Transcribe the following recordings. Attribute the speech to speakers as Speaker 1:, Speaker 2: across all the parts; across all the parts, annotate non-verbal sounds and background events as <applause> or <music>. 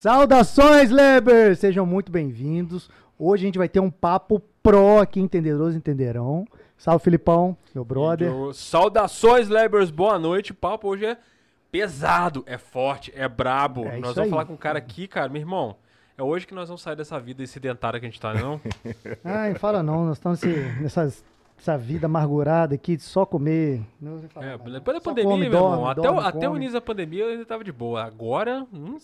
Speaker 1: Saudações, Leber! Sejam muito bem-vindos. Hoje a gente vai ter um papo pro aqui, entendedores entenderão. Salve, Filipão, meu brother.
Speaker 2: Eu- Então, Saudações, Lebers, boa noite. O papo hoje é pesado, é forte, é brabo.
Speaker 1: É isso
Speaker 2: nós
Speaker 1: aí.
Speaker 2: vamos falar com um cara aqui, cara, meu irmão. É hoje que nós vamos sair dessa vida sedentária que a gente tá,
Speaker 1: <laughs>
Speaker 2: né, não?
Speaker 1: Ai, fala não, nós estamos nesse- nessas- nessa vida amargurada aqui de só comer. Não vou falar
Speaker 2: É,
Speaker 1: mais, não.
Speaker 2: depois da
Speaker 1: Só
Speaker 2: pandemia,
Speaker 1: come,
Speaker 2: meu
Speaker 1: dorme,
Speaker 2: irmão. Até,
Speaker 1: dorme,
Speaker 2: o, até o
Speaker 1: come.
Speaker 2: início da pandemia eu ainda tava de boa. Agora. hum,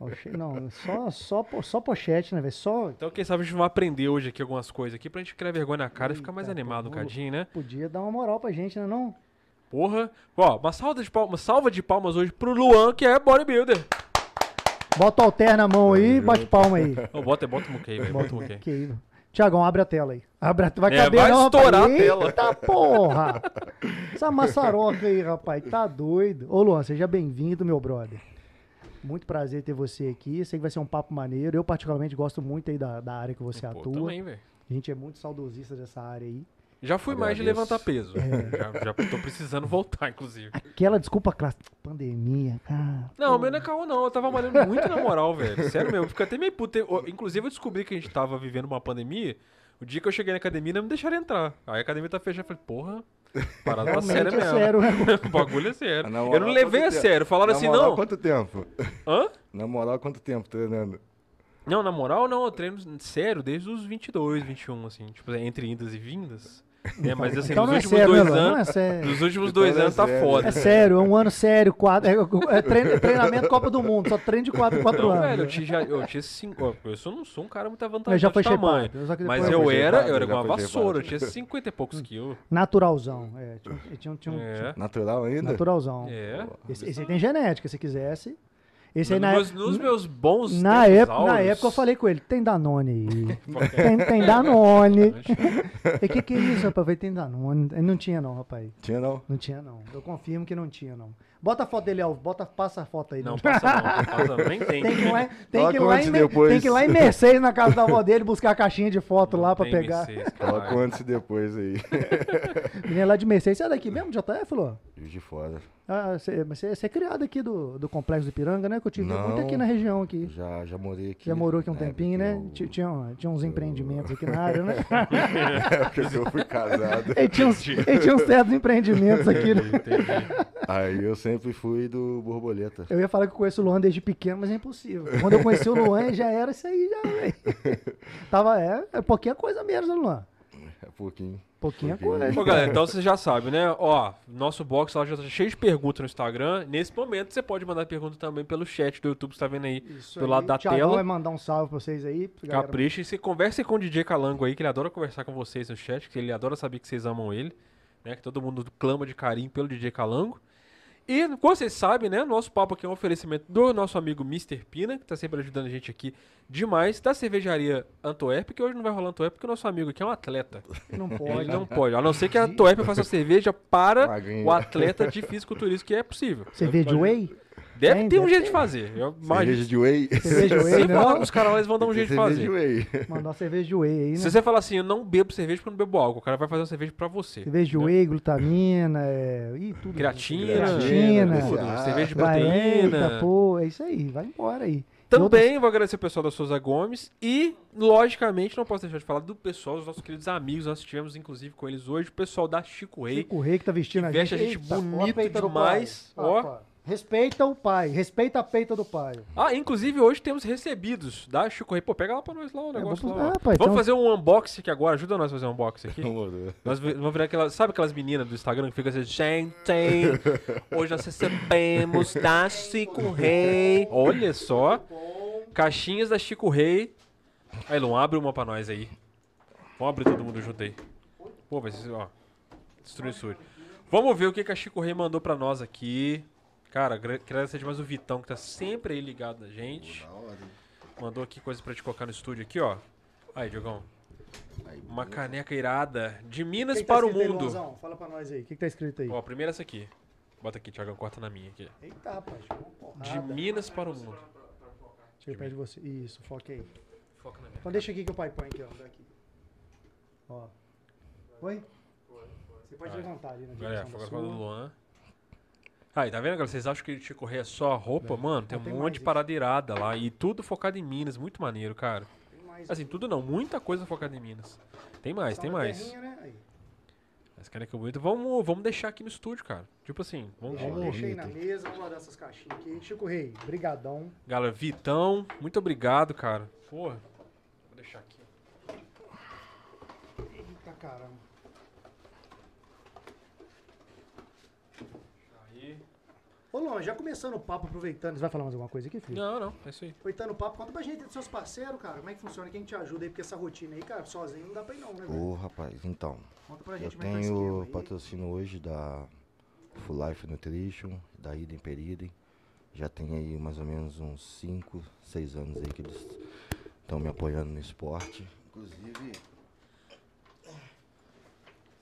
Speaker 1: Oxe, Não, só, só, po- só pochete, né, velho? Só
Speaker 2: então, quem sabe a gente vai aprender hoje aqui algumas coisas aqui pra gente criar vergonha na cara e ficar mais
Speaker 1: Eita,
Speaker 2: animado um
Speaker 1: porra.
Speaker 2: cadinho, né?
Speaker 1: podia dar uma moral pra gente, né, não?
Speaker 2: Porra. Ó, uma salva de palmas, salva de palmas hoje pro Luan, que é bodybuilder.
Speaker 1: Bota o alter na mão aí e bate palma aí.
Speaker 2: Ô, bota, bota o muquei, velho. Bota o muquei.
Speaker 1: Que isso. Tiagão, abre a tela aí. Abre a... Vai
Speaker 2: É,
Speaker 1: caber
Speaker 2: vai
Speaker 1: não,
Speaker 2: estourar
Speaker 1: rapaz.
Speaker 2: a tela.
Speaker 1: Eita porra!
Speaker 2: <laughs>
Speaker 1: Essa maçaroca aí, rapaz, tá doido. Ô, Luan, seja bem-vindo, meu brother. Muito prazer ter você aqui. Sei que vai ser um papo maneiro. Eu, particularmente, gosto muito aí da, da área que você
Speaker 2: Pô,
Speaker 1: atua.
Speaker 2: também, velho.
Speaker 1: A gente é muito saudosista dessa área aí.
Speaker 2: Já fui mais de
Speaker 3: Agradeço.
Speaker 2: levantar peso.
Speaker 1: É.
Speaker 2: Já, já tô precisando voltar, inclusive.
Speaker 1: Aquela desculpa clássica. Pandemia, cara.
Speaker 2: Não, o meu não é caô, não. Eu tava malhando muito na moral, velho. Sério mesmo. Eu Fico até meio puto. Eu- Inclusive, eu descobri que a gente tava vivendo uma pandemia. O dia que eu cheguei na academia, não me deixaram entrar. Aí a academia tá fechada. Eu falei, porra, parada tá
Speaker 1: Realmente
Speaker 2: séria
Speaker 1: é
Speaker 2: mesmo.
Speaker 1: sério, né?
Speaker 2: <laughs> o bagulho é sério.
Speaker 3: Na moral,
Speaker 2: eu não levei
Speaker 3: quanto
Speaker 2: a
Speaker 3: tempo?
Speaker 2: sério. Falaram
Speaker 3: Na
Speaker 2: assim,
Speaker 3: moral,
Speaker 2: não.
Speaker 3: quanto tempo? <laughs>
Speaker 2: Hã?
Speaker 3: Na moral, quanto tempo Tá treinando?
Speaker 2: Não, na moral, não. Eu treino sério desde os 22, 21, assim. Tipo, entre indas e
Speaker 1: <laughs>
Speaker 2: vindas. É, mas assim,
Speaker 1: Então
Speaker 2: nos
Speaker 1: não é sério,
Speaker 2: últimos
Speaker 1: né,
Speaker 2: dois
Speaker 1: Luan? Não é
Speaker 2: anos.
Speaker 1: sério.
Speaker 2: Nos últimos dois
Speaker 3: Então é
Speaker 2: anos tá
Speaker 3: sério.
Speaker 2: foda.
Speaker 1: É sério, é um ano sério, quatro. É, é trein- treinamento Copa do Mundo, só treino de quatro em quatro
Speaker 2: Não,
Speaker 1: anos.
Speaker 2: velho, eu tinha, já- eu tinha cinco. ó, Eu sou, não sou um cara muito avantajado
Speaker 1: Eu já fui
Speaker 2: de tamanho.
Speaker 1: shapeado, só que depois
Speaker 2: Mas
Speaker 1: eu
Speaker 2: eu
Speaker 3: fui
Speaker 2: era, eu
Speaker 3: shapeado,
Speaker 2: era com
Speaker 3: já
Speaker 2: uma
Speaker 3: fui shapeado.
Speaker 2: vassoura, eu tinha 50 e poucos quilos.
Speaker 1: Naturalzão. É, tinha, um- tinha, um- tinha um-
Speaker 2: É.
Speaker 3: Natural ainda?
Speaker 1: Naturalzão.
Speaker 2: É.
Speaker 1: Esse, esse aí tem genética, se quisesse. Esse aí
Speaker 2: Nos,
Speaker 1: na,
Speaker 2: meus,
Speaker 1: ép-
Speaker 2: nos meus bons.
Speaker 1: na,
Speaker 2: tempos
Speaker 1: época, na
Speaker 2: áureos-
Speaker 1: época eu falei com ele, tem Danone
Speaker 2: <laughs>
Speaker 1: aí. tem, tem Danone. E que que é isso, rapaz? Eu falei, tem Danone. Ele Não tinha não, rapaz.
Speaker 3: Tinha não?
Speaker 1: Não tinha não. Eu confirmo que não tinha não. Bota a foto dele, ó. Bota, passa a foto aí.
Speaker 2: Não, passa não, passa não, nem tem.
Speaker 1: Tem que ir lá, tem
Speaker 3: Coloca
Speaker 1: que ir lá em,
Speaker 3: antes e
Speaker 1: Me-
Speaker 3: depois.
Speaker 1: tem que ir lá em Mercedes, na casa da avó dele, buscar a caixinha de foto lá pra
Speaker 2: Tem
Speaker 1: pegar.
Speaker 2: Mercedes, caralho.
Speaker 3: Coloca antes e depois aí. <laughs>
Speaker 1: Menina lá de Mercedes, você é daqui mesmo, JF, Lô?
Speaker 3: Juiz de fora.
Speaker 1: Ah, você, mas você você é criado aqui do, do Complexo do Ipiranga, né? Que eu te vi muito
Speaker 3: Não.
Speaker 1: aqui na região aqui.
Speaker 3: Já, já morei aqui.
Speaker 1: Já morou aqui um
Speaker 3: na
Speaker 1: tempinho,
Speaker 3: época
Speaker 1: né?
Speaker 3: que É, eu- <laughs>
Speaker 1: Ti- Tinha, um- tinha uns empreendimentos aqui na área, né?
Speaker 3: Na época que É, eu fui
Speaker 1: <laughs>
Speaker 3: casado.
Speaker 1: ele, tinha uns, ele tinha uns certos empreendimentos aqui, né?
Speaker 3: Aí eu sempre fui do borboleta.
Speaker 1: Eu ia falar que eu conheço o Luan desde pequeno, mas é impossível. Quando eu conheci o Luan, ele já era isso aí, já, velho. Tava, é, é pouquinha coisa menos, né, Luan?
Speaker 3: É pouquinho.
Speaker 1: Pouquinha
Speaker 3: Pouquinho.
Speaker 1: coisa.
Speaker 2: Bom, galera, então vocês já sabem, né? Ó, nosso box lá já tá cheio de perguntas no Instagram. Nesse momento, você pode mandar pergunta também pelo chat do YouTube, que você tá vendo aí
Speaker 1: Isso
Speaker 2: pelo
Speaker 1: aí.
Speaker 2: lado da
Speaker 1: Thiagão
Speaker 2: tela.
Speaker 1: vai mandar um salve pra vocês aí. galera.
Speaker 2: Capricha e se conversem com o DJ Calango aí, que ele adora conversar com vocês no chat, que ele adora saber que vocês amam ele, né? Que todo mundo clama de carinho pelo DJ Calango. E, como vocês sabem, né? Nosso papo aqui é um oferecimento do nosso amigo Mr. Pina, que tá sempre ajudando a gente aqui demais, da cervejaria Antoerp, que hoje não vai rolar Antoerp, porque o nosso amigo aqui é um atleta.
Speaker 1: Não
Speaker 2: Ele
Speaker 1: pode.
Speaker 2: não pode. A não ser que a Antoerp faça cerveja para
Speaker 3: Magrinho.
Speaker 2: o atleta de fisiculturismo, que é possível.
Speaker 1: Você vê de whey?
Speaker 2: Deve
Speaker 1: Tem,
Speaker 2: ter um
Speaker 1: deve
Speaker 2: jeito
Speaker 1: ter.
Speaker 2: de fazer. Eu
Speaker 3: Cerveja
Speaker 2: imagino.
Speaker 3: de whey.
Speaker 1: Cerveja de whey,
Speaker 2: Se
Speaker 1: né,
Speaker 2: falar
Speaker 1: não?
Speaker 2: com os caras, lá, eles vão dar um jeito de
Speaker 3: Cerveja
Speaker 2: fazer.
Speaker 3: de whey. <laughs>
Speaker 1: Mandar uma cerveja de whey aí, né?
Speaker 2: Se você falar assim, eu não bebo cerveja porque eu não bebo álcool, o cara vai fazer uma cerveja pra você.
Speaker 1: Cerveja de whey, glutamina, é... Ih, tudo.
Speaker 2: Creatina,
Speaker 1: Creatina. né? Ah,
Speaker 2: tudo, cerveja de
Speaker 1: Vai,
Speaker 2: proteína.
Speaker 1: eita, pô, é isso aí, vai embora aí.
Speaker 2: Também vou agradecer o pessoal da Souza Gomes e, logicamente, não posso deixar de falar do pessoal, dos nossos queridos amigos. Nós tivemos, inclusive, com eles hoje, o pessoal da Chico Rei.
Speaker 1: Chico Rei que tá vestindo
Speaker 2: Que veste a gente
Speaker 1: Eita,
Speaker 2: bonito
Speaker 1: ó a peita do
Speaker 2: demais,
Speaker 1: pai.
Speaker 2: ó.
Speaker 1: Ah, pá. Respeita o pai, respeita a peita do pai.
Speaker 2: Ah, inclusive, hoje temos recebidos da Chico Rei. Pô, pega lá pra nós lá o negócio.
Speaker 1: vou-
Speaker 2: lá, ó.
Speaker 1: ah, pai,
Speaker 2: Vamos
Speaker 1: então-
Speaker 2: fazer um unboxing aqui agora, ajuda nós a fazer um unboxing aqui.
Speaker 3: Demorou.
Speaker 2: Nós vi- vamos virar aquelas. Sabe aquelas meninas do Instagram que ficam assim, gente, hoje nós recebemos da Chico Rei. Olha só. Caixinhas da Chico Rei. Aí, Lon, abre uma pra nós aí. Vamos abrir todo mundo junto aí. Pô, vai ser, ó. Destruindo isso hoje. Vamos ver o que, que a Chico Rei mandou pra nós aqui. Cara, agra- quero agradecer demais o Vitão, que tá sempre aí ligado na gente. Mandou aqui coisa pra te colocar no estúdio aqui, ó. Aí, Diogão. Uma caneca irada de Minas
Speaker 1: Que que tá
Speaker 2: para o
Speaker 1: escrito aí,
Speaker 2: mundo.
Speaker 1: Luanzão? Fala pra nós aí, o que, que tá escrito aí?
Speaker 2: Ó, a primeira é essa aqui. Bota aqui, Thiagão, corta na minha aqui.
Speaker 1: Eita, rapaz, uma porrada.
Speaker 2: De Minas para o mundo.
Speaker 1: Deixa eu perto de você. Isso, foca aí.
Speaker 2: Foca na
Speaker 1: Então deixa aqui que o pai põe aqui, ó. Daqui. Ó. Oi? Você pode levantar ali na
Speaker 2: minha. É,
Speaker 1: direção da
Speaker 2: foca na do
Speaker 1: sua.
Speaker 2: Luan. Aí, tá vendo, galera? Vocês acham que Chico Rei é só roupa? Mano, tem um
Speaker 1: Mas tem
Speaker 2: monte
Speaker 1: mais
Speaker 2: de
Speaker 1: isso.
Speaker 2: parada irada lá. E tudo focado em Minas. Muito maneiro, cara.
Speaker 1: Tem mais.
Speaker 2: Assim, tudo não. Muita coisa focada em Minas. Tem mais, tem mais.
Speaker 1: né?
Speaker 2: Mas, cara, que bonito. Vamos, vamos deixar aqui no estúdio, cara. Tipo assim, vamos...
Speaker 1: Deixa
Speaker 2: vamos...
Speaker 1: deixei na mesa, vou guardar essas caixinhas aqui. Chico Rei, brigadão.
Speaker 2: Galera, Vitão, muito obrigado, cara. Porra. Vou deixar aqui.
Speaker 1: Eita caramba.
Speaker 2: Aí.
Speaker 1: Ô, Lon, já começando o papo, aproveitando. Você vai falar mais alguma coisa aqui, filho?
Speaker 2: Não, não. É isso aí.
Speaker 1: Aproveitando o papo, conta pra gente dos seus parceiros, cara. Como é que funciona? Quem te ajuda aí? Porque essa rotina aí, cara, sozinho não dá pra ir não, né? velho?
Speaker 3: Ô, rapaz, então.
Speaker 1: Conta pra
Speaker 3: Eu
Speaker 1: gente como é que tá
Speaker 3: tenho
Speaker 1: o esquema aí.
Speaker 3: patrocínio hoje da Full Life Nutrition, da Idem Peridem. Já tem aí mais ou menos uns 5, 6 anos aí que eles estão me apoiando no esporte. Inclusive,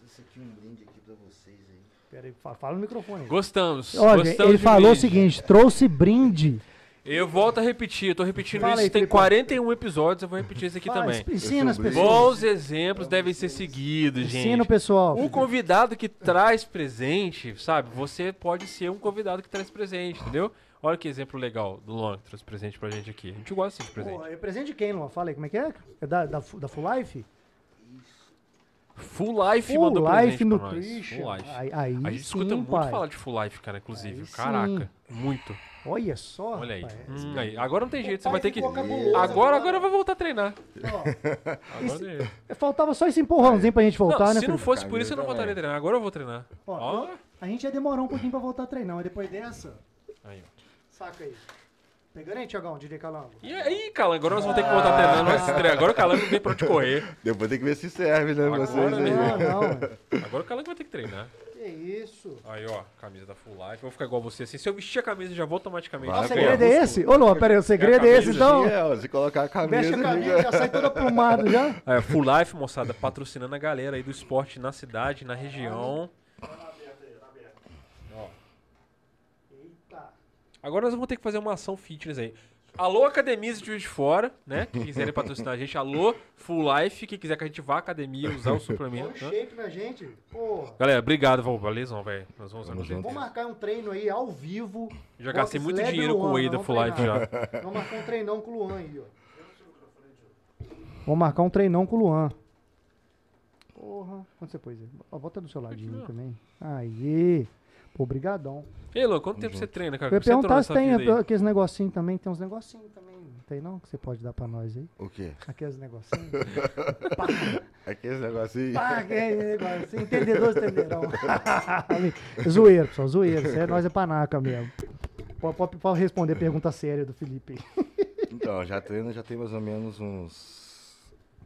Speaker 3: esse aqui é um brinde aqui pra vocês aí.
Speaker 1: Pera aí, fa- fala no microfone. aí.
Speaker 2: Gostamos.
Speaker 1: Ó, gente,
Speaker 2: gostamos
Speaker 1: ele
Speaker 2: de
Speaker 1: falou o
Speaker 2: brinde.
Speaker 1: seguinte, trouxe brinde.
Speaker 2: Eu volto a repetir. Eu tô repetindo
Speaker 1: Fala
Speaker 2: isso.
Speaker 1: aí,
Speaker 2: tem
Speaker 1: Filipão.
Speaker 2: 41 episódios. Eu vou repetir isso aqui
Speaker 1: Fala,
Speaker 2: também.
Speaker 1: Ensina as
Speaker 3: Esse é um
Speaker 1: pessoas.
Speaker 2: Bons exemplos devem ser seguidos,
Speaker 1: Ensina o
Speaker 2: gente. Um
Speaker 1: pessoal.
Speaker 2: O
Speaker 1: filho.
Speaker 2: convidado que traz presente, sabe? Você pode ser um convidado que traz presente, entendeu? Olha que exemplo legal do Long que trouxe presente pra gente aqui. A gente gosta assim de
Speaker 1: Pô,
Speaker 2: presente.
Speaker 1: é presente de quem, Lon? Fala aí, como é que é? É da, da, Fu- da Full Life?
Speaker 2: Full Life
Speaker 1: Full
Speaker 2: mandou
Speaker 1: Life
Speaker 2: presente pra nós.
Speaker 1: Nutrition.
Speaker 2: Full Life.
Speaker 1: Aí, aí
Speaker 2: A gente
Speaker 1: sim,
Speaker 2: escuta muito
Speaker 1: pai.
Speaker 2: falar de Full Life, cara, inclusive.
Speaker 1: Aí sim.
Speaker 2: Caraca, muito.
Speaker 1: Olha só,
Speaker 2: Olha aí.
Speaker 1: rapaz.
Speaker 2: Hum, aí. Agora não tem jeito, você
Speaker 1: pai
Speaker 2: vai ter que.
Speaker 1: ficou
Speaker 2: Agora,
Speaker 1: cabuloso
Speaker 2: agora,
Speaker 1: agora.
Speaker 2: eu vou voltar a treinar.
Speaker 1: Ó, <laughs>
Speaker 2: Agora
Speaker 1: Isso-
Speaker 2: não tem jeito.
Speaker 1: faltava só esse empurrãozinho pra gente voltar,
Speaker 2: Não,
Speaker 1: né,
Speaker 2: se não
Speaker 1: filho?
Speaker 2: fosse por isso, eu não
Speaker 3: Caminho
Speaker 2: voltaria a
Speaker 3: também.
Speaker 2: treinar. Agora eu vou treinar.
Speaker 1: Ó,
Speaker 2: Ó.
Speaker 1: A gente ia demorar um pouquinho pra voltar a treinar, mas depois dessa,
Speaker 2: Aí, ó.
Speaker 1: saca aí. Pegando aí, Tiagão, DJ Calango?
Speaker 2: E aí, Calan, agora nós vamos ter que voltar a treinar. Nós estreia. Agora o Calan não tem pra onde correr.
Speaker 3: Depois tem que ver se serve, né,
Speaker 2: Agora,
Speaker 3: vocês aí.
Speaker 2: né?
Speaker 1: Não, não.
Speaker 2: Agora o Calan vai ter que treinar.
Speaker 1: Que isso?
Speaker 2: Aí, ó, camisa da Full Life. Eu vou ficar igual você assim. Se eu vestir a camisa, já vou automaticamente.
Speaker 3: Vai,
Speaker 1: o
Speaker 3: Ah,
Speaker 1: segredo
Speaker 3: pô,
Speaker 1: é esse? Ô, Luan, pera aí, o segredo é
Speaker 2: camisa,
Speaker 1: esse, então?
Speaker 3: É, ó, se colocar a
Speaker 1: Mexe
Speaker 3: camisa,
Speaker 1: a
Speaker 3: fica-
Speaker 1: camisa, já sai toda plumada já.
Speaker 2: É, Full Life, moçada, patrocinando a galera aí do esporte na cidade, na região.
Speaker 1: Eita.
Speaker 2: Agora nós vamos ter que fazer uma ação fitness aí. Alô, academias de Juiz de Fora, né? Que quiserem patrocinar a gente. Alô, Full Life, que quiser que a gente vá à academia, usar o
Speaker 1: Olha o
Speaker 2: suplemento. né?
Speaker 1: shape na gente. Porra.
Speaker 2: Galera, obrigado, Val. Valezão, velho. Nós vamos usar
Speaker 3: Tamo
Speaker 2: com certeza.
Speaker 1: Vamos marcar um treino aí ao vivo.
Speaker 2: Já
Speaker 1: Bota
Speaker 2: gastei
Speaker 1: esse
Speaker 2: muito
Speaker 1: lebre
Speaker 2: dinheiro com o
Speaker 1: Luan,
Speaker 2: whey da
Speaker 1: vamos
Speaker 2: Full Life
Speaker 1: treinar.
Speaker 2: já.
Speaker 1: Vamos marcar um treinão com o Luan aí, ó. Vamos marcar um treinão com o Luan. Porra. Quando você pôs aí? Ó, Bota do seu ladinho
Speaker 2: ó.
Speaker 1: também. Aí. Pô, brigadão.
Speaker 2: Ei, Lô, quanto tempo você treina, cara?
Speaker 1: Eu ia
Speaker 2: Como você entrou
Speaker 1: perguntar se
Speaker 2: nessa
Speaker 1: tem
Speaker 2: vida aí?
Speaker 1: aqueles negocinhos também. Tem uns negocinhos também. Não tem não? Que você pode dar pra nós aí.
Speaker 3: O quê?
Speaker 1: Aqueles <laughs> negocinhos.
Speaker 3: Aqui esse negócio aí.
Speaker 1: Pá, que é negócio. Entendedores entenderão. <laughs> zoeiro, pessoal, zoeiro. Sério, nós é panaca mesmo. Pode, pode- pode responder a pergunta séria do Felipe.
Speaker 3: Então, já treino, já tem mais ou menos uns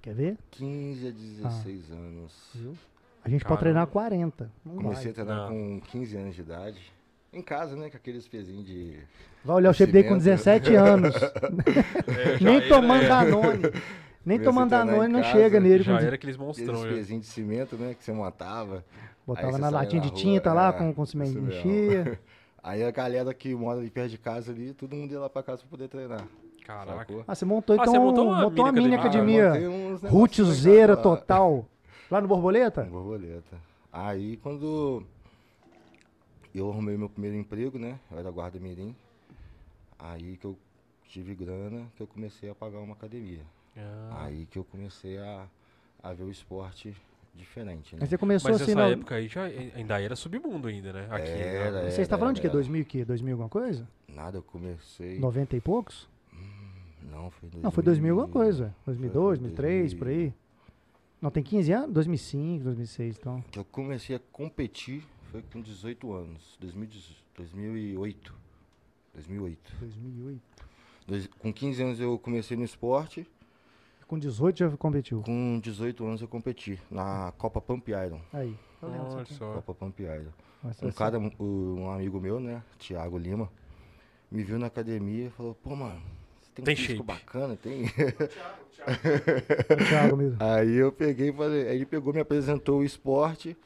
Speaker 1: Quer ver?
Speaker 3: 15 a 16 anos.
Speaker 1: Viu? A gente
Speaker 2: Caramba.
Speaker 1: pode treinar 40. Não
Speaker 3: Comecei a
Speaker 1: vai.
Speaker 3: treinar
Speaker 2: Ah.
Speaker 3: com 15 anos de idade. Em casa, né? Com aqueles pezinhos de.
Speaker 1: vai olhar o shape dele com
Speaker 3: Cimento. <laughs>
Speaker 1: 17 anos.
Speaker 2: É, já
Speaker 1: Nem
Speaker 2: era,
Speaker 1: tomando
Speaker 2: é.
Speaker 1: Danone. Nem
Speaker 3: Comecei a
Speaker 1: tomando
Speaker 3: treinar em
Speaker 1: Danone não
Speaker 3: casa, né?
Speaker 1: chega nele.
Speaker 2: Já
Speaker 1: com-
Speaker 2: era aqueles
Speaker 3: Aqueles
Speaker 2: monstrão. já.
Speaker 3: pezinhos de cimento, né? Que você matava.
Speaker 1: Botava
Speaker 3: você
Speaker 1: na
Speaker 3: saía
Speaker 1: latinha de
Speaker 3: rua,
Speaker 1: tinta lá,
Speaker 3: é,
Speaker 1: com, com cimento
Speaker 3: isso mesmo.
Speaker 1: enchia.
Speaker 3: Aí a galera que mora ali perto de casa ali, todo mundo ia lá pra casa pra poder treinar.
Speaker 2: Caraca.
Speaker 3: Sacou? Ah,
Speaker 1: Ah, você montou
Speaker 2: Ah,
Speaker 1: então
Speaker 2: você
Speaker 1: montou uma, montou mini
Speaker 2: mini academia.
Speaker 1: academia.
Speaker 3: montei uns negócios
Speaker 1: Rutzeira
Speaker 3: legais lá.
Speaker 1: total. Lá no Borboleta?
Speaker 3: Borboleta. Aí quando eu arrumei meu primeiro emprego, né? Eu era guarda mirim. Aí que eu tive grana, que eu comecei a pagar uma academia.
Speaker 2: Ah.
Speaker 3: Aí que eu comecei a, a ver o esporte diferente, né?
Speaker 1: Aí você começou
Speaker 2: Mas
Speaker 1: assim,
Speaker 2: nessa
Speaker 1: não.
Speaker 2: época aí já ainda era submundo ainda, né? Aqui.
Speaker 3: Era,
Speaker 2: né?
Speaker 1: Você está é,
Speaker 3: era,
Speaker 1: tá falando de que?
Speaker 3: É, era.
Speaker 1: 2000 e quê? 2000 alguma coisa?
Speaker 3: Nada, eu comecei...
Speaker 1: 90 e poucos?
Speaker 3: Não, foi 2000.
Speaker 1: Não, foi 2000 alguma coisa. 2002,
Speaker 3: 2000.
Speaker 1: 2003, por aí. Não, tem 15 anos? 2005, 2006, então.
Speaker 3: Que eu comecei a competir foi com 18 anos. 2018, 2008. 2008.
Speaker 1: 2008.
Speaker 3: Dois- com 15 anos eu comecei no esporte.
Speaker 1: Com 18 já competiu.
Speaker 3: Com 18 anos eu competi na Copa Pump Iron.
Speaker 1: Aí. Eu lembro
Speaker 2: Olha
Speaker 1: disso aqui.
Speaker 2: só.
Speaker 3: Copa Pump Iron.
Speaker 1: Nossa,
Speaker 3: Um
Speaker 1: essa-
Speaker 3: cara, o- um amigo meu, né, Thiago Lima, me viu na academia e falou, pô, mano, você tem um
Speaker 2: Tem
Speaker 3: físico
Speaker 2: shape.
Speaker 3: bacana, tem... <laughs>
Speaker 1: o Thiago mesmo.
Speaker 3: Aí eu peguei e falei, aí ele pegou, me apresentou o esporte.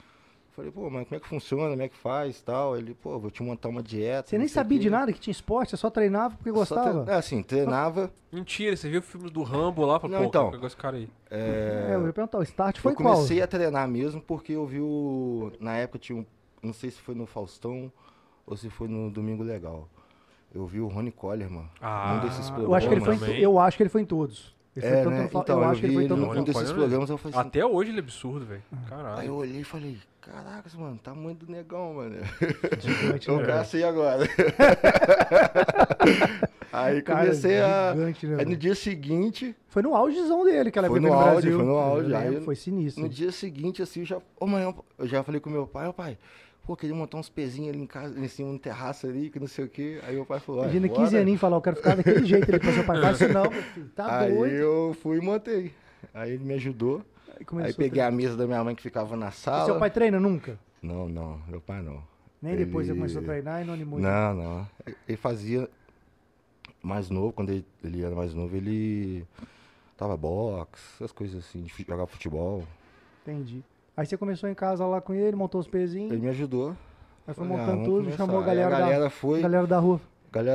Speaker 3: Falei, pô, mas como é que funciona, como é que faz e tal? Ele, pô, vou te montar uma dieta.
Speaker 1: Você
Speaker 3: não
Speaker 1: nem
Speaker 3: sei o
Speaker 1: sabia de
Speaker 3: quê.
Speaker 1: nada que tinha esporte, você só treinava porque
Speaker 3: Só tre-
Speaker 1: gostava.
Speaker 3: é, assim, treinava.
Speaker 2: Mentira, você viu o filme do Rambo lá? Falou,
Speaker 3: Não,
Speaker 2: pô,
Speaker 3: então.
Speaker 2: pegou esse cara aí.
Speaker 1: É, eu ia perguntar, o start foi
Speaker 3: eu
Speaker 1: qual?
Speaker 3: comecei a treinar mesmo porque eu vi o. Na época tinha um. Não sei se foi no Faustão ou se foi no Domingo Legal. Eu vi o Rony Coleman,
Speaker 2: Ah,
Speaker 3: um desses
Speaker 2: eu
Speaker 1: Eu acho, que ele foi em,
Speaker 2: Também.
Speaker 1: to- eu acho que ele foi em todos. Ele foi
Speaker 3: É,
Speaker 1: tanto
Speaker 3: né?
Speaker 1: no Fla-
Speaker 3: Então,
Speaker 1: eu
Speaker 3: eu
Speaker 1: acho que ele
Speaker 3: vi
Speaker 1: foi tanto
Speaker 3: ele
Speaker 1: no
Speaker 3: num
Speaker 1: Fla-
Speaker 3: desses
Speaker 2: Coleman.
Speaker 3: programas, eu falei assim,
Speaker 2: Até hoje ele é absurdo, velho.
Speaker 3: Aí eu
Speaker 2: Caralho.
Speaker 3: olhei e falei, caraca, mano, tamanho do negão, mano.
Speaker 1: Gigante,
Speaker 3: Eu
Speaker 1: né? <laughs>
Speaker 3: cacei agora. aí
Speaker 1: Cara,
Speaker 3: comecei a.
Speaker 1: gigante, né,
Speaker 3: Aí no
Speaker 1: velho?
Speaker 3: dia seguinte,
Speaker 1: Foi no audição dele que ela
Speaker 3: Foi
Speaker 1: veio
Speaker 3: no
Speaker 1: no
Speaker 3: auge,
Speaker 1: Brasil.
Speaker 3: foi no auge.
Speaker 1: Eu lembro,
Speaker 3: Aí-
Speaker 1: Foi sinistro.
Speaker 3: no dia seguinte, assim, eu já. Ô, mãe, eu já falei com meu pai, ô pai, pô, queria montar uns pezinhos ali em casa, em cima, no terraço ali, que não sei o quê. Aí meu pai falou, olha.
Speaker 1: Imagina
Speaker 3: bora.
Speaker 1: 15 aninhos e falar, eu quero ficar daquele jeito. Ele passou pra casa, não, meu filho, tá
Speaker 3: aí
Speaker 1: doido.
Speaker 3: eu fui e montei. Aí ele me ajudou.
Speaker 1: Aí começou
Speaker 3: aí
Speaker 1: a
Speaker 3: peguei a mesa da minha mãe que ficava na
Speaker 1: treinar. E
Speaker 3: sala.
Speaker 1: Seu pai treina nunca?
Speaker 3: Não, não, meu pai não.
Speaker 1: Nem depois ele
Speaker 3: Ele-
Speaker 1: começou a treinar e não animou.
Speaker 3: Não, não. Ele fazia mais novo, quando ele, ele era mais novo, ele tava boxe, essas coisas assim, de fu- jogar futebol.
Speaker 1: Entendi. Aí você começou em casa lá com ele, montou os pezinhos,
Speaker 3: Ele me ajudou.
Speaker 1: aí foi
Speaker 3: Falei, ah,
Speaker 1: montando
Speaker 3: vamos
Speaker 1: tudo,
Speaker 3: começar.
Speaker 1: um chamou a
Speaker 3: Aí
Speaker 1: galera,
Speaker 3: a galera
Speaker 1: da,
Speaker 3: foi, galera...
Speaker 1: galera da rua.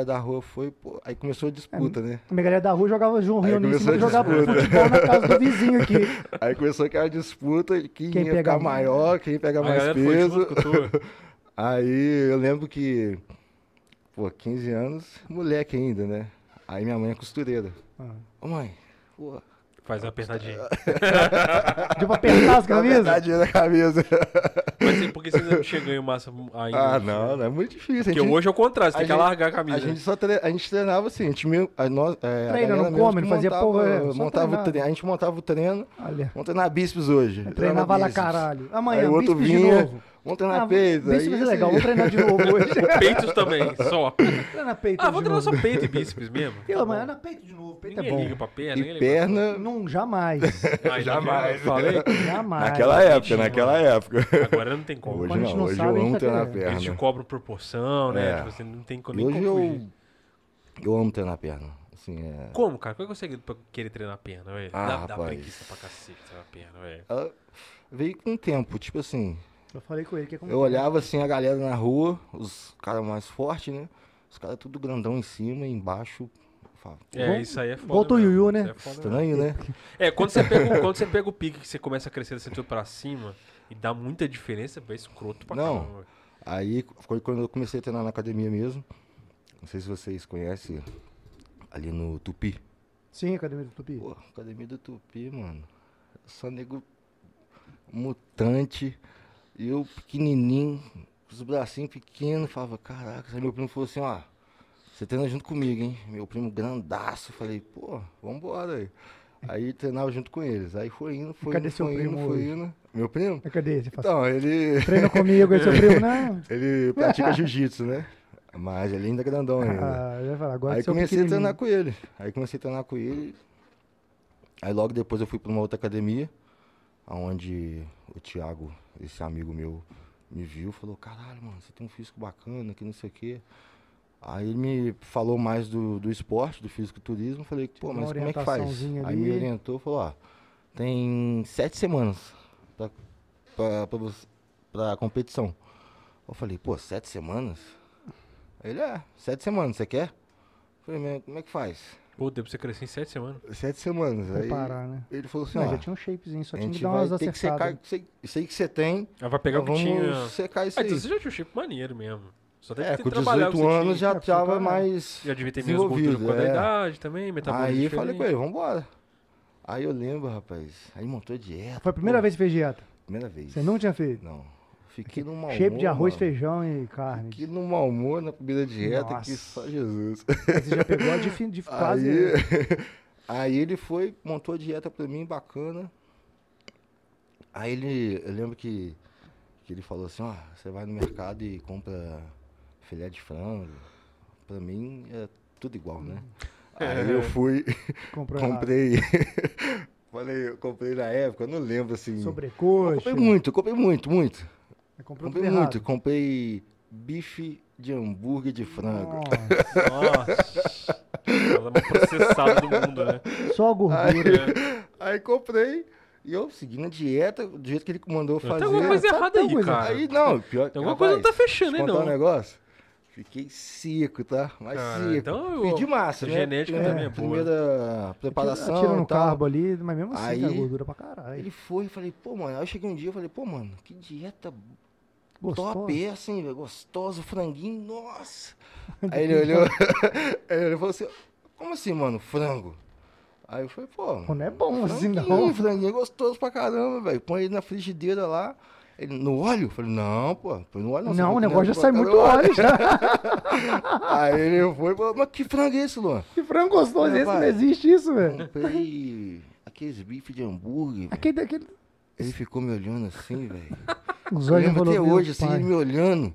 Speaker 3: da rua foi, pô, aí começou a disputa, né?
Speaker 1: A minha galera da rua jogava João
Speaker 3: Aí
Speaker 1: Rio Nisso,
Speaker 3: começou a
Speaker 1: jogava
Speaker 3: disputa.
Speaker 1: futebol na casa do vizinho
Speaker 3: <laughs>
Speaker 1: aqui.
Speaker 3: Aí começou aquela disputa, de quem,
Speaker 1: Quem
Speaker 3: ia
Speaker 1: pega
Speaker 3: ficar maior, quem ia pegar
Speaker 2: a
Speaker 3: mais
Speaker 2: galera foi
Speaker 3: peso.
Speaker 2: junto com tu.
Speaker 3: <laughs> Aí eu lembro que, pô, 15 anos, moleque ainda, né? Aí minha mãe é costureira.
Speaker 1: Ah.
Speaker 3: Ô mãe, pô,
Speaker 2: Faz uma apertadinha.
Speaker 1: Deu
Speaker 3: Ah,
Speaker 1: pra Tipo, apertar as
Speaker 3: tá
Speaker 1: camisas?
Speaker 3: apertadinha na camisa.
Speaker 2: Mas assim, por que você não chega em massa ainda?
Speaker 3: Ah, não, não é muito difícil. A
Speaker 2: Porque
Speaker 3: gente,
Speaker 2: hoje é o contrário, você
Speaker 3: a
Speaker 2: tem que
Speaker 3: gente-
Speaker 2: largar a
Speaker 3: a
Speaker 2: camisa.
Speaker 3: gente só tre- a gente treinava assim, a gente mesmo, a nós, é, a
Speaker 1: Treina,
Speaker 3: galera
Speaker 1: não
Speaker 3: mesmo
Speaker 1: come,
Speaker 3: que
Speaker 1: não fazia
Speaker 3: montava,
Speaker 1: porra, é, só
Speaker 3: montava o
Speaker 1: treinava.
Speaker 3: tre- a gente montava o treino,
Speaker 1: Olha,
Speaker 3: vamos treinar bíceps hoje.
Speaker 1: treinava lá
Speaker 3: bíceps.
Speaker 1: caralho.
Speaker 3: aí
Speaker 1: Amanhã,
Speaker 3: o outro
Speaker 1: bíceps de
Speaker 3: vinha,
Speaker 1: novo.
Speaker 3: vamos treinar
Speaker 1: Ah,
Speaker 3: peito. aí assim,
Speaker 1: Bíceps é
Speaker 3: isso
Speaker 1: legal,
Speaker 3: aí.
Speaker 1: vamos treinar de
Speaker 3: <laughs>
Speaker 1: novo hoje.
Speaker 2: Peitos também, só.
Speaker 1: Treina peito
Speaker 2: Ah,
Speaker 1: de
Speaker 2: vou
Speaker 1: novo.
Speaker 2: treinar só peito e bíceps mesmo. Tá
Speaker 1: Eu, amanhã na peito de novo, peito
Speaker 2: Ninguém
Speaker 1: é bom.
Speaker 2: liga pra perna, ninguém
Speaker 3: E
Speaker 2: liga pra-
Speaker 3: perna,
Speaker 1: Não,
Speaker 3: <laughs>
Speaker 1: jamais.
Speaker 2: <laughs> Ah, então
Speaker 3: Jamais.
Speaker 2: eu Falei?
Speaker 1: Jamais.
Speaker 3: naquela época, naquela época.
Speaker 2: Agora não tem como.
Speaker 3: Hoje
Speaker 1: a gente
Speaker 3: não,
Speaker 1: não
Speaker 3: hoje
Speaker 1: sabe, a
Speaker 3: eu
Speaker 1: gente
Speaker 3: amo
Speaker 1: tá
Speaker 3: treinar
Speaker 1: querendo.
Speaker 2: Eles te
Speaker 3: perna.
Speaker 2: cobram proporção, né?
Speaker 3: É.
Speaker 2: Tipo, você não tem co-
Speaker 3: E
Speaker 2: nem
Speaker 3: hoje
Speaker 2: como fugir.
Speaker 3: eu, eu amo treinar perna. Assim, é...
Speaker 2: Como, cara? Como é que eu consigo pra querer treinar a perna, velho? dá,
Speaker 3: Ah,
Speaker 2: dá
Speaker 3: rapaz.
Speaker 2: preguiça pra cacete treinar a perna, velho.
Speaker 3: Ela veio com o tempo, tipo assim,
Speaker 1: Eu falei com ele que é como...
Speaker 3: Eu olhava assim a galera na rua, os caras mais fortes, né? Os caras tudo grandão em cima, embaixo. Eu falava,
Speaker 2: É,
Speaker 1: Igual-
Speaker 2: isso aí é foda.
Speaker 1: igual do
Speaker 2: mesmo,
Speaker 1: Yuyu,
Speaker 2: isso
Speaker 1: né?
Speaker 2: aí É, foda mesmo.
Speaker 3: Estranho, né?
Speaker 2: É, quando você, pega, o- quando você pega o pique que você começa a crescer da cintura pra cima e dá muita diferença, é escroto pra
Speaker 3: Não.
Speaker 2: caramba. velho.
Speaker 3: Aí foi quando eu comecei a treinar na academia mesmo. Não sei se vocês conhecem ali no Tupi.
Speaker 1: Sim, academia do Tupi.
Speaker 3: Pô, academia do Tupi, mano. Só nego mutante. E eu pequenininho, com os bracinhos pequenos. Falava, caraca. Aí meu primo falou assim, ó. Você treina junto comigo, hein? Meu primo grandaço. Falei, pô, vambora aí. Aí treinava junto com eles. Aí foi indo, foi
Speaker 1: Cadê
Speaker 3: indo,
Speaker 1: seu
Speaker 3: foi
Speaker 1: primo
Speaker 3: indo, foi
Speaker 1: hoje?
Speaker 3: indo. Meu primo?
Speaker 1: Mas Cadê? Você fala,
Speaker 3: Então, ele...
Speaker 1: treina comigo, aí seu primo, não.
Speaker 3: <laughs> Ele pratica jiu-jitsu, né? Mas ele ainda <laughs> é grandão ainda.
Speaker 1: Ah, eu ia falar, agora
Speaker 3: Aí
Speaker 1: seu
Speaker 3: comecei a treinar
Speaker 1: pequenininho.
Speaker 3: com ele. Aí comecei a treinar com ele. Aí logo depois eu fui para uma outra academia, onde o Thiago, esse amigo meu, me viu e falou, caralho, mano, você tem um físico bacana, que não sei o quê. Aí ele me falou mais do, do esporte, do fisiculturismo, falei, pô,
Speaker 1: Tipo uma
Speaker 3: mas como é que faz?
Speaker 1: orientaçãozinha
Speaker 3: Aí me
Speaker 1: ali.
Speaker 3: orientou, falou, ó, tem sete semanas pra, pra, pra, você- pra competição. Eu falei, pô, sete semanas? Ele, é, sete semanas, você quer? Eu falei, mas como é que faz?
Speaker 2: Pô, deu pra você crescer em sete semanas.
Speaker 3: Sete semanas. Aí
Speaker 1: Preparar, né?
Speaker 3: ele falou assim,
Speaker 1: Não,
Speaker 3: ó,
Speaker 1: já tinha um shapezinho, só
Speaker 3: a
Speaker 1: tinha
Speaker 3: gente
Speaker 1: que dar umas
Speaker 3: vai ter que secar
Speaker 1: acertadas.
Speaker 3: isso aí- isso aí que você tem,
Speaker 2: Aí Ah, vai pegar
Speaker 3: nós
Speaker 2: o que
Speaker 3: Então, vamos
Speaker 2: tinha.
Speaker 3: secar isso
Speaker 2: Ah,
Speaker 3: aí.
Speaker 2: então você já tinha um shape maneiro mesmo. Só tem
Speaker 3: É,
Speaker 2: que
Speaker 3: com
Speaker 2: trabalhar o que
Speaker 3: 18
Speaker 2: você
Speaker 3: anos
Speaker 2: tinha.
Speaker 3: já
Speaker 1: tinha. É,
Speaker 3: tava
Speaker 1: pra trabalhar.
Speaker 3: mais
Speaker 2: Já devia ter menos gordura por
Speaker 3: desenvolvido,
Speaker 2: causa da
Speaker 3: é.
Speaker 2: idade também, metabolismo
Speaker 3: Aí eu falei com
Speaker 2: tá diferente.
Speaker 3: ele, vambora. Aí eu lembro, rapaz. Aí montou dieta.
Speaker 1: Foi a primeira vez que fez dieta.
Speaker 3: vez? Primeira vez.
Speaker 1: Você não tinha feito?
Speaker 3: Não. Fiquei num mau humor.
Speaker 1: Shape de arroz,
Speaker 3: mano.
Speaker 1: feijão e carne.
Speaker 3: Fiquei num mau humor na primeira dieta que
Speaker 1: Nossa.
Speaker 3: só Jesus. <laughs>
Speaker 1: Você já pegou de, fim- de quase...
Speaker 3: Aí, aí ele foi, montou a dieta pra mim, bacana. Aí ele, eu lembro que, que ele falou assim, ó, você vai no mercado e compra filé de frango. Pra mim é tudo igual, né?
Speaker 2: É.
Speaker 3: Aí eu fui,
Speaker 1: Comprou errado.
Speaker 3: comprei. <laughs> Falei, eu comprei na época, eu não lembro assim. Eu
Speaker 1: Sobrecoxa. né?
Speaker 3: comprei muito, eu comprei muito, muito.
Speaker 1: Comprou tudo
Speaker 3: Comprei muito,
Speaker 1: errado.
Speaker 3: comprei bife de hambúrguer de frango.
Speaker 1: Nossa,
Speaker 2: É, Nossa. Ela é mais processada do mundo, né?
Speaker 1: Só a
Speaker 3: Aí,
Speaker 1: gordura.
Speaker 3: <laughs> aí comprei e eu seguindo a dieta, do jeito que ele mandou eu
Speaker 2: Tem
Speaker 3: fazer.
Speaker 2: alguma coisa
Speaker 1: tá-
Speaker 2: errada
Speaker 1: tá
Speaker 2: aí,
Speaker 1: coisa-
Speaker 2: cara.
Speaker 3: Aí não, pior que
Speaker 2: Tem alguma coisa que não tá
Speaker 3: rapaz,
Speaker 2: fechando aí,
Speaker 3: te contar um
Speaker 2: não.
Speaker 3: negócio. Fiquei seco, tá? Mas
Speaker 2: Cara,
Speaker 3: seco.
Speaker 2: então eu-
Speaker 3: Pedi massa,
Speaker 2: a
Speaker 3: né?
Speaker 2: genética
Speaker 3: Primeira-
Speaker 2: também é boa, né?
Speaker 3: Primeira preparação
Speaker 1: Tira
Speaker 3: e
Speaker 1: no
Speaker 3: tal.
Speaker 1: carbo ali, mas mesmo assim,
Speaker 3: Aí-
Speaker 1: tem a gordura pra caralho.
Speaker 3: Ele foi, eu falei, pô, mano. Aí eu cheguei um dia e falei, pô, mano, que dieta
Speaker 1: Gostoso.
Speaker 3: Top, assim, velho, gostoso, franguinho, nossa.
Speaker 1: <laughs>
Speaker 3: Aí ele olhou, <laughs> ele olhou e falou assim, como assim, mano, frango? Aí eu falei, pô,
Speaker 1: Pô, não é bom assim,
Speaker 3: franguinho,
Speaker 1: não.
Speaker 3: franguinho é gostoso pra caramba, velho, põe ele na frigideira lá. Ele, no óleo? Eu falei, não, pô, põe no óleo não. tá senão
Speaker 1: Não, o
Speaker 3: eu
Speaker 1: negócio já
Speaker 3: quero
Speaker 1: sai muito
Speaker 3: colocar no
Speaker 1: óleo
Speaker 3: <laughs>
Speaker 1: já.
Speaker 3: Aí ele foi e falou, mas que frango é
Speaker 1: <laughs>
Speaker 3: esse, Luan?
Speaker 1: Que frango gostoso
Speaker 3: É,
Speaker 1: esse,
Speaker 3: vai.
Speaker 1: não existe isso, velho.
Speaker 3: Comprei aqueles bifes de hambúrguer, velho.
Speaker 1: Aquele, aquele...
Speaker 3: Ele ficou me olhando assim, velho.
Speaker 1: Os
Speaker 3: Eu
Speaker 1: olhos
Speaker 3: lembro até
Speaker 1: envolvidos,
Speaker 3: hoje, assim,
Speaker 1: pai.
Speaker 3: ele me olhando.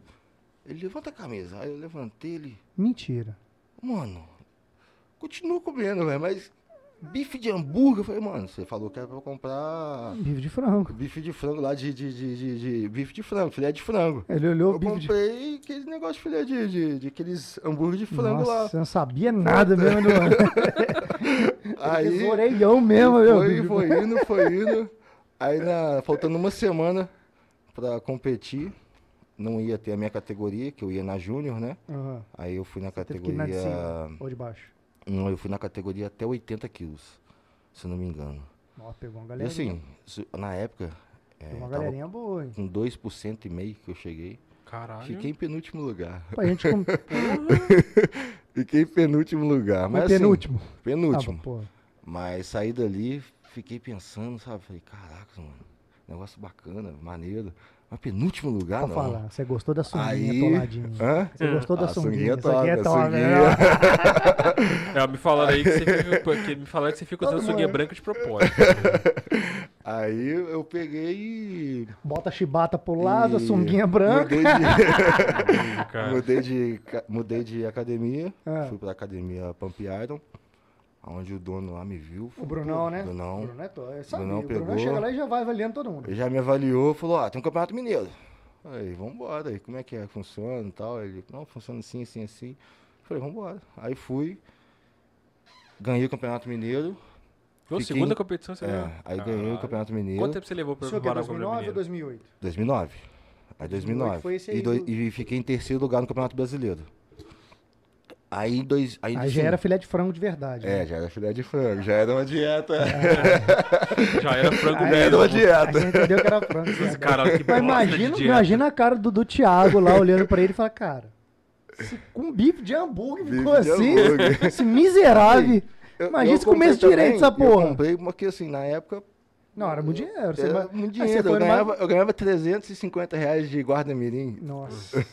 Speaker 3: Ele levanta a camisa. Aí eu levantei ele.
Speaker 1: Mentira.
Speaker 3: Mano, continua comendo, velho, mas bife de hambúrguer. Eu falei, mano, você falou que era pra eu comprar
Speaker 1: Bife de frango.
Speaker 3: bife de frango lá, de, de, de, de- de- bife de frango, filé de frango.
Speaker 1: Ele olhou o
Speaker 3: Eu
Speaker 1: bife de...
Speaker 3: comprei aquele negócio de filé de, de, de aqueles hambúrguer de frango
Speaker 1: Nossa, eu não sabia nada mesmo né, do
Speaker 3: lá. <laughs> Aí
Speaker 1: Tesoureião mesmo, meu.
Speaker 3: foi,
Speaker 1: bife.
Speaker 3: foi indo, foi indo. Aí, na- faltando uma semana pra competir, não ia ter a minha categoria, que eu ia na Júnior, né?
Speaker 1: Aham.
Speaker 3: Aí eu fui na
Speaker 1: Teve que ir na de
Speaker 3: categoria.
Speaker 1: cima ou de baixo.
Speaker 3: Não, eu fui na categoria até 80 quilos, se eu não me engano.
Speaker 1: Ó, pegou uma
Speaker 3: E
Speaker 1: galerinha.
Speaker 3: assim, isso- na época, é,
Speaker 1: pegou uma
Speaker 3: tava
Speaker 1: galerinha boa, hein?
Speaker 3: com 2% e meio que eu cheguei.
Speaker 2: Caralho.
Speaker 3: Fiquei em penúltimo lugar. <laughs>
Speaker 1: Pô, a gente com...
Speaker 3: Fiquei em penúltimo lugar.
Speaker 1: Mas
Speaker 3: Mas, assim,
Speaker 1: penúltimo.
Speaker 3: penúltimo.
Speaker 1: Ah, pô.
Speaker 3: Mas saí dali, fiquei pensando, sabe? Falei, caraca, mano, negócio bacana, maneiro. Mas penúltimo lugar,
Speaker 1: Pra
Speaker 3: Ah, não.
Speaker 1: falar, você gostou da sunguinha é
Speaker 3: Aí-
Speaker 1: toladinha.
Speaker 3: Hã?
Speaker 1: Você gostou da
Speaker 3: A
Speaker 1: sunguinha?
Speaker 3: sunguinha
Speaker 1: Isso aqui é
Speaker 3: toca,
Speaker 1: top,
Speaker 3: sunguinha.
Speaker 1: né?
Speaker 2: É, me falaram aí que você fica, que me falaram que você fica usando sunguinha branca de propósito.
Speaker 3: Aí eu peguei e.
Speaker 1: Bota a chibata pro lado, a
Speaker 3: e
Speaker 1: sunguinha branca.
Speaker 3: Mudei de,
Speaker 2: Cara.
Speaker 3: mudei de, ca- mudei de academia.
Speaker 1: Ah.
Speaker 3: Fui pra academia Pump Iron, onde o dono lá me viu.
Speaker 1: O
Speaker 3: falou,
Speaker 1: Brunão,
Speaker 3: "Pô,
Speaker 1: né? O
Speaker 3: Brunão.
Speaker 1: Brunão é to- é, sabe,
Speaker 3: Brunão
Speaker 1: o Brunão
Speaker 3: pegou.
Speaker 1: chega lá e já vai avaliando todo mundo.
Speaker 3: Ele já me avaliou, falou, ó, tem um campeonato mineiro. Aí, vambora, aí, como é que é? Funciona e tal? Ele, não, funciona assim, assim, assim. Falei, vambora. Aí fui, ganhei o campeonato mineiro.
Speaker 2: Nossa,
Speaker 3: Fiquei-
Speaker 2: segunda competição você
Speaker 3: é,
Speaker 2: ganhou.
Speaker 3: aí ganhei o
Speaker 2: Caralho.
Speaker 3: campeonato
Speaker 2: Quanto
Speaker 3: mineiro.
Speaker 2: tempo você levou
Speaker 1: O
Speaker 2: pra
Speaker 1: senhor que é
Speaker 2: preparar o campeonato
Speaker 1: 2009 ou
Speaker 2: mineiro?
Speaker 1: 2008?
Speaker 3: 2009. Aí 2009.
Speaker 1: foi esse aí
Speaker 3: e, doi-
Speaker 1: do-
Speaker 3: e fiquei em terceiro lugar no campeonato brasileiro. Aí, dois, aí,
Speaker 1: Aí já
Speaker 3: assim,
Speaker 1: era filé de frango de verdade. né?
Speaker 3: É, já era filé de frango, já era uma dieta.
Speaker 1: É.
Speaker 2: Já era frango
Speaker 3: já era
Speaker 2: mesmo.
Speaker 3: uma
Speaker 1: Aí você
Speaker 3: dieta.
Speaker 1: entendeu que era
Speaker 2: <laughs>
Speaker 1: frango. de verdade.
Speaker 2: Caralho, que
Speaker 1: Mas
Speaker 2: bosta de
Speaker 1: imagina,
Speaker 2: dieta.
Speaker 1: imagina a cara do, do Thiago lá olhando pra ele e falar, cara, esse- com bife de hambúrguer
Speaker 3: Bife
Speaker 1: ficou
Speaker 3: de
Speaker 1: assim,
Speaker 3: hambúrguer."
Speaker 1: esse miserável.
Speaker 3: <laughs> Eu-
Speaker 1: Imagina
Speaker 3: eu
Speaker 1: se comesse
Speaker 3: comprei
Speaker 1: direito essa
Speaker 3: também,
Speaker 1: porra.
Speaker 3: Eu comprei, porque assim, na época
Speaker 1: Não, era muito dinheiro. Você
Speaker 3: Era
Speaker 1: vai-
Speaker 3: muito
Speaker 1: Aí você
Speaker 3: dinheiro. Eu
Speaker 1: foi numa-
Speaker 3: ganhava, eu ganhava 350 reais de guarda-mirim.
Speaker 1: Nossa.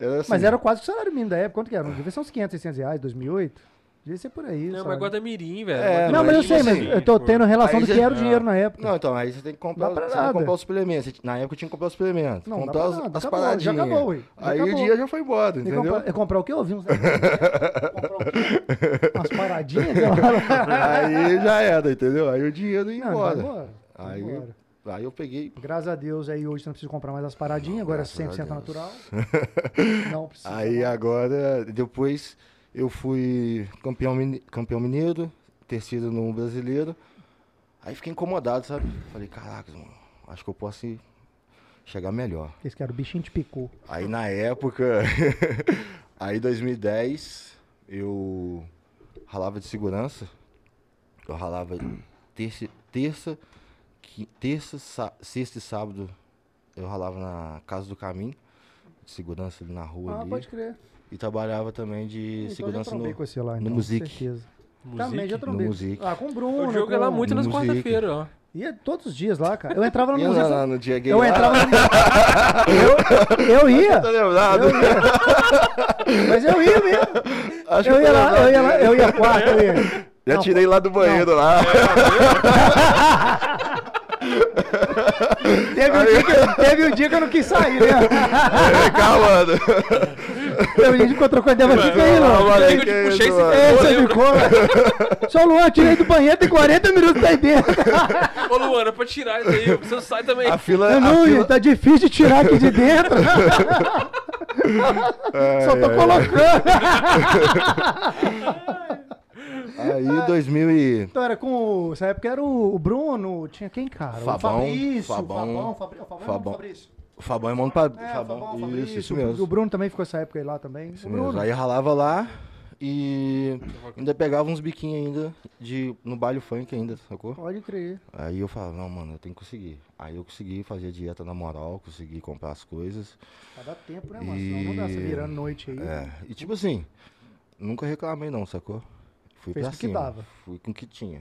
Speaker 3: Era assim,
Speaker 1: Mas era quase o salário mínimo da época. Quanto que era? Devia ser uns 500, 600 reais, 2008? Devia ser por aí. o
Speaker 2: Não, mas
Speaker 1: salário.
Speaker 2: guarda mirim, velho. tipo,
Speaker 3: É,
Speaker 1: Não, mas eu sei, mas
Speaker 3: assim,
Speaker 1: eu tô tendo relação
Speaker 3: aí
Speaker 1: do que
Speaker 3: já-
Speaker 1: era o dinheiro na época.
Speaker 3: Não, então, aí você tem que comprar,
Speaker 1: Dá pra
Speaker 3: você tem que
Speaker 1: nada.
Speaker 3: comprar os suplementos. Você- Na época eu tinha que comprar os suplementos.
Speaker 1: Não, dá
Speaker 3: comprar
Speaker 1: pra
Speaker 3: as,
Speaker 1: nada,
Speaker 3: as
Speaker 1: acabou, já
Speaker 3: paradinhas.
Speaker 1: acabou, ué, já
Speaker 3: aí
Speaker 1: acabou.
Speaker 3: o dia já foi embora,
Speaker 1: Tem que
Speaker 3: entendeu?
Speaker 1: Comprar, é comprar o que eu ouvi uns. <laughs> Umas paradinhas. sei
Speaker 3: <laughs>
Speaker 1: lá.
Speaker 3: Aí já era, entendeu? Aí o dinheiro ia
Speaker 1: Não, vai
Speaker 3: embora.
Speaker 1: embora. vai
Speaker 3: Aí-
Speaker 1: embora.
Speaker 3: Aí eu peguei.
Speaker 1: Graças a Deus, aí hoje você não precisa comprar mais as paradinhas, agora é
Speaker 3: graças a
Speaker 1: 100%
Speaker 3: Deus. <laughs>
Speaker 1: natural. Não precisa.
Speaker 3: Aí agora, depois eu fui campeão, mine- campeão mineiro, terceiro no brasileiro. Aí fiquei incomodado, sabe? Falei, caraca, mano, acho que eu posso ir- chegar melhor.
Speaker 1: Esse cara, o bichinho te picou.
Speaker 3: Aí na época, <laughs> aí 2010, eu ralava de segurança. Eu ralava terça, terça, qui- terça sa- sexta e sábado. Eu ralava na Casa do Caminho, de segurança ali na rua.
Speaker 1: Ah,
Speaker 3: ali.
Speaker 1: pode crer.
Speaker 3: E trabalhava também de
Speaker 1: Então já
Speaker 3: segurança
Speaker 1: trombei
Speaker 3: no.
Speaker 1: com esse lá,
Speaker 3: no
Speaker 1: então, com
Speaker 3: Music.
Speaker 1: certeza. Também já
Speaker 2: Music.
Speaker 1: trombei.
Speaker 3: No Music.
Speaker 1: Ah, com o Bruno.
Speaker 2: O jogo
Speaker 1: com...
Speaker 2: é lá muito nas
Speaker 3: Music.
Speaker 2: quarta-feiras, ó.
Speaker 1: Ia todos os dias lá, cara. Eu entrava
Speaker 3: <laughs>
Speaker 1: lá no
Speaker 3: Ia lá,
Speaker 1: Music.
Speaker 3: lá no dia gay.
Speaker 1: Eu
Speaker 3: lá,
Speaker 1: entrava no... eu, eu ia.
Speaker 3: Tá lembrado?
Speaker 1: Eu ia. Mas eu ia mesmo.
Speaker 3: Acho
Speaker 1: Eu
Speaker 3: que
Speaker 1: ia
Speaker 3: tá
Speaker 1: lá,
Speaker 3: lembrado
Speaker 1: eu ia lá,
Speaker 3: dele.
Speaker 1: eu ia quarta, eu
Speaker 3: <laughs>
Speaker 1: ia.
Speaker 3: Já
Speaker 1: Não,
Speaker 3: tirei lá do banheiro
Speaker 1: <laughs>
Speaker 3: lá.
Speaker 1: Teve um, dia que eu, teve um dia que eu não quis sair,
Speaker 3: <laughs>
Speaker 1: né? um
Speaker 3: Calma, mano.
Speaker 1: A gente ficou trocando ideia, mas fica aí,
Speaker 3: Calma,
Speaker 1: Luan.
Speaker 3: mano,
Speaker 2: eu
Speaker 3: que
Speaker 2: te puxei
Speaker 3: isso,
Speaker 2: esse-
Speaker 3: mano.
Speaker 1: É,
Speaker 2: Ô,
Speaker 1: você
Speaker 2: Leandro.
Speaker 1: ficou, velho. Só o Luan, tirei do banheiro, tem 40 minutos aí dentro.
Speaker 2: Ô, Luana, pra tirar isso aí, você sai também.
Speaker 3: A fila.
Speaker 1: Eu
Speaker 3: a
Speaker 1: não,
Speaker 3: fila-
Speaker 1: ia, tá difícil de tirar aqui de dentro. Só tô colocando.
Speaker 3: Aí,
Speaker 1: É.
Speaker 3: 2000 e...
Speaker 1: Então era com. o- Essa época era o o Bruno, tinha quem, cara?
Speaker 3: Fabão,
Speaker 1: o Fabrício.
Speaker 3: Fabão.
Speaker 1: Fabão, Fabri- o Fabão,
Speaker 3: Fabão.
Speaker 1: Fabrício.
Speaker 3: O Fabão é mão do pa...
Speaker 1: É, o
Speaker 3: Fabão.
Speaker 1: Fabão,
Speaker 3: Isso,
Speaker 1: Fabrício.
Speaker 3: isso
Speaker 1: O- O
Speaker 3: mesmo.
Speaker 1: Bruno também ficou essa época aí lá também.
Speaker 3: Isso
Speaker 1: o
Speaker 3: mesmo.
Speaker 1: Bruno.
Speaker 3: Aí ralava lá, E ainda pegava uns biquinhos ainda de, no baile funk ainda, sacou?
Speaker 1: Pode crer.
Speaker 3: Aí eu falava, não, mano, eu tenho que conseguir. Aí eu consegui fazer dieta na moral, consegui comprar as coisas.
Speaker 1: Pra dar tempo, né, mano? Senão não dá essa virando noite aí.
Speaker 3: É, e tipo assim, nunca reclamei não, sacou? Fui
Speaker 1: Fez
Speaker 3: pra
Speaker 1: com o que
Speaker 3: cima.
Speaker 1: dava.
Speaker 3: Fui com o que tinha.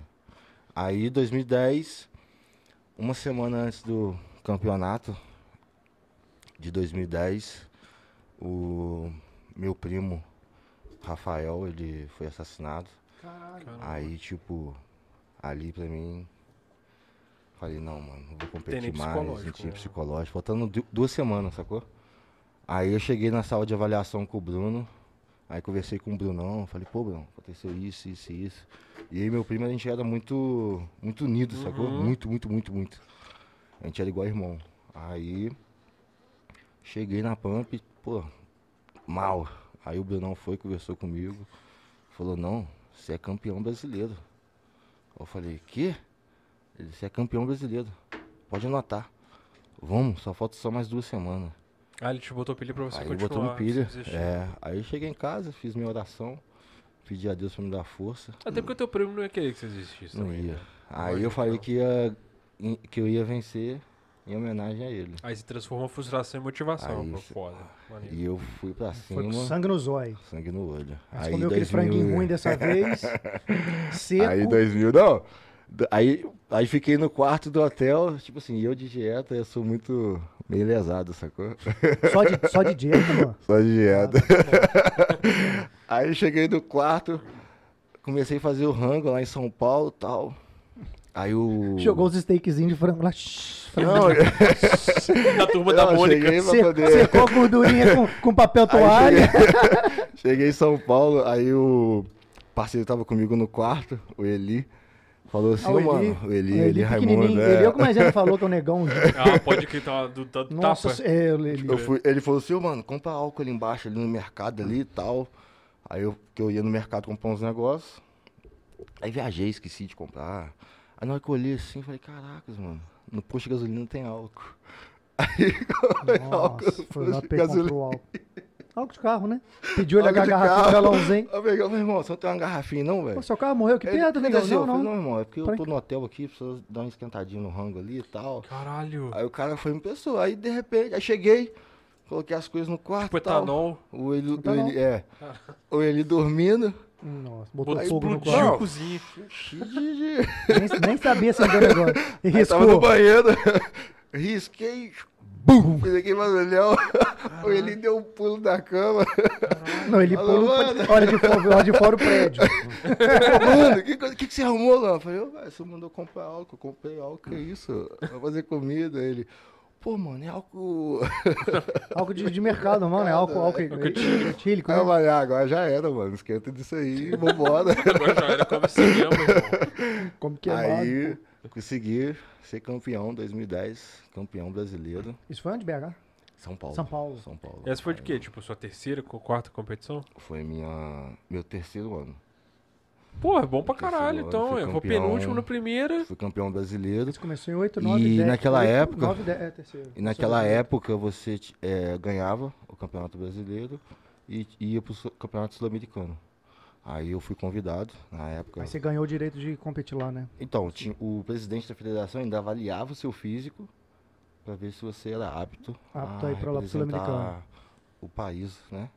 Speaker 3: Aí, 2010, uma semana antes do campeonato de 2010, o meu primo Rafael, ele foi assassinado.
Speaker 1: Caralho.
Speaker 3: Aí, tipo, ali pra mim, falei, não, mano, não vou
Speaker 2: nem
Speaker 3: competir mais,
Speaker 2: psicológico,
Speaker 3: senti
Speaker 2: né?
Speaker 3: psicológico, faltando du- duas semanas, sacou? Aí eu cheguei na sala de avaliação com o Bruno, aí conversei com o Brunão, falei, pô, Bruno, aconteceu isso, isso e isso. E aí meu primo, a gente era muito, muito unido, sacou?
Speaker 2: Uhum.
Speaker 3: Muito, muito, muito, muito. A gente era igual irmão. Aí, cheguei na Pamp, pô, mal. Aí o Brunão foi, conversou comigo, falou, não, você é campeão brasileiro. Eu falei, quê? Ele disse, é campeão brasileiro. Pode anotar. Vamos, só falta só mais duas semanas.
Speaker 2: Ah, ele te botou pilha pra você
Speaker 3: aí ele
Speaker 2: continuar.
Speaker 3: botou no pilha.
Speaker 2: você desistir.
Speaker 3: É, aí eu cheguei em casa, fiz minha oração, pedi a Deus pra me dar força.
Speaker 2: Até porque o teu prêmio não ia querer que você desistisse
Speaker 3: Não
Speaker 2: também,
Speaker 3: ia.
Speaker 2: né?
Speaker 3: Aí
Speaker 2: Lógico
Speaker 3: eu falei
Speaker 2: não.
Speaker 3: que, ia, que eu ia vencer em homenagem a ele.
Speaker 2: Aí se transformou frustração em motivação,
Speaker 3: Aí
Speaker 2: pô,
Speaker 3: se-
Speaker 2: foda. Maneiro.
Speaker 3: E eu fui pra
Speaker 1: Foi com
Speaker 3: cima,
Speaker 1: sangue no zóio.
Speaker 3: sangue no olho.
Speaker 1: Mas
Speaker 3: aí
Speaker 1: comeu aquele
Speaker 3: 2000
Speaker 1: franguinho ruim dessa vez. Seco.
Speaker 3: um, né? Aí 2000, não. D- Aí, aí fiquei no quarto do hotel, tipo assim, eu de dieta, eu sou muito meio lesado, sacou? <laughs>
Speaker 1: Só de, só de dieta, mano.
Speaker 3: Só de dieta.
Speaker 1: Ah, tá
Speaker 3: <laughs> Aí cheguei no quarto, comecei a fazer o rango lá em São Paulo e tal. Aí o.
Speaker 1: Jogou os steakzinhos de frango lá. shhh, frango. <laughs>
Speaker 3: Não, <laughs> eu
Speaker 2: Da turma da Mônica.
Speaker 3: cheguei pra
Speaker 1: Se-
Speaker 3: poder.
Speaker 1: Secou a gordurinha com, com papel
Speaker 3: Aí
Speaker 1: toalha.
Speaker 3: cheguei- <laughs> Cheguei em São Paulo, aí o parceiro tava comigo no quarto, o Eli. Falou assim,
Speaker 1: Ah, o
Speaker 3: "Ô,
Speaker 1: Eli.
Speaker 3: mano, o Eli,
Speaker 1: Ele
Speaker 3: Eli Raimundo. é."
Speaker 1: Ele é o que mais ele falou que é o
Speaker 3: <laughs>
Speaker 1: negão.
Speaker 2: Ah, pode que tá do, da do
Speaker 1: Nossa,
Speaker 2: tapa.
Speaker 1: é, ele.
Speaker 3: Eu fui- ele falou assim, "Ô, mano, compra álcool ali embaixo, ali no mercado ali e tal. Aí eu, que eu ia no mercado comprar uns negócios. Aí viajei, esqueci de comprar. Aí na hora que eu olhei assim, eu falei, caracas, mano, no posto de gasolina tem álcool. Aí comprei álcool
Speaker 1: Nossa,
Speaker 3: no
Speaker 1: foi lá
Speaker 3: posto de
Speaker 1: pegar
Speaker 3: gasolina.
Speaker 1: o álcool. Álcool de carro, né? Pediu ele a
Speaker 3: Álcool de
Speaker 1: garrafa
Speaker 3: carro.
Speaker 1: do galãozinho.
Speaker 3: Aí Eu peguei, meu irmão, você não tem uma garrafinha não, velho?
Speaker 1: Pô, seu carro morreu, que
Speaker 3: Ele,
Speaker 1: perda,
Speaker 3: "O que
Speaker 1: negão. Não,
Speaker 3: aconteceu?" Eu falei,
Speaker 1: não.
Speaker 3: não, irmão, é porque eu
Speaker 1: Tranqui-
Speaker 3: tô no hotel aqui, preciso dar uma esquentadinha no rango ali e tal.
Speaker 2: Caralho.
Speaker 3: Aí o cara foi me pessoa. Aí de repente, aí cheguei, coloquei as coisas no quarto.
Speaker 2: Tipo
Speaker 3: e tal.
Speaker 2: etanol.
Speaker 3: O ele,
Speaker 1: Então
Speaker 3: o ele-
Speaker 1: não.
Speaker 3: é. O ele dormindo.
Speaker 1: Nossa, botou
Speaker 2: Botou,
Speaker 1: fogo no
Speaker 2: explodiu
Speaker 1: carro.
Speaker 2: o cozinho.
Speaker 1: Nem, nem sabia acender o negócio. E
Speaker 3: <laughs> Aí tava no
Speaker 1: riscou.
Speaker 3: banheiro. <laughs> Risquei. Bum! Fiz aquele barulhão. <laughs> O ele deu um pulo da <laughs> cama.
Speaker 1: Não, ele
Speaker 3: Alô,
Speaker 1: pulou.
Speaker 3: mano.
Speaker 1: Olha de fora, olha de fora o prédio.
Speaker 3: Mano, <laughs> o que, coisa- que, que você arrumou lá? Eu falei, ô, velho, você mandou comprar álcool. Eu comprei álcool, que isso? Vai fazer comida. Aí ele, pô, mano, é <laughs> álcool.
Speaker 1: Álcool de, de mercado, mano. É álcool, álcool etílico.
Speaker 3: Aí eu
Speaker 1: né?
Speaker 3: falei, ah, agora já era, mano. Esquenta disso aí, <laughs> vambora.
Speaker 2: Agora já era como se ama, irmão.
Speaker 1: Como que é
Speaker 3: Aí
Speaker 1: mago.
Speaker 3: consegui ser campeão 2010, campeão brasileiro.
Speaker 1: Isso foi onde, BH?
Speaker 3: São Paulo.
Speaker 1: São Paulo.
Speaker 3: São Paulo.
Speaker 2: Essa foi de quê? Tipo, sua terceira, co- quarta competição?
Speaker 3: Foi minha, meu terceiro ano.
Speaker 2: Pô, é bom pra
Speaker 3: Terceiro
Speaker 2: caralho,
Speaker 3: ano,
Speaker 2: então.
Speaker 3: fui
Speaker 2: Eu vou
Speaker 3: campeão.
Speaker 2: penúltimo na primeira.
Speaker 3: Fui campeão brasileiro.
Speaker 1: Isso começou em 8, 9,
Speaker 3: E
Speaker 1: 10.
Speaker 3: naquela
Speaker 1: 8,
Speaker 3: época-
Speaker 1: 9, 10, é, terceiro.
Speaker 3: E naquela época você ti- eh, ganhava o campeonato brasileiro e ia pro su- campeonato sul-americano. Aí eu fui convidado na época.
Speaker 1: Aí você ganhou o direito de competir lá, né?
Speaker 3: Então, ti- o presidente da federação ainda avaliava o seu físico para ver se você era apto,
Speaker 1: Apto aí pra lá pro
Speaker 3: representar
Speaker 1: Sul-Americano.
Speaker 3: O país, né?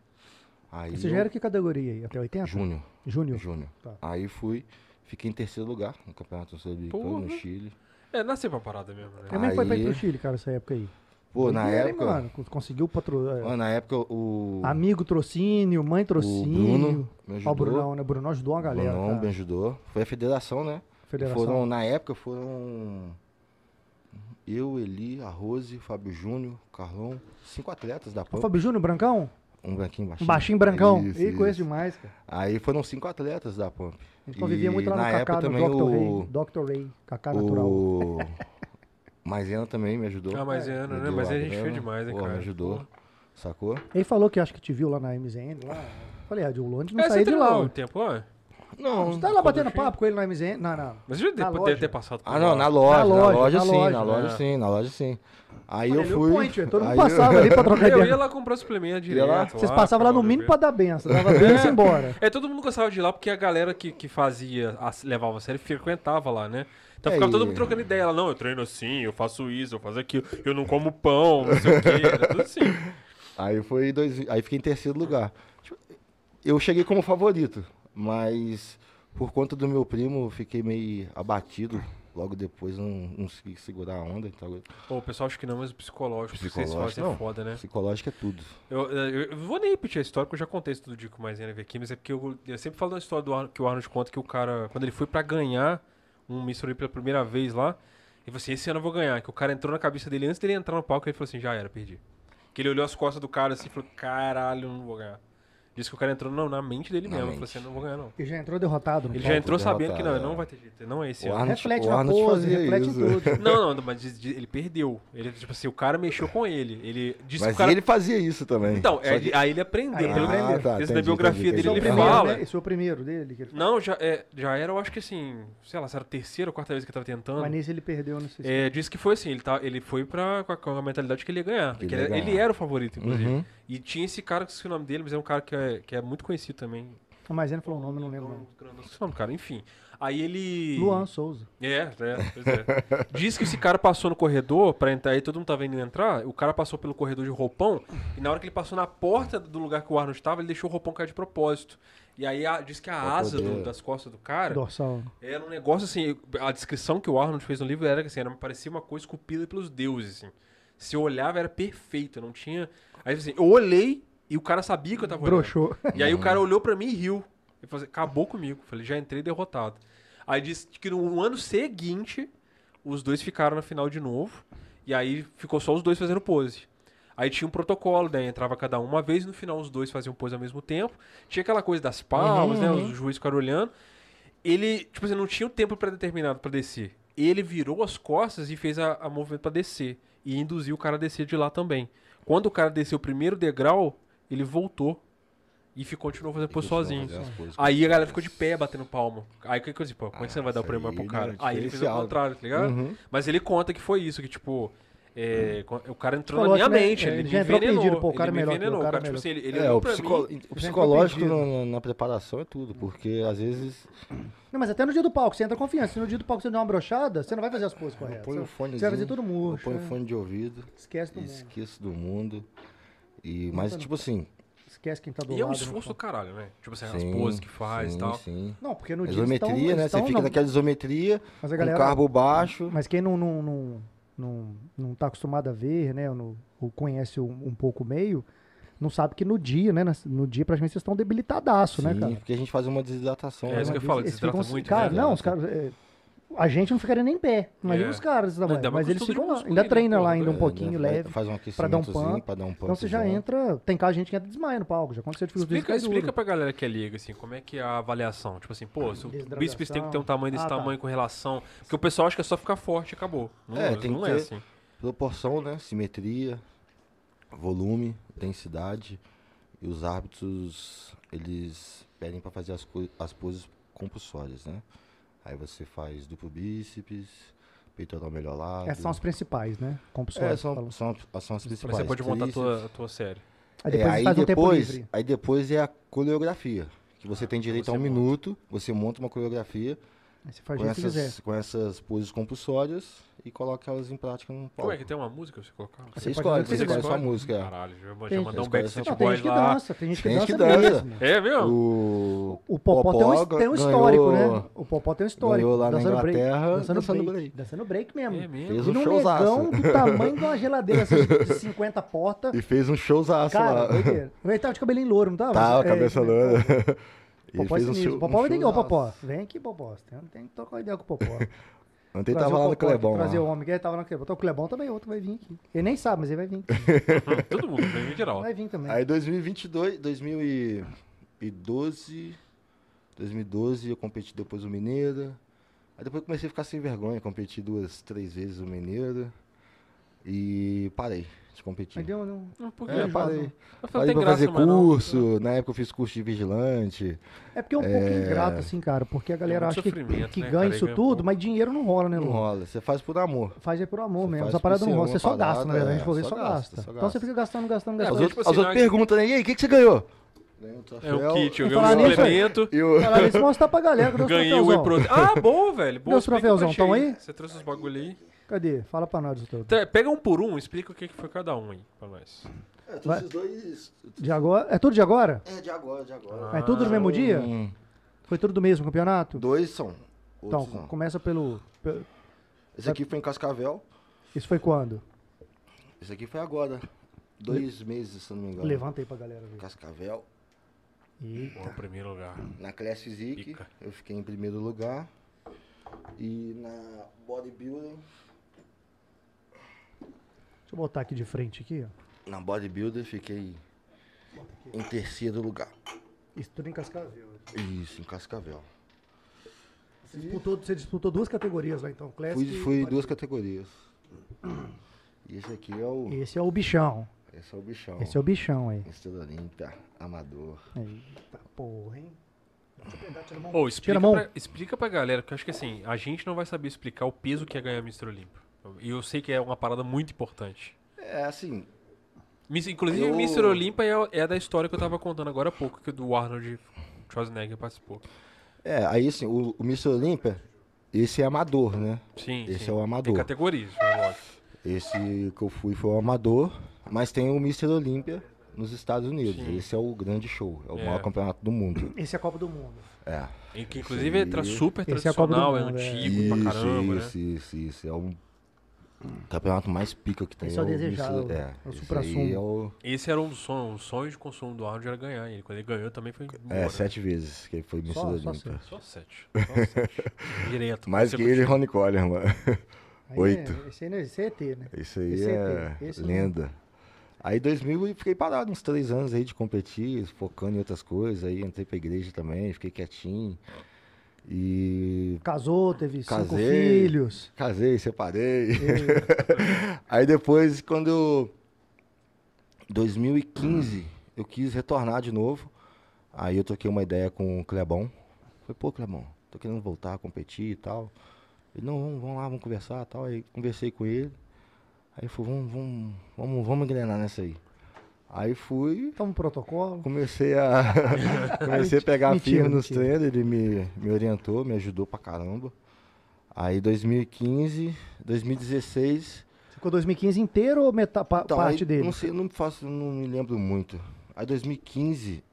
Speaker 3: Aí
Speaker 1: Você já
Speaker 3: eu-
Speaker 1: era que categoria aí? Até 80?
Speaker 3: Júnior.
Speaker 1: Júnior.
Speaker 3: Júnior.
Speaker 1: Tá.
Speaker 3: Aí fui, fiquei em terceiro lugar no campeonato sul-americano no
Speaker 2: Porra.
Speaker 3: Chile.
Speaker 2: É, nasceu pra parada mesmo, né?
Speaker 1: Eu nem foi pra ir pro
Speaker 3: Aí-
Speaker 1: Chile, cara, essa época aí.
Speaker 3: Pô, na
Speaker 1: Doideira, hein,
Speaker 3: época,
Speaker 1: Mano, Cons- conseguiu patrocinar.
Speaker 3: mano, na época o
Speaker 1: Amigo trocínio, mãe
Speaker 3: o
Speaker 1: trocínio.
Speaker 3: Bruno me
Speaker 1: Ó,
Speaker 3: ajudou.
Speaker 1: o Brunão, né? O Brunão ajudou uma galera.
Speaker 3: Brunão
Speaker 1: cara.
Speaker 3: me ajudou. Foi a federação, né?
Speaker 1: Federação.
Speaker 3: Foram, na época foram eu, Eli, a Rose, Fábio Júnior, Carlão, cinco atletas da
Speaker 1: O
Speaker 3: PAN.
Speaker 1: Fábio Júnior, Brancão?
Speaker 3: Um branquinho
Speaker 1: Um
Speaker 3: baixinho.
Speaker 1: baixinho brancão.
Speaker 3: Isso,
Speaker 1: Ih, conheço
Speaker 3: isso.
Speaker 1: demais, cara.
Speaker 3: Aí foram cinco atletas da Pump.
Speaker 1: A gente convivia muito lá
Speaker 3: na
Speaker 1: no Cacá,
Speaker 3: época
Speaker 1: no
Speaker 3: também
Speaker 1: Dr.
Speaker 3: o,
Speaker 1: Ray. Dr. Ray, Cacá Tá Natural.
Speaker 3: o Maisena também me ajudou.
Speaker 2: Ah, mas é,
Speaker 3: Me
Speaker 2: né?
Speaker 3: deu
Speaker 2: Mas
Speaker 3: a
Speaker 2: a gente
Speaker 3: grana,
Speaker 2: fez demais, né,
Speaker 3: porra,
Speaker 2: cara?
Speaker 3: me ajudou,
Speaker 2: Pô.
Speaker 3: sacou?
Speaker 1: Ele falou que acho que te viu lá na MZN. Lá. Falei, ah, de Londres não
Speaker 2: É,
Speaker 1: saiu
Speaker 2: você então,
Speaker 1: de
Speaker 2: treinou
Speaker 1: lá.
Speaker 2: o tempo, ó.
Speaker 3: Não.
Speaker 1: Você tá lá batendo papo com ele na MZN? Não, não.
Speaker 2: Mas eu já
Speaker 1: Na
Speaker 2: deve
Speaker 1: loja.
Speaker 2: ter passado por
Speaker 3: Ah,
Speaker 2: lá.
Speaker 3: não, na loja, na loja,
Speaker 1: loja, na
Speaker 3: sim,
Speaker 1: loja,
Speaker 3: na loja
Speaker 2: né?
Speaker 3: sim, na loja sim. Aí
Speaker 1: Olha,
Speaker 3: eu
Speaker 1: ele é o
Speaker 3: fui.
Speaker 1: point, ué, todo mundo
Speaker 3: aí
Speaker 1: passava ali pra trocar
Speaker 2: <laughs> Eu ia
Speaker 1: ideia.
Speaker 2: lá comprar suplemento
Speaker 3: Ia
Speaker 2: direto.
Speaker 3: lá?
Speaker 1: Vocês passavam lá no
Speaker 2: pra
Speaker 1: mínimo pra
Speaker 2: poder
Speaker 1: dar benção. Dava benção e embora.
Speaker 2: ver. É, todo mundo gostava de ir lá porque a galera que, que fazia, a- levava a série, frequentava lá, né? Então
Speaker 3: É,
Speaker 2: ficava todo
Speaker 3: e-
Speaker 2: mundo trocando ideia lá. Não, eu treino assim, eu faço isso, eu faço aquilo, eu não como pão, não sei o quê. Era tudo assim.
Speaker 3: Aí foi dois, aí fiquei em terceiro lugar. Tipo, Eu cheguei como favorito, mas por conta do meu primo eu fiquei meio abatido. Logo depois não, não consegui segurar a onda. Então,
Speaker 2: Pô, o pessoal acha que não, mas o psicológico, que vocês
Speaker 3: Psicológico,
Speaker 2: fazem é
Speaker 3: não.
Speaker 2: foda, né?
Speaker 3: psicológico é tudo.
Speaker 2: Eu, eu, eu vou nem repetir a história, porque eu já contei isso todo dia com mais NV aqui, mas é porque eu, eu sempre falo da história do Arnold, que o Arnold conta que o cara, quando ele foi pra ganhar um Miss Olympia pela primeira vez lá, ele falou assim, esse ano eu vou ganhar. Que o cara entrou na cabeça dele antes dele entrar no palco, ele falou assim, já era, perdi. Que ele olhou as costas do cara assim e falou, caralho, não vou ganhar. Disse que o cara entrou não, na mente dele
Speaker 3: Na
Speaker 2: mesmo, ele falou
Speaker 3: mente. Um
Speaker 2: assim, não vou ganhar não.
Speaker 1: Ele já entrou derrotado. no
Speaker 2: Ele
Speaker 1: palco.
Speaker 2: já entrou
Speaker 3: derrotado,
Speaker 2: sabendo que não,
Speaker 3: é.
Speaker 2: não vai ter jeito, não é esse
Speaker 3: O
Speaker 2: ano.
Speaker 3: Arnold-
Speaker 1: Reflete
Speaker 3: o
Speaker 1: na
Speaker 3: Arnold
Speaker 1: pose,
Speaker 3: fazia
Speaker 1: reflete
Speaker 3: isso.
Speaker 1: em tudo.
Speaker 2: Não, não, mas diz- diz- ele perdeu. Ele, tipo assim, o cara mexeu com ele. Ele disse que
Speaker 3: Mas
Speaker 2: o cara.
Speaker 3: ele fazia isso também.
Speaker 2: Então,
Speaker 3: Só
Speaker 2: aí,
Speaker 3: <laughs> que-
Speaker 2: aí ele aprendeu.
Speaker 1: Aí ele
Speaker 2: pelo
Speaker 1: aprendeu.
Speaker 2: menos
Speaker 3: Ah, tá,
Speaker 2: Esse da
Speaker 3: entendi,
Speaker 2: biografia
Speaker 1: Esse
Speaker 3: entendi,
Speaker 1: é
Speaker 2: dele,
Speaker 1: o
Speaker 2: ele
Speaker 3: entendi.
Speaker 1: primeiro,
Speaker 2: fala.
Speaker 1: né? Esse foi o primeiro dele. Que ele fez.
Speaker 2: Não, já, é, já era, eu acho que assim, sei lá, se era a terceira ou quarta vez que ele tava tentando.
Speaker 1: Mas nesse ele perdeu, não sei se...
Speaker 2: É, disse que foi assim, ele, tá, ele foi pra, com, a, com a mentalidade que ele ia ganhar.
Speaker 3: Que
Speaker 2: que
Speaker 3: ele ia
Speaker 2: era- ele
Speaker 3: ganhar.
Speaker 2: era o favorito, inclusive.
Speaker 3: Uhum.
Speaker 2: E tinha esse cara, que esqueci o nome dele, mas é um cara que é, que é muito conhecido também.
Speaker 1: Mas ele falou o nome, eu não lembro. não.
Speaker 2: Não sei é o nome, do cara, enfim. Aí ele.
Speaker 1: Luan Souza.
Speaker 2: É, é, pois é. Diz que esse cara passou no corredor pra entrar, aí todo mundo tava indo entrar, o cara passou pelo corredor de roupão, e na hora que ele passou na porta do lugar que o Arnold estava, ele deixou o roupão cair de propósito. E aí a- diz que a
Speaker 3: Pra
Speaker 2: asa do-
Speaker 3: poder-
Speaker 2: das costas do cara
Speaker 1: Dorsal.
Speaker 2: era um negócio assim, a descrição que o Arnold fez no livro era que assim, era, parecia uma coisa esculpida pelos deuses, assim. Se eu olhava era perfeito, não tinha... Aí assim, eu olhei e o cara sabia que eu tava olhando.
Speaker 1: Broxou.
Speaker 2: E aí o cara olhou pra mim e riu. Ele falou assim, acabou comigo. Falei, já entrei derrotado. Aí disse que no um ano seguinte, os dois ficaram na final de novo. E aí ficou só os dois fazendo pose. Aí tinha um protocolo, daí entrava cada um uma vez, no final os dois faziam pose ao mesmo tempo. Tinha aquela coisa das palmas, né? Os juízes ficaram olhando. Ele, tipo assim, não tinha o tempo pré-determinado pra descer. Ele virou as costas e fez a, a movimento pra descer. E induziu o cara a descer de lá também. Quando o cara desceu o primeiro degrau, ele voltou e ficou, continuou fazendo pose
Speaker 3: Continuou
Speaker 2: sozinho. Ah,
Speaker 3: fazendo é as coisas.
Speaker 2: Aí a galera ficou de pé batendo palma. Aí o que que eu disse, pô, como é que você vai dar o
Speaker 3: Ah, isso
Speaker 2: prêmio
Speaker 3: aí
Speaker 2: pro cara?
Speaker 3: é
Speaker 2: Aí ele fez o
Speaker 3: diferenciado. Uhum.
Speaker 2: contrário, tá ligado? Mas ele conta que foi isso, que tipo. é, co- O cara entrou
Speaker 1: Falou
Speaker 2: na minha
Speaker 1: que, né,
Speaker 2: mente,
Speaker 1: é,
Speaker 2: ele,
Speaker 1: ele
Speaker 2: me
Speaker 1: já entrou
Speaker 2: envenenou,
Speaker 1: pedindo, pô, o cara
Speaker 2: ele me
Speaker 1: é melhor que eu,
Speaker 2: envenenou,
Speaker 1: o cara é
Speaker 2: tipo
Speaker 1: melhor.
Speaker 2: assim, ele, ele
Speaker 3: É,
Speaker 2: olhou
Speaker 3: o,
Speaker 2: pra
Speaker 3: psicó-
Speaker 2: mim,
Speaker 3: o psicológico
Speaker 1: impedido.
Speaker 3: na, na preparação é tudo, porque às vezes
Speaker 1: Não, mas até no dia do palco, você entra confiança. Se no dia do palco você der uma brochada, você não vai fazer as poses corretas.
Speaker 3: põe um
Speaker 1: Você
Speaker 3: fonezinho,
Speaker 1: vai fazer tudo
Speaker 3: eu
Speaker 1: murcho.
Speaker 3: ponho um
Speaker 1: né?
Speaker 3: fone de ouvido,
Speaker 1: Esquece do mundo.
Speaker 3: esqueço do mundo. E, mas tipo assim,
Speaker 1: Esquece quem tá do
Speaker 2: E
Speaker 1: lado.
Speaker 2: é um
Speaker 1: não
Speaker 2: esforço do
Speaker 1: fala.
Speaker 2: caralho, né? Tipo assim, as
Speaker 3: sim,
Speaker 2: poses que faz e
Speaker 3: sim,
Speaker 2: tal.
Speaker 3: Sim.
Speaker 1: Não, porque no
Speaker 3: A
Speaker 1: dia
Speaker 3: isometria,
Speaker 1: eles tão,
Speaker 3: né?
Speaker 1: eles
Speaker 3: Você
Speaker 1: tão
Speaker 3: fica
Speaker 1: não-
Speaker 3: naquela isometria,
Speaker 1: Mas a
Speaker 3: com
Speaker 1: galera-
Speaker 3: carbo baixo.
Speaker 1: Mas quem não, não, não, não, não tá acostumado a ver, né? Ou, não- ou conhece um, um pouco o meio, não sabe que no dia, né? nas- No dia, praticamente, vocês estão debilitadaço, né,
Speaker 3: sim,
Speaker 1: cara?
Speaker 3: porque a gente faz uma desidratação.
Speaker 2: É,
Speaker 3: né?
Speaker 2: isso que eu
Speaker 1: Eles-
Speaker 2: falo,
Speaker 1: eles
Speaker 2: desidrata
Speaker 1: ficam-
Speaker 2: muito,
Speaker 1: Cara,
Speaker 2: né?
Speaker 1: não, os caras. é, a gente não ficaria nem em pé. Imagina
Speaker 2: É.
Speaker 1: os caras desse tamanho.
Speaker 2: Ainda mais
Speaker 1: Mas eles
Speaker 2: com
Speaker 1: ficam
Speaker 2: estrutura
Speaker 1: lá. Ainda
Speaker 2: muscular,
Speaker 1: treina
Speaker 2: né,
Speaker 1: lá
Speaker 2: porra?
Speaker 1: ainda um
Speaker 3: É,
Speaker 1: pouquinho
Speaker 3: vai-
Speaker 1: leve.
Speaker 3: Faz um
Speaker 1: pra dar um
Speaker 3: aquecimentozinho,
Speaker 1: pump.
Speaker 3: pra dar um pump.
Speaker 1: Então você já entra. Tem caso de gente que entra desmaia no palco. Já aconteceu dificuldade.
Speaker 2: Explica, explica pra galera que é liga, assim, como é que é a avaliação? Tipo assim, pô, se o
Speaker 1: Desidratação.
Speaker 2: bíceps tem que ter um tamanho desse
Speaker 1: Ah, tá.
Speaker 2: tamanho com relação. Porque o pessoal acha que é só ficar forte e acabou. Não
Speaker 3: É,
Speaker 2: é,
Speaker 3: tem
Speaker 2: não
Speaker 3: que
Speaker 2: é
Speaker 3: ter-
Speaker 2: assim.
Speaker 3: Proporção, né? Simetria, volume, densidade. E os árbitros, eles pedem para fazer as, coi- as poses compulsórias, né? Aí você faz duplo bíceps, peitoral melhorado.
Speaker 1: Essas É, são as principais, né? Compulsórias.
Speaker 3: É, são,
Speaker 1: falam.
Speaker 3: são, são as
Speaker 2: Mas
Speaker 3: principais.
Speaker 2: você pode montar a
Speaker 3: é Tríceps.
Speaker 2: tua, a tua série.
Speaker 1: Aí
Speaker 3: É,
Speaker 1: depois
Speaker 3: aí,
Speaker 1: faz um tempo
Speaker 3: depois,
Speaker 1: livre.
Speaker 3: aí depois é a coreografia. Que você tem direito
Speaker 2: você
Speaker 3: a um
Speaker 2: monta.
Speaker 3: minuto, você monta uma coreografia
Speaker 1: Aí você faz o
Speaker 3: com
Speaker 1: jeito que quiser.
Speaker 3: essas, com essas poses compulsórias e coloca elas em prática
Speaker 2: Como
Speaker 3: no
Speaker 2: é
Speaker 3: palco.
Speaker 2: que tem uma música pra você colocar?
Speaker 3: Você
Speaker 1: Você pode fazer
Speaker 3: escolhe, você
Speaker 1: o que
Speaker 3: escolhe
Speaker 1: você
Speaker 3: sua música. é.
Speaker 2: Caralho, já vou- já
Speaker 1: Tem-
Speaker 2: mandar um
Speaker 3: Esse cara é
Speaker 2: backstage
Speaker 1: Não,
Speaker 3: só-
Speaker 1: tem
Speaker 2: boys
Speaker 1: gente que
Speaker 2: lá.
Speaker 1: dança, tem gente que
Speaker 3: Tem gente
Speaker 1: dança
Speaker 3: que dança.
Speaker 1: mesmo.
Speaker 2: É mesmo?
Speaker 3: O,
Speaker 1: O Popó, tem, um,
Speaker 3: Popó
Speaker 1: tem um histórico,
Speaker 3: ganhou-
Speaker 1: né? O Popó tem um histórico.
Speaker 3: ganhou lá na
Speaker 1: dançando break,
Speaker 3: Inglaterra,
Speaker 1: dançando,
Speaker 3: dançando
Speaker 1: break,
Speaker 3: break.
Speaker 1: Dançando break mesmo.
Speaker 2: É mesmo?
Speaker 3: Fez
Speaker 1: E
Speaker 3: um
Speaker 1: num negão
Speaker 3: showzaço.
Speaker 1: do
Speaker 3: <laughs>
Speaker 1: tamanho de uma geladeira essas de 50 portas.
Speaker 3: E fez um showzaço
Speaker 1: Cara,
Speaker 3: lá.
Speaker 1: doideira. ele tava de cabelinho louro, não tava?
Speaker 3: <laughs> Tá, a
Speaker 1: É,
Speaker 3: cabeça
Speaker 1: é,
Speaker 3: loura. Ele
Speaker 1: Popó é
Speaker 3: fez um
Speaker 1: sinistro.
Speaker 3: show.
Speaker 1: Popó
Speaker 3: um
Speaker 1: vai ter que ir, ô
Speaker 3: showzaço.
Speaker 1: Popó. Vem aqui, Popó. Você Tem, tem que trocar ideia com o Popó.
Speaker 3: Ontem
Speaker 1: Trazer o
Speaker 3: tava lá no
Speaker 1: Popó aqui,
Speaker 3: Clebão. lá.
Speaker 1: Trazer o homem que ele tava no Clebão. Então o Clebão também, outro vai vir aqui. Ele nem sabe, mas ele vai vir.
Speaker 3: <laughs>
Speaker 2: <laughs> Todo mundo, bem em geral.
Speaker 1: Vai vir também.
Speaker 3: Aí 2022, 2012, 2012 eu competi depois o Mineiro. Aí depois eu comecei a ficar sem vergonha, competi duas, três vezes o Mineiro. E parei de competir.
Speaker 1: Mas deu um-
Speaker 2: Não, por
Speaker 3: É,
Speaker 2: quê?
Speaker 3: parei.
Speaker 2: Eu falei, não
Speaker 3: Parei
Speaker 2: tem
Speaker 3: pra fazer
Speaker 2: graça mais não.
Speaker 3: curso, na época eu fiz curso de vigilante.
Speaker 1: É porque é um pouco ingrato, assim, cara, porque a galera
Speaker 2: É muito
Speaker 1: acha que,
Speaker 2: sofrimento,
Speaker 1: que
Speaker 2: né,
Speaker 1: ganha
Speaker 2: cara?
Speaker 1: isso
Speaker 2: Ganha
Speaker 1: tudo,
Speaker 2: pouco.
Speaker 1: mas dinheiro não rola, né,
Speaker 3: Não
Speaker 1: Lu?
Speaker 3: rola, você faz por amor.
Speaker 1: Faz é por amor
Speaker 3: Você
Speaker 1: mesmo.
Speaker 3: faz
Speaker 1: Essa parada
Speaker 3: por
Speaker 1: não
Speaker 3: ser
Speaker 1: rola,
Speaker 3: uma
Speaker 1: você só
Speaker 3: parada,
Speaker 1: gasta, na verdade.
Speaker 3: é,
Speaker 1: A gente falou,
Speaker 3: só
Speaker 1: só
Speaker 3: gasta,
Speaker 1: gasta.
Speaker 3: só
Speaker 1: Então
Speaker 3: gasta.
Speaker 1: você fica gastando, gastando,
Speaker 3: As
Speaker 2: mas
Speaker 1: gastando.
Speaker 2: outro- tipo
Speaker 3: outras,
Speaker 2: assim,
Speaker 3: as outras
Speaker 2: não é-
Speaker 3: perguntam, né? E aí, o que, que você ganhou? Ganhei um
Speaker 2: É o
Speaker 3: troféu,
Speaker 2: kit, eu
Speaker 1: Vou
Speaker 2: ganhei um
Speaker 1: falar nisso aí.
Speaker 2: suplemento,
Speaker 3: E o...
Speaker 1: Falar nisso, mostra pra galera que é eu dou os
Speaker 2: <laughs> ganhei o whey
Speaker 1: um troféuzão.
Speaker 2: protein. Ah, bom, velho. Bom,
Speaker 1: Meus
Speaker 2: explica
Speaker 1: troféuzão,
Speaker 2: pra gente
Speaker 1: tão aí?
Speaker 2: Você trouxe os bagulho aí.
Speaker 1: Cadê? Fala pra nós do teu.
Speaker 2: Tá, Pega um por um, explica o que que foi cada um aí pra nós.
Speaker 3: É,
Speaker 1: Vai.
Speaker 3: esses dois.
Speaker 1: De agora? É tudo de agora?
Speaker 3: É, de agora, de agora.
Speaker 1: É
Speaker 2: Ah.
Speaker 1: tudo no mesmo dia?
Speaker 3: Hum,
Speaker 1: Foi tudo do mesmo campeonato?
Speaker 3: dois são.
Speaker 1: Então,
Speaker 3: Outros não.
Speaker 1: começa pelo, pelo-
Speaker 3: Esse aqui foi em Cascavel.
Speaker 1: Isso foi quando?
Speaker 3: Esse aqui foi agora. Dois meses, se eu não me engano.
Speaker 1: Levanta aí pra galera ver.
Speaker 3: Cascavel,
Speaker 1: Eita.
Speaker 2: Pô, primeiro lugar.
Speaker 3: na Class Physique,
Speaker 2: Pica.
Speaker 3: eu fiquei em primeiro lugar. E na Bodybuilding,
Speaker 1: Deixa eu botar aqui de frente aqui, ó.
Speaker 3: na Bodybuilder, fiquei em terceiro lugar.
Speaker 1: Isso tudo em Cascavel. né?
Speaker 3: Isso, em Cascavel.
Speaker 1: Você disputou, você disputou duas categorias lá então, Classic.
Speaker 3: Fui,
Speaker 1: e
Speaker 3: fui em
Speaker 1: Bodybuilding.
Speaker 3: duas categorias. E esse aqui é o.
Speaker 1: Esse é o bichão.
Speaker 3: Esse é o bichão.
Speaker 1: Esse é o bichão aí.
Speaker 3: Estrela Olímpia, amador.
Speaker 1: Eita porra, hein? é Deixa eu pegar, tira a mão.
Speaker 2: Ô, explica,
Speaker 1: a mão.
Speaker 2: pra, explica pra galera, porque eu acho que assim, a gente não vai saber explicar o peso que é ganhar Mr. Olímpio. E eu sei que é uma parada muito importante.
Speaker 3: É assim,
Speaker 2: Miss- Inclusive,
Speaker 3: Eu-
Speaker 2: Mr. Olímpia é, é da história que eu tava contando agora há pouco, que o do Arnold Schwarzenegger participou.
Speaker 3: É, aí assim, o, o Mr. Olímpia, esse é amador, né?
Speaker 2: Sim,
Speaker 3: Esse
Speaker 2: sim.
Speaker 3: é o
Speaker 2: Tem
Speaker 3: amador.
Speaker 2: categorias, né, lógico.
Speaker 3: Esse que eu fui foi o amador, mas tem o Mr. Olímpia nos Estados Unidos.
Speaker 2: Sim.
Speaker 3: Esse é o grande show, é o
Speaker 2: É.
Speaker 3: maior campeonato do mundo.
Speaker 1: Esse é a Copa do Mundo.
Speaker 3: É.
Speaker 2: E que, inclusive, é tra-
Speaker 3: Esse-
Speaker 2: super
Speaker 1: esse é a Copa do
Speaker 2: tradicional, é,
Speaker 1: Mundo, é.
Speaker 2: antigo pra caramba, né?
Speaker 3: isso, isso, isso. É o campeonato mais pica que tem.
Speaker 1: Esse é o desejável,
Speaker 3: Mr. É,
Speaker 1: é o
Speaker 3: esse
Speaker 1: supra-sumo.
Speaker 3: aí é o-
Speaker 2: Esse era um sonho, um sonho de consumo do Arnold era ganhar. Ele, quando ele ganhou, também foi. embora,
Speaker 3: É,
Speaker 2: né?
Speaker 3: sete vezes que ele foi Mr.
Speaker 1: Só- só
Speaker 3: Olímpia.
Speaker 2: Só sete. Só
Speaker 3: <laughs>
Speaker 2: sete. Direto.
Speaker 3: Mais que ele e
Speaker 2: consecutivo.
Speaker 3: Ronnie Coller, mano.
Speaker 1: Aí
Speaker 3: Oito.
Speaker 1: É, esse aí não- esse é ET, né?
Speaker 3: Isso aí
Speaker 1: Esse
Speaker 3: é
Speaker 1: ET, esse não-
Speaker 3: lenda. Aí em 2000 eu fiquei parado uns três anos aí de competir, focando em outras coisas. Aí entrei pra igreja também, fiquei quietinho. E
Speaker 1: Casou, teve cinco
Speaker 3: Casei.
Speaker 1: filhos.
Speaker 3: casei, separei. <laughs> aí depois, quando eu... 2015, eu quis retornar de novo. Aí eu troquei uma ideia com o Clebão. Falei, pô, Clebão, tô querendo voltar a competir e tal. Ele, não, vamos, vamos lá, vamos conversar e tal. Aí conversei com ele. Aí falou, vamos, vamos, vamos, vamos engrenar nessa aí. Aí fui,
Speaker 1: Toma um protocolo.
Speaker 3: comecei a <laughs> comecei a pegar
Speaker 1: Mentira,
Speaker 3: firme nos
Speaker 1: mentira.
Speaker 3: treinos, ele me, me orientou, me ajudou pra caramba. Aí 2015, 2016,
Speaker 1: Ficou 2015 inteiro ou meta, pa-
Speaker 3: então,
Speaker 1: parte
Speaker 3: aí,
Speaker 1: dele?
Speaker 3: Não sei, não faço, não me lembro muito. Aí 2015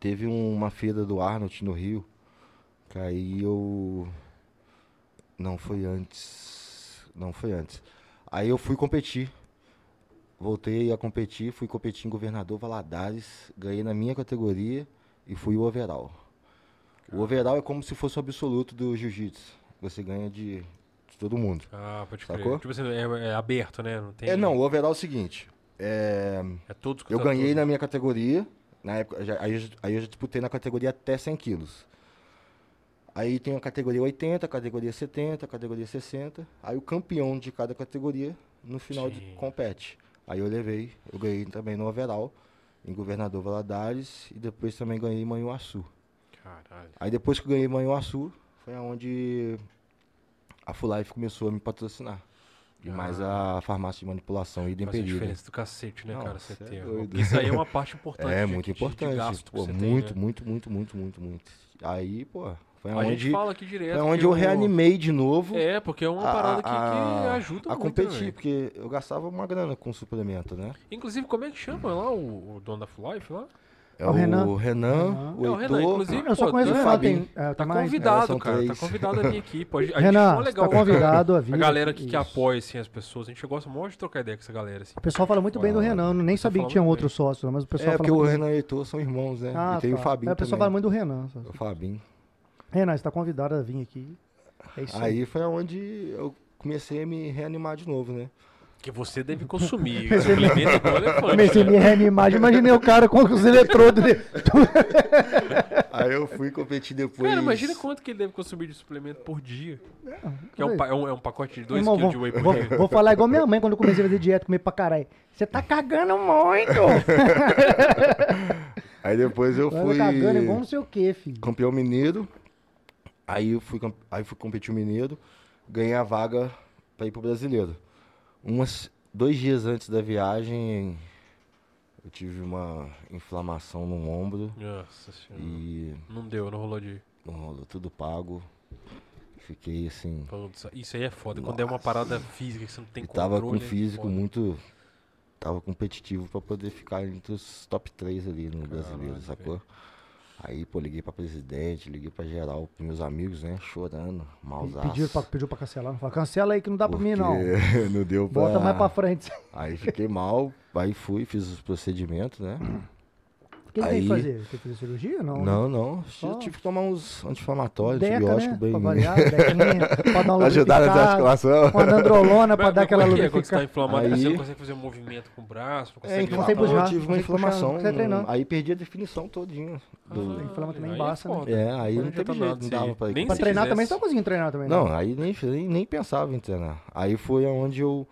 Speaker 3: teve um- uma feira do Arnold no Rio. Que aí eu. Não foi antes. Não foi antes. Aí eu fui competir. Voltei a competir, fui competir em Governador Valadares, ganhei na minha categoria e fui o overall. O overall é como se fosse o absoluto do jiu-jitsu. Você ganha de, de todo mundo.
Speaker 2: Ah, pode crer.
Speaker 3: Sacou?
Speaker 2: Tipo assim, é, é aberto, né? Não tem.
Speaker 3: É, não, o overall é o seguinte. É,
Speaker 2: É todos
Speaker 3: Eu ganhei na minha categoria. Na época, já- aí, eu, já- aí eu já disputei na categoria até 100 quilos. Aí tem a categoria 80, a categoria 70, a categoria 60. Aí o campeão de cada categoria no final de-
Speaker 2: Sim.
Speaker 3: compete. Aí eu levei, eu ganhei também no overall, em Governador Valadares, e depois também ganhei em Manhuaçu.
Speaker 2: Caralho.
Speaker 3: Aí depois que eu ganhei Manhuaçu, foi aonde a Full Life começou a me patrocinar. E mais a farmácia de manipulação e de
Speaker 2: Ah. Faz a
Speaker 3: impedida.
Speaker 2: diferença do cacete, né,
Speaker 3: Não,
Speaker 2: cara? Você
Speaker 3: cê é
Speaker 2: ter.
Speaker 3: doido.
Speaker 2: Isso aí é uma
Speaker 3: <laughs>
Speaker 2: parte importante.
Speaker 3: É
Speaker 2: de-
Speaker 3: muito
Speaker 2: de- de
Speaker 3: importante.
Speaker 2: gasto que
Speaker 3: pô,
Speaker 2: você tem,
Speaker 3: muito,
Speaker 2: né?
Speaker 3: muito, muito, muito, muito, muito. Aí, pô, foi
Speaker 2: A gente
Speaker 3: É onde,
Speaker 2: fala aqui direto.
Speaker 3: foi onde
Speaker 2: que
Speaker 3: eu
Speaker 2: o-
Speaker 3: reanimei de novo.
Speaker 2: É, porque é uma parada que, que ajuda
Speaker 3: a
Speaker 2: muito,
Speaker 3: competir,
Speaker 2: né, velho?
Speaker 3: porque eu gastava uma grana com suplemento, né?
Speaker 2: Inclusive, como é que chama lá o, o dono da Full Life lá?
Speaker 3: É
Speaker 1: o
Speaker 3: o
Speaker 1: Renan.
Speaker 3: Renan, o,
Speaker 2: É, o Renan,
Speaker 3: Heitor.
Speaker 2: inclusive.
Speaker 1: Ah, Eu só
Speaker 2: pô,
Speaker 1: conheço o
Speaker 2: tá-
Speaker 1: Renato,
Speaker 3: Fabinho.
Speaker 1: hein? É,
Speaker 2: Tá
Speaker 1: tem mais, né?
Speaker 2: convidado,
Speaker 3: são
Speaker 2: cara. Tá
Speaker 3: três.
Speaker 2: convidado a vir aqui. Pô. A
Speaker 1: <laughs>
Speaker 2: gente
Speaker 1: Renan,
Speaker 2: achou
Speaker 1: você
Speaker 2: legal.
Speaker 1: tá convidado a vir
Speaker 2: A galera
Speaker 1: aqui.
Speaker 2: que, que
Speaker 1: Isso.
Speaker 2: apoia assim, as pessoas, a gente gosta muito de trocar ideia com essa galera. Assim.
Speaker 1: O pessoal fala muito bem do
Speaker 3: Ah,
Speaker 1: Renan, eu nem sabia
Speaker 2: fala
Speaker 1: que tinha um
Speaker 2: muito
Speaker 1: outro sócio, mas o pessoal fala
Speaker 3: É, porque o
Speaker 1: muito
Speaker 3: Renan e o Heitor são irmãos, né?
Speaker 1: bem. Ah,
Speaker 3: e tem
Speaker 1: tá.
Speaker 3: o Fabinho
Speaker 1: É, o pessoal
Speaker 3: também.
Speaker 1: fala muito do Renan. sócio.
Speaker 3: O Fabinho.
Speaker 1: Renan, você tá convidado a vir aqui. É isso aí. <laughs>
Speaker 3: Aí foi onde eu comecei a me reanimar de novo, né?
Speaker 2: que você deve consumir. suplemento é igual elefante. né?
Speaker 1: Comecei a me reanimar, já imaginei o cara com os eletrodos
Speaker 2: <laughs>
Speaker 1: dele.
Speaker 3: Aí eu fui competir depois.
Speaker 2: Cara, imagina quanto que ele deve consumir de suplemento por dia. Que é um, pa- é um- é um pacote de 2
Speaker 1: Irmão,
Speaker 2: quilos
Speaker 1: vou,
Speaker 2: de whey por
Speaker 1: vou-
Speaker 2: dia.
Speaker 1: vou falar igual minha mãe quando eu comecei a fazer dieta, comer pra caralho. Você tá cagando muito!
Speaker 3: Aí depois eu
Speaker 1: Tá
Speaker 3: fui
Speaker 1: cagando igual não sei o que, filho.
Speaker 3: campeão mineiro. Aí eu fui, cam- aí fui competir o mineiro, ganhei a vaga pra ir pro brasileiro. Umas, dois dias antes da viagem, eu tive uma inflamação no ombro
Speaker 2: Nossa senhora.
Speaker 3: e
Speaker 2: Não deu, não rolou de.
Speaker 3: não rolou tudo pago. Fiquei assim.
Speaker 2: Putz, Isso aí é foda. Quando é uma parada física que você não tem
Speaker 3: E
Speaker 2: controle.
Speaker 3: tava com um
Speaker 2: é
Speaker 3: físico
Speaker 2: foda.
Speaker 3: muito. Tava competitivo pra poder ficar entre os top 3 ali no brasileiro,
Speaker 2: Caralho,
Speaker 3: sacou? Aí, pô, liguei pra presidente, liguei pra geral, pros meus amigos, né? Chorando, malzaço.
Speaker 1: Pediu pra, pediu pra cancelar. Não fala, cancela aí que não dá Tá pra mim, não.
Speaker 3: porque <laughs> ah, não deu pra.
Speaker 1: Bota mais pra frente. <laughs>
Speaker 3: Aí fiquei mal, aí fui, fiz os procedimentos, né?
Speaker 1: O que ele tem que
Speaker 3: Aí-
Speaker 1: fazer? Tem que fazer cirurgia? Não. né?
Speaker 3: Não, não. Eu
Speaker 1: Só-
Speaker 3: tive que tomar uns anti-inflamatórios, tipo,
Speaker 1: Deca, né?
Speaker 3: antibiótico bem.
Speaker 1: Pra
Speaker 3: <laughs>
Speaker 1: variar, dequinha, pra dar uma
Speaker 3: Ajudar né? nessa
Speaker 1: lubrificada.
Speaker 3: articulação.
Speaker 1: Uma androlona pra
Speaker 2: Mas-
Speaker 1: dar
Speaker 2: mas
Speaker 1: aquela
Speaker 2: como é que é quando você tá
Speaker 1: lubrificada.
Speaker 2: inflamado,
Speaker 3: Aí-
Speaker 2: você não consegue fazer um movimento com o braço, não
Speaker 3: <laughs>
Speaker 2: consegue
Speaker 1: então
Speaker 3: então,
Speaker 1: não tem
Speaker 2: levantar.
Speaker 1: puxar,
Speaker 3: eu tive
Speaker 1: não
Speaker 3: uma
Speaker 1: tem puxar, não
Speaker 3: inflamação.
Speaker 1: consegue treinar.
Speaker 3: Aí perdi a definição todinha. do-
Speaker 1: Tem que falar que nem
Speaker 2: Aí é
Speaker 1: embaça, né?
Speaker 2: foda.
Speaker 3: É, aí
Speaker 2: Não
Speaker 3: não
Speaker 2: adianta
Speaker 3: teve jeito,
Speaker 2: nada
Speaker 3: não
Speaker 2: se-
Speaker 3: dava pra ir.
Speaker 2: nem
Speaker 1: Pra
Speaker 2: se
Speaker 1: treinar
Speaker 2: fizesse.
Speaker 1: também, você não tá conseguindo treinar também. né?
Speaker 3: Não, aí nem, nem, nem pensava em treinar. Aí foi aonde eu.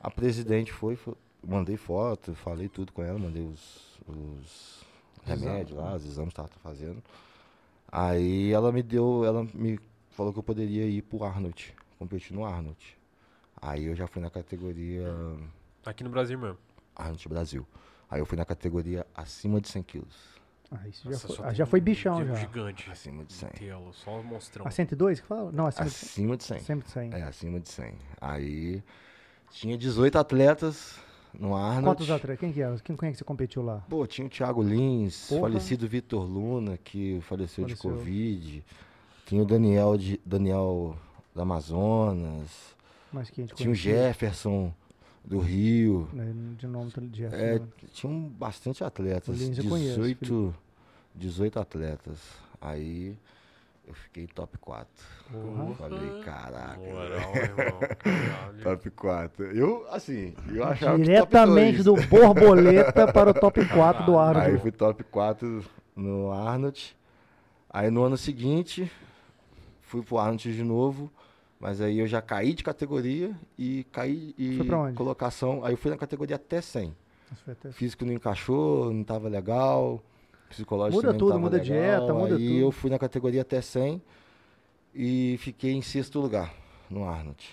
Speaker 3: A presidente foi, fo- mandei foto, falei tudo com ela, mandei os, os remédios lá, os exames né? que tava fazendo. Aí ela me deu, ela me falou que eu poderia ir pro Arnold, competir no Arnold. Aí eu já fui na categoria
Speaker 2: Aqui no Brasil mesmo.
Speaker 3: Arnold Brasil. Aí eu fui na categoria acima de 100 quilos.
Speaker 1: Ah, isso já,
Speaker 2: Nossa,
Speaker 1: foi,
Speaker 2: só
Speaker 1: ah,
Speaker 2: tem
Speaker 1: já foi
Speaker 2: um
Speaker 1: bichão Ah,
Speaker 2: gigante
Speaker 1: já.
Speaker 2: Gigante.
Speaker 3: Acima de 100.
Speaker 2: Telo, só um monstrão.
Speaker 1: A
Speaker 3: Assim,
Speaker 1: 102 que fala? Não, é acima de
Speaker 3: Acima de 100.
Speaker 1: 100. Sempre de 100.
Speaker 3: Ah, É, acima de 100. Aí tinha 18 atletas no Arnold.
Speaker 1: Quantos atletas? Quem que era? Quem, quem é que você competiu lá?
Speaker 3: Pô, tinha o Thiago Lins,
Speaker 1: Porra.
Speaker 3: falecido Vitor Luna, que faleceu, de
Speaker 1: Faleceu.
Speaker 3: Covid. Tinha o Daniel, de, Daniel da Amazonas.
Speaker 1: Mais que a gente
Speaker 3: Tinha um o
Speaker 1: conhecia,
Speaker 3: Jefferson do Rio.
Speaker 1: né, De nome do Jeff.
Speaker 3: É,
Speaker 1: né?
Speaker 3: tinham bastante atletas.
Speaker 1: O Lins eu conheço,
Speaker 3: 18, 18 atletas. Aí eu fiquei top 4.
Speaker 2: Porra.
Speaker 3: Falei, caraca.
Speaker 2: Moral, é um
Speaker 3: <laughs>
Speaker 2: irmão. Caralho.
Speaker 3: Top 4. Eu, assim, eu achava que top
Speaker 1: Diretamente
Speaker 3: dois.
Speaker 1: do
Speaker 3: <laughs>
Speaker 1: Borboleta para o top 4 do
Speaker 3: Aí eu
Speaker 1: Arnold.
Speaker 3: fui top 4 no Arnold. Aí no ano seguinte, fui pro Arnold de novo. Mas aí eu já caí de categoria e caí e
Speaker 1: Foi pra onde?
Speaker 3: colocação. Aí eu fui na categoria até 100.
Speaker 1: Isso foi até-
Speaker 3: Físico não encaixou, não tava legal. Psicológico
Speaker 1: Muda
Speaker 3: também
Speaker 1: tudo,
Speaker 3: não tava
Speaker 1: muda
Speaker 3: legal.
Speaker 1: dieta, muda
Speaker 3: aí
Speaker 1: tudo.
Speaker 3: eu fui na categoria até 100 e fiquei em sexto lugar no Arnold.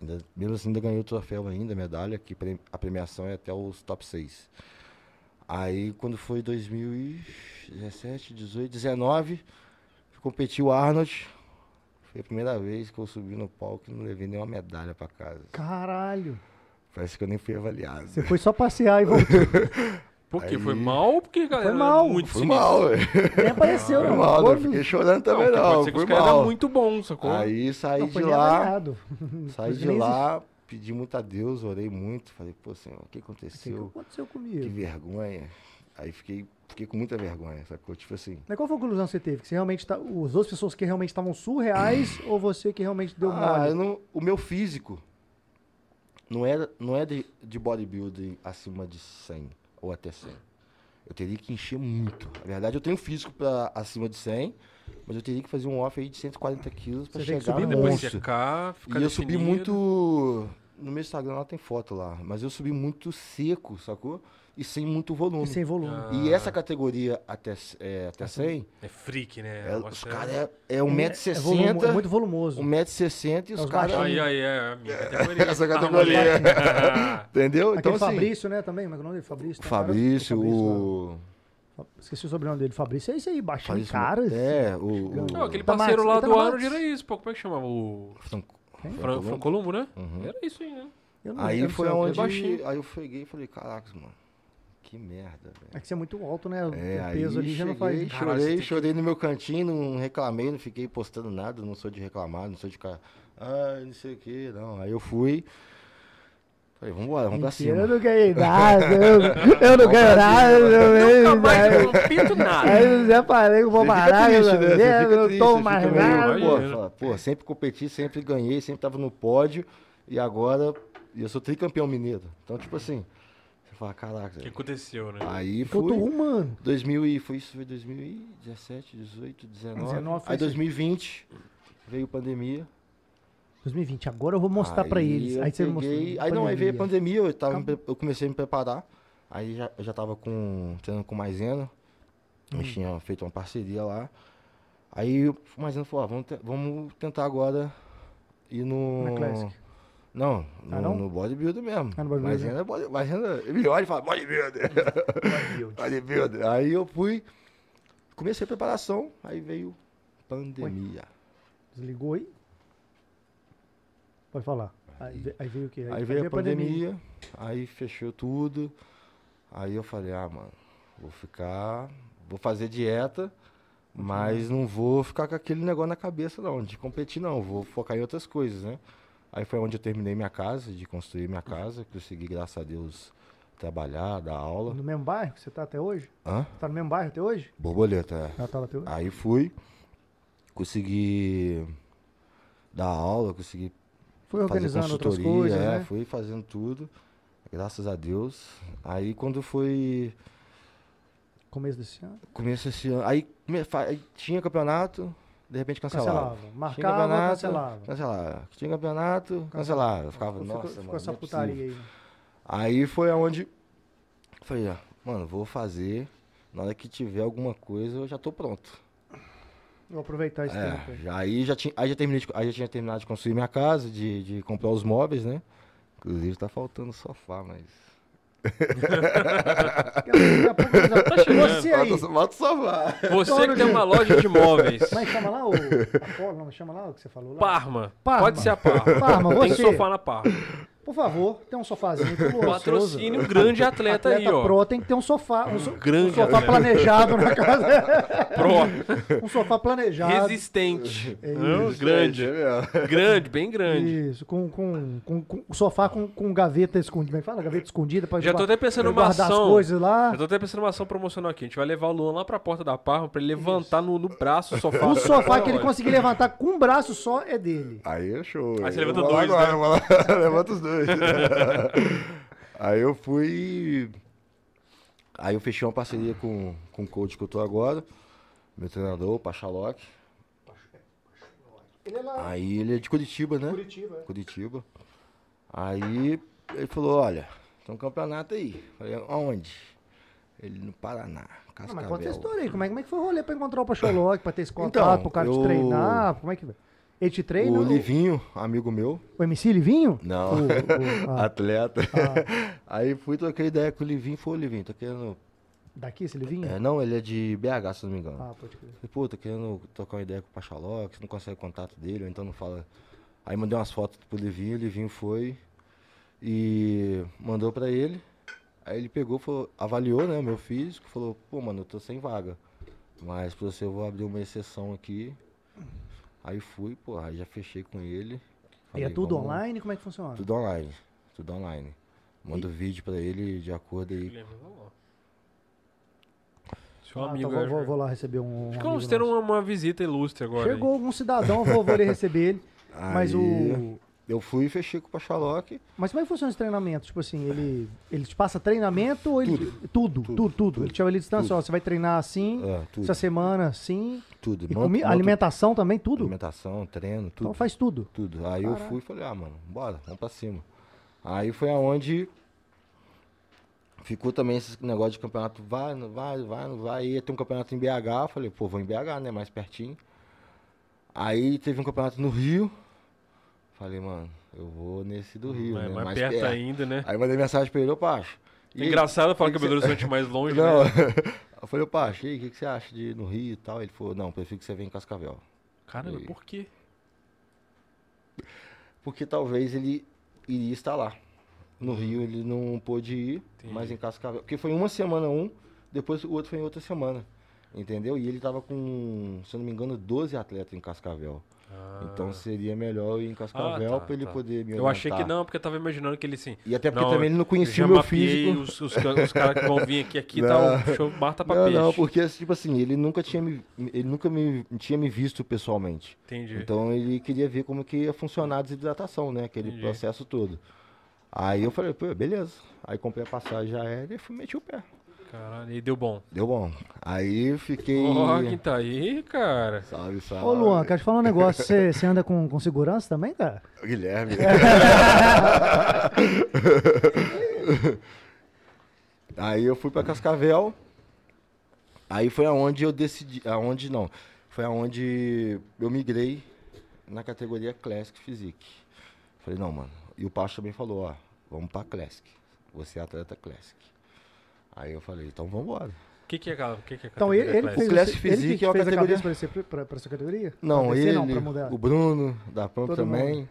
Speaker 3: Ainda- mesmo assim, ainda ganhei o troféu ainda, medalha, que pre- a premiação é até os top 6. Aí, quando foi 2017, 18, 19, competi o Arnold. Foi a primeira vez que eu subi no palco e não levei nenhuma medalha pra casa.
Speaker 1: Caralho.
Speaker 3: Parece que eu nem fui avaliado.
Speaker 1: Você foi só passear e voltou.
Speaker 2: Por quê?
Speaker 3: Aí-
Speaker 2: Foi mal ou porque, galera? era
Speaker 1: mal.
Speaker 2: Muito
Speaker 3: Foi
Speaker 2: sinistro?
Speaker 3: mal, velho.
Speaker 1: Nem apareceu,
Speaker 3: Foi
Speaker 1: não.
Speaker 3: mal, não
Speaker 1: Todo-
Speaker 3: fiquei chorando também
Speaker 2: porque
Speaker 3: não.
Speaker 2: Pode ser que
Speaker 3: Foi
Speaker 2: os caras eram
Speaker 3: mal.
Speaker 2: muito bons, sacou?
Speaker 3: Aí saí
Speaker 1: não
Speaker 3: de
Speaker 1: foi né?
Speaker 3: lá,
Speaker 1: avaliado.
Speaker 3: saí de
Speaker 1: Nem
Speaker 3: lá, pedi muito a Deus, orei muito, falei, pô Senhor, o que
Speaker 1: existe. O que
Speaker 3: aconteceu?
Speaker 1: aconteceu
Speaker 3: Que
Speaker 1: comigo? vergonha.
Speaker 3: vergonha. Aí fiquei, fiquei com muita vergonha, sacou? Tipo assim.
Speaker 1: Mas qual foi a conclusão que você teve? Que você realmente tá, os outras pessoas que realmente estavam
Speaker 3: <coughs>
Speaker 1: surreais ou você que realmente deu
Speaker 3: Ah,
Speaker 1: mole?
Speaker 3: eu não, o meu físico não é, não é de, de bodybuilding acima de 100 ou até 100. Eu teria que encher muito. Na verdade, eu tenho físico pra acima de 100, mas eu teria que fazer um off aí de 140 quilos pra
Speaker 1: Você tem que
Speaker 3: chegar
Speaker 1: subir
Speaker 3: no
Speaker 1: depois,
Speaker 2: Depois
Speaker 3: tá monstro.
Speaker 2: secar, ficar
Speaker 3: E eu subi
Speaker 2: definido.
Speaker 3: muito. No meu Instagram lá tem foto lá, mas eu subi muito seco, sacou? E sem muito
Speaker 1: E
Speaker 3: volume. E,
Speaker 1: sem volume.
Speaker 2: Ah.
Speaker 3: essa categoria até, é, até 100,
Speaker 2: É freak, né? O
Speaker 3: é- os
Speaker 2: negócio é-
Speaker 3: caras é, é
Speaker 1: É volumo- é
Speaker 3: 1,60m.
Speaker 1: muito volumoso.
Speaker 3: 1,60m e
Speaker 1: É
Speaker 3: os
Speaker 1: os
Speaker 3: caras.
Speaker 1: baixinhos.
Speaker 2: Aí, aí, é a minha categoria. É.
Speaker 3: Essa
Speaker 2: Ah,
Speaker 3: categoria.
Speaker 2: moleque.
Speaker 3: Entendeu?
Speaker 1: Aquele
Speaker 3: Então, assim,
Speaker 1: Fabrício, né, também? Como é que é o nome dele? Fabrício.
Speaker 3: o
Speaker 1: tem um cara-
Speaker 3: Fabrício,
Speaker 1: Fabrício,
Speaker 3: o.
Speaker 1: lá. Esqueci o sobrenome dele. Fabrício é isso aí, baixinho de
Speaker 3: Fabrício
Speaker 1: cara.
Speaker 3: É, o. o
Speaker 2: Não, aquele
Speaker 1: Tá,
Speaker 2: parceiro
Speaker 1: Max,
Speaker 2: lá
Speaker 1: ele tá
Speaker 2: do
Speaker 1: na
Speaker 2: Arnold
Speaker 1: Max.
Speaker 2: era isso, pô. Como é que chamava? O
Speaker 3: Franco-
Speaker 2: Fran-
Speaker 3: Franco-
Speaker 2: Francolumbo, né?
Speaker 3: Uhum.
Speaker 2: Era isso aí, né?
Speaker 1: Eu não
Speaker 3: Aí
Speaker 1: lembro
Speaker 3: foi
Speaker 1: se é o
Speaker 3: onde.
Speaker 1: baixinho.
Speaker 3: Aí eu peguei e falei: caraca, mano, que merda, velho.
Speaker 1: É que você é muito alto, né?
Speaker 3: É,
Speaker 1: o
Speaker 3: aí
Speaker 1: peso ali já não
Speaker 3: cheguei,
Speaker 1: faz.
Speaker 2: Caralho, você tem
Speaker 3: chorei,
Speaker 2: que-
Speaker 3: chorei no meu cantinho, não reclamei, não fiquei postando nada, não sou de reclamar, não sou de ficar, ai, não sei o que, não. Aí eu fui, falei, vambora, vamos pra
Speaker 1: Mentira, eu
Speaker 3: cima.
Speaker 1: não ganhei nada. Eu, eu não ganho nada. Eu
Speaker 2: Nunca mais eu não pinto nada.
Speaker 1: Aí eu já falei que eu vou
Speaker 3: Você fica
Speaker 1: parar, eu
Speaker 3: triste, né? Você fica
Speaker 1: não
Speaker 3: triste,
Speaker 1: tomo
Speaker 3: você
Speaker 1: mais
Speaker 3: fica meio,
Speaker 1: nada.
Speaker 2: Imagina.
Speaker 3: Pô, fala, pô, sempre competi, sempre ganhei, sempre tava no pódio, e agora E eu sou tricampeão mineiro. Então, tipo assim, você fala, caraca.
Speaker 2: O que aconteceu, né?
Speaker 3: Aí
Speaker 1: Eu tô
Speaker 3: fui.
Speaker 1: rumando.
Speaker 3: 2000 e foi isso, foi 2017, 18, 19.
Speaker 1: 19 foi
Speaker 3: aí
Speaker 1: isso aí.
Speaker 3: 2020 veio pandemia.
Speaker 1: 2020, agora eu vou mostrar pra
Speaker 3: Aí
Speaker 1: eles.
Speaker 3: eu
Speaker 1: Aí você mostrou. né?
Speaker 3: peguei- Aí não, aí veio a pandemia, eu, tava, me
Speaker 1: Acabou.
Speaker 3: pre- eu comecei a me preparar. Aí já, eu já tava com, treinando com o Maisena. A
Speaker 1: Hum.
Speaker 3: gente tinha feito uma parceria lá. Aí o Maisena falou, ó, vamos, te- vamos tentar agora ir no.
Speaker 1: Na Classic.
Speaker 3: Não, no,
Speaker 1: Ah, não?
Speaker 3: no bodybuilder mesmo.
Speaker 1: Ah, no bodybuilder.
Speaker 3: Maisena é body, Maisena, ele me olha e fala, bodybuilder. <laughs>
Speaker 2: Bodybuilder.
Speaker 3: bodybuilder. Aí eu fui, comecei a preparação, aí veio pandemia.
Speaker 1: Desligou aí? Pode falar. Aí, ve- aí veio o quê?
Speaker 3: Aí veio a pandemia, aí fechou tudo. Aí eu falei, ah, mano, vou ficar, vou fazer dieta, mas não vou ficar com aquele negócio na cabeça não, de competir não, vou focar em outras coisas, né? Aí foi onde eu terminei minha casa, de construir minha casa, consegui, graças a Deus, trabalhar, dar aula.
Speaker 1: No mesmo bairro que você tá até hoje?
Speaker 3: Hã?
Speaker 1: Você tá no mesmo bairro até hoje?
Speaker 3: Borboleta, é.
Speaker 1: Ela tava até hoje?
Speaker 3: Aí fui, consegui dar aula, consegui
Speaker 1: Foi organizando
Speaker 3: fazer
Speaker 1: outras
Speaker 3: consultoria,
Speaker 1: coisas,
Speaker 3: é,
Speaker 1: né?
Speaker 3: fui fazendo tudo, graças a Deus. Aí quando foi
Speaker 1: Começo desse ano.
Speaker 3: começo esse ano, aí, come- fa- aí tinha campeonato, de repente cancelava.
Speaker 1: Cancelava. Marcava,
Speaker 3: campeonato,
Speaker 1: cancelava.
Speaker 3: Cancelava. Tinha campeonato, cancelava. Eu Ficava,
Speaker 1: Ficou-
Speaker 3: nossa,
Speaker 1: ficou
Speaker 3: mano,
Speaker 1: essa
Speaker 3: não é
Speaker 1: putaria
Speaker 3: possível.
Speaker 1: aí. né?
Speaker 3: Aí foi aonde falei, ó, mano, vou fazer. Na hora que tiver alguma coisa, eu já tô pronto.
Speaker 1: Vou aproveitar esse tempo
Speaker 3: <laughs> É,
Speaker 1: aí.
Speaker 3: já- aí já tinha, aí já terminei, de- aí já tinha terminado de construir minha casa, de, de comprar os móveis, né? Inclusive tá faltando sofá, mas
Speaker 1: Daqui a pouco
Speaker 2: <laughs>
Speaker 1: já tá
Speaker 2: chegando.
Speaker 1: Você aí.
Speaker 3: Bota, bota o sofá.
Speaker 2: Você que tem uma loja de imóveis.
Speaker 1: Mas é chama lá o. Apolo, não, chama lá o que você falou lá.
Speaker 2: Parma.
Speaker 1: Parma.
Speaker 2: Pode ser a Parma.
Speaker 1: Parma,
Speaker 2: Tem
Speaker 1: você.
Speaker 2: sofá na Parma.
Speaker 1: Por favor, tem um sofazinho. pro Luan
Speaker 2: Patrocine um
Speaker 1: Souza.
Speaker 2: grande atleta, aí, ó.
Speaker 1: pro tem que ter um sofá. Um, so- um
Speaker 2: grande
Speaker 1: sofá
Speaker 2: atleta.
Speaker 1: planejado na casa.
Speaker 2: Pro.
Speaker 1: um sofá planejado.
Speaker 2: Resistente.
Speaker 1: É
Speaker 2: Hã?
Speaker 1: isso.
Speaker 2: grande.
Speaker 3: É mesmo.
Speaker 2: Grande, bem grande.
Speaker 1: Isso, com, com, com, com o sofá com, com gaveta escondida. Como é que fala? Gaveta escondida pra
Speaker 2: Já tô
Speaker 1: guar-
Speaker 2: até pensando
Speaker 1: pra
Speaker 2: numa
Speaker 1: guardar
Speaker 2: ação.
Speaker 1: as coisas lá.
Speaker 2: Eu tô até pensando uma ação promocional aqui. A gente vai levar o Luan lá pra porta da Parma pra ele levantar no, no braço o sofá.
Speaker 1: O Um sofá que ele
Speaker 2: Olha.
Speaker 1: conseguir levantar com um braço só é dele.
Speaker 3: Aí é show.
Speaker 2: Aí você
Speaker 3: Eu
Speaker 2: levanta
Speaker 3: vou lá
Speaker 2: dois,
Speaker 3: agora,
Speaker 2: né?
Speaker 3: eu vou lá, <laughs> levanta os dois. aí eu fui. Aí eu fechei uma parceria com, com o coach que eu tô agora, meu treinador, o Pachaloc.
Speaker 1: Ele é lá
Speaker 3: Aí ele é de Curitiba, né?
Speaker 1: Curitiba. é.
Speaker 3: Curitiba. Aí ele falou, olha, tem um campeonato aí. Falei, aonde? Ele no Paraná,
Speaker 1: Ah,
Speaker 3: Cascavel.
Speaker 1: mas conta a história aí. Como é, como é que foi o rolê pra encontrar o Pacholoc, pra ter esse contato, pro cara te
Speaker 3: Então, eu-
Speaker 1: treinar? Como é que. Ele te treina?
Speaker 3: o
Speaker 1: O,
Speaker 3: Livinho, amigo meu,
Speaker 1: o MC Livinho?
Speaker 3: Não.
Speaker 1: O- o-
Speaker 3: <laughs>
Speaker 1: ah,
Speaker 3: atleta. <laughs> Aí fui, troquei ideia com o Livinho, foi o Livinho, tô querendo.
Speaker 1: daqui esse Livinho?
Speaker 3: É, não, ele é de BH, se não me engano.
Speaker 1: Hum. Ah, pode crer.
Speaker 3: Falei, pô, tô querendo trocar uma ideia com o Pachaló, que você não consegue contato dele, ou então não fala. Aí mandei umas fotos pro Livinho, o Livinho foi e mandou pra ele. Aí ele pegou, falou- avaliou, né, o meu físico, falou, pô, mano, eu tô sem vaga. Mas pra você eu vou abrir uma exceção aqui. Aí fui, pô, aí já fechei com ele.
Speaker 1: E é
Speaker 3: Falei,
Speaker 1: tudo
Speaker 3: "Vamos-
Speaker 1: online? Como é que funciona?
Speaker 3: tudo online. Tudo online. Manda o vídeo pra ele de acordo aí.
Speaker 2: Seu
Speaker 1: Ah,
Speaker 2: amigo.
Speaker 1: então vou-
Speaker 2: é,
Speaker 1: vou, vou lá receber um. um
Speaker 2: Acho que
Speaker 1: amigo
Speaker 2: vamos ter
Speaker 1: nosso.
Speaker 2: uma, uma visita ilustre agora.
Speaker 1: Chegou algum cidadão, vou, vou ali receber ele. Mas
Speaker 3: Aí-
Speaker 1: o.
Speaker 3: Eu fui e fechei com o Pachaloc.
Speaker 1: Mas como é que funciona esse treinamento? Tipo assim, ele, ele te passa treinamento ou ele. Tudo, tudo, tudo. Ele te chama ele de distância, ó, você vai treinar assim,
Speaker 3: É, tudo.
Speaker 1: essa semana assim.
Speaker 3: Tudo.
Speaker 1: E
Speaker 3: Monta-
Speaker 1: comi-
Speaker 3: monta-
Speaker 1: alimentação também, tudo?
Speaker 3: Alimentação, treino, tudo.
Speaker 1: Então faz tudo.
Speaker 3: Tudo. Aí
Speaker 1: Caraca.
Speaker 3: eu fui e falei, ah, mano, bora, vamos pra cima. Aí foi aonde ficou também esse negócio de campeonato, vai, não vai, vai, não vai. Ia ter um campeonato em BH, eu falei, pô, vou em BH, né, mais pertinho. Aí teve um campeonato no Rio. Falei, mano, eu vou nesse do Rio,
Speaker 2: Hum, Mas
Speaker 3: né,
Speaker 2: mais perto ainda, né?
Speaker 3: Aí mandei mensagem pra ele, ô Pacho. e aí?
Speaker 2: Engraçado falar que o Belo Horizonte é mais longe,
Speaker 3: Não.
Speaker 2: né?
Speaker 3: <laughs> Eu falei, ô Pacho, e aí, o que, que você acha de ir no Rio e tal? Ele falou, não, prefiro que você venha em Cascavel.
Speaker 2: Caramba,
Speaker 3: E-
Speaker 2: por quê?
Speaker 3: Porque talvez ele iria estar lá. No Rio ele não pôde ir, mas em Cascavel. Porque foi uma semana um, depois o outro foi em outra semana. Entendeu? E ele tava com, se eu não me engano, 12 atletas em Cascavel. Então seria melhor eu ir em Cascavel
Speaker 2: Ah, tá,
Speaker 3: pra ele
Speaker 2: tá.
Speaker 3: poder me
Speaker 2: Eu achei que
Speaker 3: orientar.
Speaker 2: não, porque eu tava imaginando que ele sim.
Speaker 3: E até porque
Speaker 2: Não,
Speaker 3: também ele não
Speaker 2: eu
Speaker 3: conhecia
Speaker 2: já
Speaker 3: o meu
Speaker 2: mapeei
Speaker 3: físico.
Speaker 2: Os, os, ca- os caras que vão vir aqui, aqui tá
Speaker 3: Não.
Speaker 2: o show Marta pra
Speaker 3: Não,
Speaker 2: peixe.
Speaker 3: não, porque tipo assim, ele nunca tinha me, ele nunca me tinha me visto pessoalmente.
Speaker 2: Entendi.
Speaker 3: Então ele queria ver como que ia funcionar a desidratação, né? Aquele
Speaker 2: Entendi.
Speaker 3: processo todo. Aí eu falei, pô, beleza. Aí comprei a passagem aérea e fui meti o pé.
Speaker 2: Caralho, e deu bom.
Speaker 3: Deu bom. Aí fiquei.
Speaker 2: Ó, quem tá aí, cara?
Speaker 3: Salve, salve.
Speaker 1: Ô, Luan, quero te falar um negócio. Você você anda com, com segurança também, cara? <laughs>
Speaker 3: Guilherme. aí eu fui pra Cascavel. Aí foi aonde eu decidi, aonde não, foi aonde eu migrei na categoria Classic Physique. Falei, não, mano. E o Pacho também falou, ó, vamos pra Classic. Você é atleta Classic. Aí eu falei, então vambora.
Speaker 2: O que, que é, cara? O que, que é
Speaker 1: Então ele, ele fez
Speaker 3: Classic
Speaker 1: ele que
Speaker 3: Physique é uma
Speaker 1: fez a
Speaker 3: categoria-
Speaker 1: cabeça pra, esse, pra, pra sua categoria?
Speaker 3: Não,
Speaker 1: pra
Speaker 3: ele,
Speaker 1: descer, não, pra mudar.
Speaker 3: o Bruno, da Pamp
Speaker 1: Todo Uhum.
Speaker 3: também.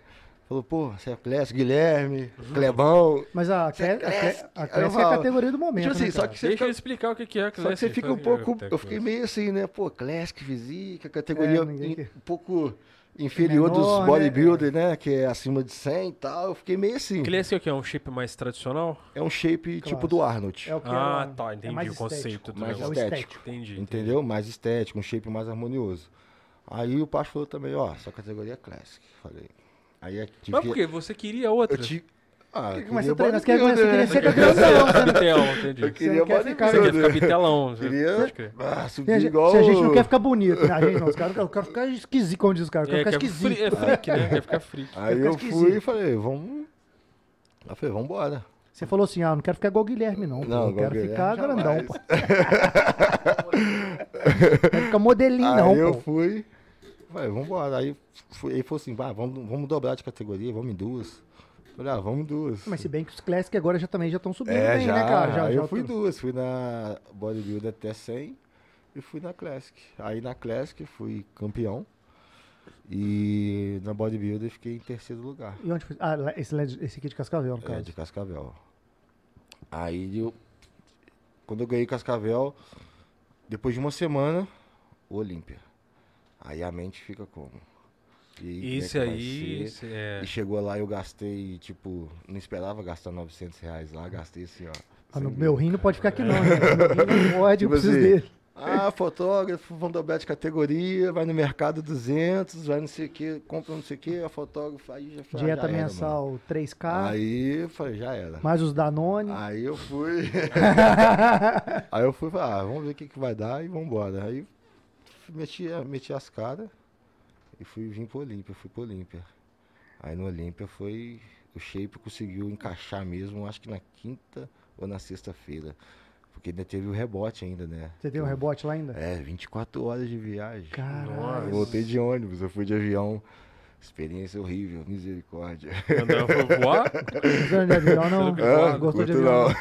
Speaker 3: Falou, pô, você é Classic, Guilherme, Clebão.
Speaker 1: Mas a
Speaker 3: Você é
Speaker 1: Classic é
Speaker 3: Classic.
Speaker 1: a,
Speaker 3: Aí eu
Speaker 1: Classic é a
Speaker 3: falo,
Speaker 1: categoria do momento.
Speaker 3: Tipo assim,
Speaker 1: né,
Speaker 3: só
Speaker 1: cara?
Speaker 3: que você
Speaker 2: Deixa
Speaker 3: fica-
Speaker 2: eu explicar o que, que é.
Speaker 3: Só que você fica um pouco. Eu fiquei meio assim, né? Pô, Classic, Physique, a categoria
Speaker 1: É, ninguém
Speaker 3: in-
Speaker 1: quer.
Speaker 3: um pouco inferior
Speaker 1: Menor,
Speaker 3: dos
Speaker 1: né?
Speaker 3: bodybuilders, né? Que é acima de 100 e tal. Eu fiquei meio assim.
Speaker 2: Classic é o que? É um shape mais tradicional?
Speaker 3: É um shape tipo
Speaker 1: Clássico.
Speaker 3: do Arnold.
Speaker 1: É o que
Speaker 2: Ah,
Speaker 1: é o-
Speaker 2: tá,
Speaker 1: é
Speaker 2: entendi
Speaker 1: mais
Speaker 2: o conceito do
Speaker 3: mais
Speaker 1: é o
Speaker 2: negócio.
Speaker 3: estético.
Speaker 2: Entendi. entendi.
Speaker 3: Entendeu? Mais estético, um shape mais harmonioso. Aí o Pacho falou também, ó, sua categoria é Classic. Falei. Aí eu tive
Speaker 2: Mas
Speaker 3: que-
Speaker 2: por quê? Você queria
Speaker 3: Eu
Speaker 2: outra?
Speaker 3: tive. Ah, eu
Speaker 1: Mas
Speaker 3: queria
Speaker 1: você treina, você quer
Speaker 3: bodybuilder,
Speaker 1: você
Speaker 3: né?
Speaker 1: queria ser campeão.
Speaker 2: Capitelão, entendi.
Speaker 3: Eu
Speaker 2: Você
Speaker 3: queria
Speaker 1: não quer ficar-
Speaker 2: quer
Speaker 3: bodybuilder.
Speaker 2: ficar bitelão.
Speaker 3: Queria-
Speaker 2: Pode crer.
Speaker 3: Ah, subir
Speaker 1: Se a, gente,
Speaker 3: igual.
Speaker 1: se a gente não quer ficar bonito, né? A gente não, os caras, eu quero ficar esquisito, como diz os caras, eu
Speaker 2: É,
Speaker 1: quero
Speaker 2: quer
Speaker 1: ficar esquisito.
Speaker 2: fri- é freak,
Speaker 3: <laughs>
Speaker 2: né? Quer ficar freak.
Speaker 3: Aí
Speaker 1: ficar
Speaker 3: eu fui
Speaker 1: esquisito.
Speaker 3: e falei, vamos. Aí eu falei, vambora.
Speaker 1: Você falou assim, ah, não quero ficar igual o Guilherme, não. pô,
Speaker 3: Não,
Speaker 1: eu
Speaker 3: igual o
Speaker 1: quero ficar
Speaker 3: Guilherme,
Speaker 1: grandão,
Speaker 3: jamais. <laughs>
Speaker 1: pô. quero ficar modelinho, não,
Speaker 3: aí eu
Speaker 1: pô.
Speaker 3: fui. Falei, vambora. Aí fui, aí falou assim, "Vá, vamos, vamos dobrar de categoria, vamos em duas. Falei, ah, vamos em duas.
Speaker 1: Mas se bem que os Classic agora já também já estão subindo
Speaker 3: é,
Speaker 1: bem,
Speaker 3: já,
Speaker 1: né, cara?
Speaker 3: aí
Speaker 1: Já,
Speaker 3: eu
Speaker 1: já
Speaker 3: fui em
Speaker 1: tudo.
Speaker 3: duas, fui na bodybuilder até 100 e fui na classic. Aí na classic fui campeão e na bodybuilder fiquei em terceiro lugar,
Speaker 1: E onde foi? Ah, lá- esse, lá de- esse aqui de Cascavel, no
Speaker 3: é,
Speaker 1: caso.
Speaker 3: de Cascavel. Aí eu, quando eu ganhei Cascavel, depois de uma semana, Olímpia. Aí a mente fica como? E
Speaker 2: Isso
Speaker 3: como é que vai
Speaker 2: aí.
Speaker 3: ser?
Speaker 2: isso é-
Speaker 3: E chegou lá, eu gastei, tipo, não esperava gastar 900 reais lá, gastei assim, ó.
Speaker 1: Ah,
Speaker 3: sem
Speaker 1: no-
Speaker 3: mil.
Speaker 1: meu rim não pode ficar aqui, não. Né? Meu rim
Speaker 3: <laughs>
Speaker 1: não pode, eu
Speaker 3: É. Tipo
Speaker 1: preciso
Speaker 3: assim,
Speaker 1: dele.
Speaker 3: Ah, fotógrafo, vão dobrar de categoria, vai no mercado 200, vai não sei o que, compra não sei o que, a fotógrafo, aí já foi.
Speaker 1: Dieta
Speaker 3: já era,
Speaker 1: mensal 3K,
Speaker 3: mano. Aí eu falei, já era.
Speaker 1: mais os Danone.
Speaker 3: Aí eu fui. aí eu fui, falei, ah, vamos ver o que, que vai dar e vambora. Aí meti, meti as caras e fui vim pro Olímpia, fui pro Olímpia. Aí no Olímpia foi. O shape conseguiu encaixar mesmo, acho que na quinta ou na sexta-feira. Porque ainda teve o rebote ainda, né?
Speaker 1: <laughs> Você tem um rebote lá ainda?
Speaker 3: É, 24 horas de viagem. Eu
Speaker 1: Caralho.
Speaker 3: voltei de ônibus, eu fui de avião. Experiência horrível, <laughs> misericórdia.
Speaker 2: Andar, vou
Speaker 3: <laughs>
Speaker 2: voar?
Speaker 1: Você não é de avião, não?
Speaker 3: Ah,
Speaker 1: Gostou de
Speaker 3: curto
Speaker 1: avião? não?
Speaker 3: não.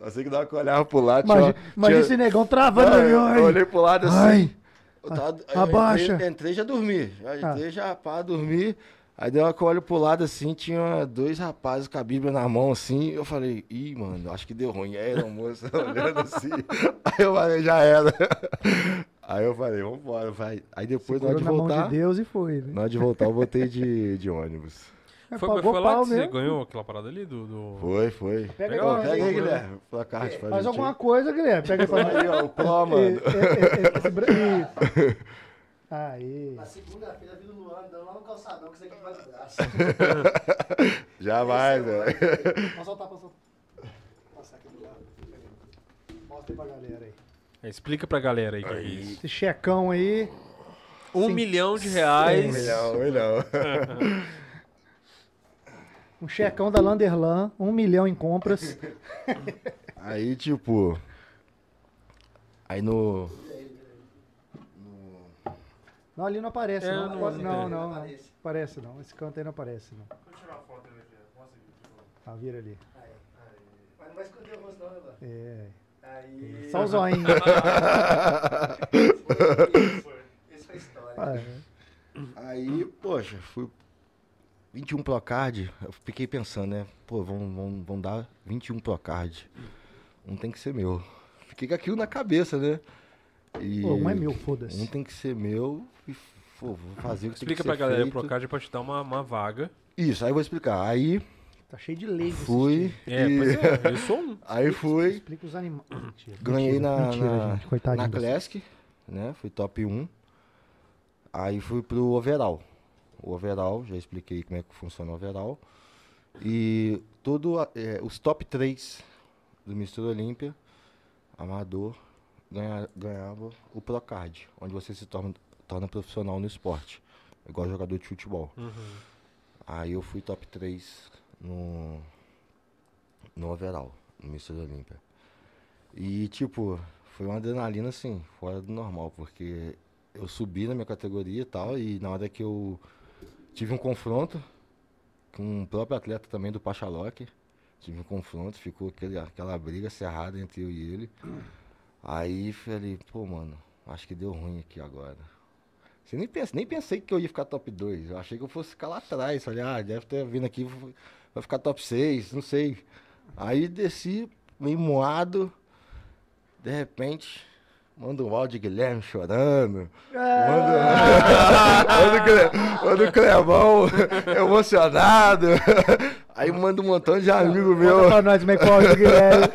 Speaker 3: <laughs> Só sei que dá uma que eu olhava pro lado, tinha-
Speaker 1: Imagina, imagina esse
Speaker 3: tinha-
Speaker 1: negão travando o
Speaker 3: Ah,
Speaker 1: avião.
Speaker 3: Eu
Speaker 1: ai.
Speaker 3: olhei pro lado assim.
Speaker 1: Ai.
Speaker 3: eu tava-
Speaker 1: A- abaixa.
Speaker 3: Eu entrei, entrei e já dormi. Já
Speaker 1: Ah.
Speaker 3: entrei já pá, dormi. Aí deu uma que eu olho pro lado assim, tinha dois rapazes com a Bíblia na mão assim. Eu falei, ih, mano, acho que deu ruim. Aí era a moça <laughs> olhando assim. Aí eu falei, já era. <laughs> Aí eu falei, vambora, vai. Aí depois, na hora
Speaker 1: Segurou
Speaker 3: de
Speaker 1: na mão
Speaker 3: voltar.
Speaker 1: de Deus e foi. Né?
Speaker 3: Na hora de voltar, eu voltei de, de ônibus.
Speaker 1: É,
Speaker 2: Foi,
Speaker 1: pagou
Speaker 2: foi lá
Speaker 1: pau
Speaker 2: que você
Speaker 1: mesmo.
Speaker 2: ganhou aquela parada ali do. do-
Speaker 3: Foi, foi.
Speaker 1: Pega É,
Speaker 2: aí, Guilherme.
Speaker 3: Ô, pega aí, Guilherme. Placarte pra
Speaker 1: Faz
Speaker 3: gente.
Speaker 1: alguma É. coisa, Guilherme.
Speaker 3: <laughs>
Speaker 1: Pega essa
Speaker 3: Aí, ó, o Pro,
Speaker 1: <laughs> E-
Speaker 3: mano. <laughs>
Speaker 1: e- e- esse bra- e- Aí.
Speaker 4: Na segunda-feira eu vi o Luan andando lá no calçadão, que isso aqui vai no
Speaker 1: <laughs>
Speaker 4: braço.
Speaker 3: Já vai, velho.
Speaker 4: Pode soltar, pode soltar. Passar aqui do lado.
Speaker 1: Mostra pra galera aí.
Speaker 2: É, Explica pra galera aí o que é isso.
Speaker 1: Esse checão aí.
Speaker 2: Um milhão de
Speaker 3: Um
Speaker 2: reais.
Speaker 3: Melhor, melhor.
Speaker 1: Um checão da Landerlan. Um milhão em compras.
Speaker 3: Aí, tipo. Aí no.
Speaker 1: Não, ali não aparece,
Speaker 2: É,
Speaker 1: não.
Speaker 2: não,
Speaker 1: Não,
Speaker 2: não
Speaker 1: não,
Speaker 2: tem.
Speaker 1: não. Aparece não. Esse canto aí não aparece, não. Tá, vira ali.
Speaker 4: Mas não vai esconder o rosto, não, né, Luan?
Speaker 1: É.
Speaker 4: Aí.
Speaker 1: Só o zoinho.
Speaker 3: <laughs>
Speaker 4: Esse foi é a história.
Speaker 1: Ah,
Speaker 3: Aí, poxa, fui. 21 Procard, eu fiquei pensando, né? Pô, vão, vão, vão dar 21 Procard. Um tem que ser meu. Fiquei com aquilo na cabeça, né? E
Speaker 1: Pô, um é meu,
Speaker 3: Um
Speaker 1: foda-se.
Speaker 3: tem que ser meu e pô, vou fazer o que
Speaker 2: Explica
Speaker 3: tem
Speaker 2: pra
Speaker 3: que ser
Speaker 2: galera o
Speaker 3: feito.
Speaker 2: Procard pra te dar uma, uma vaga.
Speaker 3: Isso, aí eu vou explicar. Aí
Speaker 1: Tá cheio de leis.
Speaker 3: fui.
Speaker 2: É,
Speaker 3: e-
Speaker 2: pois é, eu sou um.
Speaker 3: <laughs> Aí fui.
Speaker 1: Explica os animais. Mentira,
Speaker 3: Ganhei
Speaker 1: mentira,
Speaker 3: na,
Speaker 1: Mentira,
Speaker 3: na,
Speaker 1: gente. Coitadinho.
Speaker 3: na
Speaker 1: da-
Speaker 3: Classic, né? Fui top 1. Aí fui pro overall. O overall, já expliquei como é que funciona o overall. E todo, a- é, os top 3 do Mistura Olímpia, Amador, ganha- ganhava o Procard, onde você se torna, torna profissional no esporte, igual jogador de futebol.
Speaker 1: Uhum.
Speaker 3: Aí eu fui top 3 no, no overall, no Mistura Olímpia. E, tipo, foi uma adrenalina, assim, fora do normal, porque eu subi na minha categoria e tal, e na hora que eu tive um confronto com o próprio atleta também do Pachaloc, tive um confronto, ficou aquele, aquela briga cerrada entre eu e ele. Aí falei, pô, mano, acho que deu ruim aqui agora. Você nem, pensa, nem pensei que eu ia ficar top 2. Eu achei que eu fosse ficar lá atrás. Falei, ah, deve ter vindo aqui, vou- vai ficar top 6, não sei. Aí desci, meio moado. De repente, manda um áudio de Guilherme chorando. Manda, <laughs> manda, o Cle- manda o Clevão emocionado. Aí manda um montão de amigo
Speaker 1: Conta
Speaker 3: meu.
Speaker 1: pra nós como é que foi o Guilherme.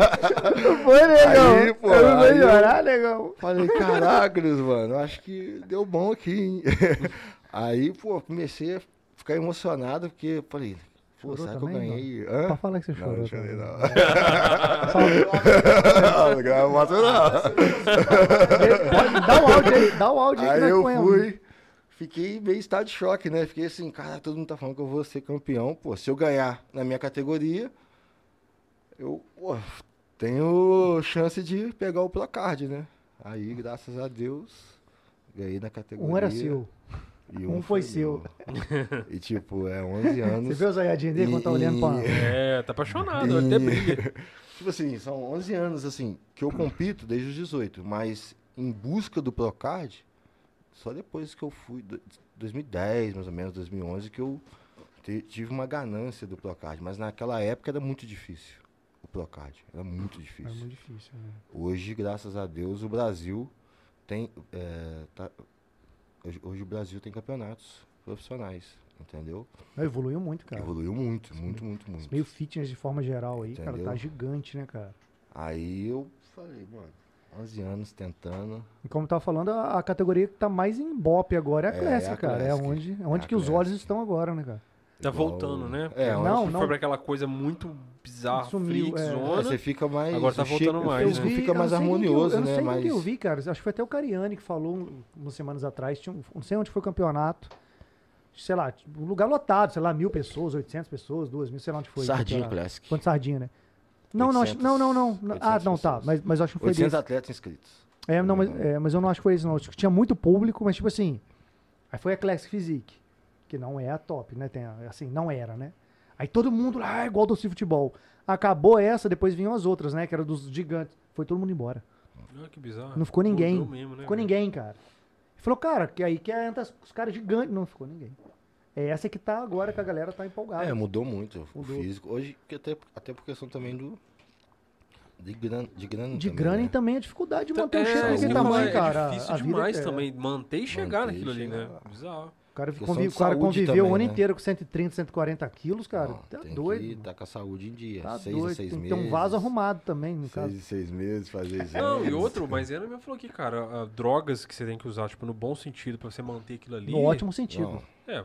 Speaker 3: <laughs>
Speaker 1: Não foi, negão?
Speaker 3: Aí, pô,
Speaker 1: eu não vou
Speaker 3: aí-
Speaker 1: chorar, negão.
Speaker 3: Falei, caracas, mano, acho que deu bom aqui, hein? <laughs> Aí, pô, comecei a ficar emocionado, porque falei, pô,
Speaker 1: Chorou
Speaker 3: será que eu
Speaker 1: também,
Speaker 3: ganhei?
Speaker 1: Pra
Speaker 3: Hã?
Speaker 1: falar que você
Speaker 3: Não, não
Speaker 1: chorou.
Speaker 3: chorei,
Speaker 1: também. um né?
Speaker 3: não. <laughs> Não, não matou, não.
Speaker 1: Dá um áudio aí, dá um áudio aí. que
Speaker 3: Aí
Speaker 1: nós
Speaker 3: eu
Speaker 1: põe um.
Speaker 3: fui, fiquei meio em estado de choque, né? Fiquei assim, cara, todo mundo tá falando que eu vou ser campeão. Pô, se eu ganhar na minha categoria, eu pô, tenho chance de pegar o placard, né? Aí, graças a Deus, ganhei na categoria.
Speaker 1: Um era seu.
Speaker 3: E
Speaker 1: um foi seu.
Speaker 3: meu. <laughs> E tipo, é 11
Speaker 1: Você
Speaker 3: anos.
Speaker 1: viu Ah, o zoiadinho dele quando tá olhando pra...
Speaker 2: É, tá apaixonado, até briga.
Speaker 3: <laughs> Tipo assim, são 11 anos assim que eu compito desde os 18, mas em busca do Procard, só depois que eu fui do- 2010, mais ou menos 2011 que eu te- tive uma ganância do Procard, mas naquela época era muito difícil. O Procard era
Speaker 1: É
Speaker 3: muito
Speaker 1: muito
Speaker 3: difícil.
Speaker 1: difícil, né?
Speaker 3: Hoje, graças a Deus, o Brasil tem é, tá- hoje, hoje o Brasil tem campeonatos profissionais, entendeu?
Speaker 1: Não, evoluiu muito, cara.
Speaker 3: Evoluiu muito, muito, muito, muito.
Speaker 1: Meio fitness de forma geral aí, cara, tá
Speaker 3: Entendeu?
Speaker 1: gigante, né, cara?
Speaker 3: Aí eu falei, mano, 11 anos tentando.
Speaker 1: E como eu tava falando, a, a categoria que tá mais em bope agora é a
Speaker 3: É,
Speaker 1: Classic,
Speaker 3: é a
Speaker 1: cara. É
Speaker 3: Classic.
Speaker 1: onde, é
Speaker 3: É
Speaker 1: onde
Speaker 3: a
Speaker 1: que os
Speaker 3: Classic.
Speaker 1: olhos estão agora, né, cara?
Speaker 2: Tá
Speaker 3: igual-
Speaker 2: voltando, né? Porque
Speaker 3: É,
Speaker 1: não,
Speaker 2: acho que
Speaker 1: não.
Speaker 2: Foi pra aquela coisa muito bizarra,
Speaker 1: Sumiu,
Speaker 2: Sumiu,
Speaker 1: é.
Speaker 3: É, Você fica mais.
Speaker 2: Um Agora tá
Speaker 3: chega-
Speaker 2: voltando mais,
Speaker 3: o
Speaker 2: né?
Speaker 3: físico fica
Speaker 1: eu
Speaker 3: mais
Speaker 1: não sei quem que eu-
Speaker 3: harmonioso,
Speaker 1: eu não sei
Speaker 3: né?
Speaker 1: quem
Speaker 3: mais...
Speaker 1: que eu vi, cara. Acho que foi até o Cariani que falou um- umas semanas atrás. Tinha um- não sei onde foi o campeonato. Sei lá, tipo, um lugar lotado, sei lá, mil pessoas, 800 pessoas, duas mil, sei lá onde foi. o
Speaker 3: Sardinha
Speaker 1: campeonato.
Speaker 3: Classic.
Speaker 1: Quanto sardinha, né? Não, não, acho, não, não, não.
Speaker 3: 800
Speaker 1: ah, não, tá.
Speaker 3: pessoas.
Speaker 1: Mas, mas eu acho que foi
Speaker 3: 800
Speaker 1: desse.
Speaker 3: atletas inscritos.
Speaker 1: É, não, mas,
Speaker 3: Uhum.
Speaker 1: é, mas eu não acho que foi isso, não. Acho que tinha muito público, mas tipo assim. Aí foi a Classic Physique, que não é a top, né? Tem, a- assim, não era, né? Aí todo mundo lá, ah, igual do futebol. Acabou essa, depois vinham as outras, né? Que era dos gigantes. Foi todo mundo embora.
Speaker 2: Olha Ah, que bizarro.
Speaker 1: Não ficou ninguém.
Speaker 2: Mudou mesmo, né,
Speaker 1: ficou
Speaker 2: velho?
Speaker 1: ninguém, cara. Ele falou, cara, que aí que entra os caras gigantes. Não ficou ninguém. É essa que tá agora que a galera tá empolgada.
Speaker 3: É, mudou muito o
Speaker 1: Mudou.
Speaker 3: físico. Hoje, que até, até por questão também do. De grana. De grana,
Speaker 1: de
Speaker 3: também,
Speaker 1: grana então,
Speaker 3: né?
Speaker 1: e também a dificuldade de manter o shape
Speaker 3: é,
Speaker 1: daquele
Speaker 3: isso que eu ia
Speaker 1: tamanho,
Speaker 3: falar,
Speaker 1: cara.
Speaker 2: É difícil
Speaker 1: A vida-
Speaker 2: demais
Speaker 1: é,
Speaker 2: também manter e chegar
Speaker 3: Manter e
Speaker 2: naquilo ali, né?
Speaker 3: chegar.
Speaker 2: Bizarro.
Speaker 1: O cara,
Speaker 3: Questão
Speaker 1: convive,
Speaker 3: de
Speaker 1: o cara
Speaker 3: saúde
Speaker 1: conviveu o
Speaker 3: também,
Speaker 1: ano
Speaker 3: né?
Speaker 1: inteiro com 130, 140 quilos, cara.
Speaker 3: Não,
Speaker 1: tá
Speaker 3: tem
Speaker 1: doido.
Speaker 3: Que
Speaker 1: mano.
Speaker 3: tá com a saúde em dia.
Speaker 1: Tá
Speaker 3: seis
Speaker 1: doido.
Speaker 3: a seis
Speaker 1: tem que
Speaker 3: meses.
Speaker 1: ter um vaso arrumado também, no caso.
Speaker 3: Seis a seis meses, fazer isso.
Speaker 2: Não, e outro, mas ele mesmo falou aqui, cara, ah, drogas que você tem que usar, tipo, no bom sentido, pra você manter aquilo ali.
Speaker 1: No ótimo sentido.
Speaker 3: Não,
Speaker 2: É,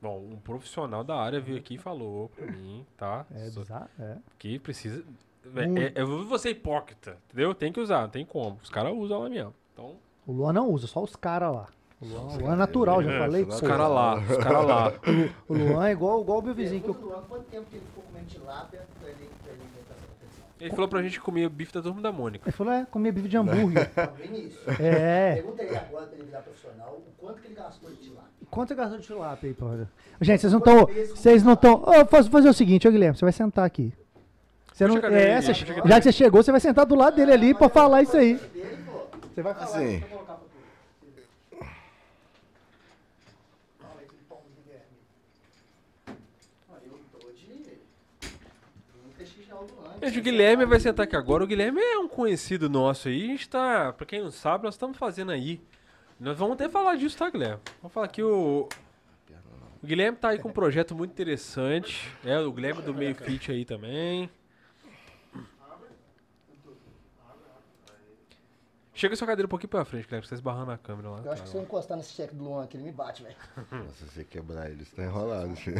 Speaker 2: bom, um profissional da área veio aqui e falou pra mim, tá?
Speaker 1: É
Speaker 2: Só
Speaker 1: bizarro. É.
Speaker 2: que precisa.
Speaker 1: Muito.
Speaker 2: É, é, eu vou ser hipócrita, entendeu? Tem que usar, não tem como. Os caras usam lá mesmo. Então,
Speaker 1: O Luan não usa, só os caras lá. O Luan, o
Speaker 3: os
Speaker 1: Luan é
Speaker 3: caras.
Speaker 1: natural, já
Speaker 3: É,
Speaker 1: falei.
Speaker 3: os
Speaker 1: pra
Speaker 2: os
Speaker 1: vocês.
Speaker 2: caras lá, os caras lá.
Speaker 1: O Luan é igual, igual o meu vizinho. Que
Speaker 4: Pergunta
Speaker 1: eu...
Speaker 4: do Luan quanto tempo que ele ficou comendo tilápia pra ele, pra ele inventar essa competição.
Speaker 2: <laughs> Ele falou pra gente comer bife da turma da Mônica.
Speaker 1: Ele falou, é, comia bife de hambúrguer.
Speaker 4: Não, no início.
Speaker 1: é.
Speaker 4: Pergunta ele agora pra ele virar profissional o quanto que ele gastou de tilápia.
Speaker 1: Quanto você gastou de tilápia aí, porra? Gente, vocês não estão. Vocês não estão. Ô, posso fazer o seguinte, ô Guilherme, você vai sentar aqui. Você
Speaker 2: Puxa
Speaker 1: não,
Speaker 2: a cadeira
Speaker 1: é,
Speaker 2: aí,
Speaker 1: você-
Speaker 2: puxa a cadeira.
Speaker 1: já que você chegou, você vai sentar do lado dele ali pra falar isso aí.
Speaker 4: Dele, pô.
Speaker 1: Você vai tá falar.
Speaker 3: Assim,
Speaker 4: Deixa eu colocar pra tu. Não, esse pão do Guilherme. Ah, eu tô de... Nunca xixar o Luan.
Speaker 2: Gente, o Guilherme vai sentar aqui agora. O Guilherme é um conhecido nosso aí. A gente tá, pra quem não sabe, nós estamos fazendo aí. Nós vamos até falar disso, tá, Guilherme? Vamos falar que o. O Guilherme tá aí com um projeto muito interessante. É, o Guilherme do Meio Fit aí também. Chega sua cadeira um pouquinho pra frente, Cleber, pra você esbarrar na câmera lá.
Speaker 4: Eu acho que se eu
Speaker 2: Tá,
Speaker 4: encostar nesse cheque do Luan aqui, ele me bate, velho.
Speaker 3: Se você quebrar ele, você tá enrolado, filho.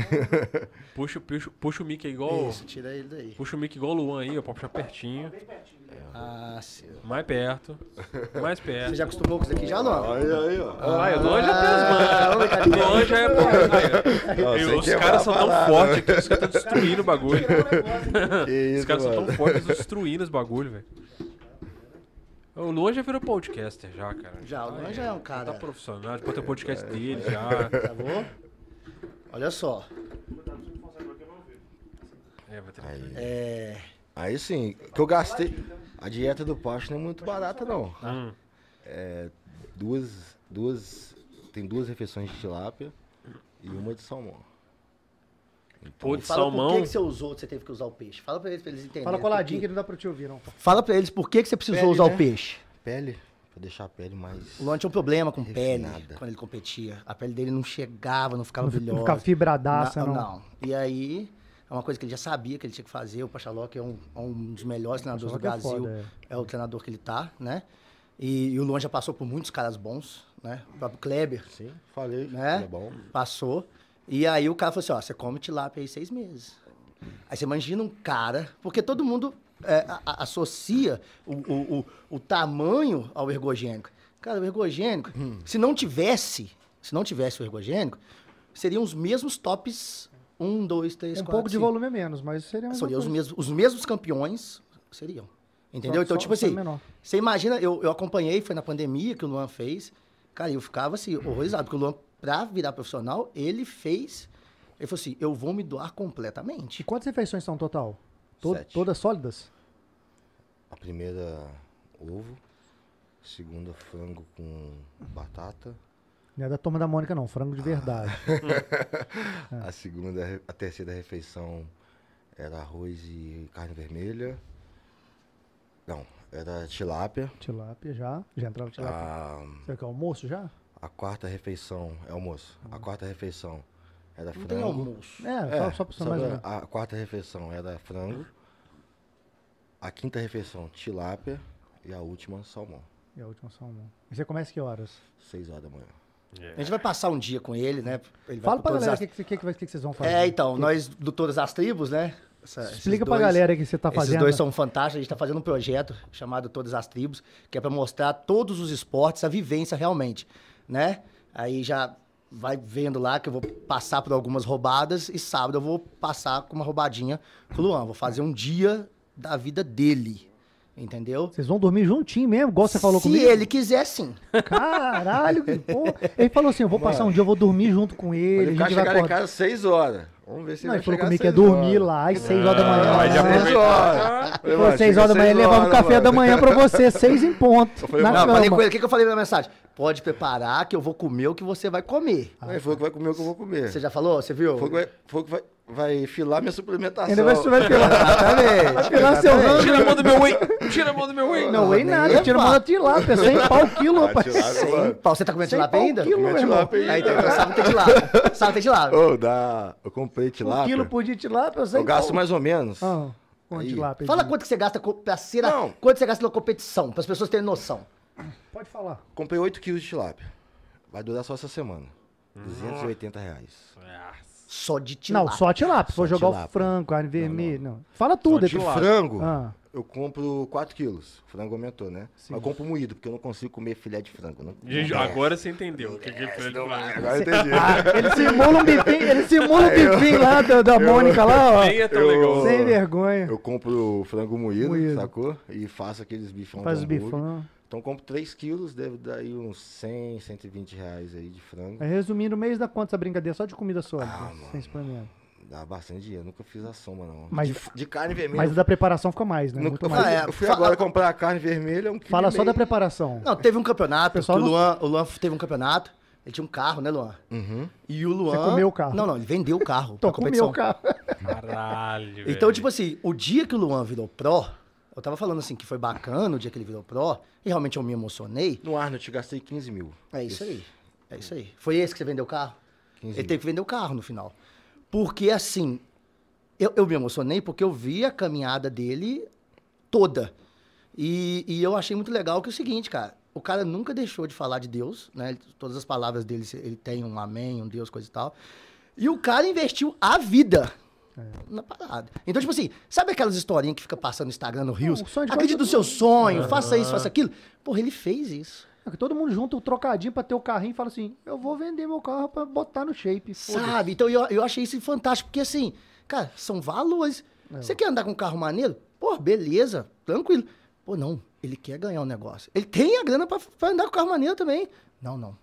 Speaker 2: puxa, puxa, puxa o mic aí igual.
Speaker 4: Isso, tira ele daí.
Speaker 2: Puxa o mic igual o Luan aí, ó, pra puxar pertinho.
Speaker 4: Ah, sim.
Speaker 2: Mais perto. Mais perto.
Speaker 4: Você já acostumou com isso aqui? Já não?
Speaker 3: Olha aí, ó.
Speaker 2: Vai, o Luan já tem as mãos. O Luan já é bom.
Speaker 3: Ó,
Speaker 2: E
Speaker 3: sem
Speaker 2: Os
Speaker 3: quebrar
Speaker 2: caras são
Speaker 3: a
Speaker 2: tão
Speaker 3: parada.
Speaker 2: fortes que os caras estão destruindo o bagulho.
Speaker 4: um
Speaker 3: Que isso,
Speaker 2: Os caras são
Speaker 3: mano.
Speaker 2: tão fortes, estão destruindo os bagulho, velho. O Luan já virou podcaster já, cara.
Speaker 4: Já, o Luan já é um cara-
Speaker 2: Tá profissional, pode ter o podcast
Speaker 3: É.
Speaker 2: dele já.
Speaker 4: Tá bom? Olha só.
Speaker 2: É, vai ter
Speaker 3: Aí,
Speaker 4: É.
Speaker 3: aí sim, que eu gastei. A dieta do Pacho não é muito barata, não.
Speaker 2: Hum.
Speaker 3: É, duas, duas. Tem duas refeições de tilápia e uma de salmão.
Speaker 2: Pô, de
Speaker 4: Fala por
Speaker 2: salmão.
Speaker 4: que, que você usou, que você teve que usar o peixe. Fala pra eles, pra eles entenderem.
Speaker 1: Fala coladinho que
Speaker 4: por
Speaker 1: não dá pra te ouvir, não.
Speaker 4: quê. Fala pra eles por que, que você precisou
Speaker 3: Pele,
Speaker 4: usar
Speaker 3: né?
Speaker 4: o peixe.
Speaker 3: Pele, pra deixar a pele mais.
Speaker 4: O Luan tinha um problema com pele
Speaker 3: Refinada.
Speaker 4: quando ele competia. A pele dele não chegava, não ficava brilhosa.
Speaker 1: Não fica fibradaça,
Speaker 4: Na-
Speaker 1: não.
Speaker 4: E aí, é uma coisa que ele já sabia que ele tinha que fazer. O Pachaló, que é um, é um dos melhores treinadores do
Speaker 1: Pachaló que é
Speaker 4: Brasil,
Speaker 1: foda,
Speaker 4: é. o treinador que ele tá, né? E, e o Luan já passou por muitos caras bons, né? O próprio Kleber
Speaker 3: Sim, assim. falei.
Speaker 4: né?
Speaker 3: É bom.
Speaker 4: Passou. E aí o cara falou assim, ó, você come tilápia aí seis meses. Aí você imagina um cara, porque todo mundo é, a- a- associa o, o, o, o tamanho ao ergogênico. Cara, o ergogênico,
Speaker 1: Hum.
Speaker 4: se não tivesse, se não tivesse o ergogênico, seriam os mesmos tops um dois três
Speaker 1: Um
Speaker 4: quatro
Speaker 1: pouco de
Speaker 4: cinco.
Speaker 1: volume é um a menos, mas seria mais.
Speaker 4: Seriam os mesmos, os mesmos campeões, seriam. Entendeu? Então, tipo assim,
Speaker 1: Menor.
Speaker 4: você imagina, eu, eu acompanhei, foi na pandemia que o Luan fez. Cara, eu ficava assim, horrorizado, porque o Luan, pra virar profissional, ele fez. Ele falou assim: eu vou me doar
Speaker 1: E
Speaker 4: completamente.
Speaker 1: quantas refeições são total? To-
Speaker 3: Sete.
Speaker 1: Todas sólidas?
Speaker 3: A primeira, ovo. A segunda, frango com batata.
Speaker 1: Não é da turma da Mônica, não. Frango
Speaker 4: Ah.
Speaker 1: de verdade.
Speaker 3: A segunda, a terceira refeição era arroz e carne vermelha. Não, era tilápia.
Speaker 1: tilápia já. Já entrava tilápia.
Speaker 3: A,
Speaker 4: Ah.
Speaker 1: Será que é almoço já?
Speaker 3: a quarta refeição é almoço.
Speaker 1: Hum.
Speaker 3: A quarta refeição era
Speaker 4: Não tem
Speaker 3: frango.
Speaker 4: almoço.
Speaker 1: É, só, só pra você
Speaker 3: só
Speaker 1: mais um. ou
Speaker 3: pra-
Speaker 1: menos.
Speaker 3: A quarta refeição era frango. A quinta refeição, tilápia. E a última, salmão.
Speaker 1: E a última salmão. E você começa que horas?
Speaker 3: seis horas da manhã.
Speaker 4: A gente vai passar um dia com ele, né? Ele vai
Speaker 1: É. Fala pra
Speaker 4: todas
Speaker 1: galera o
Speaker 4: as-
Speaker 1: que, que, que, que vai- que vocês vão fazer.
Speaker 4: É, então, nós do Todas as Tribos, né? Essa- esses
Speaker 1: Explica pra
Speaker 4: dois-
Speaker 1: galera o que você tá fazendo.
Speaker 4: Esses dois são fantásticos. A gente tá fazendo um projeto chamado Todas as Tribos, que é para mostrar todos os esportes, a vivência realmente, né? Aí já vai vendo lá que eu vou passar por algumas roubadas e sábado eu vou passar com uma roubadinha com o Luan. Vou fazer um dia da vida dele, entendeu?
Speaker 1: Vocês vão dormir juntinho mesmo, igual você falou
Speaker 4: Se
Speaker 1: comigo?
Speaker 4: ele quiser, sim.
Speaker 1: Caralho, que porra. Ele falou assim: eu vou passar um dia, eu vou dormir junto com ele,
Speaker 3: Ele
Speaker 1: a
Speaker 3: o cara
Speaker 1: gente vai
Speaker 3: chegar em
Speaker 1: acordar.
Speaker 3: casa seis horas. Vamos ver se
Speaker 1: Não,
Speaker 3: ele
Speaker 1: ele falou
Speaker 3: vai chegar
Speaker 1: comigo que é
Speaker 3: seis
Speaker 1: dormir
Speaker 3: horas.
Speaker 1: lá às seis
Speaker 4: É.
Speaker 1: horas da manhã.
Speaker 3: Ah,
Speaker 2: Mas já
Speaker 1: né?
Speaker 2: aproveitou.
Speaker 3: seis horas. Eu
Speaker 1: Ele
Speaker 3: falei,
Speaker 1: falou,
Speaker 3: "Mano,
Speaker 1: seis
Speaker 3: chega
Speaker 1: horas da manhã,
Speaker 3: seis
Speaker 1: levamos
Speaker 3: horas,
Speaker 1: café da
Speaker 3: mano."
Speaker 1: manhã pra você, seis em ponto.
Speaker 3: falei,
Speaker 1: na
Speaker 3: "Mano,
Speaker 4: Não, eu
Speaker 1: cama.
Speaker 4: falei com ele. O que, que eu falei na mensagem? Pode preparar que eu vou comer o que você vai comer.
Speaker 3: Ele falou que vai comer o que eu vou comer.
Speaker 4: Você já falou? Você viu?
Speaker 3: Falou que vai, falou que vai, vai filar minha suplementação.
Speaker 1: Ele vai vai pelar.
Speaker 4: Exatamente.
Speaker 1: Vai pelar seu
Speaker 4: é
Speaker 1: rango.
Speaker 2: Tira a mão do meu whey! Tira a mão do meu whey!
Speaker 1: Não, ei nada, tira uma tilápia, 100 pau o quilo,
Speaker 3: Ah,
Speaker 1: rapaz.
Speaker 3: tilápia,
Speaker 4: Sim,
Speaker 3: mano.
Speaker 4: Paulo, você tá comendo
Speaker 1: Sem
Speaker 4: tilápia
Speaker 1: pau
Speaker 4: ainda?
Speaker 1: quilo,
Speaker 3: Comer
Speaker 1: meu irmão.
Speaker 3: tilápia
Speaker 4: Aí então,
Speaker 3: aí. tá,
Speaker 4: tem que sábado tem tilápia. Sábado tem tilápia.
Speaker 3: Ô, dá- Eu comprei
Speaker 1: Um
Speaker 3: tilápia.
Speaker 1: quilo por dia de tilápia, eu sei.
Speaker 3: Eu gasto mais ou menos.
Speaker 1: Ah, com
Speaker 3: Aí.
Speaker 1: tilápia.
Speaker 4: Fala
Speaker 1: de-
Speaker 4: quanto que você gasta co- pra ser a-
Speaker 3: Não.
Speaker 4: quanto você gasta na competição, para as pessoas terem noção.
Speaker 1: Pode falar.
Speaker 3: Comprei 8 quilos de tilápia. Vai durar só essa semana. 280 reais.
Speaker 4: Só de tilápia.
Speaker 1: Não, só tilápia. Se for
Speaker 3: Só
Speaker 1: jogar o
Speaker 3: tilápia.
Speaker 1: frango, carne vermelha, não. Fala tudo. é
Speaker 3: De
Speaker 1: tudo.
Speaker 3: frango,
Speaker 1: Ah.
Speaker 3: eu compro 4 quilos. O frango aumentou, né?
Speaker 1: Sim.
Speaker 3: Mas eu compro moído, porque eu não consigo comer filé de frango. Não,
Speaker 2: Gente,
Speaker 3: não desce.
Speaker 2: agora você entendeu o que, que foi ele falar.
Speaker 3: Agora eu entendi.
Speaker 1: <laughs> Ele simula um bifinho, ele simula um bifinho lá da, da Mônica lá, ó.
Speaker 2: Nem é tão legal.
Speaker 1: Sem vergonha.
Speaker 3: Eu compro frango moído,
Speaker 1: Moído.
Speaker 3: sacou? E faço aqueles bifão.
Speaker 1: Faz
Speaker 3: do
Speaker 1: o
Speaker 3: hambúrguer.
Speaker 1: bifão.
Speaker 3: Então compro 3 quilos, deve dar aí uns 100, 120 reais aí de frango.
Speaker 1: Aí, É, Resumindo, o mês da conta essa brincadeira só de comida sólida, sem experimento.
Speaker 3: Dá bastante dinheiro, nunca fiz a soma não.
Speaker 1: Mas-
Speaker 3: de, f- de carne
Speaker 1: Mas
Speaker 3: vermelha.
Speaker 1: a da preparação fica mais, né?
Speaker 3: eu,
Speaker 1: Muito
Speaker 3: nunca, eu
Speaker 1: mais.
Speaker 3: fui,
Speaker 4: Ah, é,
Speaker 3: eu fui
Speaker 4: fa-
Speaker 3: agora comprar a carne vermelha, um quilo
Speaker 1: Fala
Speaker 3: e
Speaker 1: só da
Speaker 3: meio.
Speaker 1: preparação.
Speaker 4: Não, teve um campeonato,
Speaker 1: Pessoal
Speaker 4: que o
Speaker 1: não-
Speaker 4: Luan, o Luan teve um campeonato, ele tinha um carro, né, Luan? E o Luan
Speaker 1: Você comeu o carro.
Speaker 4: Não, não, ele vendeu o carro
Speaker 1: Tô
Speaker 4: pra
Speaker 1: com o meu
Speaker 4: competição.
Speaker 1: carro. <laughs>
Speaker 2: Caralho, velho.
Speaker 4: Então, tipo assim, o dia que o Luan virou pró, eu tava falando assim que foi bacana o dia que ele virou pró, e realmente eu me emocionei.
Speaker 3: No Arnold, gastei 15 mil.
Speaker 4: É isso aí. É isso aí. Foi esse que você vendeu o carro?
Speaker 3: 15
Speaker 4: Ele teve que vender o carro no final. Porque, assim, eu, eu me emocionei porque eu vi a caminhada dele toda. E, e eu achei muito legal que é o seguinte, cara. O cara nunca deixou de falar de Deus, né? Ele- Todas as palavras dele, se- ele tem um amém, um Deus, coisa e tal. E o cara investiu a vida
Speaker 1: É.
Speaker 4: na parada. Então, tipo assim, sabe aquelas historinhas que fica passando no Instagram, no Rios?
Speaker 1: o sonho de
Speaker 4: Acredita
Speaker 1: qualquer-
Speaker 4: no seu sonho, faça isso, faça aquilo. Porra, ele fez isso.
Speaker 1: É que todo mundo junta o trocadinho pra ter o carrinho e fala assim: eu vou vender meu carro pra botar no shape. foda-se.
Speaker 4: Sabe? Então eu, eu achei isso fantástico, porque assim, cara, são valores. Você quer andar com um carro maneiro? Pô, beleza, tranquilo. Pô, não, ele quer ganhar um negócio. Ele tem a grana pra, pra andar com carro maneiro também. Não, não.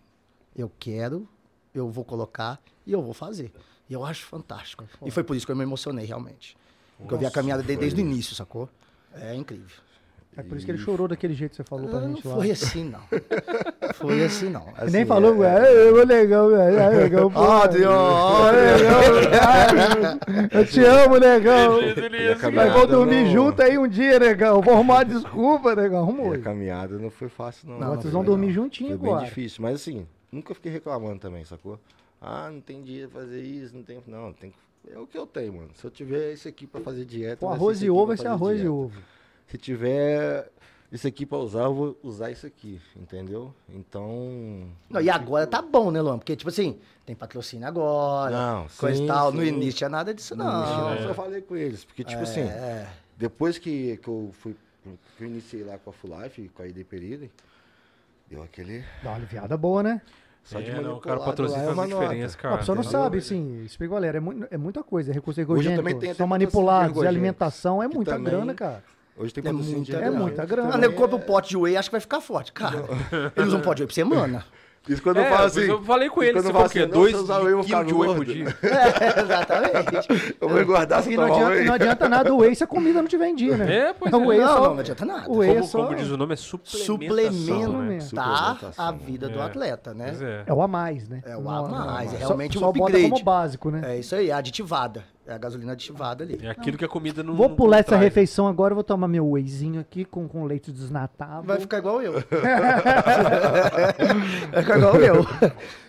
Speaker 4: Eu quero, eu vou colocar e eu vou fazer. E eu acho fantástico. E foi por isso que eu me emocionei, realmente. Porque eu vi a caminhada dele desde o início, sacou? É incrível.
Speaker 1: É por isso que ele chorou daquele jeito que você falou pra
Speaker 4: Ah, Não
Speaker 1: gente lá.
Speaker 4: foi assim, não. Foi
Speaker 1: <laughs>
Speaker 4: assim, não.
Speaker 1: Que nem falou, é, eu vou legal, velho. É legal, pô.
Speaker 4: Ah,
Speaker 3: Ó, Adriano, ó,
Speaker 1: Negão, ai, eu te amo, negão.
Speaker 4: tipo,
Speaker 3: cara.
Speaker 1: Mas vou dormir
Speaker 3: Não.
Speaker 1: junto aí um dia, negão. Vou arrumar uma desculpa, negão. Arruma
Speaker 3: E a
Speaker 1: hoje.
Speaker 3: caminhada não foi fácil, É, não.
Speaker 1: Não,
Speaker 3: Não
Speaker 1: vocês
Speaker 3: foi,
Speaker 1: vão dormir
Speaker 3: não.
Speaker 1: juntinho
Speaker 3: foi
Speaker 1: agora.
Speaker 3: bem difícil, mas assim, nunca fiquei reclamando também, sacou? Ah, não tem dinheiro pra fazer isso, não tem... Não, tem que... É o que eu tenho, mano. Se eu tiver isso aqui pra fazer dieta...
Speaker 1: O
Speaker 3: vai ser
Speaker 1: arroz
Speaker 3: isso
Speaker 1: e
Speaker 3: aqui
Speaker 1: ovo
Speaker 3: pra
Speaker 1: vai ser
Speaker 3: fazer
Speaker 1: arroz e
Speaker 3: dieta.
Speaker 1: ovo.
Speaker 3: Se tiver isso aqui pra usar, eu vou usar isso aqui, entendeu? Então...
Speaker 4: Não, e agora tá bom, né, Luan? Porque, tipo assim, tem patrocínio agora,
Speaker 3: Não,
Speaker 4: coisa
Speaker 3: sim,
Speaker 4: e tal. No
Speaker 3: sim. é
Speaker 4: início tinha nada disso, não.
Speaker 3: Não, eu só falei com eles, porque tipo assim...
Speaker 4: É,
Speaker 3: Depois que, que eu fui. Que eu iniciei lá com a Full Life, com a ID Perida, deu aquele.
Speaker 1: Dá uma aliviada boa, né?
Speaker 3: Só
Speaker 2: É,
Speaker 3: de manipulado
Speaker 2: não, cara, o
Speaker 3: lá
Speaker 2: patrocínio
Speaker 3: é
Speaker 2: faz
Speaker 3: uma
Speaker 2: muita
Speaker 3: nota.
Speaker 2: diferença,
Speaker 1: Não,
Speaker 2: cara.
Speaker 1: a pessoa não
Speaker 2: entendeu?
Speaker 1: sabe, assim, explica, galera, é, mu- é muita coisa. É recurso
Speaker 3: eu também tenho
Speaker 1: ergogênico,
Speaker 3: até
Speaker 1: são
Speaker 3: patrocínio
Speaker 1: manipulados, é
Speaker 3: ergogênico,
Speaker 1: alimentação, é
Speaker 3: que
Speaker 1: muita
Speaker 3: também-
Speaker 1: grana, cara.
Speaker 3: Hoje tem
Speaker 4: É
Speaker 3: patrocínio
Speaker 4: muita
Speaker 3: de
Speaker 4: grana.
Speaker 3: grana.
Speaker 1: É muita grana.
Speaker 4: Ah, nego compra um pote de whey, acho que vai ficar forte. Cara, <laughs> eles usam um pote de whey por semana.
Speaker 3: Isso quando
Speaker 2: É,
Speaker 3: eu falo
Speaker 2: mas
Speaker 3: assim.
Speaker 2: eu falei com
Speaker 3: isso
Speaker 2: ele,
Speaker 3: quando
Speaker 2: você
Speaker 3: eu
Speaker 2: falou
Speaker 3: falo
Speaker 2: o quê?
Speaker 3: assim, não,
Speaker 2: Dois
Speaker 3: se eu usar whey, eu vou
Speaker 2: quilos
Speaker 3: ficar
Speaker 2: de whey por
Speaker 3: gordo.
Speaker 2: dia.
Speaker 4: É, exatamente.
Speaker 3: Eu vou engordar se
Speaker 4: Assim,
Speaker 1: E
Speaker 3: eu
Speaker 1: assim, não
Speaker 3: tomar
Speaker 1: adianta,
Speaker 3: whey.
Speaker 1: não adianta nada o whey se a comida não te vendia, né? <laughs>
Speaker 2: É, pois
Speaker 1: O
Speaker 2: é.
Speaker 1: whey
Speaker 4: não,
Speaker 1: só-
Speaker 4: não adianta nada.
Speaker 1: o whey é
Speaker 2: Como,
Speaker 1: só-
Speaker 2: como diz o nome, é suplementação. né?
Speaker 1: Suplemento.
Speaker 4: Suplementar a
Speaker 3: suplementação.
Speaker 4: vida do
Speaker 2: É.
Speaker 4: atleta, né?
Speaker 2: Pois é.
Speaker 1: É o a mais, né?
Speaker 4: É o
Speaker 1: Não-
Speaker 4: a mais,
Speaker 1: não-
Speaker 4: é
Speaker 1: só,
Speaker 4: realmente um
Speaker 1: só bota
Speaker 4: upgrade.
Speaker 1: como básico, né?
Speaker 4: É isso aí, é aditivada. É a gasolina aditivada ali.
Speaker 2: É aquilo que a comida não.
Speaker 1: Vou
Speaker 4: um
Speaker 2: não
Speaker 1: pular essa
Speaker 2: traz.
Speaker 1: refeição agora, vou tomar meu wheyzinho aqui com, com leite desnatável.
Speaker 4: Vai ficar igual eu. vai ficar igual eu.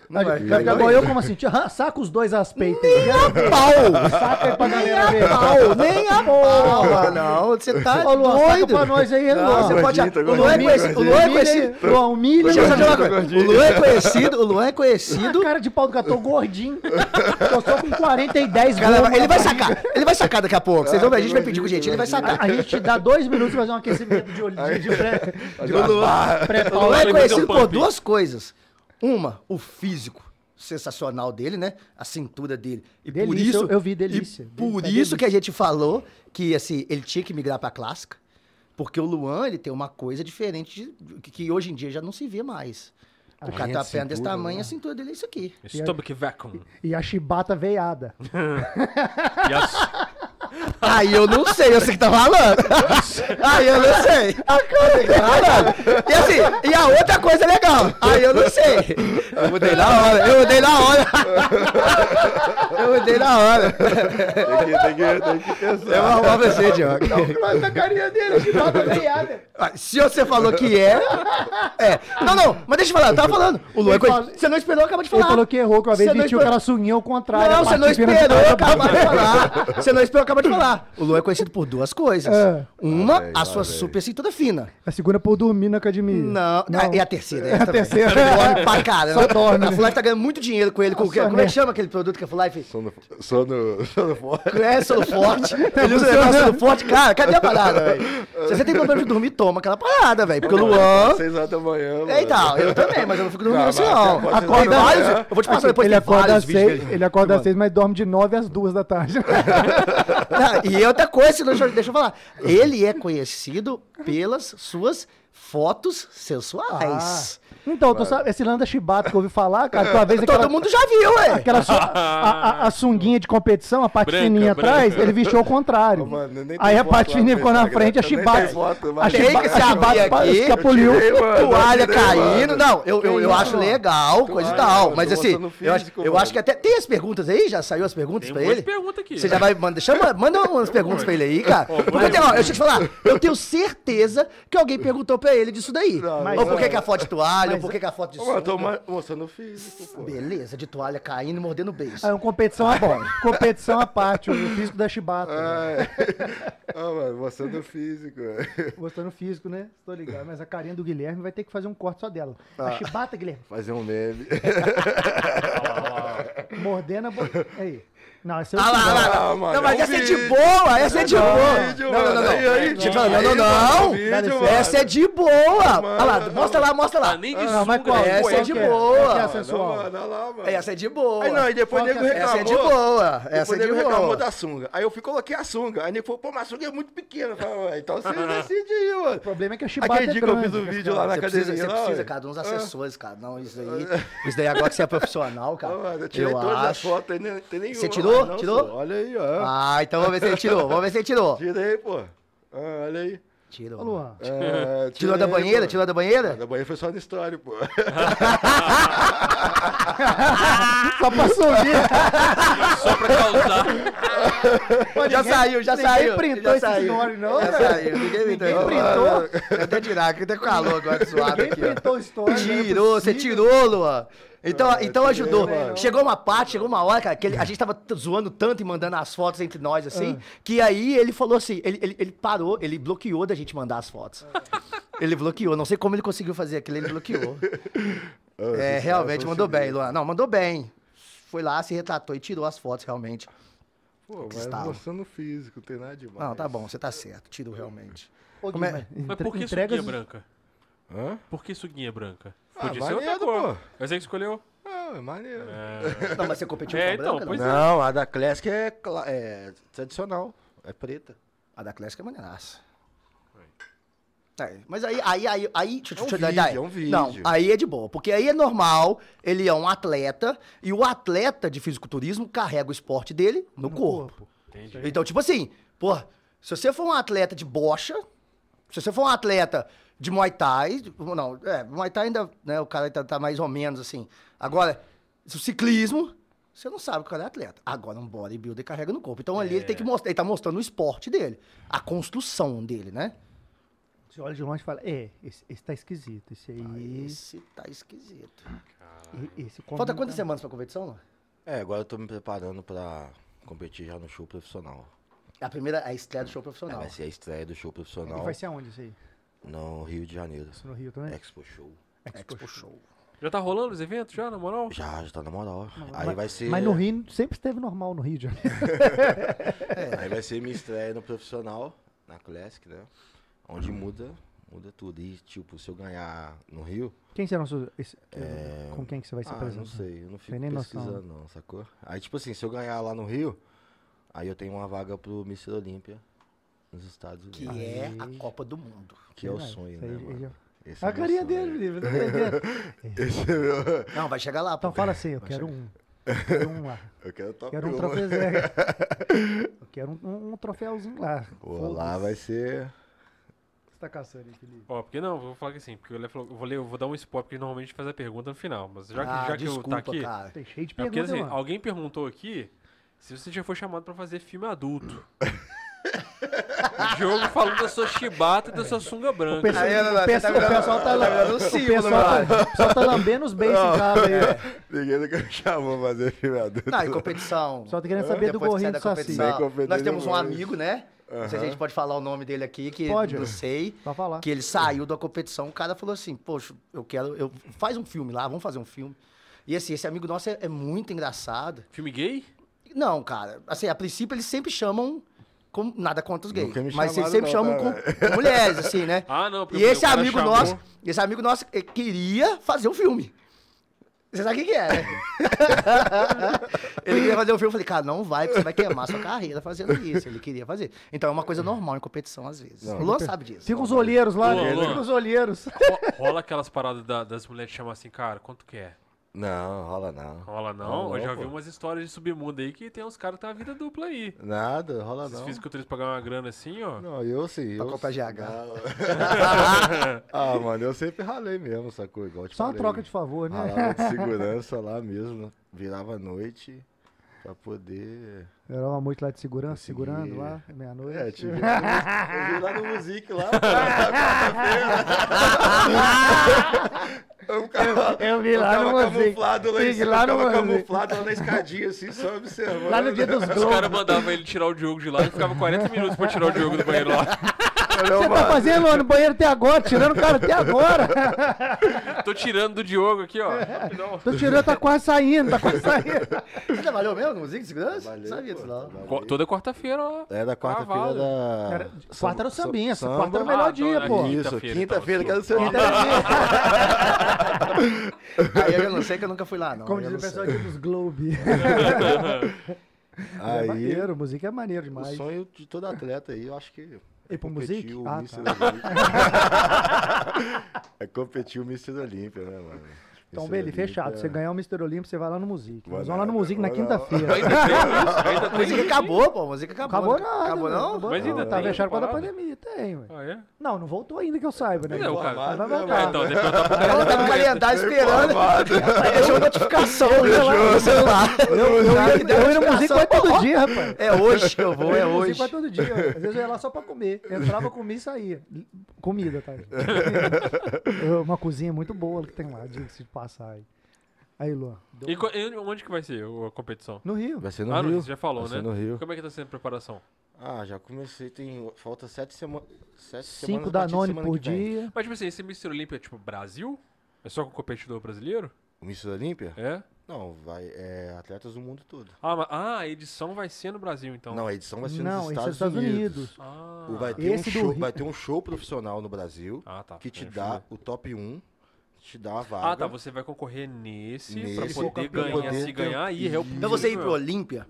Speaker 4: Não
Speaker 1: Vai ficar igual eu, como assim? Tio, ah, Saca os dois as peitas. aí.
Speaker 4: Pau!
Speaker 1: Saca aí pra galera
Speaker 4: Nem
Speaker 1: ver.
Speaker 4: a pau, nem a pau, não. Você tá
Speaker 1: Ô, Luan, saca
Speaker 4: doido.
Speaker 1: pra nós aí, hein,
Speaker 4: Não,
Speaker 1: Luan?
Speaker 4: você pode...
Speaker 3: Ah, Gordinho, tá
Speaker 4: O Luan é
Speaker 3: gordinho,
Speaker 4: conhecido... O Luan é conhecido...
Speaker 1: Luan, um humilha.
Speaker 4: Deixa eu só
Speaker 1: Luan.
Speaker 4: dizer uma coisa. O Luan é conhecido... O Luan é
Speaker 1: Ah,
Speaker 4: conhecido...
Speaker 1: cara de pau do gato, tô gordinho. Tô só com 40 e 10
Speaker 4: Cara,
Speaker 1: gramas.
Speaker 4: ele vai sacar. Ele vai sacar daqui a pouco. Vocês vão ver, a gente vai pedir com gente. Ele vai sacar.
Speaker 1: A, a gente dá dois minutos pra fazer um aquecimento de olho de, de pré.
Speaker 4: O Luan, o Luan é
Speaker 2: Ele
Speaker 4: conhecido
Speaker 2: meteu
Speaker 4: por
Speaker 2: pump.
Speaker 4: duas coisas. Uma, o físico sensacional dele, né? A cintura dele. E por
Speaker 1: Delícia,
Speaker 4: isso,
Speaker 1: eu- eu vi, delícia.
Speaker 4: E
Speaker 1: Delícia,
Speaker 4: por
Speaker 1: tá
Speaker 4: isso que a gente falou que assim, ele tinha que migrar pra clássica, porque o Luan, ele tem uma coisa diferente de- que, que hoje em dia já não se vê mais. O cara tem
Speaker 3: a
Speaker 4: uma perna desse
Speaker 3: cintura,
Speaker 4: tamanho,
Speaker 3: né?
Speaker 4: a cintura dele é isso aqui.
Speaker 2: Stomach vacuum.
Speaker 1: E a chibata veiada.
Speaker 2: E as-
Speaker 4: Aí eu não sei, eu sei que tá falando. Aí eu não sei. Eu sei que tá falando. E assim, e a outra coisa legal. Aí eu não sei. Eu mudei na hora, eu mudei na hora. Eu mudei na hora.
Speaker 3: Tem que, tem que, tem que pensar.
Speaker 4: Eu vou arrumar pra você, Diogo.
Speaker 1: Mas a carinha dele, chibata veiada.
Speaker 4: Ah, Se você falou que é. É. Não, não, mas deixa eu falar, eu tava falando. O Luan é
Speaker 1: Ele
Speaker 4: coisa-
Speaker 1: fala-
Speaker 4: Você não esperou, acaba de falar.
Speaker 1: Ele falou que errou, que uma vez
Speaker 4: Você não
Speaker 1: vestiu
Speaker 4: esper-
Speaker 1: aquela sunguinha ao contrário. né?
Speaker 4: Não,
Speaker 1: a
Speaker 4: você não
Speaker 1: parte de cima da
Speaker 4: esperou, eu
Speaker 1: perna-
Speaker 4: acabei de falar. Você não esperou, eu acabei de falar. O Luan é conhecido por duas coisas.
Speaker 1: É.
Speaker 4: Uma,
Speaker 3: Ah, velho,
Speaker 4: a
Speaker 3: ah,
Speaker 4: sua
Speaker 3: velho.
Speaker 4: super cintura fina.
Speaker 1: A segunda por dormir na academia.
Speaker 4: Não, Ah, e a terceira. essa
Speaker 1: É
Speaker 4: é
Speaker 1: a
Speaker 4: também.
Speaker 1: terceira.
Speaker 4: Dorme pra caramba.
Speaker 1: Só dorme,
Speaker 4: A
Speaker 1: né?
Speaker 4: Full Life tá ganhando muito dinheiro com ele. Com o quê?
Speaker 1: Nossa,
Speaker 4: Como é
Speaker 1: né?
Speaker 4: que chama aquele produto que a Full Life
Speaker 3: Sono, sono, sono fora.
Speaker 4: é selo
Speaker 1: <laughs>
Speaker 4: forte?
Speaker 1: é
Speaker 4: Ele usa o
Speaker 1: funcionando.
Speaker 4: negócio selo forte. Cara, cadê a parada,
Speaker 1: <laughs>
Speaker 4: velho? Se você tem problema de dormir, toma aquela parada, velho. Porque o Luan...
Speaker 3: Seis horas da manhã.
Speaker 4: É,
Speaker 3: mano.
Speaker 4: então, eu também, mas eu não fico dormindo
Speaker 3: Não,
Speaker 4: assim,
Speaker 3: mas você
Speaker 4: não.
Speaker 3: pode
Speaker 4: Acorda
Speaker 1: dormir,
Speaker 4: vários...
Speaker 3: né?
Speaker 4: Eu vou te passar depois,
Speaker 1: Ah, ele
Speaker 4: tem
Speaker 1: acorda às
Speaker 4: vários vídeos
Speaker 1: seis,
Speaker 4: dele.
Speaker 1: ele acorda às seis, mas dorme de nove às duas da tarde.
Speaker 4: <laughs> Não, e outra coisa, deixa, eu- deixa
Speaker 1: <laughs>
Speaker 4: eu falar. Ele é conhecido pelas suas fotos sensuais.
Speaker 1: Então, eu tô sabendo, esse lance da chibata que eu ouvi falar, cara, que uma
Speaker 4: <laughs>
Speaker 1: vez aquela,
Speaker 4: Todo mundo já viu, ué.
Speaker 1: aquela
Speaker 4: <laughs>
Speaker 1: su- a, a- a sunguinha de competição, a parte
Speaker 2: Branca,
Speaker 1: fininha
Speaker 2: branca.
Speaker 1: atrás, ele vestiu ao contrário.
Speaker 3: Ô, mano, nem tem
Speaker 1: Aí a
Speaker 3: foto
Speaker 1: parte
Speaker 3: lá
Speaker 1: fininha
Speaker 3: no
Speaker 1: ficou
Speaker 4: tá
Speaker 1: na
Speaker 3: Instagram,
Speaker 1: frente, a
Speaker 3: nem tem
Speaker 1: chibata.
Speaker 3: foto,
Speaker 1: A
Speaker 3: mas-
Speaker 4: Tem
Speaker 1: chibata,
Speaker 4: que
Speaker 1: a
Speaker 4: se abrir
Speaker 1: <laughs> chibata
Speaker 4: aqui.
Speaker 1: escapuliu.
Speaker 3: Eu tirei, mano,
Speaker 4: toalha
Speaker 3: eu tirei,
Speaker 4: caindo.
Speaker 3: mano.
Speaker 4: Não, eu, eu, eu
Speaker 1: isso,
Speaker 4: acho
Speaker 1: mano?
Speaker 4: legal, coisa e
Speaker 3: Toalha,
Speaker 4: tal.
Speaker 3: mano,
Speaker 4: Mas
Speaker 3: tô
Speaker 4: assim,
Speaker 3: botando
Speaker 4: eu acho,
Speaker 3: físico,
Speaker 4: eu acho
Speaker 3: mano.
Speaker 4: que até. Tem as perguntas aí? Já saiu as perguntas
Speaker 2: Tem um
Speaker 4: pra
Speaker 2: monte de
Speaker 4: ele?
Speaker 2: pergunta aqui. um
Speaker 4: Você já vai mandar.
Speaker 2: <laughs>
Speaker 4: Chama, manda umas perguntas pra ele aí, cara. Porque, tem, ó, deixa eu te falar, eu tenho certeza que alguém perguntou culpa é ele disso daí.
Speaker 3: Não,
Speaker 4: ou
Speaker 1: mas-
Speaker 4: por que, que a foto de toalha, ou
Speaker 1: mas-
Speaker 4: por que, que a foto de
Speaker 3: Ô, Eu tô
Speaker 4: sunga.
Speaker 3: ma- mostrando o físico, pô.
Speaker 4: Beleza, de toalha caindo e mordendo o beijo.
Speaker 2: Ah,
Speaker 1: É uma competição à, competição à parte, o físico da chibata. né?
Speaker 3: Ai. <laughs> Ah, mano, mostrando o físico. velho.
Speaker 1: Gostando físico, né? Tô ligado. Mas a carinha do Guilherme vai ter que fazer um corte só dela. A chibata, Guilherme,
Speaker 3: Fazer um meme.
Speaker 1: mordendo a bo... Aí. Não, esse é o
Speaker 4: Ah lá, ah lá,
Speaker 1: Chibata.
Speaker 4: ah lá.
Speaker 3: Ah, mano,
Speaker 4: não, mas
Speaker 3: é um
Speaker 4: essa é de
Speaker 3: vídeo.
Speaker 4: boa, essa é de
Speaker 3: Não,
Speaker 4: boa.
Speaker 3: vídeo,
Speaker 4: não, não,
Speaker 3: mano.
Speaker 4: não,
Speaker 3: Aí, aí,
Speaker 4: Tipo,
Speaker 3: mano,
Speaker 4: não,
Speaker 3: aí, mano,
Speaker 4: não, não.
Speaker 3: vídeo,
Speaker 4: Não,
Speaker 3: mano.
Speaker 4: Essa é de boa.
Speaker 3: Mano,
Speaker 4: Olha lá, mostra lá, mostra lá.
Speaker 2: Ah, nem de
Speaker 1: Ah, mas
Speaker 2: sunga,
Speaker 1: qual?
Speaker 2: né?
Speaker 4: Essa é
Speaker 1: Qual
Speaker 4: de
Speaker 1: que é?
Speaker 4: boa.
Speaker 1: Qual que é a
Speaker 4: Não,
Speaker 1: sensual?
Speaker 3: mano, olha lá, mano.
Speaker 4: Essa é de boa.
Speaker 3: Aí não, e depois o
Speaker 1: Qual
Speaker 3: nego
Speaker 1: que é?
Speaker 3: reclamou.
Speaker 4: Essa é de boa. Essa
Speaker 3: Depois o
Speaker 4: é de
Speaker 3: nego reclamou
Speaker 4: boa.
Speaker 3: da sunga. Aí eu fui e coloquei a sunga. Aí o nego falou, pô, mas a sunga é muito pequena. Eu falei, ué, então você
Speaker 4: <laughs>
Speaker 3: decide aí, mano.
Speaker 1: O problema é que a chibata
Speaker 3: Aquele
Speaker 1: é
Speaker 3: dia que eu
Speaker 1: grande,
Speaker 3: fiz o
Speaker 1: né,
Speaker 3: vídeo
Speaker 1: cara?
Speaker 3: lá na
Speaker 4: Você precisa,
Speaker 3: academia.
Speaker 4: você
Speaker 3: lá,
Speaker 4: precisa,
Speaker 3: ué.
Speaker 4: cara, de uns acessores, cara. Não, isso daí. Isso daí agora que você é profissional, cara.
Speaker 3: Ah, mano, Ah. eu tirei todas as
Speaker 4: acho.
Speaker 3: fotos, aí nem- tem nenhuma.
Speaker 4: Você tirou?
Speaker 3: Ah, não,
Speaker 4: Tirou?
Speaker 3: senhor, Olha aí, ó.
Speaker 4: Ah, então vamos ver se ele tirou. Vamos ver se ele tirou.
Speaker 3: Tirei, pô. Ah, olha aí.
Speaker 1: Ô,
Speaker 4: Tirou.
Speaker 1: Luan,
Speaker 3: É,
Speaker 4: <laughs> Tirou da
Speaker 3: tirei,
Speaker 4: banheira?
Speaker 3: pô.
Speaker 4: Tirou da
Speaker 3: Ah,
Speaker 4: banheira?
Speaker 3: Da banheira foi só no story, pô.
Speaker 1: só pra subir.
Speaker 2: Só pra causar.
Speaker 4: já saiu, já
Speaker 1: ninguém
Speaker 4: saiu.
Speaker 1: printou
Speaker 4: já
Speaker 1: esse
Speaker 4: saiu.
Speaker 1: story, não,
Speaker 4: Já
Speaker 1: velho.
Speaker 4: saiu. Ninguém, Ah,
Speaker 1: Ninguém
Speaker 4: printou.
Speaker 1: printou.
Speaker 4: Eu até tirar, que eu tenho calor agora suado
Speaker 1: Ninguém
Speaker 4: aqui. ó.
Speaker 1: printou né? história. é
Speaker 4: Tirou, você tirou, Luan. Então, então ajudou.
Speaker 1: mano.
Speaker 4: Chegou uma parte, chegou uma hora, cara, que ele- a gente tava t- zoando tanto e mandando as fotos entre nós, assim,
Speaker 1: Ah.
Speaker 4: que aí ele falou assim, ele, ele, ele parou, ele bloqueou da gente mandar
Speaker 1: <laughs>
Speaker 4: as fotos. Ele bloqueou, não sei como ele conseguiu fazer aquilo, ele
Speaker 1: <laughs>
Speaker 4: bloqueou.
Speaker 3: <laughs>
Speaker 4: É, realmente mandou
Speaker 3: assim.
Speaker 4: bem, Luan. Não, mandou bem. Foi lá, se retratou e tirou as fotos, realmente.
Speaker 3: Pô, mas
Speaker 4: Estalo.
Speaker 3: mostrando o físico, não tem nada demais.
Speaker 4: Não, tá bom, você tá certo, tirou realmente.
Speaker 1: Ô,
Speaker 4: Como é-
Speaker 1: Guilherme,
Speaker 2: Mas
Speaker 1: entre-
Speaker 2: por que
Speaker 1: entrega
Speaker 2: suguinha
Speaker 1: os-
Speaker 2: branca?
Speaker 3: Hã?
Speaker 2: Por que suguinha branca?
Speaker 3: Ah,
Speaker 2: Podia ser outra
Speaker 3: maneiro,
Speaker 2: cor.
Speaker 3: pô.
Speaker 2: Mas é que escolheu.
Speaker 3: Ah, é maneiro.
Speaker 4: <laughs> Não, mas você competiu
Speaker 2: É,
Speaker 4: com a branca,
Speaker 2: então,
Speaker 4: não?
Speaker 2: pois é.
Speaker 3: Não, a da Classic é, cla- é tradicional. É preta.
Speaker 4: A da Classic é maneiraça. É, mas aí, aí, aí, aí, deixa, eu- deixa eu dar
Speaker 3: vídeo,
Speaker 4: ideia.
Speaker 3: é um vídeo.
Speaker 4: Não, aí é de boa, porque aí é normal, ele é um atleta, e o atleta de fisiculturismo carrega o esporte dele no, corpo.
Speaker 2: Entendi.
Speaker 4: Então, tipo assim, pô, se você for um atleta de bocha, se você for um atleta de Muay Thai, não, é, Muay Thai ainda, né, o cara tá, tá mais ou menos assim. Agora, se o ciclismo, você não sabe que o cara é atleta. Agora, um bodybuilder carrega no corpo. Então, ali ele
Speaker 2: É.
Speaker 4: tem que mostrar, ele tá mostrando o esporte dele, a construção dele, né?
Speaker 1: Você olha de longe e fala, é, esse, esse tá esquisito, esse aí, esse,
Speaker 4: Esse tá esquisito.
Speaker 1: esse
Speaker 4: Falta
Speaker 2: é?
Speaker 1: combina-
Speaker 4: quantas semanas pra competição, Luan?
Speaker 3: É, agora eu tô me preparando pra competir já no show profissional.
Speaker 4: É a primeira, a estreia do show
Speaker 3: É,
Speaker 4: profissional.
Speaker 3: vai ser a estreia do show
Speaker 1: E
Speaker 3: profissional
Speaker 1: vai ser aonde isso aí?
Speaker 3: no Rio de Janeiro.
Speaker 1: Isso no Rio também?
Speaker 3: Expo Show.
Speaker 4: Expo Show.
Speaker 2: Já tá rolando os eventos já, na moral?
Speaker 3: Já, já tá na moral. Aí
Speaker 1: mas,
Speaker 3: vai ser.
Speaker 1: Mas no Rio sempre esteve normal no Rio de Janeiro.
Speaker 3: é, Aí vai ser minha estreia no profissional, na Classic, né? Onde muda, muda tudo. E tipo, se eu ganhar no Rio,
Speaker 1: Quem serão os seus. esse- eh, Com quem que você vai se
Speaker 3: ah,
Speaker 1: apresentar?
Speaker 3: não sei, eu não fico
Speaker 1: Tem nem noção.
Speaker 3: pesquisando não, sacou? Aí tipo assim, se eu ganhar lá no Rio, aí eu tenho uma vaga pro Mr. Olímpia nos Estados
Speaker 4: Que
Speaker 3: Unidos.
Speaker 4: é a Copa do Mundo.
Speaker 3: Que é o
Speaker 1: Verdade,
Speaker 3: sonho,
Speaker 1: isso
Speaker 3: né,
Speaker 1: aí já-
Speaker 3: mano? Esse
Speaker 1: A
Speaker 3: é meu
Speaker 1: carinha
Speaker 3: sonho. <laughs>
Speaker 1: dele, livre, tá entendendo?
Speaker 3: Esse é meu...
Speaker 4: Não, vai chegar lá, pô.
Speaker 1: Então fala assim, eu
Speaker 3: é
Speaker 1: quero
Speaker 3: <laughs>
Speaker 1: um. eu Quero um lá.
Speaker 3: Eu quero top
Speaker 1: Quero um
Speaker 3: um.
Speaker 1: troféuzinho.
Speaker 3: <laughs>
Speaker 1: Eu quero um, um- um troféuzinho lá.
Speaker 3: Pô, lá vai ser...
Speaker 1: Você tá caçando aí, Felipe?
Speaker 2: Ó, porque não, vou falar que assim, porque o Lé falou, eu vou, ler, eu vou dar um spoiler, porque normalmente faz a pergunta no final. Mas já que,
Speaker 4: Ah,
Speaker 2: já que eu tá
Speaker 4: desculpa,
Speaker 2: aqui.
Speaker 4: cara.
Speaker 1: Tem cheio de
Speaker 2: É porque
Speaker 1: perguntas,
Speaker 2: assim,
Speaker 1: mano.
Speaker 2: alguém perguntou aqui se você já foi chamado pra fazer filme adulto. o Diogo falou da sua chibata e da sua sunga branca.
Speaker 1: pessoal-
Speaker 4: Aí, não, não,
Speaker 1: o pessoal-
Speaker 4: você tá
Speaker 1: o pessoal tá
Speaker 4: virando- tá virando um
Speaker 1: lambendo. O
Speaker 4: símbolo,
Speaker 1: pessoal tá-
Speaker 4: mano.
Speaker 1: o pessoal tá lambendo os beijos em casa
Speaker 3: <laughs> É.
Speaker 1: aí.
Speaker 3: Ninguém nunca me chamou pra fazer filme adulto.
Speaker 4: <laughs> Não, e competição. É,
Speaker 1: Só tá querendo saber do
Speaker 4: Depois que
Speaker 1: gorrinho do
Speaker 4: sai da
Speaker 1: Saci.
Speaker 4: competição.
Speaker 3: Bem competido
Speaker 4: Nós temos um
Speaker 3: demais.
Speaker 4: amigo, né? Não sei se a gente pode falar o nome dele aqui, que
Speaker 1: Pode.
Speaker 4: não sei.
Speaker 1: Pra falar.
Speaker 4: Que ele saiu da competição, o cara falou assim, poxa, eu quero. Eu, faz um filme lá, vamos fazer um filme. E assim, esse amigo nosso é, é muito engraçado.
Speaker 2: Filme gay?
Speaker 4: Não, cara, assim, a princípio eles sempre chamam. Com, nada contra os gays.
Speaker 3: Nunca me
Speaker 4: Mas
Speaker 3: chamaram
Speaker 4: eles sempre
Speaker 3: não,
Speaker 4: chamam
Speaker 3: tá,
Speaker 4: com, com mulheres, assim, né?
Speaker 2: Ah, não, porque
Speaker 4: E
Speaker 2: o
Speaker 4: esse
Speaker 2: cara
Speaker 4: amigo
Speaker 2: chamou-
Speaker 4: nosso, esse amigo nosso eh, queria fazer um filme. Você sabe quem que é,
Speaker 2: <laughs>
Speaker 4: né? ele queria fazer um filme, eu falei, cara, não vai, porque você vai queimar sua carreira fazendo isso. Ele queria fazer. Então é uma coisa normal em competição, às vezes. o Luan sabe disso.
Speaker 1: Fica os olheiros lá,
Speaker 2: Ô,
Speaker 1: né?
Speaker 2: Luan.
Speaker 1: Fica os olheiros.
Speaker 2: Ro- Rola aquelas paradas da- das mulheres que chamam assim, cara, quanto quer?
Speaker 3: Não, rola não.
Speaker 2: Rola não?
Speaker 3: Rola,
Speaker 2: eu já vi
Speaker 3: pô.
Speaker 2: umas histórias de submundo aí que tem uns caras que tá a vida dupla aí.
Speaker 3: Nada, rola
Speaker 2: Esses
Speaker 3: Ah, não.
Speaker 2: fisiculturistas pagam uma grana assim, ó.
Speaker 3: Não, eu sim.
Speaker 4: Pra
Speaker 3: eu
Speaker 4: comprar
Speaker 3: sim.
Speaker 4: GH.
Speaker 3: Não. <laughs> ah, mano, eu sempre ralei mesmo, sacou? Igual eu te
Speaker 1: Só uma <laughs>
Speaker 3: falei.
Speaker 1: troca de favor, né?
Speaker 3: Ralava de segurança lá mesmo. Virava à noite. Pra poder.
Speaker 1: Era uma noite lá de segurança,
Speaker 3: Consegui.
Speaker 1: segurando lá, meia-noite.
Speaker 3: É, tive. Eu vi lá no Music lá. pô, na
Speaker 1: <laughs>
Speaker 3: quarta-feira. Eu ficava-
Speaker 1: Eu vi lá
Speaker 3: eu
Speaker 1: no
Speaker 3: ficava
Speaker 1: Music.
Speaker 3: um camuflado lá em
Speaker 1: Tive
Speaker 3: cima,
Speaker 1: lá no
Speaker 3: eu ficava
Speaker 1: Music.
Speaker 3: camuflado lá na escadinha, assim, só observando.
Speaker 1: Lá no dia dos
Speaker 2: Os
Speaker 1: Globos.
Speaker 2: caras mandavam ele tirar o Diogo de lá e ficava 40 minutos pra tirar o Diogo do banheiro lá.
Speaker 3: Não,
Speaker 1: Você tá
Speaker 3: mano.
Speaker 1: fazendo mano, no banheiro até agora, tirando o cara até agora.
Speaker 2: Tô tirando do Diogo aqui, ó. Rapidão.
Speaker 1: Tô tirando, tá quase saindo, tá quase saindo.
Speaker 4: Você trabalhou mesmo com música de segurança?
Speaker 3: Trabalhei,
Speaker 4: Não sabia
Speaker 3: pô,
Speaker 4: disso, não.
Speaker 3: trabalhei.
Speaker 2: Co- Toda quarta-feira, ó.
Speaker 1: É
Speaker 3: Era quarta-feira
Speaker 2: Cavalo.
Speaker 3: da.
Speaker 1: Era- quarta era o
Speaker 3: samba-
Speaker 1: sambinha,
Speaker 3: samba.
Speaker 1: quarta era o melhor
Speaker 2: Ah, então
Speaker 1: dia,
Speaker 2: era
Speaker 1: pô.
Speaker 2: quinta.
Speaker 3: Isso,
Speaker 2: Quinta-feira,
Speaker 3: quinta-feira,
Speaker 2: então,
Speaker 3: que era o seu
Speaker 1: Quinta era
Speaker 4: <laughs> Aí eu não sei que eu nunca fui lá, não.
Speaker 1: Como
Speaker 4: Aí
Speaker 1: diz
Speaker 4: eu
Speaker 1: o
Speaker 4: não sei.
Speaker 1: pessoal aqui dos <laughs> Globe. é
Speaker 3: Aí,
Speaker 1: maneiro, música é maneiro
Speaker 3: o
Speaker 1: demais.
Speaker 3: sonho de todo atleta aí, eu acho que. é
Speaker 1: E pro
Speaker 3: competir
Speaker 1: Music?
Speaker 3: o
Speaker 1: Ah,
Speaker 3: Mr.
Speaker 1: tá. <laughs>
Speaker 3: Olímpia. é competir o Mr. Olímpia, né, mano?
Speaker 1: Então,
Speaker 3: Mr.
Speaker 1: Beli,
Speaker 3: Olímpia-
Speaker 1: fechado. Você ganhar o Mr. Olímpio, você vai lá no Music.
Speaker 3: Vai
Speaker 1: Nós
Speaker 3: lá,
Speaker 1: vamos lá no Music na
Speaker 3: vai lá.
Speaker 1: quinta-feira.
Speaker 2: Ainda tem isso? <laughs> Ainda
Speaker 4: A
Speaker 2: tem
Speaker 4: música
Speaker 2: isso?
Speaker 4: acabou, pô. A música acabou.
Speaker 1: Acabou
Speaker 4: né?
Speaker 1: nada.
Speaker 4: Acabou
Speaker 1: mano,
Speaker 4: não?
Speaker 1: Acabou
Speaker 2: Mas
Speaker 1: não.
Speaker 2: ainda
Speaker 1: Tá
Speaker 2: tem
Speaker 1: fechado por causa da
Speaker 2: parada?
Speaker 1: pandemia. Tem, ué.
Speaker 2: Ah, é?
Speaker 1: Não, não voltou ainda que eu saiba, né?
Speaker 2: Não, cara.
Speaker 1: Mas vai
Speaker 3: Informado,
Speaker 1: voltar.
Speaker 2: É, então, deixa eu
Speaker 4: Aí Ela tá
Speaker 2: perguntar
Speaker 4: no
Speaker 2: pra ele.
Speaker 4: calendário
Speaker 1: <laughs>
Speaker 4: esperando.
Speaker 3: Formado.
Speaker 4: Aí
Speaker 2: <laughs>
Speaker 4: deixou notificação né, lá no celular.
Speaker 1: Eu, ia-
Speaker 4: Deu
Speaker 1: eu ia no Music
Speaker 4: notificação,
Speaker 1: vai todo
Speaker 4: ó, ó,
Speaker 1: dia, rapaz.
Speaker 4: É hoje que eu vou, é
Speaker 1: Eu ia no Music
Speaker 4: hoje.
Speaker 1: vai todo dia. Às vezes eu ia lá só pra comer. Entrava, comia e saía. Comida,
Speaker 4: <laughs>
Speaker 1: tá? É Uma cozinha muito boa que tem lá, diga-se de passar aí. Aí, Luan. deu-
Speaker 2: E co- e onde que vai ser o- a competição?
Speaker 1: No Rio.
Speaker 3: Vai ser no
Speaker 2: ah,
Speaker 3: Rio.
Speaker 2: no Rio, você já falou,
Speaker 3: Vai ser
Speaker 2: né?
Speaker 3: no Rio.
Speaker 2: Como é que tá sendo a preparação?
Speaker 3: Ah, já comecei, tem. Falta sete, sema... sete semanas.
Speaker 1: Cinco
Speaker 3: a partir de
Speaker 1: Danone
Speaker 3: semana
Speaker 1: por
Speaker 3: que vem.
Speaker 1: dia.
Speaker 2: Mas, tipo assim, esse Mr. Olímpia é tipo Brasil? É só com competidor brasileiro?
Speaker 3: O Mr. Olímpia?
Speaker 2: É?
Speaker 3: Não, vai. É atletas do mundo todo.
Speaker 2: Ah, mas- ah, a edição vai ser no Brasil, então.
Speaker 3: Não, a edição vai ser
Speaker 1: Não, esse
Speaker 3: nos
Speaker 1: é
Speaker 3: Estados,
Speaker 1: dos Estados Unidos.
Speaker 2: Ah,
Speaker 3: O- Vai ter, um
Speaker 1: Esse do
Speaker 3: show,
Speaker 1: Rio.
Speaker 3: vai ter um show profissional no Brasil
Speaker 2: Ah, tá.
Speaker 3: que te
Speaker 2: É,
Speaker 3: dá
Speaker 2: fudeu.
Speaker 3: o top 1, te dá a vaga.
Speaker 2: Ah, tá. Você vai concorrer nesse,
Speaker 3: Nesse,
Speaker 2: pra poder
Speaker 3: pra
Speaker 2: ganhar.
Speaker 3: poder
Speaker 2: se
Speaker 3: ter-
Speaker 2: ganhar, aí é o
Speaker 4: Pra você ir pro
Speaker 2: possível.
Speaker 4: Olímpia,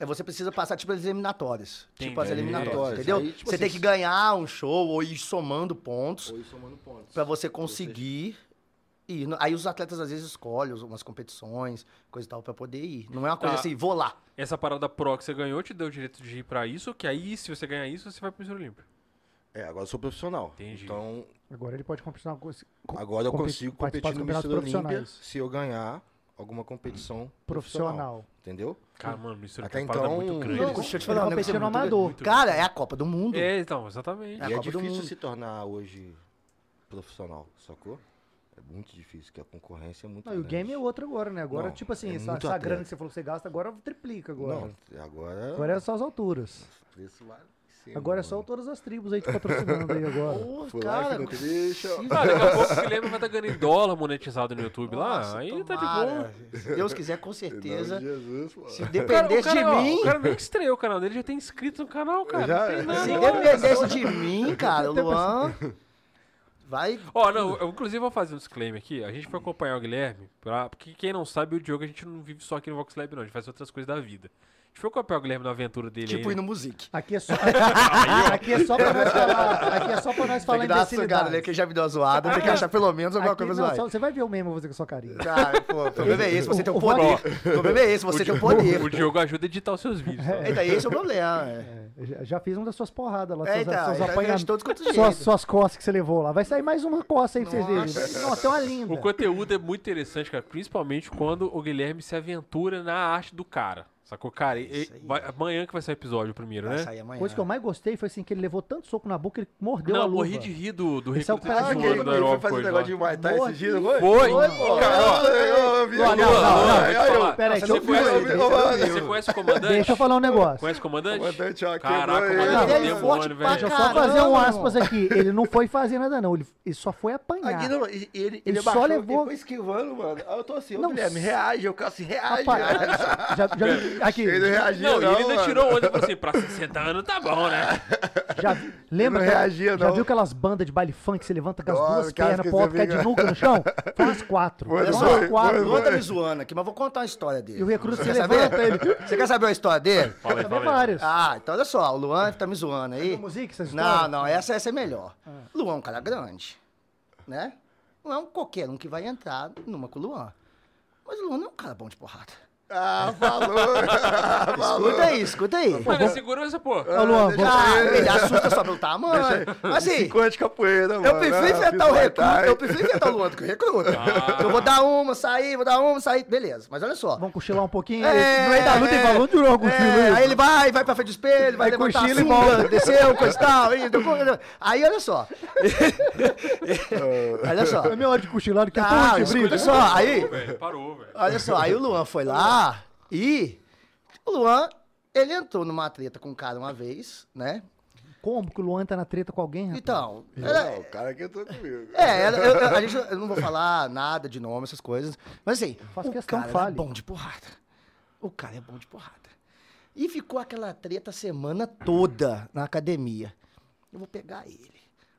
Speaker 4: é você precisa passar tipo as eliminatórias. Tipo as
Speaker 2: Entendi.
Speaker 4: eliminatórias,
Speaker 3: Eliminatórias.
Speaker 4: entendeu?
Speaker 3: Aí, tipo
Speaker 4: você
Speaker 3: assim,
Speaker 4: tem que ganhar um show ou ir somando pontos
Speaker 3: Ou ir somando pontos.
Speaker 4: pra você conseguir ir. No- Aí os atletas às vezes escolhem umas competições, coisa e tal, pra poder ir. Não é uma coisa
Speaker 2: Tá.
Speaker 4: assim, vou lá.
Speaker 2: Essa parada pro que você ganhou te deu o direito de ir pra isso, que aí, se você ganhar isso, você vai pro Mr. Olímpia.
Speaker 3: É, agora eu sou profissional.
Speaker 2: Entendi.
Speaker 3: Então,
Speaker 1: Agora ele pode continuar com esse- com-
Speaker 3: agora eu
Speaker 1: compe-
Speaker 3: consigo
Speaker 1: participar
Speaker 3: competir
Speaker 1: dos
Speaker 3: no
Speaker 1: campeonatos
Speaker 3: Mr. Olímpia
Speaker 1: profissionais.
Speaker 3: se eu ganhar alguma competição é profissional.
Speaker 1: profissional.
Speaker 3: Entendeu?
Speaker 2: Cara, mano, Mr. Olímpia
Speaker 3: Até
Speaker 2: é uma parada
Speaker 3: então,
Speaker 2: muito grande.
Speaker 4: Não,
Speaker 2: assim.
Speaker 4: Tipo, deixa eu
Speaker 1: Ele
Speaker 4: te falar uma
Speaker 1: competiu
Speaker 4: coisa
Speaker 1: no
Speaker 4: muito
Speaker 1: amador.
Speaker 4: doida. Cara, é a Copa do Mundo.
Speaker 2: É, então, exatamente.
Speaker 4: É a
Speaker 3: e é
Speaker 4: Copa do
Speaker 3: difícil
Speaker 4: Mundo.
Speaker 3: se tornar hoje profissional, sacou? É muito difícil, porque a concorrência é muito
Speaker 1: Não, e o game é outro agora, né? Agora,
Speaker 3: Não,
Speaker 1: tipo assim,
Speaker 3: é
Speaker 1: essa,
Speaker 3: muito
Speaker 1: essa
Speaker 3: atleta.
Speaker 1: grana que você falou que você gasta, agora triplica agora.
Speaker 3: Não, agora,
Speaker 1: Agora é só as alturas.
Speaker 3: preço lá em cima,
Speaker 1: Agora é só
Speaker 3: mano.
Speaker 1: todas as tribos aí te patrocinando aí
Speaker 3: <laughs>
Speaker 1: agora.
Speaker 4: Pô,
Speaker 3: Full
Speaker 4: cara,
Speaker 3: Life Nutrition.
Speaker 2: Ah, <laughs> daqui a pouco o Guilherme vai estar ganhando em dólar monetizado no YouTube
Speaker 4: nossa,
Speaker 2: lá. Aí tá de
Speaker 4: tomara.
Speaker 2: boa.
Speaker 4: Se Deus quiser, com
Speaker 3: Em nome de
Speaker 4: certeza.
Speaker 3: Jesus, mano.
Speaker 4: Se
Speaker 2: O cara- o
Speaker 4: dependesse de
Speaker 2: cara, ó,
Speaker 4: mim.
Speaker 2: O cara nem estreou o canal dele, já tem inscrito no canal, cara.
Speaker 3: Já-
Speaker 2: não é. tem
Speaker 4: Se
Speaker 2: nada. lá.
Speaker 4: dependesse de mim, cara, o Luan. Vai.
Speaker 2: Ó, não, eu inclusive vou fazer um disclaimer aqui. A gente foi acompanhar o Guilherme, pra, porque quem não sabe, o Diogo a gente não vive só aqui no Vox Lab, não. A gente faz outras coisas da vida. A gente foi acompanhar o Guilherme na aventura dele.
Speaker 4: Tipo,
Speaker 2: aí, né?
Speaker 4: ir no Music.
Speaker 1: Aqui é só, <laughs> aqui é só pra nós falar. Aqui é só pra nós
Speaker 4: Tem
Speaker 1: falar
Speaker 4: que dar uma sugada né?
Speaker 1: imbecilidade.
Speaker 4: que já me deu uma zoada. Tem que achar pelo menos alguma
Speaker 1: Aqui,
Speaker 4: coisa
Speaker 1: não,
Speaker 4: zoada.
Speaker 1: só- você vai ver o mesmo você com a sua carinha.
Speaker 4: Cara, pô, o problema é esse, você tem
Speaker 1: O-
Speaker 4: o
Speaker 1: o Vó-
Speaker 4: poder. O problema é esse, você tem o
Speaker 2: O
Speaker 4: poder.
Speaker 2: Diogo ajuda a editar os seus vídeos. tá?
Speaker 4: Eita, esse é o problema. é.
Speaker 1: É, eu já- já fiz uma das suas porradas
Speaker 3: É,
Speaker 1: lá, seus,
Speaker 3: então,
Speaker 1: seus
Speaker 4: Eita, já ganha de
Speaker 1: apanhamentos.
Speaker 4: todos quantos
Speaker 1: Suas,
Speaker 4: jeitos.
Speaker 1: suas costas que você levou lá. Vai sair mais uma costa aí pra vocês verem.
Speaker 4: Nossa.
Speaker 1: Não, tem uma linda.
Speaker 2: O conteúdo é muito interessante, cara. Principalmente quando o Guilherme se aventura na arte do cara. Sacou? Cara, e-
Speaker 4: Isso aí.
Speaker 2: vai- amanhã que vai sair o episódio primeiro,
Speaker 4: Vai
Speaker 2: né?
Speaker 4: sair
Speaker 1: A
Speaker 4: amanhã.
Speaker 1: coisa que eu mais gostei foi assim que ele levou tanto soco na boca que ele mordeu a
Speaker 2: Não,
Speaker 1: luva.
Speaker 2: morri de rir do, do
Speaker 1: Esse é o
Speaker 2: recruta
Speaker 1: cara
Speaker 3: Ah,
Speaker 1: Zoando,
Speaker 3: que ele
Speaker 2: zoando
Speaker 3: ele
Speaker 2: do
Speaker 3: foi
Speaker 2: Aeroporto
Speaker 3: fazer um
Speaker 2: lá.
Speaker 3: negócio de Muay Thai
Speaker 1: Boa.
Speaker 3: esse dia, não foi?
Speaker 2: Foi,
Speaker 4: pô.
Speaker 3: Cara, ó, eu vi.
Speaker 1: Não, não, não, não.
Speaker 3: Ai, ai, eu-
Speaker 1: Pera aí,
Speaker 2: Você
Speaker 1: deixa eu
Speaker 2: conhece-
Speaker 1: ver, deixa eu
Speaker 3: ver.
Speaker 2: Você conhece o comandante?
Speaker 1: Deixa eu falar um negócio.
Speaker 2: Conhece o comandante?
Speaker 3: Comandante, ó,
Speaker 2: Caraca,
Speaker 3: quebrou
Speaker 2: o
Speaker 4: ele.
Speaker 2: comandante
Speaker 4: Ele
Speaker 2: é
Speaker 4: é
Speaker 2: um
Speaker 4: forte
Speaker 2: demônio,
Speaker 4: pra
Speaker 2: velho.
Speaker 1: Deixa eu só
Speaker 4: Caramba,
Speaker 1: fazer um
Speaker 4: irmão.
Speaker 1: aspas aqui. Ele não foi fazer nada, não. Ele, ele só foi apanhar.
Speaker 3: Aqui não, e- e ele, ele,
Speaker 1: Ele só
Speaker 3: abaixou, ele
Speaker 1: levou-
Speaker 3: foi esquivando, mano.
Speaker 5: Ah,
Speaker 3: Aí eu tô assim, ô
Speaker 1: Não,
Speaker 3: Guilherme,
Speaker 1: s-
Speaker 3: reage, eu quero assim, reage.
Speaker 1: Rapaz,
Speaker 3: reage.
Speaker 1: <laughs> já, já- aqui,
Speaker 3: Ele não reagia,
Speaker 2: Não,
Speaker 3: não,
Speaker 2: e ele ainda
Speaker 3: mano.
Speaker 2: tirou onda e falou assim, pra 60 anos tá bom, né?
Speaker 1: já, lembra?
Speaker 3: Ele não reagia,
Speaker 1: já
Speaker 3: não.
Speaker 1: viu aquelas bandas de baile funk que você levanta com as
Speaker 3: Nossa,
Speaker 1: duas
Speaker 3: cara,
Speaker 1: pernas,
Speaker 3: que
Speaker 1: pode
Speaker 3: você
Speaker 1: ficar de
Speaker 3: fica-
Speaker 1: nuca no chão? Foi umas quatro.
Speaker 3: Foi,
Speaker 1: Foi
Speaker 3: foi,
Speaker 1: umas
Speaker 3: foi,
Speaker 1: quatro.
Speaker 4: Não tá me zoando aqui, mas vou contar uma história dele.
Speaker 1: um E o recruta
Speaker 4: Você
Speaker 1: se
Speaker 4: quer
Speaker 1: levanta,
Speaker 4: saber?
Speaker 1: ele.
Speaker 4: Você quer saber uma história dele?
Speaker 2: Fala aí,
Speaker 1: Sabe
Speaker 2: fala aí.
Speaker 1: vários.
Speaker 4: Ah, então olha só, o Luan tá me zoando aí.
Speaker 1: do Music, É essa história? Ah.
Speaker 4: Não, não, essa, essa é melhor. Luan é um cara grande, né? Não é um qualquer um que vai entrar numa com o Luan. Mas o Luan não é um cara bom de porrada.
Speaker 5: Ah, falou. falou.
Speaker 4: Escuta aí, escuta aí.
Speaker 2: Mano, é segurança, pô.
Speaker 1: Ô, Luan, vou-
Speaker 4: Ah, ele assusta só pelo tamanho. Assim,
Speaker 5: Cinco anos de capoeira, mano. Ah,
Speaker 4: eu prefiro enfrentar o recruta,
Speaker 5: recurso.
Speaker 4: eu prefiro enfrentar o Luan do que o recruta. Eu vou dar uma, sair, vou dar uma, sair. Beleza, mas olha só.
Speaker 1: vamos cochilar um pouquinho.
Speaker 4: É,
Speaker 1: no meio da luta ele falou, durou algum
Speaker 4: é,
Speaker 1: cochilo.
Speaker 4: Aí ele vai, vai pra frente do espelho, vai
Speaker 1: Aí
Speaker 4: levantar a
Speaker 1: cochila e
Speaker 4: sunga,
Speaker 1: volta.
Speaker 4: desceu, coisa e tal. aí- Aí, olha só. olha só.
Speaker 1: É minha hora de cochilar, que eu
Speaker 4: Ah,
Speaker 1: tô
Speaker 4: escuta
Speaker 1: briga. né?
Speaker 4: só, aí-
Speaker 2: Parou, velho. Parou, velho.
Speaker 4: Olha só, aí o Luan foi lá e o Luan, ele entrou numa treta com o cara uma vez, né?
Speaker 1: Como que o Luan tá na treta com alguém, rapaz?
Speaker 4: Então,
Speaker 5: Não, o cara que entrou comigo.
Speaker 4: É, ela- eu, eu- a gente, eu não vou falar nada de nome, essas coisas. Mas assim,
Speaker 1: Faz
Speaker 4: o
Speaker 1: questão, né?
Speaker 4: cara
Speaker 1: fale.
Speaker 4: é bom de porrada. O cara é bom de porrada. E ficou aquela treta a semana toda na academia. Eu vou pegar ele.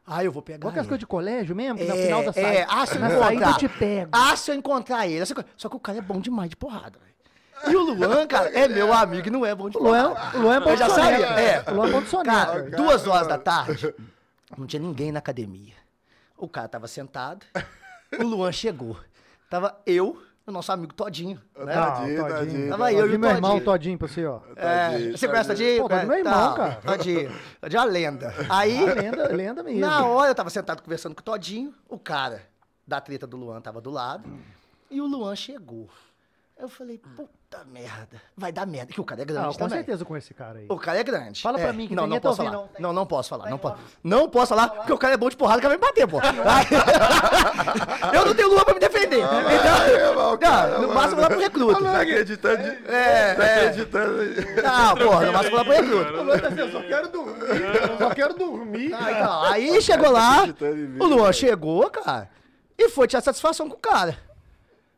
Speaker 4: Ah, eu vou pegar
Speaker 1: Igual aquelas
Speaker 4: ele.
Speaker 1: coisas de colégio mesmo, é que no
Speaker 4: É,
Speaker 1: final da saída.
Speaker 4: é, ah, se eu
Speaker 1: na saída eu
Speaker 4: encontrar.
Speaker 1: te pego.
Speaker 4: Ah, se eu encontrar ele. essa coisa. Só que o cara é bom demais de porrada, velho. E o Luan, cara, é meu amigo e não é bom de
Speaker 1: O Luan,
Speaker 4: porrada.
Speaker 1: o Luan é bom
Speaker 4: Eu
Speaker 1: de
Speaker 4: já sabia.
Speaker 1: soneca.
Speaker 4: É.
Speaker 1: O Luan é bom de soneca.
Speaker 4: Cara, duas horas da tarde, não tinha ninguém na academia. O cara tava sentado, o Luan chegou. Tava eu e o nosso amigo Todinho. Né?
Speaker 5: Tadinho,
Speaker 1: Não, tadinho.
Speaker 5: tadinho.
Speaker 4: Tava aí, eu
Speaker 1: eu
Speaker 4: e
Speaker 1: vi
Speaker 4: o
Speaker 1: meu irmão
Speaker 4: Todinho.
Speaker 1: todinho pra você, ó.
Speaker 4: É, você conhece Todinho?
Speaker 1: Pô, Todinho é meu
Speaker 4: Tá,
Speaker 1: irmão, cara.
Speaker 4: Todinho. Todinho é uma lenda. Aí,
Speaker 1: Ah, lenda, lenda mesmo.
Speaker 4: na hora, eu tava sentado conversando com o Todinho, o cara da treta do Luan tava do lado, e o Luan chegou. Eu falei, puta merda, vai dar merda, que o cara é grande
Speaker 1: Ah, com
Speaker 4: também.
Speaker 1: certeza eu conheço esse cara aí.
Speaker 4: O cara é grande.
Speaker 1: Fala pra
Speaker 4: É,
Speaker 1: mim que
Speaker 4: não,
Speaker 1: ninguém
Speaker 4: não
Speaker 1: tá
Speaker 4: posso falar.
Speaker 1: ouvindo,
Speaker 4: Não,
Speaker 1: não.
Speaker 4: não, posso falar. Não,
Speaker 1: Tá
Speaker 4: posso. não posso falar, porque o cara é bom de porrada, o cara vai me bater, pô. Aí- eu não tenho lua pra me defender. então, não, no máximo lá pro recruta.
Speaker 5: Não acreditando. de-
Speaker 4: É,
Speaker 5: Tá
Speaker 4: é.
Speaker 5: acreditando.
Speaker 4: Não, porra, no máximo lá pro recruta.
Speaker 5: Eu só quero dormir. Eu só quero dormir.
Speaker 4: Ah, então, aí chegou lá,
Speaker 5: acreditando em mim,
Speaker 4: o Luan chegou, cara, e foi tirar satisfação com o cara.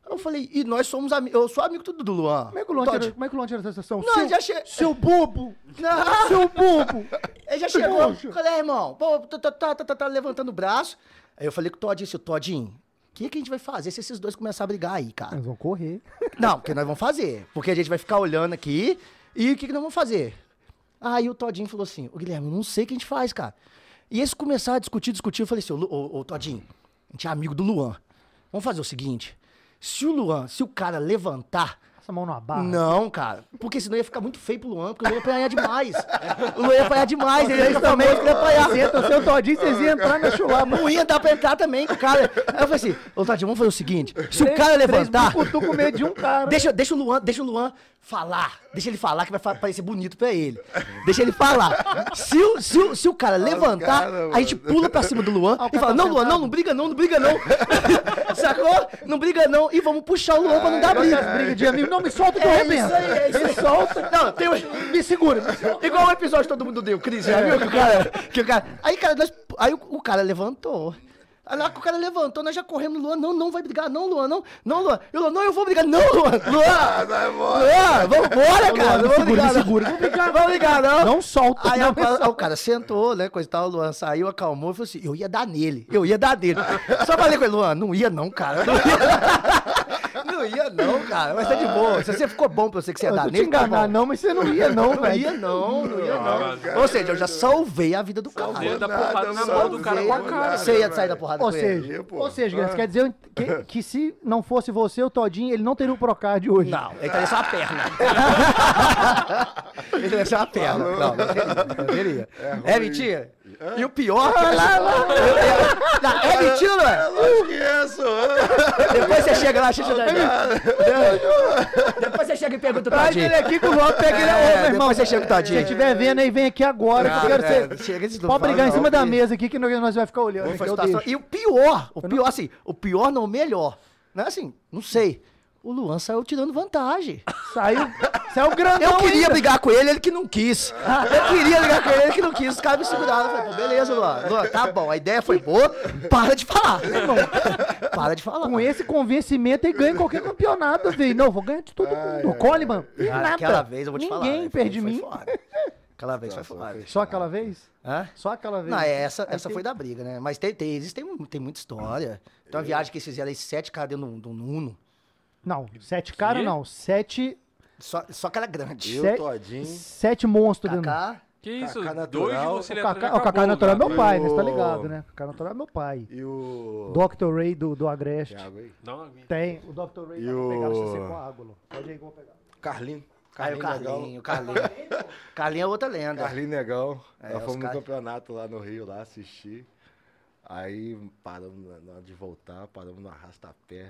Speaker 4: Eu falei, e nós somos amigos, eu sou amigo tudo do Luan.
Speaker 1: Como é que o Luan tirou- como é que o Luan tirou essa sessão?
Speaker 4: Não,
Speaker 1: seu,
Speaker 4: já che-
Speaker 1: seu bobo!
Speaker 4: Não.
Speaker 1: Seu bobo!
Speaker 4: Ele já chegou.
Speaker 1: Poxa.
Speaker 4: Falei, irmão, pô, tá, tá, tá, tá, tá, tá levantando o braço. Aí eu falei com o Todinho, assim, Todinho, o que, que a gente vai fazer se esses dois começarem a brigar aí, cara?
Speaker 1: <laughs> Nós vamos correr.
Speaker 4: Não, porque nós vamos fazer. Porque a gente vai ficar olhando aqui. E o que, que nós vamos fazer? Aí o Todinho falou assim: Ô Guilherme, eu não sei o que a gente faz, cara. E eles começaram a discutir, discutir. Eu falei assim: Ô, Lu- ô, ô, Todinho, a gente é amigo do Luan. Vamos fazer o seguinte: se o Luan, se o cara levantar.
Speaker 1: Passa a mão na barra.
Speaker 4: Não, cara. Porque senão ia ficar muito feio pro Luan, porque o Luan ia apanhar demais. o Luan ia apanhar demais, ele ia ficar
Speaker 1: também
Speaker 4: famoso, ele ia apanhar.
Speaker 1: Senta, seu Todinho, vocês iam entrar na chulapa.
Speaker 4: Não ia dar pra entrar também com o cara. Aí eu falei assim, ô Tadinho, vamos fazer o seguinte. Se o cara levantar,
Speaker 1: Eu tô com medo de um cara.
Speaker 4: deixa, deixa, o Luan, deixa o Luan falar. Deixa ele falar que vai fa- parecer bonito pra ele. Deixa ele falar. Se o, se o, se o cara levantar,
Speaker 5: cara,
Speaker 4: a gente pula pra cima do Luan e fala, não, Luan, não, não briga não, não briga não. <laughs> Sacou? Não briga não. E vamos puxar o Luan pra não dar
Speaker 1: Briga,
Speaker 4: briga.
Speaker 1: briga de amigo. Não, me solta que eu
Speaker 4: É isso
Speaker 1: arrebento.
Speaker 4: aí, é isso aí.
Speaker 1: Me solta.
Speaker 4: Não, tem um...
Speaker 1: Me segura. me segura.
Speaker 4: Igual o episódio que todo mundo deu, Cris, já viu? Que o cara, que o cara... Aí, cara, nós... aí o, o cara levantou. Aí, na hora que o cara levantou, nós já corremos no Luan. Não, não vai brigar, não, Luan, não, não, Luan. E o Luan, não, eu vou brigar, não, Luan,
Speaker 5: Ah,
Speaker 4: Luan.
Speaker 5: vai embora.
Speaker 4: Luan, vambora, cara, não
Speaker 1: me segura,
Speaker 4: vou brigar,
Speaker 1: me
Speaker 4: não.
Speaker 1: segura. Não brigar,
Speaker 4: Vamos brigar, não.
Speaker 1: Não solta.
Speaker 4: Aí
Speaker 1: não,
Speaker 4: a-
Speaker 1: me solta.
Speaker 4: aí o cara sentou, né, coisa e tal, o Luan saiu, acalmou e falou assim, eu ia dar nele, eu ia dar nele. Só falei com ele, Luan, não ia não, cara, não ia. <laughs> Não ia não, cara, mas tá de boa. Se você ficou bom pra você que você ia
Speaker 1: Eu
Speaker 4: dar
Speaker 1: tô te
Speaker 4: nele, tá
Speaker 1: enganar,
Speaker 4: bom.
Speaker 1: não, mas você não ia, não,
Speaker 4: <laughs> Não
Speaker 1: velho.
Speaker 4: ia não, não ia
Speaker 2: Ah,
Speaker 4: não. Ou seja, eu já salvei a vida do cara.
Speaker 5: Salvei
Speaker 2: Dedo da
Speaker 5: nada,
Speaker 2: tá porrada na
Speaker 5: salvei.
Speaker 2: mão do cara né, com a cara.
Speaker 4: Você ia sair da porrada
Speaker 1: Ou
Speaker 4: com ele. Ah.
Speaker 1: seja,
Speaker 5: Eu, pô.
Speaker 1: ou seja, Guilherme, quer dizer que, que se não fosse você, o Todinho, ele não teria o Procard hoje.
Speaker 4: Não, ele teria só a
Speaker 1: <laughs>
Speaker 4: perna. ele teria só a perna. Não, não teria. Não teria. É, mentira?
Speaker 1: É.
Speaker 4: E o pior... é
Speaker 1: Ah,
Speaker 4: que- Não, é mentira, não é?
Speaker 5: Lógico que é, sou.
Speaker 4: Depois você chega lá, xixi. Depois você chega e pergunta pra
Speaker 1: Traz
Speaker 4: gente.
Speaker 1: ele é aqui que o Luan pega ele. Ô,
Speaker 4: É,
Speaker 1: meu irmão,
Speaker 4: depois você chega com o
Speaker 1: se
Speaker 4: Todinho. É,
Speaker 1: você estiver vendo aí, vem aqui agora. que eu quero ser... Pode brigar em cima da mesa aqui que nós vamos ficar olhando.
Speaker 4: Foi
Speaker 1: aqui, eu
Speaker 4: situação-
Speaker 1: deixo.
Speaker 4: E o pior, o pior, assim, o pior não o melhor. Não é assim, não sei. O Luan saiu tirando vantagem.
Speaker 1: Saiu, saiu grandão.
Speaker 4: Eu queria
Speaker 1: ainda.
Speaker 4: brigar com ele, ele que não quis. Eu queria brigar com ele, ele que não quis. Os caras me seguraram. Eu falei, pô, beleza, Luan. Luan, tá bom, a ideia foi boa. Para de falar. Para de falar.
Speaker 1: Com esse convencimento e ganha qualquer
Speaker 5: <laughs>
Speaker 1: campeonato, velho. Não, vou ganhar de todo mundo. Coleman, e
Speaker 4: Cara,
Speaker 1: nada.
Speaker 4: aquela vez eu vou te
Speaker 1: Ninguém
Speaker 4: falar.
Speaker 1: Ninguém
Speaker 4: né,
Speaker 1: perde
Speaker 4: foi-
Speaker 1: de
Speaker 4: foi
Speaker 1: mim.
Speaker 4: foda. Aquela vez Tá, foi foda.
Speaker 1: Só aquela vez?
Speaker 4: Hã?
Speaker 1: Só aquela vez?
Speaker 4: Não, é, essa, essa
Speaker 1: tem-
Speaker 4: foi da briga, né? Mas tem, tem, existe, tem, tem muita história. Tem uma viagem que eles fizeram aí, sete caras dentro de um- de um Uno.
Speaker 1: Não, sete caras
Speaker 2: Quê?
Speaker 1: não. Sete...
Speaker 4: Só, só cara grande.
Speaker 5: Eu,
Speaker 1: sete-
Speaker 5: Todinho.
Speaker 1: Sete monstros dentro. um
Speaker 4: Kaká,
Speaker 2: Que isso?
Speaker 5: Cacá
Speaker 2: Dois de
Speaker 5: natural.
Speaker 2: você
Speaker 1: O
Speaker 2: letra já
Speaker 1: Cacá, o Cacá
Speaker 2: acabou,
Speaker 1: Natural é meu
Speaker 2: cara.
Speaker 1: pai, né? Você tá
Speaker 5: O-
Speaker 1: ligado, né? O Cacá Natural é meu pai.
Speaker 5: E o.
Speaker 1: Dr. Ray do, do Agreste.
Speaker 5: Thiago aí.
Speaker 2: Não, alguém.
Speaker 1: Tem. O Dr. Ray
Speaker 5: E
Speaker 1: tá, vou
Speaker 5: o-
Speaker 1: pegar o XC com a Águlo. Pode ir que eu vou pegar.
Speaker 3: Carlinho.
Speaker 4: Aí o Carlinho, o Carlinho. Carlinho é outra lenda.
Speaker 3: Carlinho Negão.
Speaker 4: É,
Speaker 3: Nós
Speaker 4: os
Speaker 3: fomos
Speaker 4: car-
Speaker 3: no campeonato lá no Rio, lá assistir. Aí paramos na, na hora de voltar, paramos no arrastapé.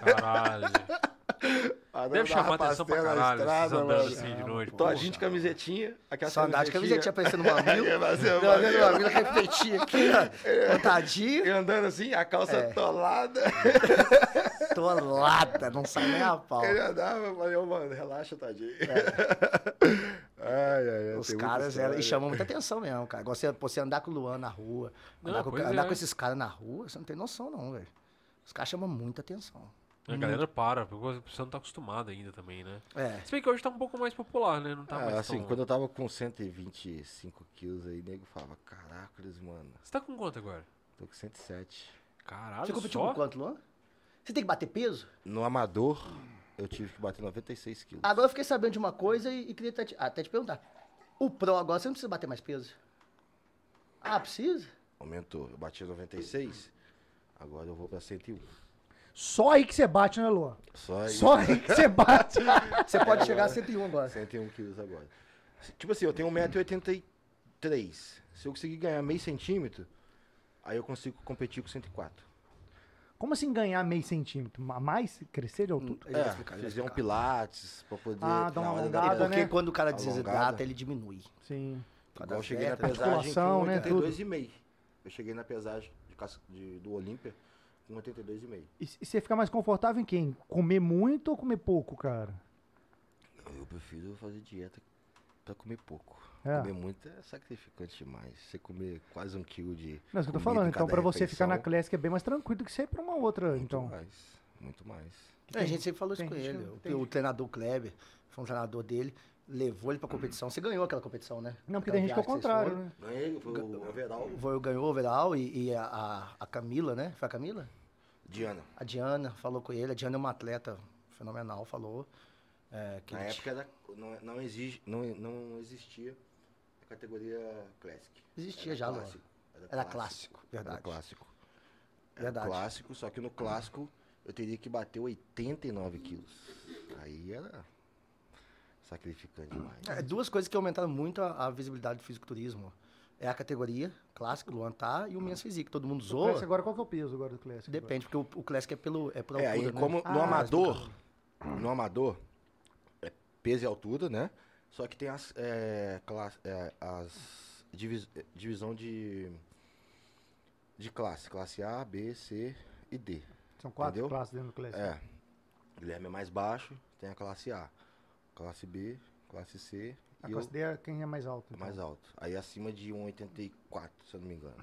Speaker 2: Caralho.
Speaker 3: Paramos
Speaker 2: Deve
Speaker 3: na
Speaker 2: chamar atenção pra
Speaker 3: rapasteira na
Speaker 2: caralho esses
Speaker 3: estrada,
Speaker 2: andando
Speaker 3: mano.
Speaker 2: assim de noite.
Speaker 3: Então a
Speaker 2: pô.
Speaker 3: gente de camisetinha, aquela
Speaker 4: Só andar de camisetinha parecendo
Speaker 3: <laughs>
Speaker 4: uma
Speaker 3: Aí,
Speaker 4: mamilo.
Speaker 3: mas,
Speaker 4: Não,
Speaker 3: mano,
Speaker 4: olhando uma mamilo, refletir aqui,
Speaker 3: <laughs> É.
Speaker 4: ó. Contadinho.
Speaker 3: E andando assim, a calça
Speaker 4: É.
Speaker 3: atolada.
Speaker 4: Tolada, não sai nem a pau.
Speaker 3: Ele andava, <laughs> eu falei, ô, mano, relaxa, tadinho. <laughs> ai, ai, ai,
Speaker 4: É. Os
Speaker 3: tem muita
Speaker 4: caras
Speaker 3: história. é.
Speaker 4: eram, e chamam muita atenção mesmo, cara. Igual Você, pô, você andar com o Luan na rua,
Speaker 2: Não,
Speaker 4: andar, com,
Speaker 2: pois
Speaker 4: andar
Speaker 2: é.
Speaker 4: com esses caras na rua, você não tem noção, não, velho. Os caras chamam muita atenção.
Speaker 2: A galera para, porque você não tá acostumado ainda também, né?
Speaker 4: É.
Speaker 2: Se bem que hoje tá um pouco mais popular, né? Não tá
Speaker 3: Ah,
Speaker 2: mais
Speaker 3: assim,
Speaker 2: tão...
Speaker 3: quando eu tava com 125 quilos aí, nego falava, caracoles, mano,
Speaker 2: Você tá com quanto agora?
Speaker 3: tô com 107.
Speaker 2: Caralho,
Speaker 4: Você competiu
Speaker 2: só?
Speaker 4: com quanto, Luan? Você tem que bater peso?
Speaker 3: No amador, eu tive que bater 96 quilos.
Speaker 4: Agora eu fiquei sabendo de uma coisa e, e queria até te, até te perguntar. O Pro agora, você não precisa bater mais peso? Ah, precisa?
Speaker 3: Aumentou, eu bati 96, agora eu vou pra 101.
Speaker 1: Só aí que você bate, né, Luan?
Speaker 3: Só isso.
Speaker 1: Só aí que você bate. <laughs>
Speaker 4: Você
Speaker 3: É.
Speaker 4: pode chegar a 101 agora.
Speaker 3: 101 quilos agora. Tipo assim, eu tenho 1,83m. Se eu conseguir ganhar meio centímetro, aí eu consigo competir com 104.
Speaker 1: Como assim ganhar meio centímetro? A mais? Crescer de altura?
Speaker 4: Ele vai
Speaker 3: É,
Speaker 4: explicar, ele vai
Speaker 3: fazer um
Speaker 4: explicar.
Speaker 3: pilates pra poder...
Speaker 1: Ah, dá
Speaker 3: na
Speaker 1: uma
Speaker 3: hora da-
Speaker 1: alongada,
Speaker 4: É porque
Speaker 1: né?
Speaker 4: quando o cara
Speaker 3: Alongada.
Speaker 4: desidrata, ele diminui.
Speaker 1: Sim.
Speaker 3: Igual eu cheguei na
Speaker 4: Atleta,
Speaker 3: pesagem com
Speaker 1: musculação, né, tudo.
Speaker 3: 82,5. Eu cheguei na pesagem de cas- de- do Olímpia com 82,5.
Speaker 1: E c- e você fica mais confortável em quem? Comer muito ou comer pouco, cara?
Speaker 3: Eu prefiro fazer dieta pra comer pouco.
Speaker 1: É.
Speaker 3: Comer muito é sacrificante demais. Você comer quase um quilo de.
Speaker 1: Não, é isso que eu tô
Speaker 3: comida em
Speaker 1: falando. Então,
Speaker 3: cada
Speaker 1: pra você ficar na
Speaker 3: refeição,
Speaker 1: Classic é bem mais tranquilo do que você ir pra uma outra,
Speaker 3: Muito
Speaker 1: então.
Speaker 3: mais. Muito mais.
Speaker 4: É, a gente sempre falou isso
Speaker 1: Tem
Speaker 4: com
Speaker 1: gente que
Speaker 4: ele.
Speaker 1: não
Speaker 4: O-
Speaker 1: tem.
Speaker 4: O treinador Kleber, foi um treinador dele, levou ele pra competição. Você ganhou aquela competição, né?
Speaker 1: Não, porque
Speaker 4: Aquela
Speaker 1: tem gente que é o
Speaker 4: viagem vocês
Speaker 1: contrário,
Speaker 4: foram.
Speaker 1: né?
Speaker 3: Ganhei, foi o overall.
Speaker 4: Foi, ganhou o overall e, e a, a- a Camila, né? Foi a Camila?
Speaker 3: Diana.
Speaker 4: A Diana falou com ele. A Diana é uma atleta fenomenal, falou. é, que
Speaker 3: Na
Speaker 4: ele
Speaker 3: época era- não, não, exige, não, não existia a categoria Classic.
Speaker 4: Existia
Speaker 3: Era
Speaker 4: já, Luan.
Speaker 3: clássico.
Speaker 4: Era clássico, verdade.
Speaker 3: Era clássico. Era
Speaker 4: Verdade.
Speaker 3: clássico, só que no clássico eu teria que bater 89 quilos. Aí era sacrificante demais.
Speaker 4: É, duas coisas que aumentaram muito a, a visibilidade do fisiculturismo. É a categoria clássico, Luan tá, e o Men's Physique. Todo mundo
Speaker 1: Do Classic
Speaker 4: zoa.
Speaker 1: agora, qual que é o peso agora do Classic? agora?
Speaker 4: Depende, porque o, o Classic é, pelo, é por
Speaker 3: É,
Speaker 4: altura,
Speaker 3: aí
Speaker 4: né?
Speaker 3: como no
Speaker 1: Ah,
Speaker 3: amador, no amador, é peso e altura, né? Só que tem as, é, classe, é, as divis- é, divisão de, de classe, classe A, B, C e D.
Speaker 1: São quatro
Speaker 3: Entendeu?
Speaker 1: classes dentro do Classic.
Speaker 3: É, o Guilherme é mais baixo, tem a classe A, classe B, classe C
Speaker 1: A
Speaker 3: e
Speaker 1: classe D é quem é mais alto.
Speaker 3: eu,
Speaker 1: então.
Speaker 3: mais alto. Aí acima de 1,84, se eu não me engano.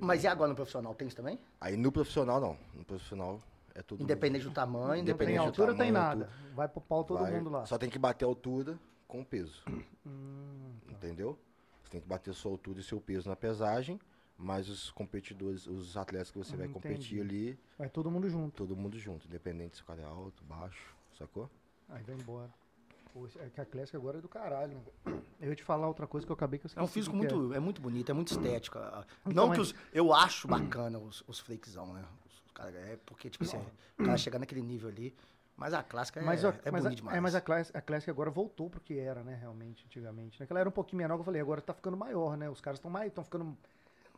Speaker 4: Mas e agora no profissional? Tem isso também?
Speaker 3: Aí no profissional não, no profissional é tudo...
Speaker 4: Independente do tamanho.
Speaker 1: Não tem
Speaker 3: Independente do
Speaker 1: altura, tem
Speaker 3: tamanho,
Speaker 1: nada. Vai pro pau todo
Speaker 3: Vai-
Speaker 1: mundo lá.
Speaker 3: Só tem que bater a altura com o peso. <clears throat>
Speaker 1: Hum,
Speaker 3: Entendeu? Você tem que bater sua altura e seu peso na pesagem, mas os competidores, os atletas que você vai
Speaker 1: Ah, Entendi.
Speaker 3: competir ali,
Speaker 1: vai todo mundo junto.
Speaker 3: todo mundo junto, independente se o cara é alto, baixo, sacou?
Speaker 1: Aí vai embora. Pô, esse- é que a Classic agora é do caralho. né? Eu ia te falar outra coisa que eu acabei que eu
Speaker 4: É um
Speaker 1: esqueci
Speaker 4: físico
Speaker 1: o que é.
Speaker 4: muito, é muito bonito, é muito estético. Ah,
Speaker 1: Então,
Speaker 4: não que
Speaker 1: mas- Hum.
Speaker 4: os, eu acho bacana os, os freakzão, né? Os, os cara- é porque, tipo assim, o cara chegar naquele nível ali. Mas a clássica é,
Speaker 1: Hum. Mas, a,
Speaker 4: é
Speaker 1: mas, a,
Speaker 4: bonita demais.
Speaker 1: é, mas a, class, a Classic agora voltou pro que era, né, realmente, antigamente. Naquela era um pouquinho menor, que eu falei, agora tá ficando maior, né? Os caras estão mais, estão ficando...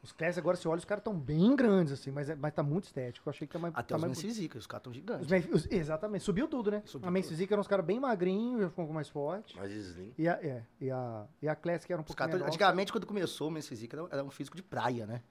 Speaker 1: Os Classics agora, se olha, os caras estão bem grandes, assim, mas, é- mas tá muito estético. Eu achei que tá mais...
Speaker 4: Até
Speaker 1: tá
Speaker 4: os
Speaker 1: mais
Speaker 4: menos físicos, os caras estão
Speaker 1: Os
Speaker 4: gigantes.
Speaker 1: men- os- exatamente, subiu tudo, né?
Speaker 4: Subiu
Speaker 1: a Men's
Speaker 4: tudo.
Speaker 1: Physique eram uns caras bem magrinhos, já ficou mais forte.
Speaker 3: Mas Slim.
Speaker 1: E a, é, e a, e a Classic era um
Speaker 4: Os
Speaker 1: pouquinho
Speaker 4: caras tão-
Speaker 1: menor.
Speaker 4: antigamente, quando começou o Men's Physique, era, era um físico de praia, né?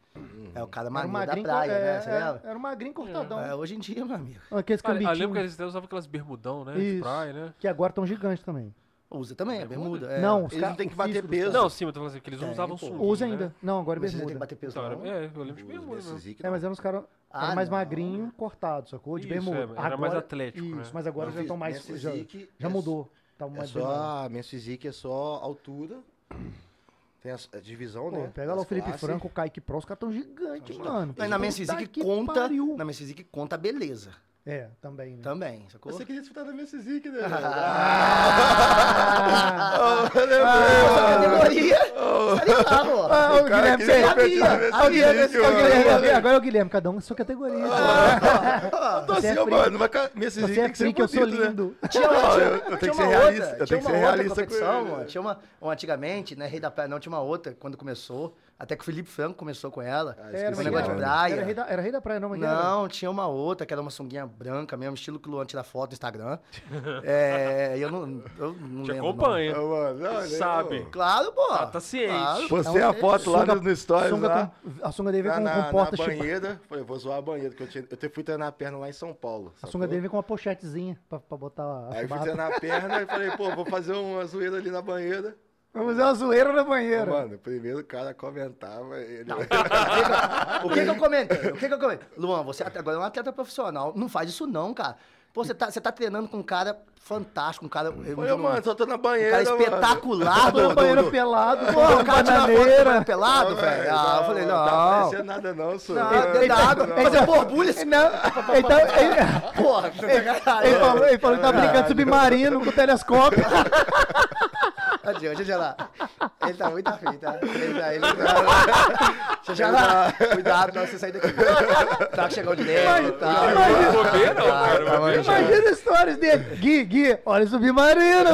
Speaker 4: É o cara
Speaker 1: Era um
Speaker 4: magrinho da
Speaker 1: magrinho,
Speaker 4: praia,
Speaker 1: é,
Speaker 4: né? Você
Speaker 1: é,
Speaker 4: lembra?
Speaker 1: era um magrinho cortadão.
Speaker 4: É, hoje em dia, meu amigo,
Speaker 1: Aqueles
Speaker 2: Ah, eu lembro que
Speaker 1: cambitinhos
Speaker 2: eles usavam aquelas bermudão, né? De
Speaker 1: Isso.
Speaker 2: praia, né?
Speaker 1: que agora estão gigantes também.
Speaker 4: usa também, a
Speaker 2: Bermuda?
Speaker 4: bermuda. é.
Speaker 1: não, os
Speaker 3: eles
Speaker 1: caras...
Speaker 3: não têm que bater peso.
Speaker 2: Não, sim, eu tô falando assim, que eles não
Speaker 4: Tem,
Speaker 2: usavam
Speaker 4: pô.
Speaker 2: sunga.
Speaker 1: Usa
Speaker 2: né?
Speaker 1: ainda. Não, agora é
Speaker 4: Mas você tem
Speaker 1: bermuda.
Speaker 4: que bater peso,
Speaker 2: Então, era-
Speaker 4: não.
Speaker 2: é, eu lembro de
Speaker 3: Os
Speaker 2: bermuda mesmo.
Speaker 3: Messizic,
Speaker 1: É,
Speaker 3: não.
Speaker 1: mas eram uns caras
Speaker 4: Ah,
Speaker 1: mais
Speaker 4: não.
Speaker 1: magrinho, cortado, sacou? De
Speaker 2: Isso,
Speaker 1: bermuda.
Speaker 2: é, era mais atlético,
Speaker 1: Isso,
Speaker 2: né?
Speaker 1: mas agora
Speaker 3: Não,
Speaker 1: já estão
Speaker 3: fiz-
Speaker 1: mais.
Speaker 3: Men's
Speaker 1: Já,
Speaker 3: Physique
Speaker 1: já
Speaker 3: é-
Speaker 1: mudou. Tava
Speaker 3: É
Speaker 1: mais bem menor.
Speaker 3: só, minha física é só altura. Tem a, s- a divisão,
Speaker 1: Pô,
Speaker 3: né?
Speaker 1: pega lá
Speaker 3: das
Speaker 1: o Felipe
Speaker 3: classes.
Speaker 1: Franco, o Kaique Pro, os caras tão gigantes, mano.
Speaker 4: Mas na Men's
Speaker 1: Puta
Speaker 4: Physique
Speaker 1: que
Speaker 4: conta.
Speaker 1: pariu.
Speaker 4: Na Então- Men's Physique conta a beleza
Speaker 1: É, também, né?
Speaker 4: também, sacou?
Speaker 3: Você queria disputar da minha Physique, <laughs> né?
Speaker 1: Ah!
Speaker 3: <laughs> Ah,
Speaker 4: Ah, essa Ah, categoria. Essa Ah, ó.
Speaker 1: Ah, o
Speaker 5: cara
Speaker 1: Guilherme,
Speaker 5: queria
Speaker 1: você
Speaker 5: competir
Speaker 1: sabia.
Speaker 5: nesse
Speaker 1: Sabia
Speaker 5: nível,
Speaker 1: desse que é o
Speaker 5: mano.
Speaker 1: Guilherme. Agora é o Guilherme, cada um na sua categoria.
Speaker 5: Ah, tô
Speaker 1: Você é
Speaker 5: assim, ó,
Speaker 1: freak.
Speaker 5: mano, mas ca- minha
Speaker 1: Você
Speaker 5: cisinha
Speaker 1: é
Speaker 5: tem que ser
Speaker 1: freak, eu sou
Speaker 5: bonito, né?
Speaker 1: lindo.
Speaker 3: Ah,
Speaker 4: Tinha uma,
Speaker 5: Não,
Speaker 4: tinha,
Speaker 5: eu- eu tenho
Speaker 4: tinha
Speaker 5: que ser
Speaker 4: uma
Speaker 5: realista, eu
Speaker 4: outra,
Speaker 5: tenho
Speaker 4: tinha
Speaker 5: que ser
Speaker 4: uma outra
Speaker 5: realista com
Speaker 4: competição,
Speaker 5: ele,
Speaker 4: mano.
Speaker 5: né?
Speaker 4: Tinha uma, uma antigamente, né? Rei da Praia, não, tinha uma outra quando começou. Até que o Felipe Franco começou com ela.
Speaker 5: Ah, é
Speaker 1: Era,
Speaker 5: esqueci
Speaker 1: mas
Speaker 4: um negócio
Speaker 1: era-
Speaker 4: de praia.
Speaker 1: Era rei da, era rei da praia, não, mas era-
Speaker 4: Não, tinha uma outra, que era uma sunguinha branca mesmo, estilo que o Luan tira foto no
Speaker 5: <laughs>
Speaker 4: Instagram. É, eu não, eu não
Speaker 2: Te
Speaker 4: lembro o nome.
Speaker 2: acompanha.
Speaker 5: Ah, mano, olha,
Speaker 2: Sabe.
Speaker 5: ô.
Speaker 4: Claro, pô.
Speaker 2: Tá- tá ciente.
Speaker 4: Então,
Speaker 5: Postei
Speaker 4: é
Speaker 5: a foto lá no, no Stories
Speaker 1: sunga
Speaker 5: lá.
Speaker 1: com- a sunga dele vem
Speaker 3: Tá
Speaker 5: Na, na,
Speaker 1: com, com
Speaker 5: na
Speaker 1: porta chip-
Speaker 5: banheira, falei, vou zoar a banheira, que eu, tinha, eu te- fui treinar a perna lá em São Paulo.
Speaker 1: A
Speaker 5: sacou?
Speaker 1: sunga dele vem com uma pochetezinha pra, pra botar a
Speaker 5: Aí eu fui
Speaker 1: barra.
Speaker 5: treinar a perna e falei, pô, vou fazer uma zoeira ali na banheira.
Speaker 1: Vamos fazer uma zoeira na banheira.
Speaker 5: Mano, primeiro o cara comentava, <laughs> ele...
Speaker 2: <laughs>
Speaker 4: O que que eu comentei? O que que eu comentei? Luan, você até agora é um atleta profissional. Não faz isso não, cara. Pô, você tá, você tá treinando com um cara fantástico, um cara... um-
Speaker 5: Falei,
Speaker 4: um-
Speaker 5: mano, só tô na
Speaker 4: um
Speaker 5: banheira,
Speaker 4: cara
Speaker 5: mano.
Speaker 4: espetacular,
Speaker 1: Tô na
Speaker 4: do-
Speaker 1: banheira
Speaker 4: do- do-
Speaker 1: pelado, pô,
Speaker 4: Pô, o cara tira foto do
Speaker 1: bananeira.
Speaker 4: cara pelado, velho. Ah, eu falei,
Speaker 5: É, Não tá
Speaker 4: não.
Speaker 5: aparecendo nada não, senhor.
Speaker 4: Não, dentro da água. Mas é borbulha esse
Speaker 1: Não, então, ele,
Speaker 4: Porra, você tá
Speaker 1: ele
Speaker 4: caralho.
Speaker 1: falou, ele falou que tá brincando de submarino com o
Speaker 4: <laughs>
Speaker 1: telescópio.
Speaker 4: Adianta, deixa lá. Ele tá muito afim, tá? Ele tá, ele tá. Deixa eu lá. Cuidado, não, você sair daqui. Tá chegando de dentro, tá?
Speaker 1: imagina-
Speaker 2: Vou ver, não,
Speaker 4: Tá,
Speaker 2: cara,
Speaker 4: tá,
Speaker 2: vou ver,
Speaker 4: mas-
Speaker 1: Imagina histórias dele. Gui, Gui, olha o submarino.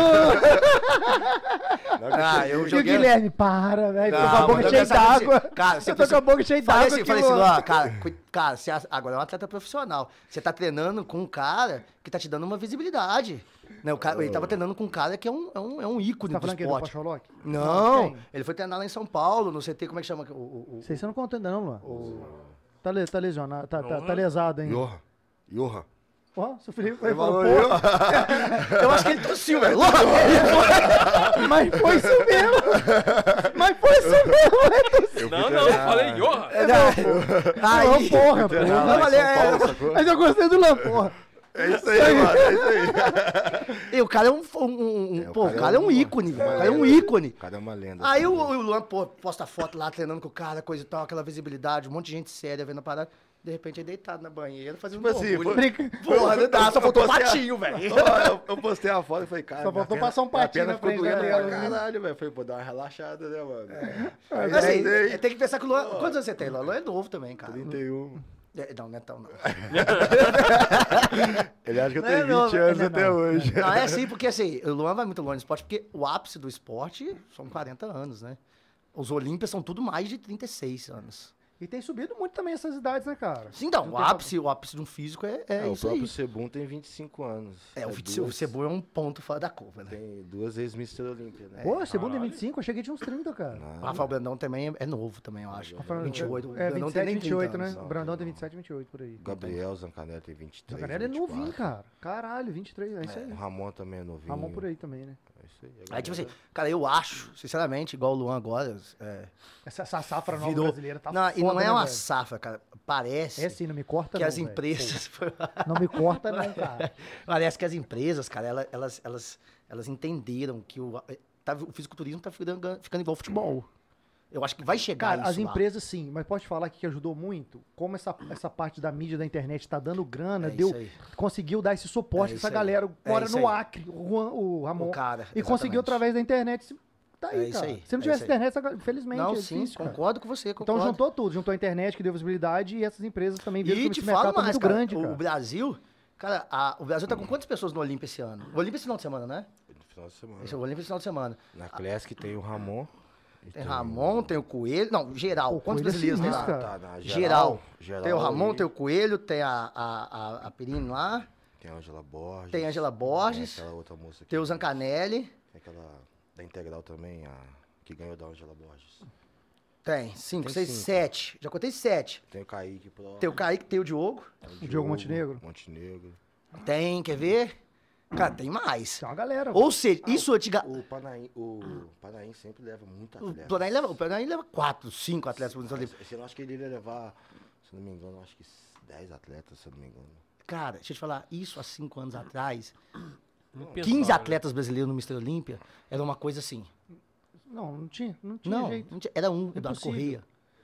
Speaker 4: Ah, eu
Speaker 1: E o
Speaker 4: joguei...
Speaker 1: Guilherme, para, velho. Tô com a
Speaker 4: Não,
Speaker 1: boca
Speaker 4: mas
Speaker 1: cheia
Speaker 4: eu pensava
Speaker 1: d'água.
Speaker 4: assim, cara, você
Speaker 1: eu tô com a boca cheia
Speaker 4: Falei
Speaker 1: d'água.
Speaker 4: assim,
Speaker 1: aqui,
Speaker 4: falei assim,
Speaker 1: ó.
Speaker 4: Luan, cara, cu- cara, você a- agora é um atleta profissional. Você tá treinando com um cara que tá te dando uma visibilidade. Né? O cara, ele tava treinando com um cara que é um, é um, é um ícone
Speaker 1: Tá
Speaker 4: do
Speaker 1: falando que ele é do
Speaker 4: esporte.
Speaker 1: Pacholoc?
Speaker 4: Não,
Speaker 1: Quem?
Speaker 4: ele foi treinar lá em São Paulo, não sei tem como é que chama.
Speaker 1: <laughs>
Speaker 4: O, o- o-
Speaker 1: Vocês não contam ainda, não, Luan. Tá, le- tá lesionado, tá, tá, tá
Speaker 2: Não.
Speaker 1: lesado, hein?
Speaker 3: Yorra. Yorra.
Speaker 1: Ó, seu Felipe foi
Speaker 5: Falou,
Speaker 1: falou, pô,
Speaker 5: eu-
Speaker 4: Eu acho que ele é tossiu, velho. Logo.
Speaker 1: mas foi isso mesmo. mas foi isso mesmo. é
Speaker 2: Não, não, eu falei, Johan.
Speaker 1: Aí,
Speaker 4: Aí,
Speaker 5: Treinar lá em
Speaker 1: porra, porra.
Speaker 4: Não,
Speaker 5: São
Speaker 4: valeu,
Speaker 5: Paulo,
Speaker 4: é-
Speaker 5: sacou?
Speaker 1: Mas eu gostei do Luan, porra.
Speaker 5: É isso aí, mano, é isso aí.
Speaker 4: e o cara é um. um- um-
Speaker 5: É, o
Speaker 4: <laughs> pô,
Speaker 5: cara
Speaker 4: o
Speaker 5: é
Speaker 4: cara é
Speaker 5: um-
Speaker 4: um ícone, velho. O cara é um
Speaker 5: é.
Speaker 4: ícone.
Speaker 5: Cara, é uma lenda.
Speaker 4: Aí o, o Luan pô, posta foto lá treinando com o cara, coisa e tal, aquela visibilidade, um monte de gente séria vendo a parada. De repente, ele deitado na banheira, fazendo um
Speaker 5: Tipo assim, foi-
Speaker 4: borbulha.
Speaker 1: Brinca.
Speaker 4: Porra, não dá, só faltou um
Speaker 5: Eu postei a-
Speaker 4: patinho,
Speaker 5: <laughs>
Speaker 4: velho.
Speaker 5: Ó, eu- Eu postei a foto e falei, cara.
Speaker 1: Só
Speaker 5: minha
Speaker 1: faltou
Speaker 5: perna-
Speaker 1: passar um
Speaker 5: minha
Speaker 1: patinho
Speaker 5: perna
Speaker 1: na
Speaker 5: ficou
Speaker 1: frente
Speaker 5: doendo
Speaker 1: dela,
Speaker 5: pra
Speaker 1: né?
Speaker 5: caralho, velho. Falei, pô, dar uma relaxada, né, mano? Aí
Speaker 4: É. Mas assim,
Speaker 5: deitei,
Speaker 4: tem que pensar que o Luan. Quantos anos você tem? Luan? Luan é novo também, cara.
Speaker 5: 31.
Speaker 4: É, Não, não é tão, não.
Speaker 5: Ele acha que eu
Speaker 4: Não é
Speaker 5: tenho
Speaker 4: novo,
Speaker 5: 20 anos
Speaker 1: ele é
Speaker 5: até
Speaker 1: novo.
Speaker 5: hoje.
Speaker 4: Não, é assim, porque assim, o Luan vai muito longe no esporte, porque o ápice do esporte são 40 anos, né? Os Olímpias são tudo mais de 36 anos.
Speaker 1: E tem subido muito também essas idades, né, cara?
Speaker 4: Sim, não,
Speaker 1: Não
Speaker 4: o
Speaker 1: tem
Speaker 4: ápice, o ápice de um físico é, é
Speaker 3: É, o
Speaker 4: isso aí.
Speaker 3: próprio Sebum tem 25 anos.
Speaker 4: É, o, Vitse- o
Speaker 3: duas-
Speaker 4: Cebu é um ponto fora da curva, né?
Speaker 3: Tem duas vezes Mr. Olímpia, né?
Speaker 1: Pô, segundo é
Speaker 2: Caralho.
Speaker 1: 25, eu cheguei de uns 30, cara.
Speaker 4: O Rafael Brandão também é, é novo também, eu acho.
Speaker 1: Rafael-
Speaker 4: 28. o
Speaker 1: É,
Speaker 4: Brandão
Speaker 1: 27, 28, né?
Speaker 4: anos.
Speaker 1: O Brandão tem 27, 28 por aí.
Speaker 3: Gabriel Zancanelli tem 23.
Speaker 1: Zancanelli é
Speaker 3: 24.
Speaker 1: novinho, cara. Caralho, 23, é isso
Speaker 3: É, o
Speaker 1: aí.
Speaker 3: Ramon também é novinho.
Speaker 1: Ramon por aí também, né?
Speaker 3: É isso
Speaker 4: Aí, tipo assim, cara, eu acho, sinceramente, igual o Luan agora. é,
Speaker 1: Essa, essa safra nova
Speaker 4: virou.
Speaker 1: brasileira tá
Speaker 4: não,
Speaker 1: foda,
Speaker 4: e não é
Speaker 1: né,
Speaker 4: uma
Speaker 1: velho?
Speaker 4: safra, cara. Parece
Speaker 1: É sim, não me corta
Speaker 4: que
Speaker 1: não,
Speaker 4: as
Speaker 1: velho.
Speaker 4: empresas.
Speaker 1: Pô, Não me corta
Speaker 4: <laughs>
Speaker 1: não, cara.
Speaker 4: Parece que as empresas, cara, ela- elas, elas, elas entenderam que o, tá- o fisiculturismo tá ficando, ficando igual ao futebol. Eu acho que vai chegar
Speaker 1: Cara,
Speaker 4: isso
Speaker 1: as
Speaker 4: lá.
Speaker 1: empresas sim, mas pode falar que ajudou muito? Como essa, essa parte da mídia da internet tá dando grana,
Speaker 4: É
Speaker 1: deu,
Speaker 4: isso aí.
Speaker 1: conseguiu dar esse suporte
Speaker 4: É
Speaker 1: pra
Speaker 4: isso
Speaker 1: essa
Speaker 4: aí.
Speaker 1: galera,
Speaker 4: É
Speaker 1: mora
Speaker 4: isso
Speaker 1: no
Speaker 4: aí.
Speaker 1: Acre, o, Juan- o Ramon.
Speaker 4: O cara,
Speaker 1: e conseguiu
Speaker 4: exatamente.
Speaker 1: através da internet. se- Tá aí,
Speaker 4: É isso
Speaker 1: cara.
Speaker 4: aí,
Speaker 1: Se não
Speaker 4: é
Speaker 1: tivesse
Speaker 4: isso aí.
Speaker 1: internet, essa gal- infelizmente,
Speaker 4: Não,
Speaker 1: é
Speaker 4: sim,
Speaker 1: difícil, cara.
Speaker 4: concordo com você.
Speaker 1: Então
Speaker 4: Concordo.
Speaker 1: juntou tudo, juntou a internet que deu visibilidade e essas empresas também viram
Speaker 4: E
Speaker 1: que
Speaker 4: te
Speaker 1: o mercado
Speaker 4: falo
Speaker 1: tá
Speaker 4: mais,
Speaker 1: muito
Speaker 4: cara,
Speaker 1: grande,
Speaker 4: o-
Speaker 1: cara.
Speaker 4: O Brasil, cara, a- o Brasil tá com quantas pessoas no Olímpia esse ano? O Olímpia esse final de semana, né?
Speaker 3: aí. No final de semana.
Speaker 4: Esse é o Olímpia esse final de semana.
Speaker 3: Na Classic tem o Ramon. e
Speaker 4: Tem
Speaker 3: o-
Speaker 4: Ramon, tem o Coelho. Não, geral.
Speaker 1: Pô,
Speaker 4: Quantos
Speaker 1: Coelho é
Speaker 4: brasileiros tem
Speaker 1: sinistro,
Speaker 4: lá?
Speaker 1: cara.
Speaker 3: Tá, na
Speaker 4: Geral.
Speaker 3: geral. geral
Speaker 4: Tem o Ramon,
Speaker 3: e
Speaker 4: tem o Coelho, tem a, a, a, a Pirine lá,
Speaker 3: Tem a Angela Borges.
Speaker 4: tem a Angela Borges,
Speaker 3: Tem aquela outra moça aqui.
Speaker 4: tem o Zancanelli.
Speaker 3: Tem aquela da Integral também, a que ganhou da Angela Borges.
Speaker 4: Tem, cinco,
Speaker 3: Tem
Speaker 4: seis,
Speaker 3: cinco.
Speaker 4: sete. Já contei sete.
Speaker 3: Tem o Kaique Pro.
Speaker 4: Tem o Kaique, tem o Diogo.
Speaker 1: O Diogo Montenegro.
Speaker 3: Montenegro.
Speaker 4: Tem, quer ver? Cara, tem mais.
Speaker 1: Tem uma galera.
Speaker 4: Ou seja, isso antiga.
Speaker 3: O Panaim, o Panaim sempre leva muito
Speaker 4: Tá. O
Speaker 3: atleta.
Speaker 4: Planaí leva, o Planaí leva quatro, cinco atletas pro Mundial Olímpico.
Speaker 3: Esse ano eu acho que ele ia levar, se eu não me engano, eu acho que 10 atletas, se eu não me engano.
Speaker 4: Cara, deixa eu te falar, isso há cinco anos atrás,
Speaker 2: Não
Speaker 4: 15
Speaker 1: né?
Speaker 2: pensava, né?
Speaker 4: atletas brasileiros no Mister Olímpia era uma coisa assim.
Speaker 1: Não, não tinha, não tinha
Speaker 4: Não,
Speaker 1: jeito. É
Speaker 4: não tinha- era um, Eduardo
Speaker 1: Impossível.
Speaker 4: Correia.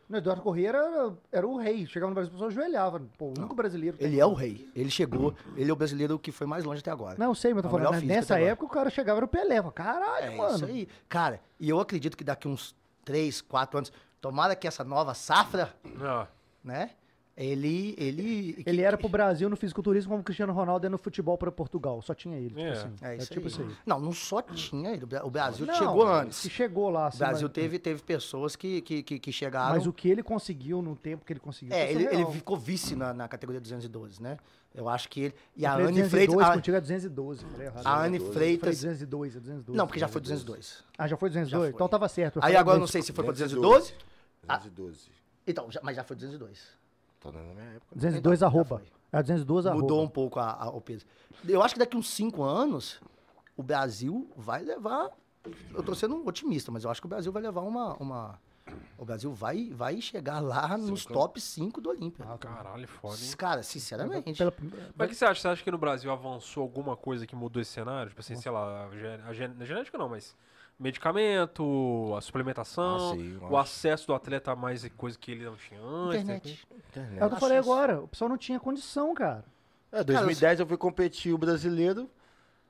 Speaker 1: O Eduardo Corrêa era, era o rei. Chegava no Brasil, as pessoas ajoelhavam. Pô, o único brasileiro. que
Speaker 4: Ele
Speaker 1: tem-
Speaker 4: é o rei. Ele chegou, ele é o brasileiro que foi mais longe até agora.
Speaker 1: Não, eu sei, mas eu
Speaker 4: É
Speaker 1: tô
Speaker 4: o melhor
Speaker 1: falando. né,
Speaker 4: físico É,
Speaker 1: Nessa
Speaker 4: até agora.
Speaker 1: época o cara chegava era o Pelé. eu falava, Caralho,
Speaker 4: É
Speaker 1: mano.
Speaker 4: isso aí. Cara, e eu acredito que daqui uns três, quatro anos. Tomara que essa nova safra,
Speaker 2: Ó,
Speaker 4: né? Ele. Ele,
Speaker 1: Ele era pro Brasil no fisiculturismo como o Cristiano Ronaldo é no futebol pra Portugal. Só tinha ele, tipo
Speaker 2: É.
Speaker 1: assim.
Speaker 4: É isso
Speaker 1: tipo
Speaker 4: aí.
Speaker 1: isso aí.
Speaker 4: Não, não só tinha ele. O Bra- O Brasil
Speaker 1: Não,
Speaker 4: chegou
Speaker 1: que
Speaker 4: antes.
Speaker 1: chegou lá.
Speaker 4: O
Speaker 1: Assim,
Speaker 4: Brasil
Speaker 1: mas,
Speaker 4: teve, teve pessoas que, que, que, que chegaram.
Speaker 1: Mas o que ele conseguiu no tempo que ele conseguiu.
Speaker 4: É,
Speaker 1: foi
Speaker 4: ele, ele
Speaker 1: surreal.
Speaker 4: ficou vice na, na categoria 212, né? Eu acho que ele. E a
Speaker 1: Falei
Speaker 4: Anne Freitas.
Speaker 1: 202,
Speaker 4: a-
Speaker 1: contigo é 212. falei errado.
Speaker 4: a Anne
Speaker 1: Falei
Speaker 4: Freitas.
Speaker 1: 202, é 212.
Speaker 4: Não, porque já foi 202.
Speaker 1: Ah, já foi 202?
Speaker 4: Já foi.
Speaker 1: Então tava certo. eu
Speaker 4: Aí
Speaker 1: falei
Speaker 4: agora eu não
Speaker 1: 200.
Speaker 4: sei se foi pra 212.
Speaker 3: 212.
Speaker 4: Ah.
Speaker 3: 212.
Speaker 4: Então, já- mas já foi 202.
Speaker 3: Tá na minha época.
Speaker 1: 202
Speaker 4: Então, já
Speaker 1: arroba.
Speaker 4: foi.
Speaker 1: É 202 arroba.
Speaker 4: Mudou um pouco a- a- o peso. Eu acho que daqui uns 5 anos, o Brasil vai levar. Eu tô sendo otimista, mas eu acho que o Brasil vai levar uma. uma o Brasil vai, vai chegar lá nos top 5 do Olímpia.
Speaker 2: Ah, caralho, foda, hein?
Speaker 4: Cara, sinceramente.
Speaker 1: Pela-
Speaker 2: Mas o que você acha? Você acha que no Brasil avançou alguma coisa que mudou esse cenário? Tipo assim, sei lá, a, gen- a gen- a genética não, mas medicamento, a suplementação,
Speaker 3: Ah, sim, eu
Speaker 2: o
Speaker 3: acho.
Speaker 2: acesso do atleta a mais coisa que ele não tinha antes. né?
Speaker 4: Internet.
Speaker 1: É o que eu falei
Speaker 4: Acesso.
Speaker 1: agora. O pessoal não tinha condição, cara.
Speaker 5: É, 2010 eu fui competir o brasileiro.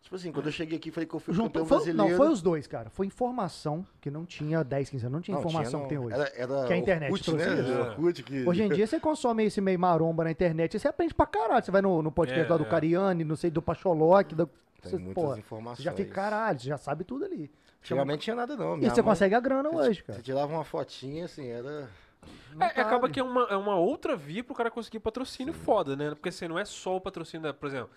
Speaker 5: Tipo assim, quando eu cheguei aqui, falei que eu fui
Speaker 1: Juntou,
Speaker 5: campeão
Speaker 1: foi,
Speaker 5: brasileiro.
Speaker 1: não, foi os dois, cara. Foi informação, que não tinha 10, 15 anos. Não tinha
Speaker 3: Não,
Speaker 1: informação
Speaker 3: tinha,
Speaker 1: que tem
Speaker 3: não.
Speaker 1: hoje.
Speaker 5: Era, era
Speaker 1: Que a internet
Speaker 5: Orkut,
Speaker 1: trouxe
Speaker 5: né?
Speaker 1: isso.
Speaker 5: Era Orkut que...
Speaker 1: Hoje em dia você consome esse meio maromba na internet e você aprende pra caralho. Você vai no, no podcast
Speaker 2: É,
Speaker 1: lá do
Speaker 2: é.
Speaker 1: Cariani, não sei, do Pacholoc. Do,
Speaker 3: Tem
Speaker 1: você,
Speaker 3: muitas
Speaker 1: pô,
Speaker 3: informações.
Speaker 1: Você já fica caralho, você já sabe tudo ali.
Speaker 5: Antigamente tinha nada não.
Speaker 1: E
Speaker 5: minha
Speaker 1: você
Speaker 5: mãe-
Speaker 1: consegue a grana
Speaker 5: você-
Speaker 1: hoje, cara.
Speaker 5: Você tirava uma fotinha, assim, era...
Speaker 2: É, acaba que é uma, é uma outra via pro cara conseguir patrocínio foda, né? Porque assim, não é só o patrocínio, da, por exemplo,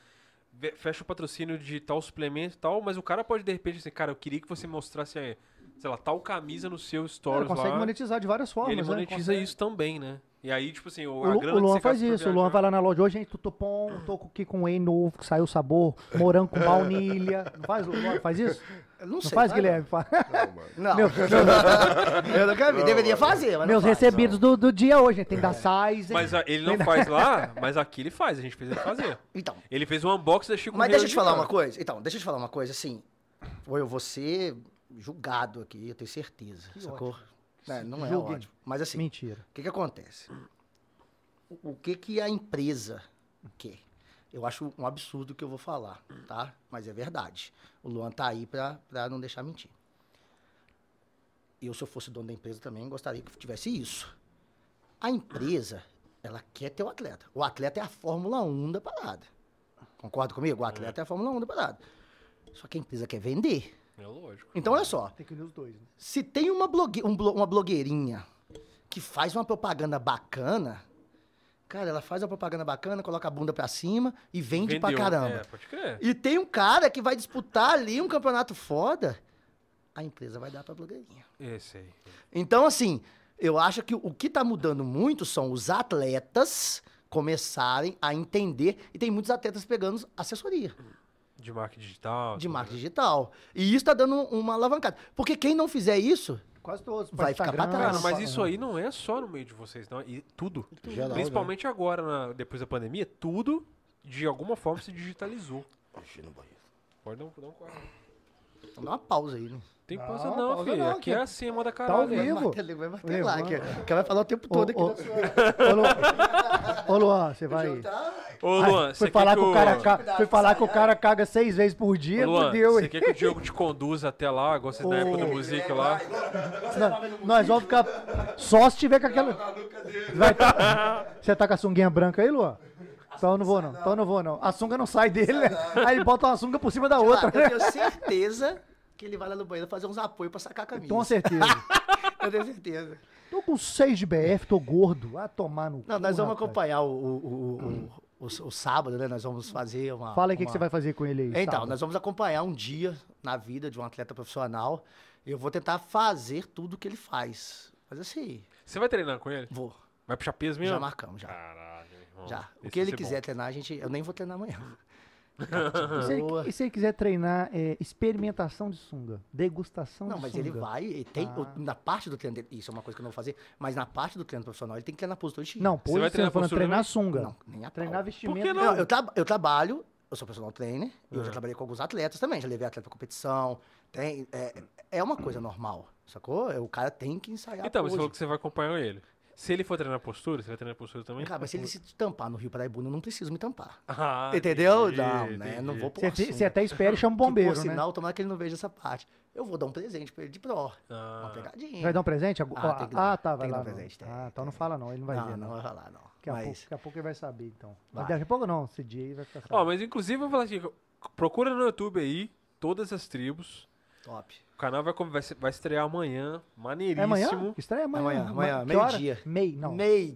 Speaker 2: ve- fecha o patrocínio de tal suplemento e tal, mas o cara pode de repente assim, cara, eu queria que você mostrasse, eh, sei lá, tal camisa no seu
Speaker 1: Ele
Speaker 2: stories
Speaker 1: É, consegue
Speaker 2: lá.
Speaker 1: monetizar de várias formas.
Speaker 2: e ele
Speaker 1: né?
Speaker 2: monetiza
Speaker 1: Consegue.
Speaker 2: isso também, né? E aí, tipo assim, o,
Speaker 1: O,
Speaker 2: a
Speaker 1: Lu-
Speaker 2: grana
Speaker 1: o
Speaker 2: que
Speaker 1: Luan
Speaker 2: você
Speaker 1: faz
Speaker 2: gasta pra
Speaker 1: isso. O Luan
Speaker 2: viajar-
Speaker 1: vai lá na loja hoje, gente, tô bom, tô com- aqui com whey novo, que saiu o sabor, morango com baunilha. Não faz, Luan? Faz isso?
Speaker 4: Eu Não,
Speaker 1: Não
Speaker 4: sei.
Speaker 1: faz,
Speaker 4: vai,
Speaker 1: Guilherme? Faz.
Speaker 4: Não. <laughs> eu nunca vi. Deveria fazer, mas
Speaker 1: Meus
Speaker 4: não faz.
Speaker 1: recebidos do, do dia hoje, gente, tem da Size.
Speaker 2: É. Mas ah, ele não
Speaker 1: <laughs>
Speaker 2: faz lá, mas aqui ele faz, a gente fez ele fazer.
Speaker 4: Então,
Speaker 2: Ele fez um unboxing da Chico
Speaker 4: mas
Speaker 2: Rei
Speaker 4: deixa eu te
Speaker 2: hoje,
Speaker 4: falar
Speaker 2: cara.
Speaker 4: uma coisa. Então, deixa eu te falar uma coisa, assim. Ou eu vou ser julgado aqui, eu tenho certeza. sacou? É, não é
Speaker 1: Julguem.
Speaker 4: ótimo. Mas assim,
Speaker 1: Mentira.
Speaker 4: O que, que acontece? O, o que, que a empresa quer? Eu acho um absurdo o que eu vou falar, tá? Mas é verdade. O Luan tá aí pra, pra não deixar mentir. Eu, se eu fosse dono da empresa também, gostaria que tivesse isso. A empresa, ela quer ter o atleta. O atleta é a Fórmula 1 da parada. Concorda comigo? O atleta é a Fórmula 1 da parada. Só que a empresa quer vender.
Speaker 2: É lógico.
Speaker 4: Então, olha só.
Speaker 1: Tem que unir os dois, né?
Speaker 4: Se tem uma, blogue- um blo- uma blogueirinha que faz uma propaganda bacana, cara, ela faz uma propaganda bacana, coloca a bunda pra cima e vende pra
Speaker 2: Vendeu.
Speaker 4: caramba.
Speaker 2: É, pode crer.
Speaker 4: E tem um cara que vai disputar ali um campeonato foda, a empresa vai dar pra blogueirinha.
Speaker 2: Esse aí.
Speaker 4: Então, assim, eu acho que o que tá mudando muito são os atletas começarem a entender, e tem muitos atletas pegando assessoria
Speaker 2: De marca digital.
Speaker 4: de
Speaker 2: tudo,
Speaker 4: marketing
Speaker 2: né?
Speaker 4: digital. E isso tá dando uma alavancada. Porque quem não fizer isso,
Speaker 1: Quase todos.
Speaker 4: Vai ficar pra
Speaker 1: Instagram,
Speaker 2: Cara,
Speaker 4: trás.
Speaker 2: mas isso aí não é só no meio de vocês, não. E tudo.
Speaker 1: Tá
Speaker 5: Geral, né?
Speaker 2: Principalmente agora, na- depois da pandemia, tudo de alguma forma se digitalizou.
Speaker 3: Oxi, no banheiro.
Speaker 2: Pode um, não, não corre.
Speaker 4: dá uma pausa aí, né?
Speaker 2: Tem
Speaker 1: Não,
Speaker 2: pausa não,
Speaker 1: pausa
Speaker 2: filho.
Speaker 1: não,
Speaker 2: Aqui
Speaker 1: que-
Speaker 2: é assim, moda
Speaker 1: Tá ao
Speaker 2: caralho.
Speaker 1: vivo.
Speaker 4: Vai bater, vai bater lá,
Speaker 1: Levanta.
Speaker 4: que, é- que ela vai falar o tempo todo aqui.
Speaker 1: Ô,
Speaker 4: <laughs>
Speaker 1: <laughs>
Speaker 4: da sua-
Speaker 1: ô, ô, Luan, ô, Luan, você vai.
Speaker 2: Ô,
Speaker 1: Ai,
Speaker 2: Luan,
Speaker 1: fui
Speaker 2: você
Speaker 1: falar
Speaker 2: quer
Speaker 1: que
Speaker 2: que
Speaker 1: o cara caga,
Speaker 4: Cuidado,
Speaker 1: fui falar
Speaker 4: sai,
Speaker 1: que o cara caga seis vezes por dia,
Speaker 2: Ô, Luan,
Speaker 1: fudeu,
Speaker 2: você
Speaker 1: hein?
Speaker 2: quer que o Diogo te conduza até lá, igual vocês na época do Music lá?
Speaker 1: Nós- Nós vamos ficar só se tiver com aquela Vai tá- Você tá com a sunguinha branca aí, Luan? Então eu não vou não. Então eu não vou não. A sunga não sai dele, né? Aí ele bota uma sunga por cima da outra,
Speaker 4: Ah, eu
Speaker 1: né? <laughs>
Speaker 4: tenho certeza que ele vai lá no banheiro fazer uns apoios pra sacar a camisa.
Speaker 1: Com certeza.
Speaker 4: Eu tenho certeza.
Speaker 1: Tô com seis de BF, tô gordo. Ah, tomar no
Speaker 4: Não, nós
Speaker 1: cu,
Speaker 4: vamos
Speaker 1: rapaz.
Speaker 4: acompanhar o, o- o- o- o- o sábado, né? Nós vamos fazer uma.
Speaker 1: Hum. Fala aí o que, que
Speaker 4: uma-
Speaker 1: você vai fazer com ele aí.
Speaker 4: Então,
Speaker 1: sábado.
Speaker 4: nós vamos acompanhar um dia na vida de um atleta profissional. Eu vou tentar fazer tudo que ele faz. Mas assim,
Speaker 2: Você vai treinar com ele?
Speaker 4: vou.
Speaker 2: Vai puxar peso mesmo?
Speaker 4: Já marcamos, já.
Speaker 2: Caralho, irmão.
Speaker 4: Já. O
Speaker 2: Esse vai
Speaker 4: que ele
Speaker 2: ser Ah, bom.
Speaker 4: quiser treinar, a gente. Eu nem vou treinar amanhã.
Speaker 1: E se,
Speaker 4: Boa.
Speaker 1: ele, e se ele quiser treinar é, experimentação de sunga, degustação
Speaker 4: Não,
Speaker 1: de
Speaker 4: mas
Speaker 1: sunga.
Speaker 4: ele vai, e tem,
Speaker 1: É um Ah.
Speaker 4: o- na parte do treino dele, isso é uma coisa que eu não vou fazer, mas na parte do treino profissional ele tem que treinar postura de chinelo.
Speaker 1: Não, pô,
Speaker 2: vai
Speaker 1: você tá
Speaker 2: treinar
Speaker 1: falando
Speaker 2: postura
Speaker 1: treinar
Speaker 2: também?
Speaker 1: sunga.
Speaker 4: Não, nem a
Speaker 1: Treinar
Speaker 4: pau.
Speaker 1: vestimento.
Speaker 2: Por que
Speaker 4: Não,
Speaker 2: não?
Speaker 4: eu, tra- eu trabalho, eu sou personal trainer, e
Speaker 1: É.
Speaker 4: eu já trabalhei com alguns atletas também, já levei atleta pra competição, tem, é, é uma coisa normal, sacou? É, O cara tem que ensaiar
Speaker 2: Então,
Speaker 4: pose.
Speaker 2: você falou que você vai acompanhar ele. Se ele for treinar postura, você vai treinar postura também?
Speaker 4: É, Cara, mas se ele se tampar no Rio Paraibuna, eu não preciso me tampar.
Speaker 2: <laughs> Ah,
Speaker 4: <laughs> Entendeu?
Speaker 2: entendi,
Speaker 4: não, né? Não
Speaker 2: entendi.
Speaker 4: vou pôr
Speaker 1: Você você até espera e chama o
Speaker 4: que,
Speaker 1: bombeiro,
Speaker 4: por
Speaker 1: né?
Speaker 4: sinal, tomara que ele Tipo, não veja essa parte. Eu vou dar um presente pra ele de pró.
Speaker 2: Ah.
Speaker 4: Uma pegadinha.
Speaker 1: Vai dar um presente? Ah,
Speaker 4: Ah, tem que
Speaker 1: ah
Speaker 4: dar.
Speaker 1: tá, vai
Speaker 4: Tem que
Speaker 1: lá.
Speaker 4: dar
Speaker 1: não.
Speaker 4: presente, tem,
Speaker 1: ah,
Speaker 4: tem.
Speaker 1: então não fala não, ele não vai
Speaker 4: não,
Speaker 1: ver.
Speaker 4: não
Speaker 1: Não.
Speaker 4: vai falar, não.
Speaker 1: Daqui, a pouco,
Speaker 4: Mas,
Speaker 1: daqui a pouco ele vai saber, então. Mas
Speaker 4: Vai.
Speaker 1: daqui a pouco não, esse dia aí vai ficar
Speaker 2: Ó,
Speaker 1: sabendo.
Speaker 2: mas inclusive eu vou falar assim, procura no YouTube aí todas as tribos.
Speaker 4: top.
Speaker 2: O canal vai, com- vai, se- vai estrear amanhã, maneiríssimo.
Speaker 1: É amanhã? Estreia amanhã.
Speaker 4: Amanhã, amanhã,
Speaker 1: Ma- que hora?
Speaker 4: meio-dia.
Speaker 1: Meio, não.
Speaker 4: Meio-dia.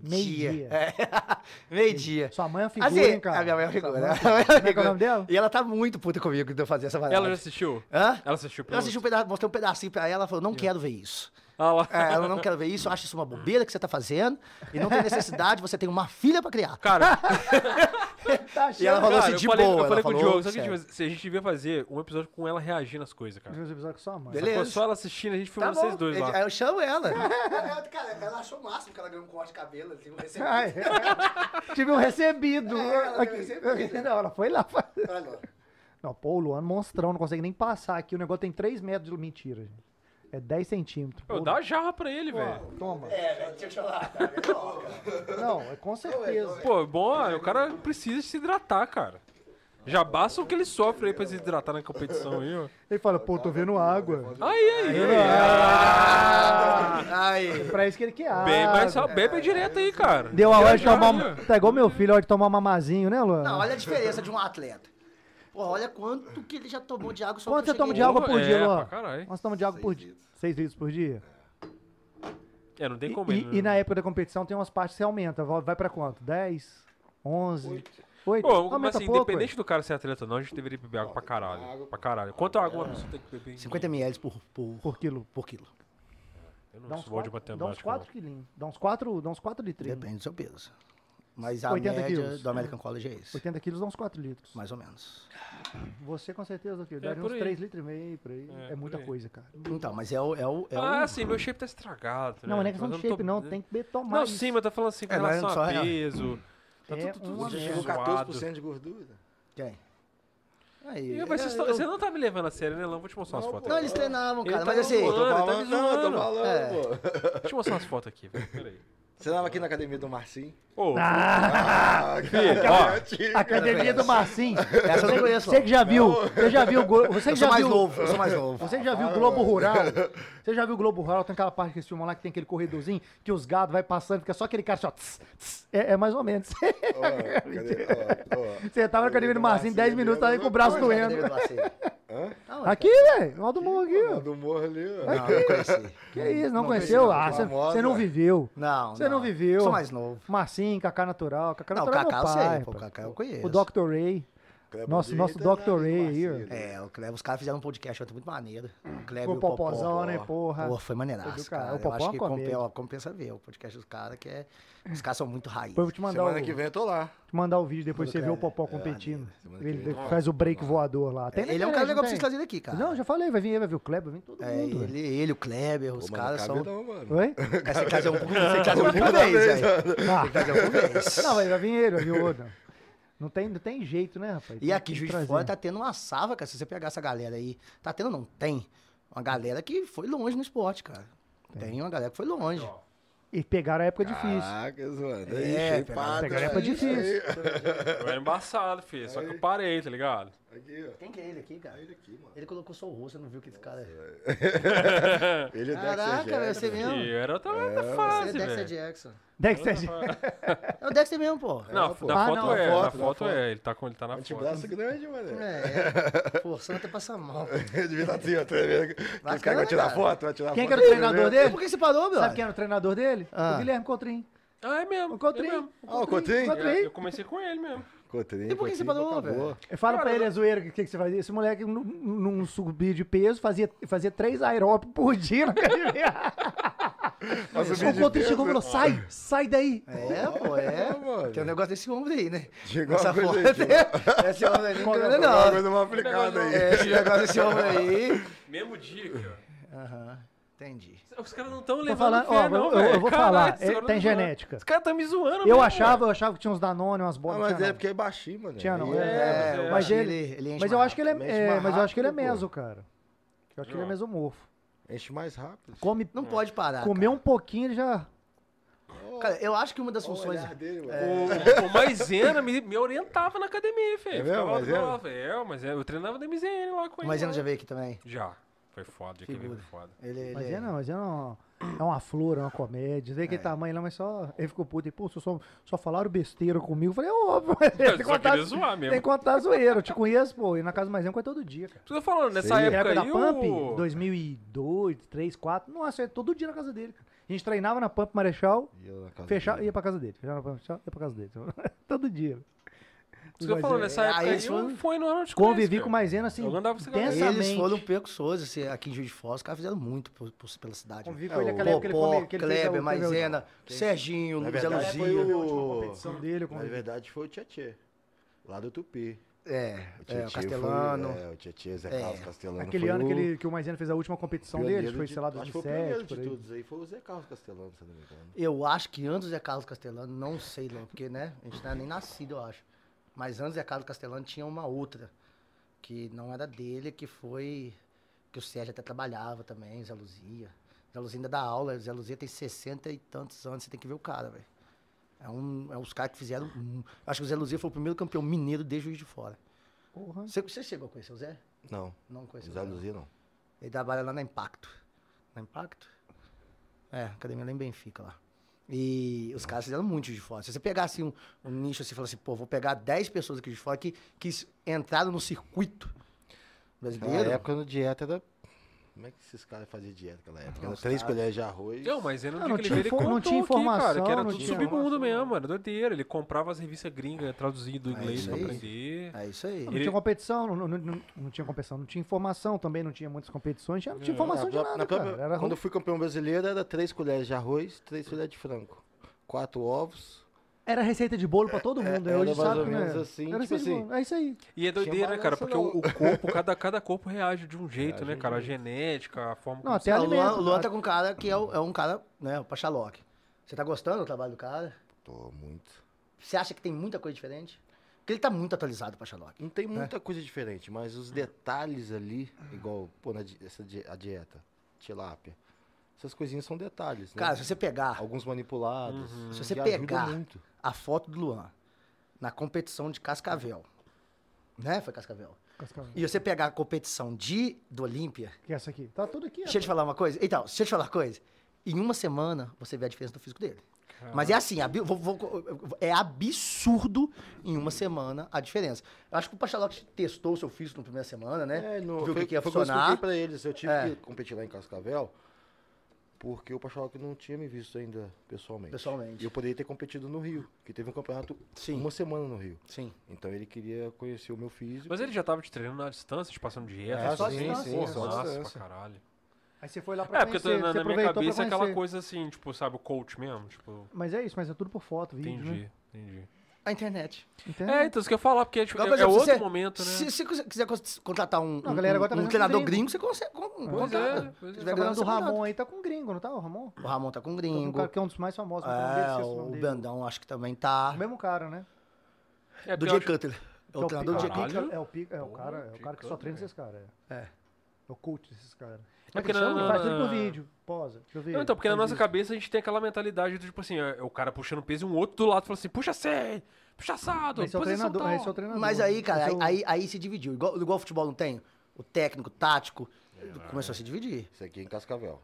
Speaker 1: Meio-dia.
Speaker 4: É. <laughs> Meio-dia.
Speaker 1: Sua mãe é uma figura,
Speaker 4: Assim,
Speaker 1: hein, cara?
Speaker 4: A minha mãe é uma
Speaker 1: Sua
Speaker 4: <laughs> figura.
Speaker 1: é uma figura. Como é que é o nome dela?
Speaker 4: E ela tá muito puta comigo de eu fazer essa parada.
Speaker 2: Ela já assistiu?
Speaker 4: Hã?
Speaker 2: Ela assistiu
Speaker 4: Eu assisti um pedaço, mostrei um pedacinho pra ela, ela falou, não quero ver isso.
Speaker 2: Ah, lá.
Speaker 4: É, ela não quer ver isso, eu acho isso uma bobeira que você tá fazendo. E não tem necessidade, você tem uma filha pra criar. <laughs>
Speaker 2: Cara,
Speaker 1: Tá
Speaker 4: E
Speaker 1: cheio
Speaker 4: ela falou
Speaker 2: cara,
Speaker 4: assim,
Speaker 2: eu
Speaker 4: de
Speaker 2: falei,
Speaker 4: boa.
Speaker 2: eu falei
Speaker 4: ela
Speaker 2: com o
Speaker 4: falou,
Speaker 2: Diogo, sabe que a gente,
Speaker 4: sério.
Speaker 2: vai- se a gente devia fazer um episódio com ela reagindo às coisas, cara.
Speaker 1: de uns episódios com sua mãe.
Speaker 4: Beleza. Tá
Speaker 2: Sacou? Só ela assistindo, a gente filma vocês dois lá.
Speaker 4: Aí eu
Speaker 1: <laughs>
Speaker 4: chamo ela. cara, ela achou o máximo que ela ganhou um corte de cabelo, assim, um recebido.
Speaker 1: Ai, <laughs> tive um recebido.
Speaker 4: ela
Speaker 1: Aqui.
Speaker 4: teve um recebido. Tá
Speaker 1: Não, ela foi lá. fazer.
Speaker 4: Olha,
Speaker 1: Não, pô, o Luano monstrão, não consegue nem passar aqui. O negócio tem 3 metros de mentira, gente. É 10 centímetros.
Speaker 2: Eu
Speaker 1: Pô,
Speaker 2: dá uma jarra pra ele,
Speaker 1: pô,
Speaker 2: velho.
Speaker 1: Toma.
Speaker 4: é, velho, deixa eu chorar, cara.
Speaker 1: Não, é com certeza.
Speaker 2: Pô, bom, o cara precisa se hidratar, cara. Já basta o que ele sofre aí pra se hidratar na competição aí, ó.
Speaker 1: Ele fala, pô, tô vendo água.
Speaker 2: Aí, aí,
Speaker 4: Ai,
Speaker 1: É pra isso que ele quer água.
Speaker 2: Ah! Bem, mas só bebe direto aí, cara.
Speaker 1: Deu a hora de
Speaker 2: Já,
Speaker 1: tomar.
Speaker 2: já.
Speaker 1: um- Tá igual meu filho, a hora de tomar mamazinho, né, Luan?
Speaker 4: não, olha a diferença de um atleta. Pô, olha quanto que ele já tomou de água só
Speaker 1: Quanto
Speaker 4: que eu
Speaker 1: você toma de
Speaker 4: cheguei.
Speaker 1: água por
Speaker 2: É,
Speaker 1: dia,
Speaker 2: pra
Speaker 1: Luan?
Speaker 2: caralho.
Speaker 1: Nós tomamos de água por
Speaker 3: Seis
Speaker 1: dia.
Speaker 3: litros.
Speaker 1: 6 litros por dia?
Speaker 2: É, não tem
Speaker 1: E-
Speaker 2: como
Speaker 1: e,
Speaker 2: ele.
Speaker 1: e na época da competição tem umas partes que você aumenta. Vai vai pra quanto? 10? 11? 8?
Speaker 2: Pô, mas assim,
Speaker 1: pouco,
Speaker 2: independente do cara ser atleta ou não, a gente deveria beber água pra caralho. Pra caralho. Quanto água uma pessoa tem que beber? em
Speaker 4: 50 ml por,
Speaker 1: ué,
Speaker 4: por,
Speaker 1: por quilo.
Speaker 4: por quilo.
Speaker 2: Eu
Speaker 1: Dá
Speaker 2: não
Speaker 1: uns
Speaker 2: sou bom de
Speaker 1: 4, dá uns
Speaker 2: matemática. não.
Speaker 1: 4 quilinhos. Dá uns 4, dá uns 4 litros.
Speaker 4: Depende do seu peso. Mas a
Speaker 1: 80
Speaker 4: média
Speaker 1: quilos. né?
Speaker 4: do American College é esse.
Speaker 1: 80 quilos dá uns 4 litros.
Speaker 4: Mais ou menos.
Speaker 1: Você com certeza, filho. Daria
Speaker 2: É, por
Speaker 1: uns
Speaker 2: aí.
Speaker 1: 3 litros e meio por aí. É,
Speaker 2: por
Speaker 1: muita
Speaker 2: aí.
Speaker 1: coisa, cara.
Speaker 4: Então, mas é o. É o, é o
Speaker 2: Ah, sim, meu shape tá estragado.
Speaker 1: um Não, não
Speaker 2: né?
Speaker 1: é questão de
Speaker 2: Mas eu
Speaker 1: shape, não.
Speaker 2: tô-
Speaker 1: Tem que be- tomar
Speaker 2: Não,
Speaker 1: isso.
Speaker 2: sim, mas tá falando assim com
Speaker 4: É, mas
Speaker 2: relação a
Speaker 4: só é-
Speaker 2: peso. Tá
Speaker 1: É
Speaker 2: tudo, tudo
Speaker 1: uma
Speaker 2: zoado.
Speaker 1: merda.
Speaker 5: Chegou 14% de gordura.
Speaker 4: Quem? Aí,
Speaker 2: Ih, mas
Speaker 4: é,
Speaker 2: vocês tão-
Speaker 4: eu-
Speaker 2: Você não tá me levando a sério, né, Lão? Vou te mostrar umas fotos.
Speaker 4: Não,
Speaker 2: aqui.
Speaker 4: eles treinavam,
Speaker 2: Ele
Speaker 4: cara.
Speaker 2: tá
Speaker 4: Mas assim.
Speaker 2: zoando. Mano, ele tá me
Speaker 5: não, eu
Speaker 2: zoando.
Speaker 5: tô falando,
Speaker 4: É.
Speaker 5: pô.
Speaker 2: Deixa eu mostrar umas fotos aqui, velho. Peraí.
Speaker 5: Você tava aqui na academia do Marcinho?
Speaker 2: Ô, <laughs>
Speaker 5: Ah,
Speaker 2: filho, ó.
Speaker 1: Academia do Marcinho.
Speaker 4: é Essa eu não conheço,
Speaker 1: Você
Speaker 4: não.
Speaker 1: que já viu. Você já viu. o Glo- Você
Speaker 4: Eu
Speaker 1: que já
Speaker 4: sou mais
Speaker 1: viu.
Speaker 4: novo, eu sou mais novo.
Speaker 1: Você já viu o Globo
Speaker 4: <laughs>
Speaker 1: Rural? Você já viu o Globo Rural? Tem aquela parte que eles filmam lá que tem aquele corredorzinho que os gados vai passando, fica só aquele cara assim, ó. tss, tss. É, é mais ou menos. <laughs>
Speaker 5: Ó, cadê? Ó, ó.
Speaker 1: Você tava na academia do Marcinho 10 minutos, tava aí com o braço Ah,
Speaker 4: Onde é a academia
Speaker 1: doendo.
Speaker 4: do Lacerda? Aonde,
Speaker 1: Aqui, velho. Lá do morro aqui,
Speaker 5: Ó,
Speaker 1: ó.
Speaker 5: Do morro ali, ó.
Speaker 4: cara? Não, eu não conheci.
Speaker 1: Que isso, não,
Speaker 4: Não
Speaker 1: conheceu?
Speaker 4: conheci, não.
Speaker 1: Ah, você-
Speaker 5: Famosa.
Speaker 1: você não viveu.
Speaker 4: Não,
Speaker 1: Você não viveu.
Speaker 4: Sou mais novo.
Speaker 1: Marcinho, Cacá Natural. Cacá
Speaker 4: Não, o
Speaker 1: Natural é
Speaker 4: Cacá eu
Speaker 1: meu pai.
Speaker 4: sei, pô, o
Speaker 1: pô.
Speaker 4: Cacá eu conheço.
Speaker 1: O Dr. Ray.
Speaker 5: Kleber
Speaker 1: Nosso-
Speaker 5: Brito,
Speaker 1: nosso
Speaker 5: né,
Speaker 1: Dr.
Speaker 5: do
Speaker 1: Ray aí, ó.
Speaker 5: Marcinho.
Speaker 4: É, o Kleber, os caras fizeram um podcast ontem muito maneiro. O Kleber
Speaker 1: O
Speaker 4: e o É, Popó.
Speaker 1: Popozão, né, porra.
Speaker 4: Porra, foi maneiraço,
Speaker 1: Foi do cara.
Speaker 4: cara.
Speaker 1: O
Speaker 4: Eu
Speaker 1: Popó é
Speaker 4: acho
Speaker 1: uma
Speaker 4: que
Speaker 1: comédia.
Speaker 4: compensa, ó, compensa ver o podcast dos caras, que é... Os caras são muito raiz.
Speaker 1: Depois eu vou te mandar,
Speaker 5: Semana
Speaker 1: o,
Speaker 5: que vem eu tô lá.
Speaker 1: te mandar o vídeo, depois
Speaker 4: Quando
Speaker 1: você vê
Speaker 4: quer,
Speaker 1: o Popó
Speaker 4: né?
Speaker 1: competindo.
Speaker 5: Ah, semana que
Speaker 1: ele
Speaker 5: vem.
Speaker 1: faz o break voador lá. Tem na
Speaker 4: Ele é um
Speaker 1: internet,
Speaker 4: cara
Speaker 1: não
Speaker 4: legal pra
Speaker 1: tem?
Speaker 4: vocês trazerem aqui, cara.
Speaker 1: Não, já falei, vai vir, ele, vai vir o Kleber, vai vir todo
Speaker 4: É,
Speaker 1: mundo. velho.
Speaker 4: ele, ele, o Kleber, os
Speaker 5: Pô, mano,
Speaker 4: caras
Speaker 5: cabe
Speaker 4: são...
Speaker 5: Não, mano.
Speaker 4: <laughs>
Speaker 1: Oi?
Speaker 5: tá
Speaker 4: É, Você
Speaker 5: <laughs>
Speaker 4: casou um por você casou um por vez, velho.
Speaker 1: Ah.
Speaker 4: Casou um por vez.
Speaker 1: <laughs> Não, vai vai vir ele, vai vir o outro. Não tem, não tem jeito, né, rapaz? Tem
Speaker 4: E aqui,
Speaker 1: que
Speaker 4: Juiz de
Speaker 1: trazer.
Speaker 4: Fora, tá tendo uma sava, cara. Se você pegar essa galera aí. Tá tendo, não tem. Uma galera que foi longe no esporte, cara. Tem uma galera que foi longe.
Speaker 1: E pegaram a época difícil.
Speaker 5: Caracas, mano.
Speaker 4: É,
Speaker 5: É,
Speaker 4: pegada-
Speaker 1: Pegaram a época difícil. <laughs>
Speaker 2: eu era embaçado, filho. Só que eu parei, tá ligado?
Speaker 5: Aqui, ó.
Speaker 4: Tem que é ele aqui, cara.
Speaker 5: Ele aqui, mano.
Speaker 4: Ele colocou só o rosto, você não viu que esse cara é.
Speaker 5: Ele é
Speaker 4: Caraca,
Speaker 5: Dexter
Speaker 4: velho,
Speaker 5: Jackson.
Speaker 4: você mesmo?
Speaker 2: E
Speaker 4: Você
Speaker 2: eu era outra, outra
Speaker 4: é
Speaker 2: fase,
Speaker 4: Dexter
Speaker 2: velho.
Speaker 4: Jackson.
Speaker 1: Dexter Jackson.
Speaker 4: É o Dexter mesmo, pô.
Speaker 2: Não,
Speaker 5: É, pô.
Speaker 2: na
Speaker 1: Ah,
Speaker 2: foto
Speaker 1: não,
Speaker 5: na
Speaker 2: é, na
Speaker 5: foto, na
Speaker 2: foto
Speaker 5: foto.
Speaker 2: é. Ele tá com ele tá na foto.
Speaker 5: Antebraço grande, mano.
Speaker 4: É, é. Forçando até passar mal.
Speaker 5: Ele <laughs> devia estar assim, ó. tremendo. Os caras que
Speaker 4: Bacana,
Speaker 5: vão tirar
Speaker 4: cara.
Speaker 5: foto, vai tirar
Speaker 1: Quem que
Speaker 5: foto. né?
Speaker 1: era o treinador
Speaker 4: Pô,
Speaker 1: dele?
Speaker 4: Por que você parou, meu?
Speaker 1: Sabe quem era o treinador dele?
Speaker 4: Ah.
Speaker 1: O Guilherme Cotrim.
Speaker 2: Ah, é mesmo.
Speaker 1: O
Speaker 2: é
Speaker 1: Cotrim.
Speaker 2: mesmo.
Speaker 5: Ah, o Cotrim?
Speaker 2: É, eu comecei com ele mesmo.
Speaker 5: Cotrim,
Speaker 4: E por que você
Speaker 5: Cotrim,
Speaker 4: falou,
Speaker 5: acabou.
Speaker 4: velho?
Speaker 1: Fala pra
Speaker 2: Cara,
Speaker 1: ele, é zoeira, o que, que você fazia? Esse moleque não- não não subia de peso, fazia, fazia três aeróbicos por dia na
Speaker 4: <laughs>
Speaker 1: academia.
Speaker 4: um
Speaker 5: Mas o
Speaker 1: o
Speaker 5: vídeo
Speaker 1: Cotrim
Speaker 5: dele,
Speaker 1: chegou e falou, sai, sai daí.
Speaker 4: né? É, pô, é.
Speaker 5: Não, mano.
Speaker 4: Tem um negócio desse ombro aí, né?
Speaker 5: <laughs> Chegou
Speaker 4: Essa
Speaker 5: uma coisa
Speaker 4: foto.
Speaker 5: aí, chegou-
Speaker 4: Esse ombro aí, não tem nada,
Speaker 5: Tem alguma
Speaker 4: não.
Speaker 5: coisa mal aplicada aí.
Speaker 4: É, esse negócio desse ombro aí.
Speaker 2: <laughs> Mesmo dia, cara.
Speaker 4: Aham, entendi.
Speaker 2: Os caras não estão
Speaker 1: Tô
Speaker 2: levando
Speaker 1: falando,
Speaker 2: fé,
Speaker 1: ó,
Speaker 2: não,
Speaker 1: eu, eu-
Speaker 2: velho.
Speaker 1: eu vou
Speaker 2: Caralho,
Speaker 1: falar,
Speaker 2: esse
Speaker 1: é,
Speaker 2: cara
Speaker 1: tem
Speaker 2: não zoando.
Speaker 1: genética.
Speaker 2: Os caras estão me zoando
Speaker 1: Eu
Speaker 2: mesmo,
Speaker 1: achava, eu achava que tinha uns Danone, umas
Speaker 5: Ah,
Speaker 1: bolas.
Speaker 5: mas
Speaker 1: tinha
Speaker 5: é
Speaker 1: não.
Speaker 5: porque é baixinho, mano.
Speaker 1: Tinha não,
Speaker 5: Aí
Speaker 1: é.
Speaker 2: É,
Speaker 4: eu
Speaker 1: mas
Speaker 4: acho que
Speaker 1: ele-
Speaker 4: ele enche
Speaker 1: Mas eu
Speaker 4: mais
Speaker 1: acho que ele
Speaker 5: rápido,
Speaker 1: é,
Speaker 5: mexe
Speaker 1: é,
Speaker 5: mais
Speaker 1: mas eu acho que ele é
Speaker 5: rápido, pô.
Speaker 1: meso, cara. Eu acho que ele é
Speaker 2: Ó.
Speaker 1: mesomorfo.
Speaker 5: Enche mais rápido.
Speaker 1: Come,
Speaker 4: Não pode parar.
Speaker 1: comer
Speaker 4: cara.
Speaker 1: um pouquinho, ele já...
Speaker 5: Ô,
Speaker 4: Cara, eu acho que uma das funções.
Speaker 3: dele, mano.
Speaker 1: É.
Speaker 2: O, o Maisena me, me orientava na academia, filho.
Speaker 3: É mesmo,
Speaker 2: Ficava lá do meu
Speaker 3: Maisena?
Speaker 2: lado, falei, É, mas eu treinava da MZN lá com
Speaker 4: O
Speaker 2: ele.
Speaker 4: Maisena
Speaker 2: lá.
Speaker 4: já veio aqui também.
Speaker 2: Já. Foi foda, já que veio
Speaker 4: Figura.
Speaker 2: foi foda.
Speaker 4: Ele, ele
Speaker 1: Mas é não, mas é não. É uma flor, é uma comédia. Vê aquele tamanho lá, mas só. Ele ficou puto. E, pô, vocês só, só falaram besteira comigo. Eu falei, ô, pô, tem que
Speaker 2: só
Speaker 1: contar-
Speaker 2: queria zoar mesmo.
Speaker 1: Tem que contar zoeira. Eu te conheço, pô. E na casa do Maisena quase todo dia, cara.
Speaker 2: Tu tá falando, nessa
Speaker 1: Na
Speaker 2: época,
Speaker 1: da
Speaker 2: aí
Speaker 1: Pump,
Speaker 2: o...
Speaker 1: 2002, 3, 4. Nossa, é todo dia na casa dele, cara. A gente treinava na Pump Marechal,
Speaker 6: E eu na casa
Speaker 1: fechava,
Speaker 6: dele.
Speaker 1: ia pra casa dele. Fechava na Pump Marechal, ia pra casa dele. <laughs> todo dia.
Speaker 2: Tu tá falando,
Speaker 1: É,
Speaker 2: nessa
Speaker 4: Aí
Speaker 2: época aí,
Speaker 4: eles
Speaker 2: eu
Speaker 4: foram-
Speaker 2: fui no Arnold
Speaker 1: um Convivi com o
Speaker 2: Classic, é cara.
Speaker 1: Maisena, assim,
Speaker 2: Eu andava com essa galera.
Speaker 1: intensamente.
Speaker 4: Eles foram o Peco Souza, assim, aqui em Juiz de Fora, os caras fizeram muito por- por- pela cidade.
Speaker 1: Convivi
Speaker 4: Convido
Speaker 1: com ele naquela época que ele come- que ele fez a-
Speaker 4: Kleber,
Speaker 1: teve a-
Speaker 4: Maisena, Serginho,
Speaker 3: Na
Speaker 4: Luiz
Speaker 3: é verdade, foi
Speaker 4: Aluzia.
Speaker 3: o...
Speaker 1: competição dele, eu
Speaker 3: Na
Speaker 1: convivi.
Speaker 3: é verdade, foi o Tietê. Lá do Tupi.
Speaker 4: É, é, o
Speaker 3: Tietê foi-
Speaker 4: Castelano.
Speaker 3: é, o Tietê, Zé
Speaker 4: É.
Speaker 3: Carlos Castelano.
Speaker 1: Aquele
Speaker 3: foi
Speaker 1: ano que,
Speaker 3: o
Speaker 1: ele- que o Maisena fez a última competição
Speaker 3: pioneiro
Speaker 1: deles, foi,
Speaker 3: de-
Speaker 1: sei lá,
Speaker 3: Acho que foi o primeiro
Speaker 1: 2007, por
Speaker 3: de
Speaker 1: aí.
Speaker 3: todos aí. Foi o Zé Carlos Castelano, se eu não me engano.
Speaker 4: Eu acho que antes do Zé Carlos Castelano, não sei não, porque, né, a gente não era nem nascido, eu acho. Mas antes do Zé Carlos Castelano tinha uma outra, que não era dele, que foi... Que o Sérgio até trabalhava também, Zé Luzia. Zé Luzia ainda dá aula, Zé Luzia tem 60 e tantos anos, você tem que ver o cara, velho. É, um, é os caras que fizeram... um- acho que o Zé Luzia foi o primeiro campeão mineiro de Juiz de Fora.
Speaker 1: Porra.
Speaker 4: Você, você chegou a conhecer o Zé?
Speaker 6: Não,
Speaker 4: Não conheceu
Speaker 6: Zé Luzia não.
Speaker 4: ele trabalha lá na Impacto. Na Impacto? É, academia lá em Benfica lá. E os caras fizeram muito de fora. Se você pegasse um, um nicho assim e falasse, pô, vou pegar 10 pessoas aqui de fora que, que s- entraram no circuito
Speaker 3: Na
Speaker 4: brasileiro.
Speaker 3: época, no dieta era... Como é que esses caras faziam dieta naquela época? Era três colheres de arroz.
Speaker 2: Não, mas era no
Speaker 1: Ah,
Speaker 2: dia
Speaker 1: não
Speaker 2: que
Speaker 1: tinha
Speaker 2: ele veio, ele
Speaker 1: info- não
Speaker 2: contou
Speaker 1: tinha
Speaker 2: aqui, cara, que era
Speaker 1: informação, não
Speaker 2: tudo
Speaker 1: tinha
Speaker 2: submundo
Speaker 1: informação.
Speaker 2: mesmo, era doideira. Ele comprava as revistas gringas, traduzindo do
Speaker 4: É
Speaker 2: inglês
Speaker 4: isso
Speaker 2: pra
Speaker 4: aí.
Speaker 2: aprender.
Speaker 4: É isso aí.
Speaker 1: Não
Speaker 2: Ele-
Speaker 1: tinha competição, não, não- não- não tinha competição, não tinha informação também, não tinha muitas competições, tinha- não
Speaker 2: É.
Speaker 1: tinha informação de
Speaker 3: Na-
Speaker 1: nada,
Speaker 3: na
Speaker 1: cara.
Speaker 3: própria-
Speaker 1: Era
Speaker 3: quando eu fui campeão brasileiro, era três colheres de arroz, três colheres de frango. Quatro ovos.
Speaker 1: Era receita de bolo pra todo mundo.
Speaker 3: É,
Speaker 1: hoje
Speaker 3: era mais
Speaker 1: sabe,
Speaker 3: ou menos
Speaker 1: né?
Speaker 3: assim,
Speaker 1: era
Speaker 3: tipo
Speaker 1: receita de
Speaker 3: assim.
Speaker 1: bolo, É isso aí.
Speaker 2: E é doideira, né, cara?
Speaker 3: balança,
Speaker 2: Porque o, o corpo, cada, cada corpo reage de um jeito, né, cara? A genética, a forma
Speaker 1: Não,
Speaker 2: você-
Speaker 1: até
Speaker 4: o Luan,
Speaker 1: alimento. ah,
Speaker 4: o Luan tá com um cara que é, o- é um cara, né, o Pachaloc. Você tá gostando do trabalho do cara?
Speaker 6: Tô muito.
Speaker 4: Você acha que tem muita coisa diferente? Porque ele tá muito atualizado, o Pachaloc.
Speaker 3: Não
Speaker 6: né?
Speaker 3: tem muita coisa diferente, mas os detalhes ali, igual, pô, na, di- essa, di- a dieta, tilápia. Essas coisinhas são detalhes, né?
Speaker 4: Cara, se você pegar Uhum.
Speaker 3: Alguns manipulados.
Speaker 4: Se você
Speaker 3: que ajudam
Speaker 4: pegar
Speaker 3: muito.
Speaker 4: a foto do Luan na competição de Cascavel, né? Foi Cascavel.
Speaker 1: Cascavel.
Speaker 4: E você pegar a competição de do Olímpia,
Speaker 1: Que é essa aqui. Tá tudo aqui.
Speaker 4: deixa eu te falar uma coisa. Então, deixa eu te falar uma coisa. Em uma semana você vê a diferença do físico dele. Mas é assim, abi- vou- vou- é absurdo em uma semana a diferença. Eu acho que o Pachalotti testou o seu físico na primeira semana, né?
Speaker 3: É, no,
Speaker 4: Viu o
Speaker 3: foi,
Speaker 4: que, que ia
Speaker 3: foi eu
Speaker 4: funcionar.
Speaker 3: expliquei pra eles. Eu tive
Speaker 4: É.
Speaker 3: que competir lá em Cascavel, porque o Pachaloc não tinha me visto ainda
Speaker 2: É.
Speaker 3: pessoalmente.
Speaker 4: Pessoalmente.
Speaker 3: E eu poderia ter competido no Rio, que teve um campeonato
Speaker 4: Sim.
Speaker 3: uma semana no Rio.
Speaker 4: Sim.
Speaker 3: Então ele queria conhecer o meu físico.
Speaker 2: Mas ele já tava te treinando à distância, te passando dieta,
Speaker 3: É,
Speaker 2: essas
Speaker 1: só à
Speaker 2: coisas.
Speaker 1: distância,
Speaker 2: Pô,
Speaker 1: é, só à
Speaker 2: massa pra
Speaker 3: distância.
Speaker 2: caralho.
Speaker 1: Aí você foi lá pra
Speaker 2: É, porque
Speaker 1: conhecer, você
Speaker 2: na, na minha
Speaker 1: aproveitou pra
Speaker 2: cabeça é aquela
Speaker 1: conhecer.
Speaker 2: coisa assim, tipo, sabe, o coach mesmo, tipo...
Speaker 1: Mas é isso, mas é tudo por foto, vídeo, né?
Speaker 2: Entendi, entendi.
Speaker 4: A internet.
Speaker 1: Entende?
Speaker 2: É, então, isso que eu ia falar, porque tipo, é,
Speaker 4: Agora, por
Speaker 2: é
Speaker 4: exemplo, se
Speaker 2: outro
Speaker 4: você-
Speaker 2: momento, né?
Speaker 4: Se se você quiser cons- contratar um,
Speaker 1: Não, a galera
Speaker 4: um-
Speaker 1: agora tá
Speaker 4: um
Speaker 1: fazendo
Speaker 4: treinador
Speaker 1: gringo.
Speaker 4: gringo, você consegue. Com,
Speaker 2: Pois
Speaker 4: contrata.
Speaker 2: é, pois é.
Speaker 4: Se
Speaker 1: Você
Speaker 4: tiver
Speaker 1: tá
Speaker 4: grana,
Speaker 1: falando
Speaker 4: você
Speaker 1: do Ramon
Speaker 4: contrata.
Speaker 1: aí, tá com gringo, não tá? O Ramon?
Speaker 4: O Ramon tá
Speaker 1: Tá
Speaker 4: com
Speaker 1: com um
Speaker 4: gringo.
Speaker 1: cara que é um dos mais famosos. mas eu não
Speaker 4: É,
Speaker 1: esqueço
Speaker 4: o
Speaker 1: nome dele.
Speaker 4: Bendão acho que também tá.
Speaker 1: O mesmo cara, né?
Speaker 2: É, porque
Speaker 4: do
Speaker 2: eu
Speaker 4: Jay
Speaker 2: acho-
Speaker 4: Cutler. É o
Speaker 1: Que é
Speaker 4: treinador do Jay
Speaker 1: pica-
Speaker 4: Cutler.
Speaker 2: Caralho.
Speaker 1: É o, pica- é o
Speaker 2: Pô,
Speaker 1: cara, é o cara que só
Speaker 2: Jay
Speaker 1: treina
Speaker 2: Cutler.
Speaker 1: esses caras. é.
Speaker 4: É.
Speaker 1: É o coach desses caras.
Speaker 2: É porque
Speaker 1: Ele
Speaker 2: na-
Speaker 1: chama, Faz
Speaker 2: na-
Speaker 1: tudo por vídeo. Posa. Deixa eu ver.
Speaker 2: Não, então, porque na
Speaker 1: Faz
Speaker 2: nossa
Speaker 1: isso.
Speaker 2: cabeça a gente tem aquela mentalidade do tipo assim, é, é o cara puxando peso e um outro do lado fala assim, puxa sei, puxa assado,
Speaker 1: Esse é o
Speaker 2: posição
Speaker 1: treinador.
Speaker 2: tal.
Speaker 1: Esse é o treinador.
Speaker 4: Mas aí, cara,
Speaker 1: Esse
Speaker 4: aí,
Speaker 1: é o-
Speaker 4: aí, aí se dividiu. Igual, igual o futebol não tem? O técnico, o tático, começou a se dividir.
Speaker 3: Isso aqui é em Cascavel.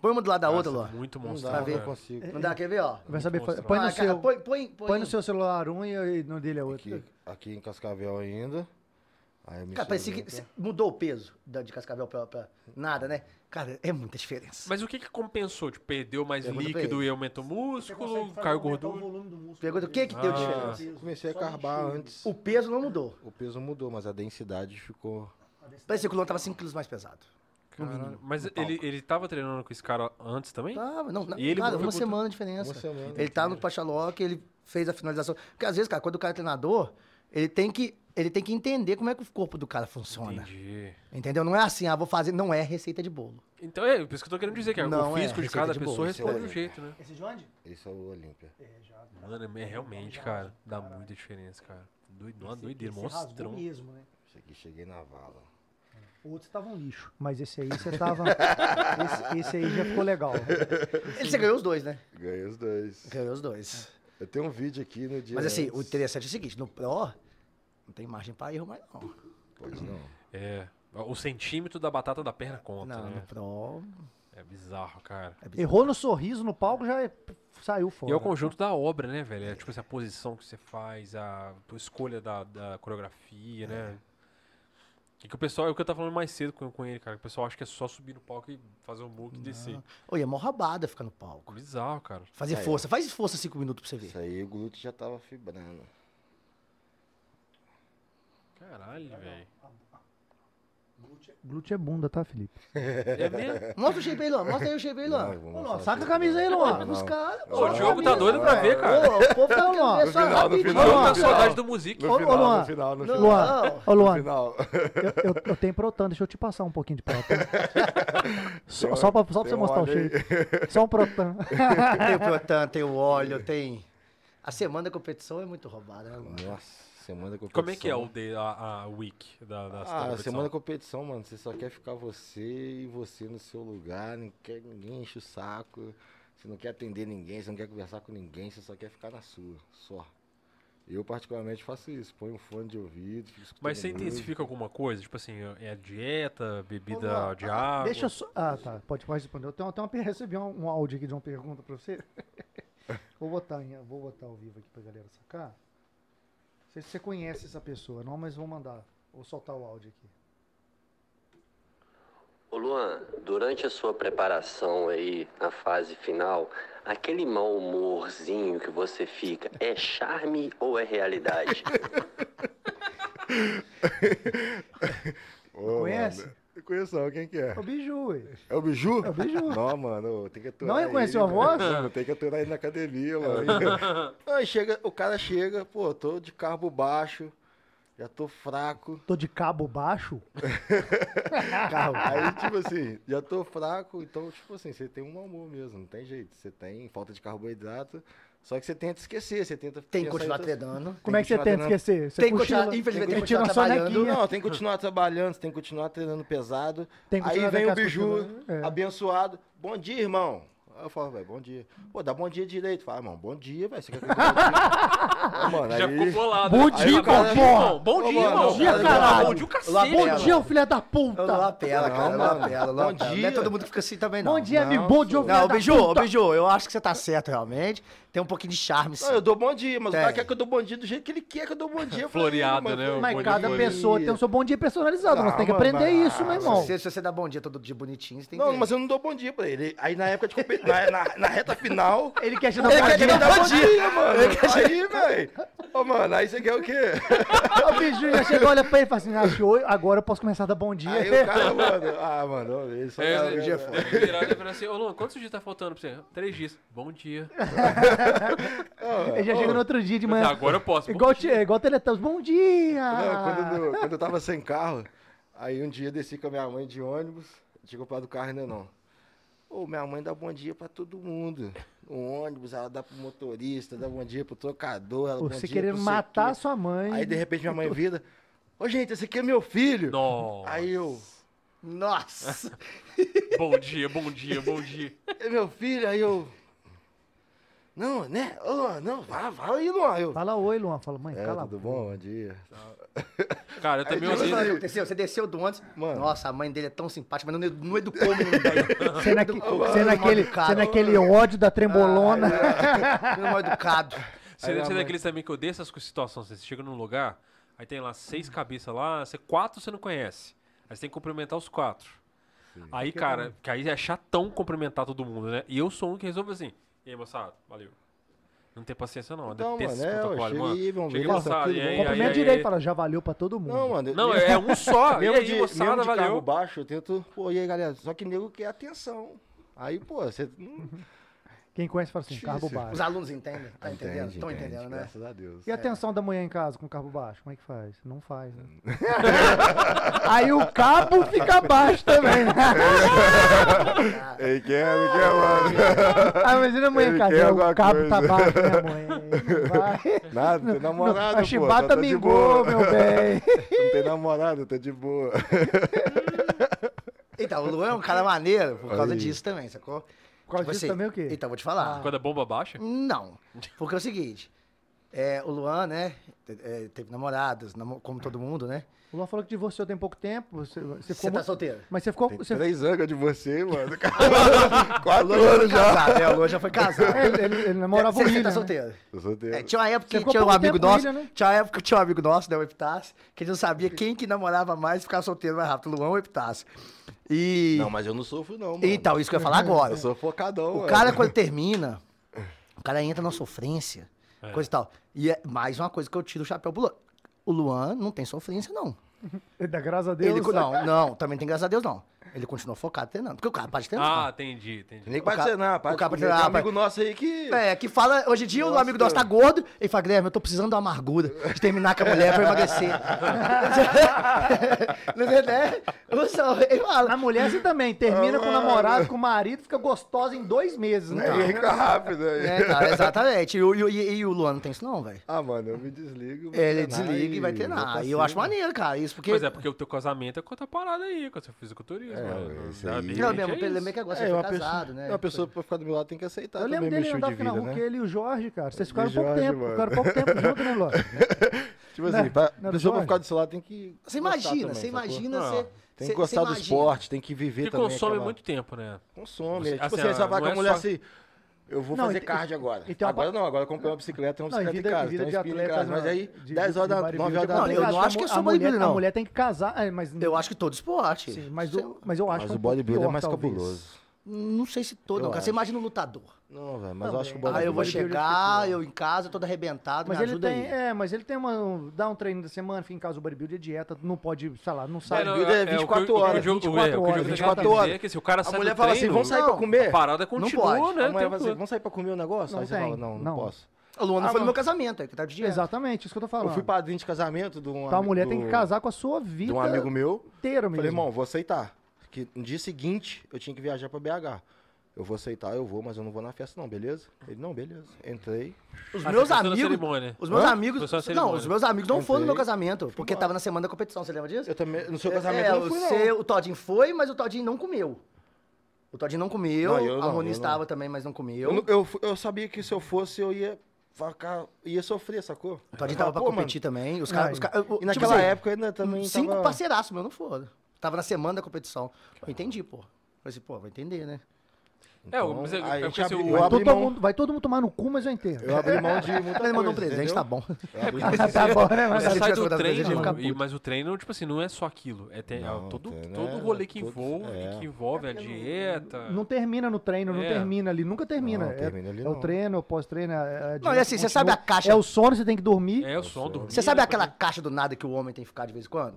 Speaker 4: Põe uma do lado da outra,
Speaker 2: Nossa,
Speaker 4: Luan.
Speaker 2: Muito
Speaker 3: Não
Speaker 2: monstro. né?
Speaker 3: dá,
Speaker 4: ver?
Speaker 3: não consigo.
Speaker 4: Não dá, quer ver, ó?
Speaker 1: Vai saber fazer.
Speaker 2: monstro.
Speaker 1: Põe
Speaker 4: Ah,
Speaker 1: no
Speaker 4: cara,
Speaker 1: seu.
Speaker 4: põe, põe, põe.
Speaker 1: Põe no seu celular um e e no dele é outro.
Speaker 3: Aqui, aqui em Cascavel ainda. Aí eu me
Speaker 4: Cara, parecia que
Speaker 3: isento.
Speaker 4: cê- mudou o peso da- de Cascavel pra, pra nada, né? Cara, é muita diferença.
Speaker 2: Mas o que que compensou? Tipo, perdeu mais
Speaker 4: Pergunta pra
Speaker 2: líquido e aumentou o músculo,
Speaker 1: um
Speaker 2: caiu gordura?
Speaker 4: Pergunta, o que que deu
Speaker 2: Ah.
Speaker 4: diferença?
Speaker 3: Comecei a carbar antes.
Speaker 4: um O peso não mudou.
Speaker 3: O peso mudou, mas a densidade ficou.
Speaker 4: Parecia que o Luan tava 5 quilos mais pesado.
Speaker 2: Caralho. Mas ele, ele tava treinando com esse cara antes também?
Speaker 4: Tava, não, na-
Speaker 2: E ele
Speaker 4: cara,
Speaker 2: foi
Speaker 4: uma
Speaker 2: botar-
Speaker 4: semana a diferença.
Speaker 3: Uma semana,
Speaker 4: ele tá no Pachaloc, ele fez a finalização. Porque às vezes, cara, quando o cara é treinador, ele tem que, ele tem que entender como é que o corpo do cara funciona.
Speaker 2: Entendi.
Speaker 4: Entendeu? Não é assim, ah, vou fazer. Não é receita de bolo.
Speaker 2: Então é, por isso que eu tô querendo dizer que
Speaker 4: Não
Speaker 2: o
Speaker 4: é
Speaker 2: físico de
Speaker 4: receita
Speaker 2: cada
Speaker 4: de
Speaker 2: pessoa
Speaker 4: bolo,
Speaker 2: responde de um
Speaker 3: isso é.
Speaker 2: jeito, né?
Speaker 1: Esse de onde?
Speaker 3: Esse é o Olímpia.
Speaker 2: Mano, é realmente, cara, dá muita diferença, cara. Doido, uma doideira, é monstrão.
Speaker 1: mesmo, né?
Speaker 3: Isso aqui cheguei na vala.
Speaker 1: Outros estavam um lixo. Mas esse aí você
Speaker 3: <laughs>
Speaker 1: tava. esse, esse aí já ficou legal.
Speaker 3: É
Speaker 4: Ele, você ganhou os dois, né?
Speaker 3: Ganhei os dois.
Speaker 4: Ganhou os dois.
Speaker 3: Eu tenho um vídeo aqui no dia.
Speaker 4: Mas assim, o
Speaker 3: antes.
Speaker 4: interessante é o seguinte, no Pro, não tem margem pra erro mais não.
Speaker 3: Pois não.
Speaker 2: É. O centímetro da batata da perna conta,
Speaker 4: Não, no
Speaker 2: né?
Speaker 4: Pro...
Speaker 2: É bizarro, cara.
Speaker 4: É bizarro.
Speaker 1: Errou no sorriso no palco, já é- saiu
Speaker 2: E
Speaker 1: fora.
Speaker 2: é o conjunto da obra, né, velho? É tipo assim, a posição que você faz, a tua escolha da, da coreografia, né? E que o pessoal, é o que eu tava falando mais cedo com, com ele, cara. que O pessoal acha que é só subir no palco e fazer um book e descer.
Speaker 4: Oi, é mó rabada ficar no palco.
Speaker 2: Bizarro, cara.
Speaker 4: Fazer
Speaker 3: É.
Speaker 4: força, faz força cinco minutos pra você ver.
Speaker 3: Isso aí o glúteo já tava fibrando.
Speaker 2: Caralho, velho.
Speaker 1: Glúteo é bunda, tá, Felipe?
Speaker 2: É
Speaker 4: <laughs>
Speaker 2: mesmo?
Speaker 4: Mostra o shape aí, Luan, mostra aí o shape aí, Luan.
Speaker 3: vou
Speaker 1: Ô, Luan,
Speaker 3: mostrar
Speaker 1: saca a
Speaker 3: aqui.
Speaker 1: camisa aí,
Speaker 4: Olha
Speaker 1: Luan.
Speaker 4: pros caras,
Speaker 2: Ô, o
Speaker 4: mostra a
Speaker 2: Diogo tá
Speaker 4: camisa.
Speaker 2: doido pra ver, cara.
Speaker 4: Ô, o povo tá querendo ver só
Speaker 3: No final, no
Speaker 4: rapidinho.
Speaker 3: final,
Speaker 2: Jogo tá
Speaker 3: Não, não.
Speaker 2: com saudade do musique.
Speaker 3: No
Speaker 1: Ô,
Speaker 3: final,
Speaker 1: Luan.
Speaker 3: no final, no
Speaker 4: Não.
Speaker 3: final.
Speaker 1: Luan, ô Luan,
Speaker 3: No final. <laughs>
Speaker 1: eu, eu, eu tenho protando, deixa eu te passar um pouquinho de protan. só, só pra, só pra
Speaker 3: tem
Speaker 1: você
Speaker 3: um
Speaker 1: mostrar o
Speaker 3: óleo aí.
Speaker 1: shape. Só um
Speaker 3: <laughs>
Speaker 1: protan.
Speaker 4: Tem o Protan, tem o óleo, tem... A semana da competição é muito roubada, né, Luan?
Speaker 3: Nossa, semana da competição.
Speaker 2: Como é que é o de, a, a week da, da, da
Speaker 3: Ah,
Speaker 2: competição?
Speaker 3: semana da competição, mano. Você só quer ficar você e você no seu lugar. Não quer ninguém enche o saco. Você não quer atender ninguém, você não quer conversar com ninguém, você só quer ficar na sua, só. Eu particularmente faço isso, ponho um fone de ouvido, fico escutando
Speaker 2: Mas você
Speaker 3: música.
Speaker 2: intensifica alguma coisa? Tipo assim, é dieta,
Speaker 1: Ô,
Speaker 2: bebida
Speaker 1: Luan,
Speaker 2: de água?
Speaker 1: Deixa eu só. Ah, tá. Pode, pode responder. Eu tenho até uma, <laughs> recebi um, um áudio aqui de uma pergunta pra você. <laughs> vou, botar, em- vou botar ao vivo aqui pra galera sacar. Não sei se você conhece essa pessoa, não, mas vou mandar. Vou soltar o áudio aqui.
Speaker 7: Ô Luan, durante a sua preparação aí na fase final, aquele mau humorzinho que você fica, é charme ou é realidade?
Speaker 3: Ô,
Speaker 1: Conhece?
Speaker 3: mano, eu conheço não, quem que é?
Speaker 1: Ô, Biju, ué.
Speaker 3: É o Biju?
Speaker 1: É o Biju.
Speaker 3: <laughs> Não, mano, tem que aturar
Speaker 1: Não
Speaker 3: ele,
Speaker 1: reconheceu a
Speaker 3: mano.
Speaker 1: voz?
Speaker 3: Mano, <laughs> tem que aturar ele na academia,
Speaker 2: <laughs>
Speaker 3: mano. Aí chega, o cara chega, pô, tô de carbo baixo, já tô fraco.
Speaker 1: Tô de cabo baixo?
Speaker 3: Aí, tipo assim, já tô fraco, então, tipo assim, você tem um mau humor mesmo, não tem jeito. Você tem falta de carboidrato, só que você tenta esquecer, você tenta...
Speaker 4: Tem que
Speaker 3: pensar em
Speaker 4: continuar
Speaker 3: outras-
Speaker 4: treinando.
Speaker 1: Como é que você
Speaker 3: continuar
Speaker 1: tenta esquecer? Você
Speaker 4: Tem que
Speaker 1: cochila,
Speaker 4: continuar- infelizmente, tem que
Speaker 1: tira uma
Speaker 4: continuar trabalhando.
Speaker 1: sonequinha,
Speaker 3: Não, tem que continuar trabalhando, você tem que continuar treinando pesado.
Speaker 1: né? Tem que
Speaker 3: Aí
Speaker 1: continuar
Speaker 3: vem o
Speaker 1: daquelas
Speaker 3: biju,
Speaker 1: continuas, é.
Speaker 3: abençoado. Bom dia, irmão. Aí eu falo, velho, bom dia. Pô, dá bom dia direito. Fala, irmão, bom dia, velho. Você quer que eu dê bom
Speaker 2: <laughs>
Speaker 3: dia? Ô, mano,
Speaker 2: Já ficou
Speaker 3: aí...
Speaker 2: bolado.
Speaker 1: Bom
Speaker 2: né?
Speaker 1: dia,
Speaker 2: Aí o cara-
Speaker 1: porra.
Speaker 2: Bom
Speaker 3: Ô,
Speaker 2: dia,
Speaker 3: mano,
Speaker 2: irmão.
Speaker 3: bom dia,
Speaker 1: caralho.
Speaker 2: Bom dia, o cacete.
Speaker 4: Lapela.
Speaker 1: Bom dia, ô filha da
Speaker 4: Eu
Speaker 1: puta!
Speaker 4: não lapela,
Speaker 3: Não,
Speaker 4: cara, eu não
Speaker 3: mano.
Speaker 4: lapela, eu não
Speaker 3: Bom
Speaker 4: lapela. Não
Speaker 3: dia.
Speaker 4: é todo mundo que fica assim também, não.
Speaker 1: Bom dia,
Speaker 3: Não,
Speaker 1: amigo. Bom dia, ô filha
Speaker 4: Não,
Speaker 1: da
Speaker 4: Biju, ô,
Speaker 1: puta.
Speaker 4: Biju, eu acho que você tá certo, realmente. Tem um pouquinho de charme, sim.
Speaker 3: Não, eu dou bom dia, mas
Speaker 4: Tem.
Speaker 3: o cara quer que eu dou bom dia do jeito que ele quer que eu dou bom dia. Eu falei,
Speaker 2: Floreado,
Speaker 3: mano,
Speaker 2: né, o
Speaker 1: É. Mas
Speaker 2: Bom dia,
Speaker 1: cada
Speaker 2: bom
Speaker 1: pessoa tem um o seu bom dia personalizado.
Speaker 3: Ah,
Speaker 1: Nós tem que
Speaker 3: mano,
Speaker 1: aprender
Speaker 3: ah,
Speaker 1: isso, meu
Speaker 4: Se
Speaker 1: irmão.
Speaker 4: você, se você dá bom dia todo dia bonitinho, você tem que...
Speaker 3: Não, mas eu não dou bom dia pra ele. Aí na época de competição, na, na- na reta final...
Speaker 1: <laughs> Ele quer te dar um
Speaker 3: Ele
Speaker 1: bom
Speaker 3: quer te
Speaker 1: dia.
Speaker 3: dar um bom dia, mano. Aí, velho. Ô, mano, aí você quer
Speaker 1: <laughs>
Speaker 3: o quê?
Speaker 1: O Biju já chegou, olha pra ele e fala assim, achou, agora eu posso começar a dar bom dia.
Speaker 3: Aí o cara, mano... Ah, mano, ele só...
Speaker 2: É,
Speaker 3: tá-
Speaker 2: né?
Speaker 3: já-
Speaker 2: Deve virar e falar assim, ô Luan, quantos dias tá faltando pra você? Três dias. Bom dia.
Speaker 1: <laughs> É, ele já chega no outro dia de manhã.
Speaker 2: Agora eu posso. Bom
Speaker 1: Igual, o
Speaker 2: dia.
Speaker 1: te- igual o Teletubbies, bom dia!
Speaker 3: um Não, quando, eu- quando eu tava sem carro, aí um dia eu desci com a minha mãe de ônibus, não tinha comprado carro ainda não. Ô, minha mãe dá bom dia pra todo mundo. No ônibus, ela dá pro motorista, dá bom dia pro trocador, ela
Speaker 1: Pô,
Speaker 3: bom
Speaker 1: Você
Speaker 3: dia
Speaker 1: querendo
Speaker 3: pro sei
Speaker 1: matar
Speaker 3: quê.
Speaker 1: sua mãe.
Speaker 3: Aí de repente minha mãe vira, ô gente, esse aqui é meu filho.
Speaker 2: Nossa.
Speaker 3: Aí eu,
Speaker 4: Nossa!
Speaker 3: <laughs>
Speaker 2: Bom dia, bom dia, bom dia.
Speaker 3: é meu filho, aí eu... Não, né? Ô, não, vá, vá aí, Luan. Aí Eu,
Speaker 1: Fala oi, Luan. Fala, mãe,
Speaker 3: é,
Speaker 1: cala a
Speaker 3: tudo
Speaker 1: boca.
Speaker 3: bom? Bom dia.
Speaker 2: Cara, eu também
Speaker 3: Aí,
Speaker 4: Sabe o
Speaker 2: usei.
Speaker 3: Deus,
Speaker 4: que aconteceu? Você desceu do ônibus.
Speaker 3: É Mano.
Speaker 4: Nossa, a mãe dele é tão simpática, mas não, edu- não educou o menino
Speaker 1: <laughs>
Speaker 4: né? bem.
Speaker 1: Você naque- você naquele,
Speaker 4: cara.
Speaker 1: você naquele ódio da trembolona.
Speaker 3: Ah,
Speaker 4: Menino mal é educado.
Speaker 2: Você deve ser daqueles também que odeia essas co- situações. Você chega num lugar, aí tem lá seis cabeças lá, você, quatro você não conhece. Aí você tem que cumprimentar os quatro. Aí, cara, que aí é chatão cumprimentar todo mundo, né? E eu sou um que resolve assim. E aí, moçada, valeu. Não tem paciência, não. Eu
Speaker 3: Então,
Speaker 2: detesto
Speaker 3: mano, é,
Speaker 2: esse
Speaker 3: ó,
Speaker 2: protocolo,
Speaker 3: chega
Speaker 2: mano.
Speaker 3: é, aí, vamos
Speaker 2: Chega,
Speaker 3: ver,
Speaker 2: moçada,
Speaker 3: tranquilo,
Speaker 2: e aí,
Speaker 3: vamos
Speaker 2: aí,
Speaker 1: Cumprimento
Speaker 2: aí,
Speaker 1: direito,
Speaker 2: aí.
Speaker 1: fala, já valeu pra todo mundo.
Speaker 3: Não, mano.
Speaker 2: Não,
Speaker 3: eu-
Speaker 2: é um
Speaker 3: <laughs>
Speaker 2: só. e
Speaker 3: assim, Mesmo
Speaker 2: aí,
Speaker 3: de,
Speaker 2: moçada,
Speaker 3: mesmo de carro
Speaker 2: valeu.
Speaker 3: baixo, eu tento. Pô, e aí, galera? Só que nego quer atenção. Aí, pô, você. não-
Speaker 1: Quem conhece fala assim, carbo
Speaker 4: Os
Speaker 1: baixo.
Speaker 4: alunos entendem? Tá entendendo?
Speaker 3: Entende,
Speaker 4: Estão
Speaker 3: entende,
Speaker 4: entendendo, né?
Speaker 3: Graças a Deus.
Speaker 1: E a atenção da manhã em casa com carbo baixo, como é que faz? Não faz,
Speaker 3: <laughs>
Speaker 1: né? <laughs> Aí o cabo fica baixo
Speaker 3: <laughs>
Speaker 1: também.
Speaker 3: Ele quer, ele é, quer, mano.
Speaker 1: Ah, mas e na manhã em
Speaker 3: Ele
Speaker 1: casa?
Speaker 3: quer
Speaker 1: É,
Speaker 3: alguma
Speaker 1: O cabo tá
Speaker 3: coisa.
Speaker 1: baixo, minha
Speaker 3: <laughs>
Speaker 1: mãe. Não vai.
Speaker 3: Nada, tem namorada.
Speaker 1: a
Speaker 3: pô,
Speaker 1: chibata
Speaker 3: tá de <laughs>
Speaker 1: mingou,
Speaker 3: boa.
Speaker 1: meu bem.
Speaker 3: Não tem namorada, tá de boa.
Speaker 4: Então, o Luan é um cara maneiro por causa disso também, sacou?
Speaker 1: Por causa
Speaker 4: Tipo
Speaker 1: disso
Speaker 4: assim,
Speaker 1: também o quê? Ah.
Speaker 4: Então, vou te falar.
Speaker 2: Ah. Quando a bomba baixa?
Speaker 4: Não. Porque é o seguinte. é, o Luan, né? te- é, teve namoradas, namo- como todo mundo, né?
Speaker 1: <laughs> O Luan falou que divorciou tem pouco tempo. Você, você
Speaker 4: Você
Speaker 1: ficou.
Speaker 4: tá
Speaker 1: muito-
Speaker 4: solteiro?
Speaker 1: Mas você ficou.
Speaker 3: Tem
Speaker 1: Você...
Speaker 3: três anos de você, <laughs> mano.
Speaker 4: O
Speaker 3: Quatro
Speaker 4: Luan já foi
Speaker 3: anos já.
Speaker 4: casado, né? O Luan já foi
Speaker 1: <laughs>
Speaker 4: casado.
Speaker 1: É, <laughs> ele, ele namorava o
Speaker 4: Você- você
Speaker 1: William.
Speaker 4: tá
Speaker 1: né?
Speaker 4: solteiro.
Speaker 3: Eu sou dele.
Speaker 4: É, tinha uma
Speaker 1: Você
Speaker 4: época que
Speaker 1: ficou
Speaker 4: tinha um
Speaker 1: pouco
Speaker 4: amigo
Speaker 1: tempo
Speaker 4: nosso.
Speaker 1: com ele, né?
Speaker 4: Tinha uma época que tinha um amigo nosso, né? O Epitácio, que a gente não sabia quem que namorava mais e ficava solteiro mais rápido, Luan ou Epitácio. E.
Speaker 3: Não, mas eu não sofro, não, mano.
Speaker 4: Então, isso que eu ia falar agora.
Speaker 3: Eu sou focadão,
Speaker 4: O
Speaker 3: mano.
Speaker 4: cara,
Speaker 1: <laughs>
Speaker 4: quando termina, o cara entra na sofrência, coisa e tal. E é mais uma coisa que eu tiro o chapéu pro Luan. O Luan não tem sofrência, não.
Speaker 1: Ele né? dá graças a Deus. <laughs>
Speaker 4: Ele, não, não, também tem graças a Deus, não. Ele continuou focado treinando. Porque o cara para de treinar.
Speaker 2: Ah, entendi, entendi.
Speaker 3: Nem
Speaker 4: o
Speaker 3: pra
Speaker 4: cara-
Speaker 3: treinar,
Speaker 4: o cara
Speaker 3: pra
Speaker 4: pra treinar,
Speaker 3: treinar. Tem um
Speaker 4: pra-
Speaker 3: amigo nosso aí que...
Speaker 4: É, que fala, hoje em dia o
Speaker 3: Nossa.
Speaker 4: amigo nosso tá gordo, ele fala, Guilherme, eu tô precisando da amargura de terminar com a mulher pra eu emagrecer. <laughs> não é, né? O Sal, ele
Speaker 1: A
Speaker 4: fala,
Speaker 1: mulher você também termina
Speaker 3: Ah,
Speaker 1: com o namorado, com o marido, fica gostosa em dois meses, né?
Speaker 3: <laughs> É, Aí fica rápido aí.
Speaker 4: né, cara, exatamente. E, o- e, o- e o Luan não tem isso não, velho.
Speaker 3: Ah, mano, eu me desligo. é vou
Speaker 4: Ele
Speaker 3: treinar
Speaker 4: desliga e vai treinar.
Speaker 3: vou pra
Speaker 4: e eu
Speaker 3: cima.
Speaker 4: acho maneiro, cara, isso porque...
Speaker 2: Pois é, porque o teu casamento é com outra parada aí, com o seu fisiculturismo. né?
Speaker 3: esse
Speaker 2: Da
Speaker 3: É, aí-
Speaker 2: Bia,
Speaker 4: Não,
Speaker 2: gente,
Speaker 4: mesmo,
Speaker 2: é
Speaker 4: o Pelé
Speaker 2: isso.
Speaker 4: que agora
Speaker 3: É,
Speaker 4: você
Speaker 3: uma
Speaker 4: foi
Speaker 3: pessoa-
Speaker 4: casado, né?
Speaker 3: Uma pessoa pra ficar do meu lado tem que aceitar
Speaker 1: Eu lembro
Speaker 3: também
Speaker 1: dele
Speaker 3: meu estilo
Speaker 1: andar
Speaker 3: de
Speaker 1: na
Speaker 3: vida,
Speaker 1: rua,
Speaker 3: né?
Speaker 1: que ele e o Jorge, cara. Vocês ficaram
Speaker 3: E
Speaker 1: pouco
Speaker 3: Jorge,
Speaker 1: tempo.
Speaker 3: mano.
Speaker 1: Ficaram pouco tempo junto, né, Ló?
Speaker 3: Tipo
Speaker 4: né?
Speaker 3: assim, pra,
Speaker 1: Não, não,
Speaker 3: a pessoa
Speaker 1: Jorge.
Speaker 3: pra ficar do seu lado tem que
Speaker 4: Você
Speaker 3: gostar
Speaker 4: imagina,
Speaker 3: também,
Speaker 4: você
Speaker 3: sacou?
Speaker 4: imagina,
Speaker 2: Não,
Speaker 4: você...
Speaker 3: Tem
Speaker 4: você-
Speaker 3: que gostar
Speaker 4: você
Speaker 3: do
Speaker 4: imagina.
Speaker 3: esporte, tem que viver
Speaker 2: Que
Speaker 3: também
Speaker 2: consome
Speaker 3: aquela-
Speaker 2: muito tempo, né?
Speaker 3: Consome.
Speaker 2: Você-
Speaker 3: tipo
Speaker 2: assim,
Speaker 3: assim, você
Speaker 2: não
Speaker 3: vai com
Speaker 2: é
Speaker 3: a mulher
Speaker 2: só-
Speaker 3: assim... Eu vou
Speaker 1: Não, e
Speaker 3: fazer
Speaker 4: então-
Speaker 1: tem-
Speaker 3: cardio agora.
Speaker 1: e tem uma
Speaker 3: agora
Speaker 1: pa-
Speaker 3: não, agora eu comprei uma bicicleta, uma
Speaker 1: Não, e
Speaker 3: bicicleta
Speaker 1: vida,
Speaker 3: em casa,
Speaker 1: vida
Speaker 3: tem um
Speaker 1: de
Speaker 3: espinho em
Speaker 1: atleta.
Speaker 3: casa, mas
Speaker 1: né,
Speaker 3: aí
Speaker 1: de-
Speaker 3: 10
Speaker 1: de
Speaker 3: horas da 9
Speaker 1: bodybuilding
Speaker 3: horas
Speaker 1: é
Speaker 3: da
Speaker 4: Não,
Speaker 3: noite.
Speaker 1: complicado.
Speaker 4: eu não acho que é
Speaker 1: a
Speaker 4: só
Speaker 1: mulher,
Speaker 4: bodybuilding,
Speaker 1: A
Speaker 4: não.
Speaker 1: mulher tem que casar, é, mas,
Speaker 4: Eu acho que todo esporte.
Speaker 1: sim, mas,
Speaker 4: Você-
Speaker 1: o, mas eu acho
Speaker 3: Mas
Speaker 1: que é
Speaker 3: o
Speaker 1: um
Speaker 3: bodybuilder
Speaker 1: pior,
Speaker 3: é mais
Speaker 1: talvez.
Speaker 3: cabuloso.
Speaker 4: Não sei se todo,
Speaker 3: Eu
Speaker 4: não, cara. Você
Speaker 3: acho.
Speaker 4: imagina um lutador.
Speaker 3: Não, velho, mas eu
Speaker 1: Também.
Speaker 3: acho que o
Speaker 1: Bora,
Speaker 4: ah, eu vou
Speaker 3: bodybuilder... é
Speaker 1: bodybuilder
Speaker 4: chegar, eu em casa, todo arrebentado,
Speaker 1: Mas
Speaker 4: me
Speaker 1: ele
Speaker 4: ajuda
Speaker 1: tem,
Speaker 4: aí.
Speaker 1: é, mas ele tem uma. um- Dá um treino da semana, fica em casa o bodybuilder, é dieta, não pode, sei lá, não sai.
Speaker 2: não,
Speaker 3: vida é
Speaker 2: o que-
Speaker 3: 24
Speaker 2: o que
Speaker 3: horas,
Speaker 2: O jogo,
Speaker 1: 24
Speaker 2: é, o que o jogo
Speaker 1: 24
Speaker 2: tá querendo dizer
Speaker 3: horas.
Speaker 2: é que se o cara
Speaker 3: A
Speaker 2: sai
Speaker 3: mulher
Speaker 2: do
Speaker 3: fala assim,
Speaker 2: treino,
Speaker 3: vamos sair
Speaker 4: não.
Speaker 3: pra comer?
Speaker 2: A parada continua,
Speaker 4: pode.
Speaker 2: né?
Speaker 3: A
Speaker 2: o
Speaker 3: mulher
Speaker 2: tempo
Speaker 3: fala assim,
Speaker 2: todo.
Speaker 3: vamos sair pra comer o negócio?
Speaker 1: Não
Speaker 3: Aí você fala,
Speaker 1: tem, não.
Speaker 3: não, não posso.
Speaker 4: O
Speaker 3: Ah,
Speaker 4: Luan não foi no
Speaker 3: mano.
Speaker 4: meu casamento, aí que tá de dieta.
Speaker 1: Exatamente, isso que eu tô falando.
Speaker 3: Eu fui padrinho de casamento de um
Speaker 1: então a
Speaker 3: ami-
Speaker 1: mulher
Speaker 3: do-
Speaker 1: tem que casar com a sua vida
Speaker 3: de um amigo meu.
Speaker 1: inteira mesmo.
Speaker 3: Falei, irmão, vou aceitar. Que no dia seguinte eu tinha que viajar pra BH. Eu vou aceitar, eu vou, mas eu não vou na festa, não, beleza? Ele, não, beleza. Entrei.
Speaker 4: Os
Speaker 2: Ah,
Speaker 4: meus
Speaker 3: tá
Speaker 2: você foi na
Speaker 4: amigos.
Speaker 2: cerimônia.
Speaker 4: Os meus
Speaker 3: Hã?
Speaker 4: amigos.
Speaker 2: Foi só a
Speaker 4: Não,
Speaker 2: cerimônia.
Speaker 4: os meus amigos não foram no meu
Speaker 3: Entrei.
Speaker 4: casamento, porque tava na semana da competição, você lembra disso?
Speaker 3: Eu também, no seu
Speaker 4: É,
Speaker 3: casamento
Speaker 4: é,
Speaker 3: eu não fui,
Speaker 4: o
Speaker 3: não.
Speaker 4: seu- o Todinho foi, mas o Todinho não comeu. O Todinho não comeu,
Speaker 3: Não, eu
Speaker 4: a
Speaker 3: não,
Speaker 4: Moni
Speaker 3: eu
Speaker 4: estava também, mas não comeu.
Speaker 3: Eu, nu- eu, fu- eu sabia que se eu fosse, eu ia, ficar, ia sofrer, sacou?
Speaker 4: O Todinho
Speaker 3: Eu
Speaker 4: tava
Speaker 3: falava,
Speaker 4: pra
Speaker 3: "Pô,
Speaker 4: competir também. Os
Speaker 1: Ai.
Speaker 4: caras. Cara, eu- eu-
Speaker 3: E
Speaker 4: tipo
Speaker 3: naquela
Speaker 4: assim,
Speaker 3: época eu ainda também
Speaker 4: Cinco
Speaker 3: tava...
Speaker 4: parceiraços, meu, não foram. Tava na semana da competição. Eu entendi, pô. Eu falei, pô, vou entender, né?
Speaker 2: É, o- mas é-
Speaker 3: aí
Speaker 2: é
Speaker 3: eu
Speaker 2: porque
Speaker 3: abri-
Speaker 2: se o-
Speaker 3: eu
Speaker 1: Vai
Speaker 3: abri
Speaker 1: todo,
Speaker 3: mão-
Speaker 1: mundo, vai todo mundo tomar no cu, mas eu inteiro. <laughs>
Speaker 3: Eu abri mão de <laughs> muita
Speaker 4: Ele
Speaker 3: coisa,
Speaker 4: mandou um presente,
Speaker 3: entendeu?
Speaker 4: tá bom.
Speaker 3: Eu <laughs> abri mão-
Speaker 1: Tá bom, né?
Speaker 2: Mas
Speaker 3: <laughs>
Speaker 4: Se
Speaker 2: você sai
Speaker 4: ele tivesse
Speaker 2: do
Speaker 4: mandado presente, eu ia
Speaker 2: treino,
Speaker 4: ficar
Speaker 2: e-
Speaker 4: puto.
Speaker 2: mas o treino, tipo assim, não é só aquilo. É, tem- é
Speaker 3: Não,
Speaker 2: todo,
Speaker 3: tem, né?
Speaker 2: todo rolê que
Speaker 3: Todo-
Speaker 2: envolve,
Speaker 3: é.
Speaker 2: que envolve a dieta.
Speaker 1: Não termina no treino, não
Speaker 2: É.
Speaker 1: termina ali, nunca termina.
Speaker 3: Não,
Speaker 1: é,
Speaker 3: termina ali
Speaker 1: é o
Speaker 3: não.
Speaker 1: treino, é o pós-treino. É, é a
Speaker 4: Não, e
Speaker 1: dieta
Speaker 4: assim, você
Speaker 1: continua.
Speaker 4: sabe a caixa.
Speaker 1: É o sono, você tem que dormir.
Speaker 2: É o som do.
Speaker 4: Você sabe aquela caixa do nada que o homem tem que ficar de vez em quando?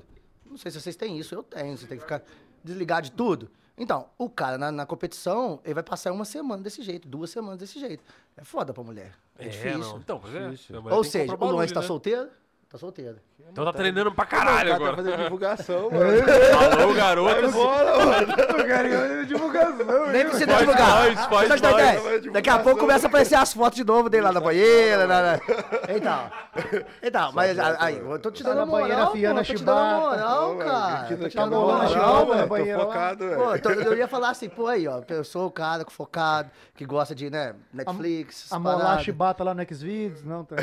Speaker 4: Não sei se vocês têm isso, eu tenho. Você tem que ficar desligado de tudo. Então, o cara na, na competição, ele vai passar uma semana desse jeito, duas semanas desse jeito. É foda pra mulher. É,
Speaker 2: É,
Speaker 4: difícil.
Speaker 2: não. Então, pois é.
Speaker 3: Difícil.
Speaker 2: A mulher
Speaker 4: Ou
Speaker 2: tem que
Speaker 4: seja,
Speaker 2: comprar
Speaker 4: o Luan
Speaker 2: barulho,
Speaker 4: está
Speaker 2: né?
Speaker 4: solteiro? Tá solteiro.
Speaker 2: Então tá treinando pra
Speaker 3: O
Speaker 2: caralho
Speaker 3: cara tá
Speaker 2: agora.
Speaker 3: fazendo <laughs> divulgação, mano.
Speaker 2: Falou, garoto.
Speaker 3: Bora, mano.
Speaker 4: Nem precisa
Speaker 2: Faz
Speaker 4: divulgar.
Speaker 2: mais,
Speaker 4: Você
Speaker 2: faz
Speaker 4: tá de ideia?
Speaker 2: mais,
Speaker 3: faz
Speaker 4: Daqui a pouco
Speaker 3: divulgação.
Speaker 4: começa a aparecer as fotos de novo dele lá na banheira. lá, lá. Então, então mas a- aí, eu tô te
Speaker 1: Tá
Speaker 4: dando
Speaker 1: na
Speaker 4: a moral,
Speaker 1: banheira
Speaker 4: pô,
Speaker 1: afiando a
Speaker 4: tô te dando
Speaker 1: chibata.
Speaker 4: a moral,
Speaker 3: Aqui
Speaker 4: cara.
Speaker 3: daqui
Speaker 1: tá
Speaker 3: a
Speaker 1: no
Speaker 3: pouco,
Speaker 1: lanchão,
Speaker 3: não,
Speaker 1: velho,
Speaker 3: mano,
Speaker 1: banheiro lá.
Speaker 3: Tô focado, <laughs>
Speaker 4: Pô, eu
Speaker 3: velho.
Speaker 4: tô- eu ia falar assim, pô, aí, ó, eu sou o cara focado, que gosta de, né, Netflix,
Speaker 1: A
Speaker 4: essas
Speaker 1: molar
Speaker 4: paradas.
Speaker 1: chibata lá no Xvideos. Não,
Speaker 3: <laughs>
Speaker 1: tá.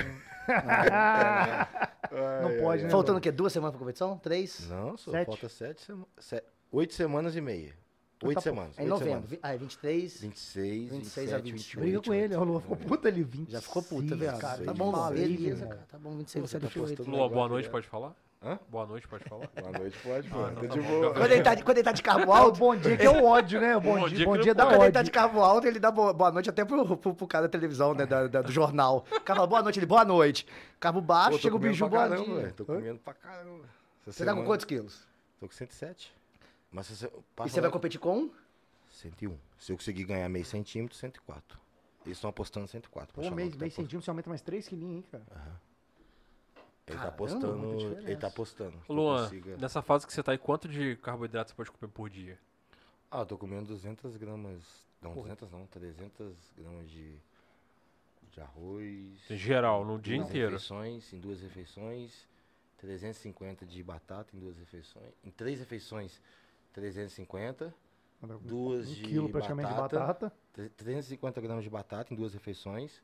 Speaker 1: Não pode, né?
Speaker 4: Faltando o quê? Duas semanas pra competição? Três?
Speaker 3: Não, só
Speaker 1: Sete.
Speaker 3: falta sete semanas. Oito semanas e meia. Oito semanas.
Speaker 4: É em
Speaker 3: oito
Speaker 4: novembro.
Speaker 3: semanas.
Speaker 4: Vi- Ah, é 23.
Speaker 3: 26,
Speaker 4: 26
Speaker 3: 26
Speaker 4: a
Speaker 3: 27,
Speaker 4: 20.
Speaker 3: 28.
Speaker 1: Briga com ele. O Luan ficou puta ali, 20.
Speaker 4: É. Já ficou puta, velho.
Speaker 1: Cara,
Speaker 4: Tá
Speaker 3: Seis,
Speaker 4: bom,
Speaker 3: seis,
Speaker 4: beleza,
Speaker 1: velho.
Speaker 4: cara. Tá bom, 27,
Speaker 3: Você tá
Speaker 4: 28.
Speaker 3: postando
Speaker 2: Lua, boa
Speaker 3: negócio,
Speaker 2: noite,
Speaker 3: né?
Speaker 2: pode falar?
Speaker 3: Hã?
Speaker 2: Boa noite, pode falar?
Speaker 3: um. Boa noite, pode, mano.
Speaker 2: não,
Speaker 3: Tô
Speaker 2: tá
Speaker 3: de
Speaker 2: bom.
Speaker 3: boa.
Speaker 4: Quando ele tá de, quando ele tá de carbo
Speaker 1: Ah, o
Speaker 4: alto,
Speaker 1: bom dia que é o ódio, né? O bom,
Speaker 2: Bom
Speaker 1: dia,
Speaker 2: dia
Speaker 1: bom
Speaker 2: que
Speaker 1: dia
Speaker 3: é
Speaker 2: não
Speaker 3: um
Speaker 1: dá
Speaker 4: quando ele tá
Speaker 1: ódio.
Speaker 4: de carbo alto, ele dá boa, boa noite até pro, pro, pro cara da televisão, né, da- da- do jornal. O cara fala, boa noite, ele, boa noite. Carbo
Speaker 3: Pô,
Speaker 4: baixo,
Speaker 3: tô
Speaker 4: chega o
Speaker 3: comendo pra
Speaker 4: biju, boa
Speaker 3: caramba,
Speaker 4: dia.
Speaker 3: velho. Tô comendo pra caramba. Essa
Speaker 4: Você tá com
Speaker 3: semana-
Speaker 4: quantos quilos?
Speaker 3: Tô com 107. Mas se você...
Speaker 4: E
Speaker 3: passa
Speaker 4: você vai
Speaker 3: lá-
Speaker 4: competir com?
Speaker 3: 101. Se eu conseguir ganhar meio centímetro, 104. Eles estão apostando 104.
Speaker 1: Pô,
Speaker 3: pra chamar
Speaker 1: mês,
Speaker 3: que tá
Speaker 1: mês
Speaker 3: apostando.
Speaker 1: centímetro, você aumenta mais 3 quilinhos, hein, cara.
Speaker 3: Ele tá
Speaker 4: Caramba, muita
Speaker 3: apostando.
Speaker 4: diferença.
Speaker 3: Ele tá apostando. que eu
Speaker 2: Luan,
Speaker 3: consiga-
Speaker 2: nessa fase que você tá aí, quanto de carboidrato você pode comer por dia?
Speaker 3: Ah, eu tô comendo 200 gramas. Não, 200 não, 300 gramas de, de arroz.
Speaker 2: Em geral, no
Speaker 3: em
Speaker 2: dia
Speaker 3: duas
Speaker 2: inteiro.
Speaker 3: Refeições, em duas refeições. 350 de batata em duas refeições. Em três refeições, 350,
Speaker 1: um
Speaker 3: duas de
Speaker 1: quilo praticamente de
Speaker 3: batata,
Speaker 1: batata.
Speaker 3: tre- 350 gramas de batata em duas refeições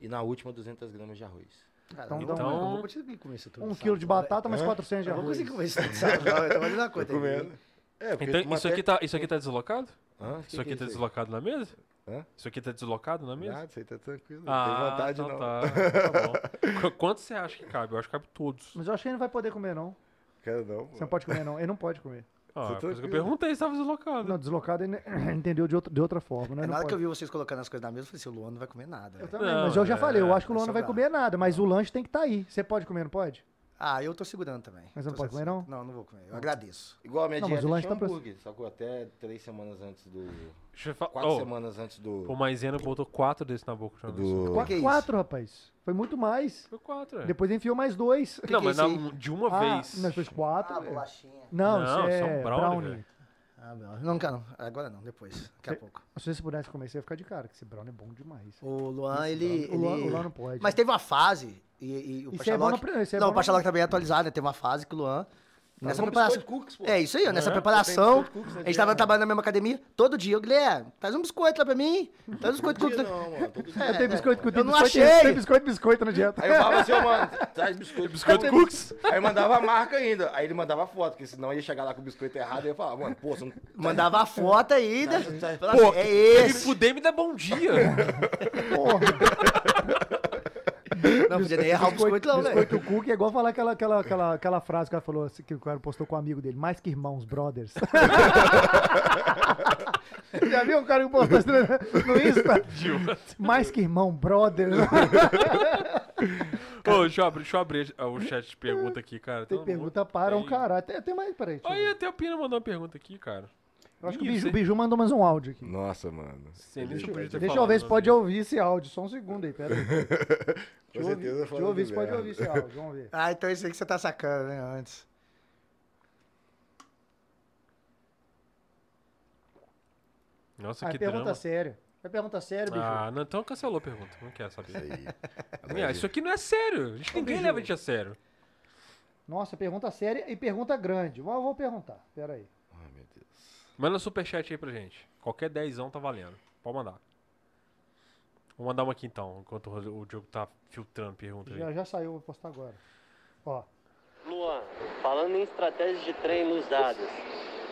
Speaker 3: e na última 200 gramas de arroz.
Speaker 1: Então
Speaker 4: Caramba,
Speaker 1: dá
Speaker 4: eu
Speaker 2: um-
Speaker 4: não vou conseguir comer isso tudo.
Speaker 1: Um
Speaker 4: sabe? é.
Speaker 1: quilo de batata, mais
Speaker 3: Hã?
Speaker 1: 400 de
Speaker 4: Eu não vou
Speaker 1: arroz.
Speaker 4: conseguir comer isso tudo, sabe? Não, Eu tô fazendo uma conta
Speaker 3: <laughs> Tô comendo.
Speaker 4: aqui.
Speaker 3: É, porque
Speaker 2: Então,
Speaker 3: uma
Speaker 2: isso aqui,
Speaker 3: técnica-
Speaker 2: tá, isso aqui tá deslocado?
Speaker 3: Hã? Que
Speaker 2: Isso
Speaker 3: que é
Speaker 2: aqui tá
Speaker 3: aí?
Speaker 2: deslocado na mesa?
Speaker 3: Hã?
Speaker 2: Isso aqui tá deslocado na mesa?
Speaker 3: Nada, isso aí tá tranquilo. não
Speaker 2: Ah,
Speaker 3: tem vontade
Speaker 2: então
Speaker 3: não. <laughs>
Speaker 2: tá. tá bom. Qu- Quanto você acha que cabe? Eu acho que cabe todos.
Speaker 1: Mas eu acho que ele não vai poder comer, não.
Speaker 3: Quero não.
Speaker 1: Você não
Speaker 3: Pô.
Speaker 1: pode comer, não. Ele não pode
Speaker 4: <laughs>
Speaker 1: comer.
Speaker 2: Ah,
Speaker 3: Você
Speaker 2: é por isso que eu
Speaker 3: tranquilo.
Speaker 2: perguntei se estava deslocado.
Speaker 1: Não, <clears throat> deslocado ele entendeu de outra, de outra forma, né?
Speaker 4: É
Speaker 1: Não
Speaker 4: nada que
Speaker 1: pode.
Speaker 4: eu vi vocês colocando as coisas na mesa, eu falei assim, o Luan não vai comer nada.
Speaker 1: Eu
Speaker 4: velho.
Speaker 1: também,
Speaker 2: Não,
Speaker 1: mas eu já
Speaker 2: é,
Speaker 1: falei, eu acho que o
Speaker 4: vai
Speaker 1: Luan não vai
Speaker 4: sobrar.
Speaker 1: comer nada, mas o lanche tem que estar aí. Você pode comer, não pode?
Speaker 4: Ah, eu tô segurando também.
Speaker 1: Mas não
Speaker 4: Tô
Speaker 1: pode comer,
Speaker 4: satisfeito. Não, não vou comer. Eu agradeço.
Speaker 3: Igual a minha
Speaker 1: Não, mas
Speaker 3: dieta
Speaker 1: o lanche
Speaker 3: tinha
Speaker 1: tá pra-
Speaker 3: um hambúrguer, só que eu até três semanas antes do...
Speaker 2: Deixa eu falar.
Speaker 3: Quatro
Speaker 2: Oh,
Speaker 3: semanas antes do...
Speaker 2: o Maisena botou quatro desses na boca. já.
Speaker 3: do...
Speaker 1: Qua-
Speaker 4: que é isso?
Speaker 1: quatro, rapaz. Foi muito mais.
Speaker 2: Foi quatro, é.
Speaker 1: Depois enfiou mais dois.
Speaker 2: não,
Speaker 4: que
Speaker 2: mas
Speaker 4: é
Speaker 2: na- um,
Speaker 4: isso
Speaker 2: de uma
Speaker 1: Ah,
Speaker 2: vez.
Speaker 1: Não, depois quatro. é.
Speaker 4: bolachinha.
Speaker 1: não,
Speaker 2: Não,
Speaker 1: isso
Speaker 2: isso
Speaker 1: é,
Speaker 2: é um brownie,
Speaker 1: brownie.
Speaker 2: velho.
Speaker 4: Ah, não, não quero não. Agora não, depois. Daqui a
Speaker 1: Você-
Speaker 4: pouco.
Speaker 1: Se você pudesse comer, você ia ficar de cara, que esse brownie é bom demais.
Speaker 4: O Luan, ele...
Speaker 1: o, Luan,
Speaker 4: ele-
Speaker 1: o Luan não pode.
Speaker 4: Mas teve uma fase, e, e o
Speaker 1: Isso é bom
Speaker 4: Pachaloc...
Speaker 1: no primeiro, isso é
Speaker 4: não,
Speaker 1: bom Tá
Speaker 4: o
Speaker 1: no-
Speaker 4: Pachaloc também é atualizado, né? Teve uma fase que o Luan... Nessa
Speaker 3: Fazendo
Speaker 4: preparação...
Speaker 3: biscoito cookies, pô.
Speaker 4: É isso aí, ó, nessa
Speaker 2: É,
Speaker 4: preparação,
Speaker 3: biscoito cookies na
Speaker 4: a gente tava
Speaker 3: dieta.
Speaker 4: trabalhando na mesma academia, todo dia, eu, Guilherme, faz um biscoito lá pra mim, faz um biscoito
Speaker 3: Todo dia
Speaker 4: cookies.
Speaker 3: não, mano. Todo dia
Speaker 1: Eu
Speaker 3: não.
Speaker 1: tenho É, biscoito com
Speaker 4: eu não
Speaker 1: biscoito,
Speaker 4: achei.
Speaker 1: Tem biscoito, biscoito na dieta.
Speaker 3: Aí eu falava assim, ó, mano, traz biscoito.
Speaker 2: Biscoito Cooks?
Speaker 3: Aí eu mandava a marca ainda. Aí ele mandava a foto, porque senão ia chegar lá com o biscoito errado e ia falar, mano, pô, você não.
Speaker 4: <laughs> Mandava a foto ainda, falava
Speaker 2: Pô,
Speaker 4: assim, é
Speaker 2: Me
Speaker 4: esse.
Speaker 2: fuder, me dá bom dia.
Speaker 1: <laughs> Porra,
Speaker 4: Não podia nem errar o né? biscoito não, velho.
Speaker 1: biscoito cookie é igual falar aquela, aquela, aquela, aquela frase que ela falou, assim, que o cara postou com um amigo dele, mais que irmãos,
Speaker 4: <laughs>
Speaker 1: brothers. Já viu um cara que postou isso no no Insta? Mais que irmão, brother.
Speaker 2: Ô, deixa, eu abrir, deixa eu abrir ah, o chat de pergunta aqui, cara.
Speaker 1: Tem
Speaker 2: Todo
Speaker 1: pergunta para um
Speaker 2: Tem.
Speaker 1: caralho. Tem, tem mais, peraí. deixa eu ver.
Speaker 2: Olha, até o Pina mandou uma pergunta aqui, cara.
Speaker 1: Eu acho que o
Speaker 2: Isso,
Speaker 1: Biju,
Speaker 2: hein?
Speaker 1: Biju mandou mais um áudio aqui.
Speaker 3: Nossa, mano.
Speaker 2: Sim, deixa eu podia ter
Speaker 1: Deixa eu
Speaker 2: falado,
Speaker 1: ver se
Speaker 2: né?
Speaker 1: pode ouvir esse áudio. Só um segundo aí, peraí. Deixa eu ouvir,
Speaker 3: certeza
Speaker 1: deixa eu
Speaker 3: falando
Speaker 1: ouvir se pode
Speaker 3: merda.
Speaker 1: ouvir esse áudio. Vamos ver.
Speaker 4: Ah, então é isso aí que você tá sacando, né, antes.
Speaker 2: Nossa,
Speaker 1: Ah,
Speaker 2: que
Speaker 1: é pergunta
Speaker 2: drama.
Speaker 1: séria. É pergunta séria, Biju.
Speaker 2: Ah, não, então cancelou a pergunta. Não quer saber.
Speaker 3: Aí.
Speaker 2: Ah, isso aqui não é sério. A gente- Ninguém leva a gente a sério.
Speaker 1: Nossa, pergunta séria e pergunta grande. Mas eu vou perguntar. Pera aí.
Speaker 3: Ai, meu Deus.
Speaker 2: Manda um superchat aí pra gente. Qualquer dezão tá valendo. Pode mandar. Vou mandar uma aqui então, enquanto o Ros- o Diogo tá filtrando pergunta
Speaker 1: Já,
Speaker 2: aí.
Speaker 1: já saiu, vou postar agora. Ó,
Speaker 7: Luan, falando em estratégias de treino usadas,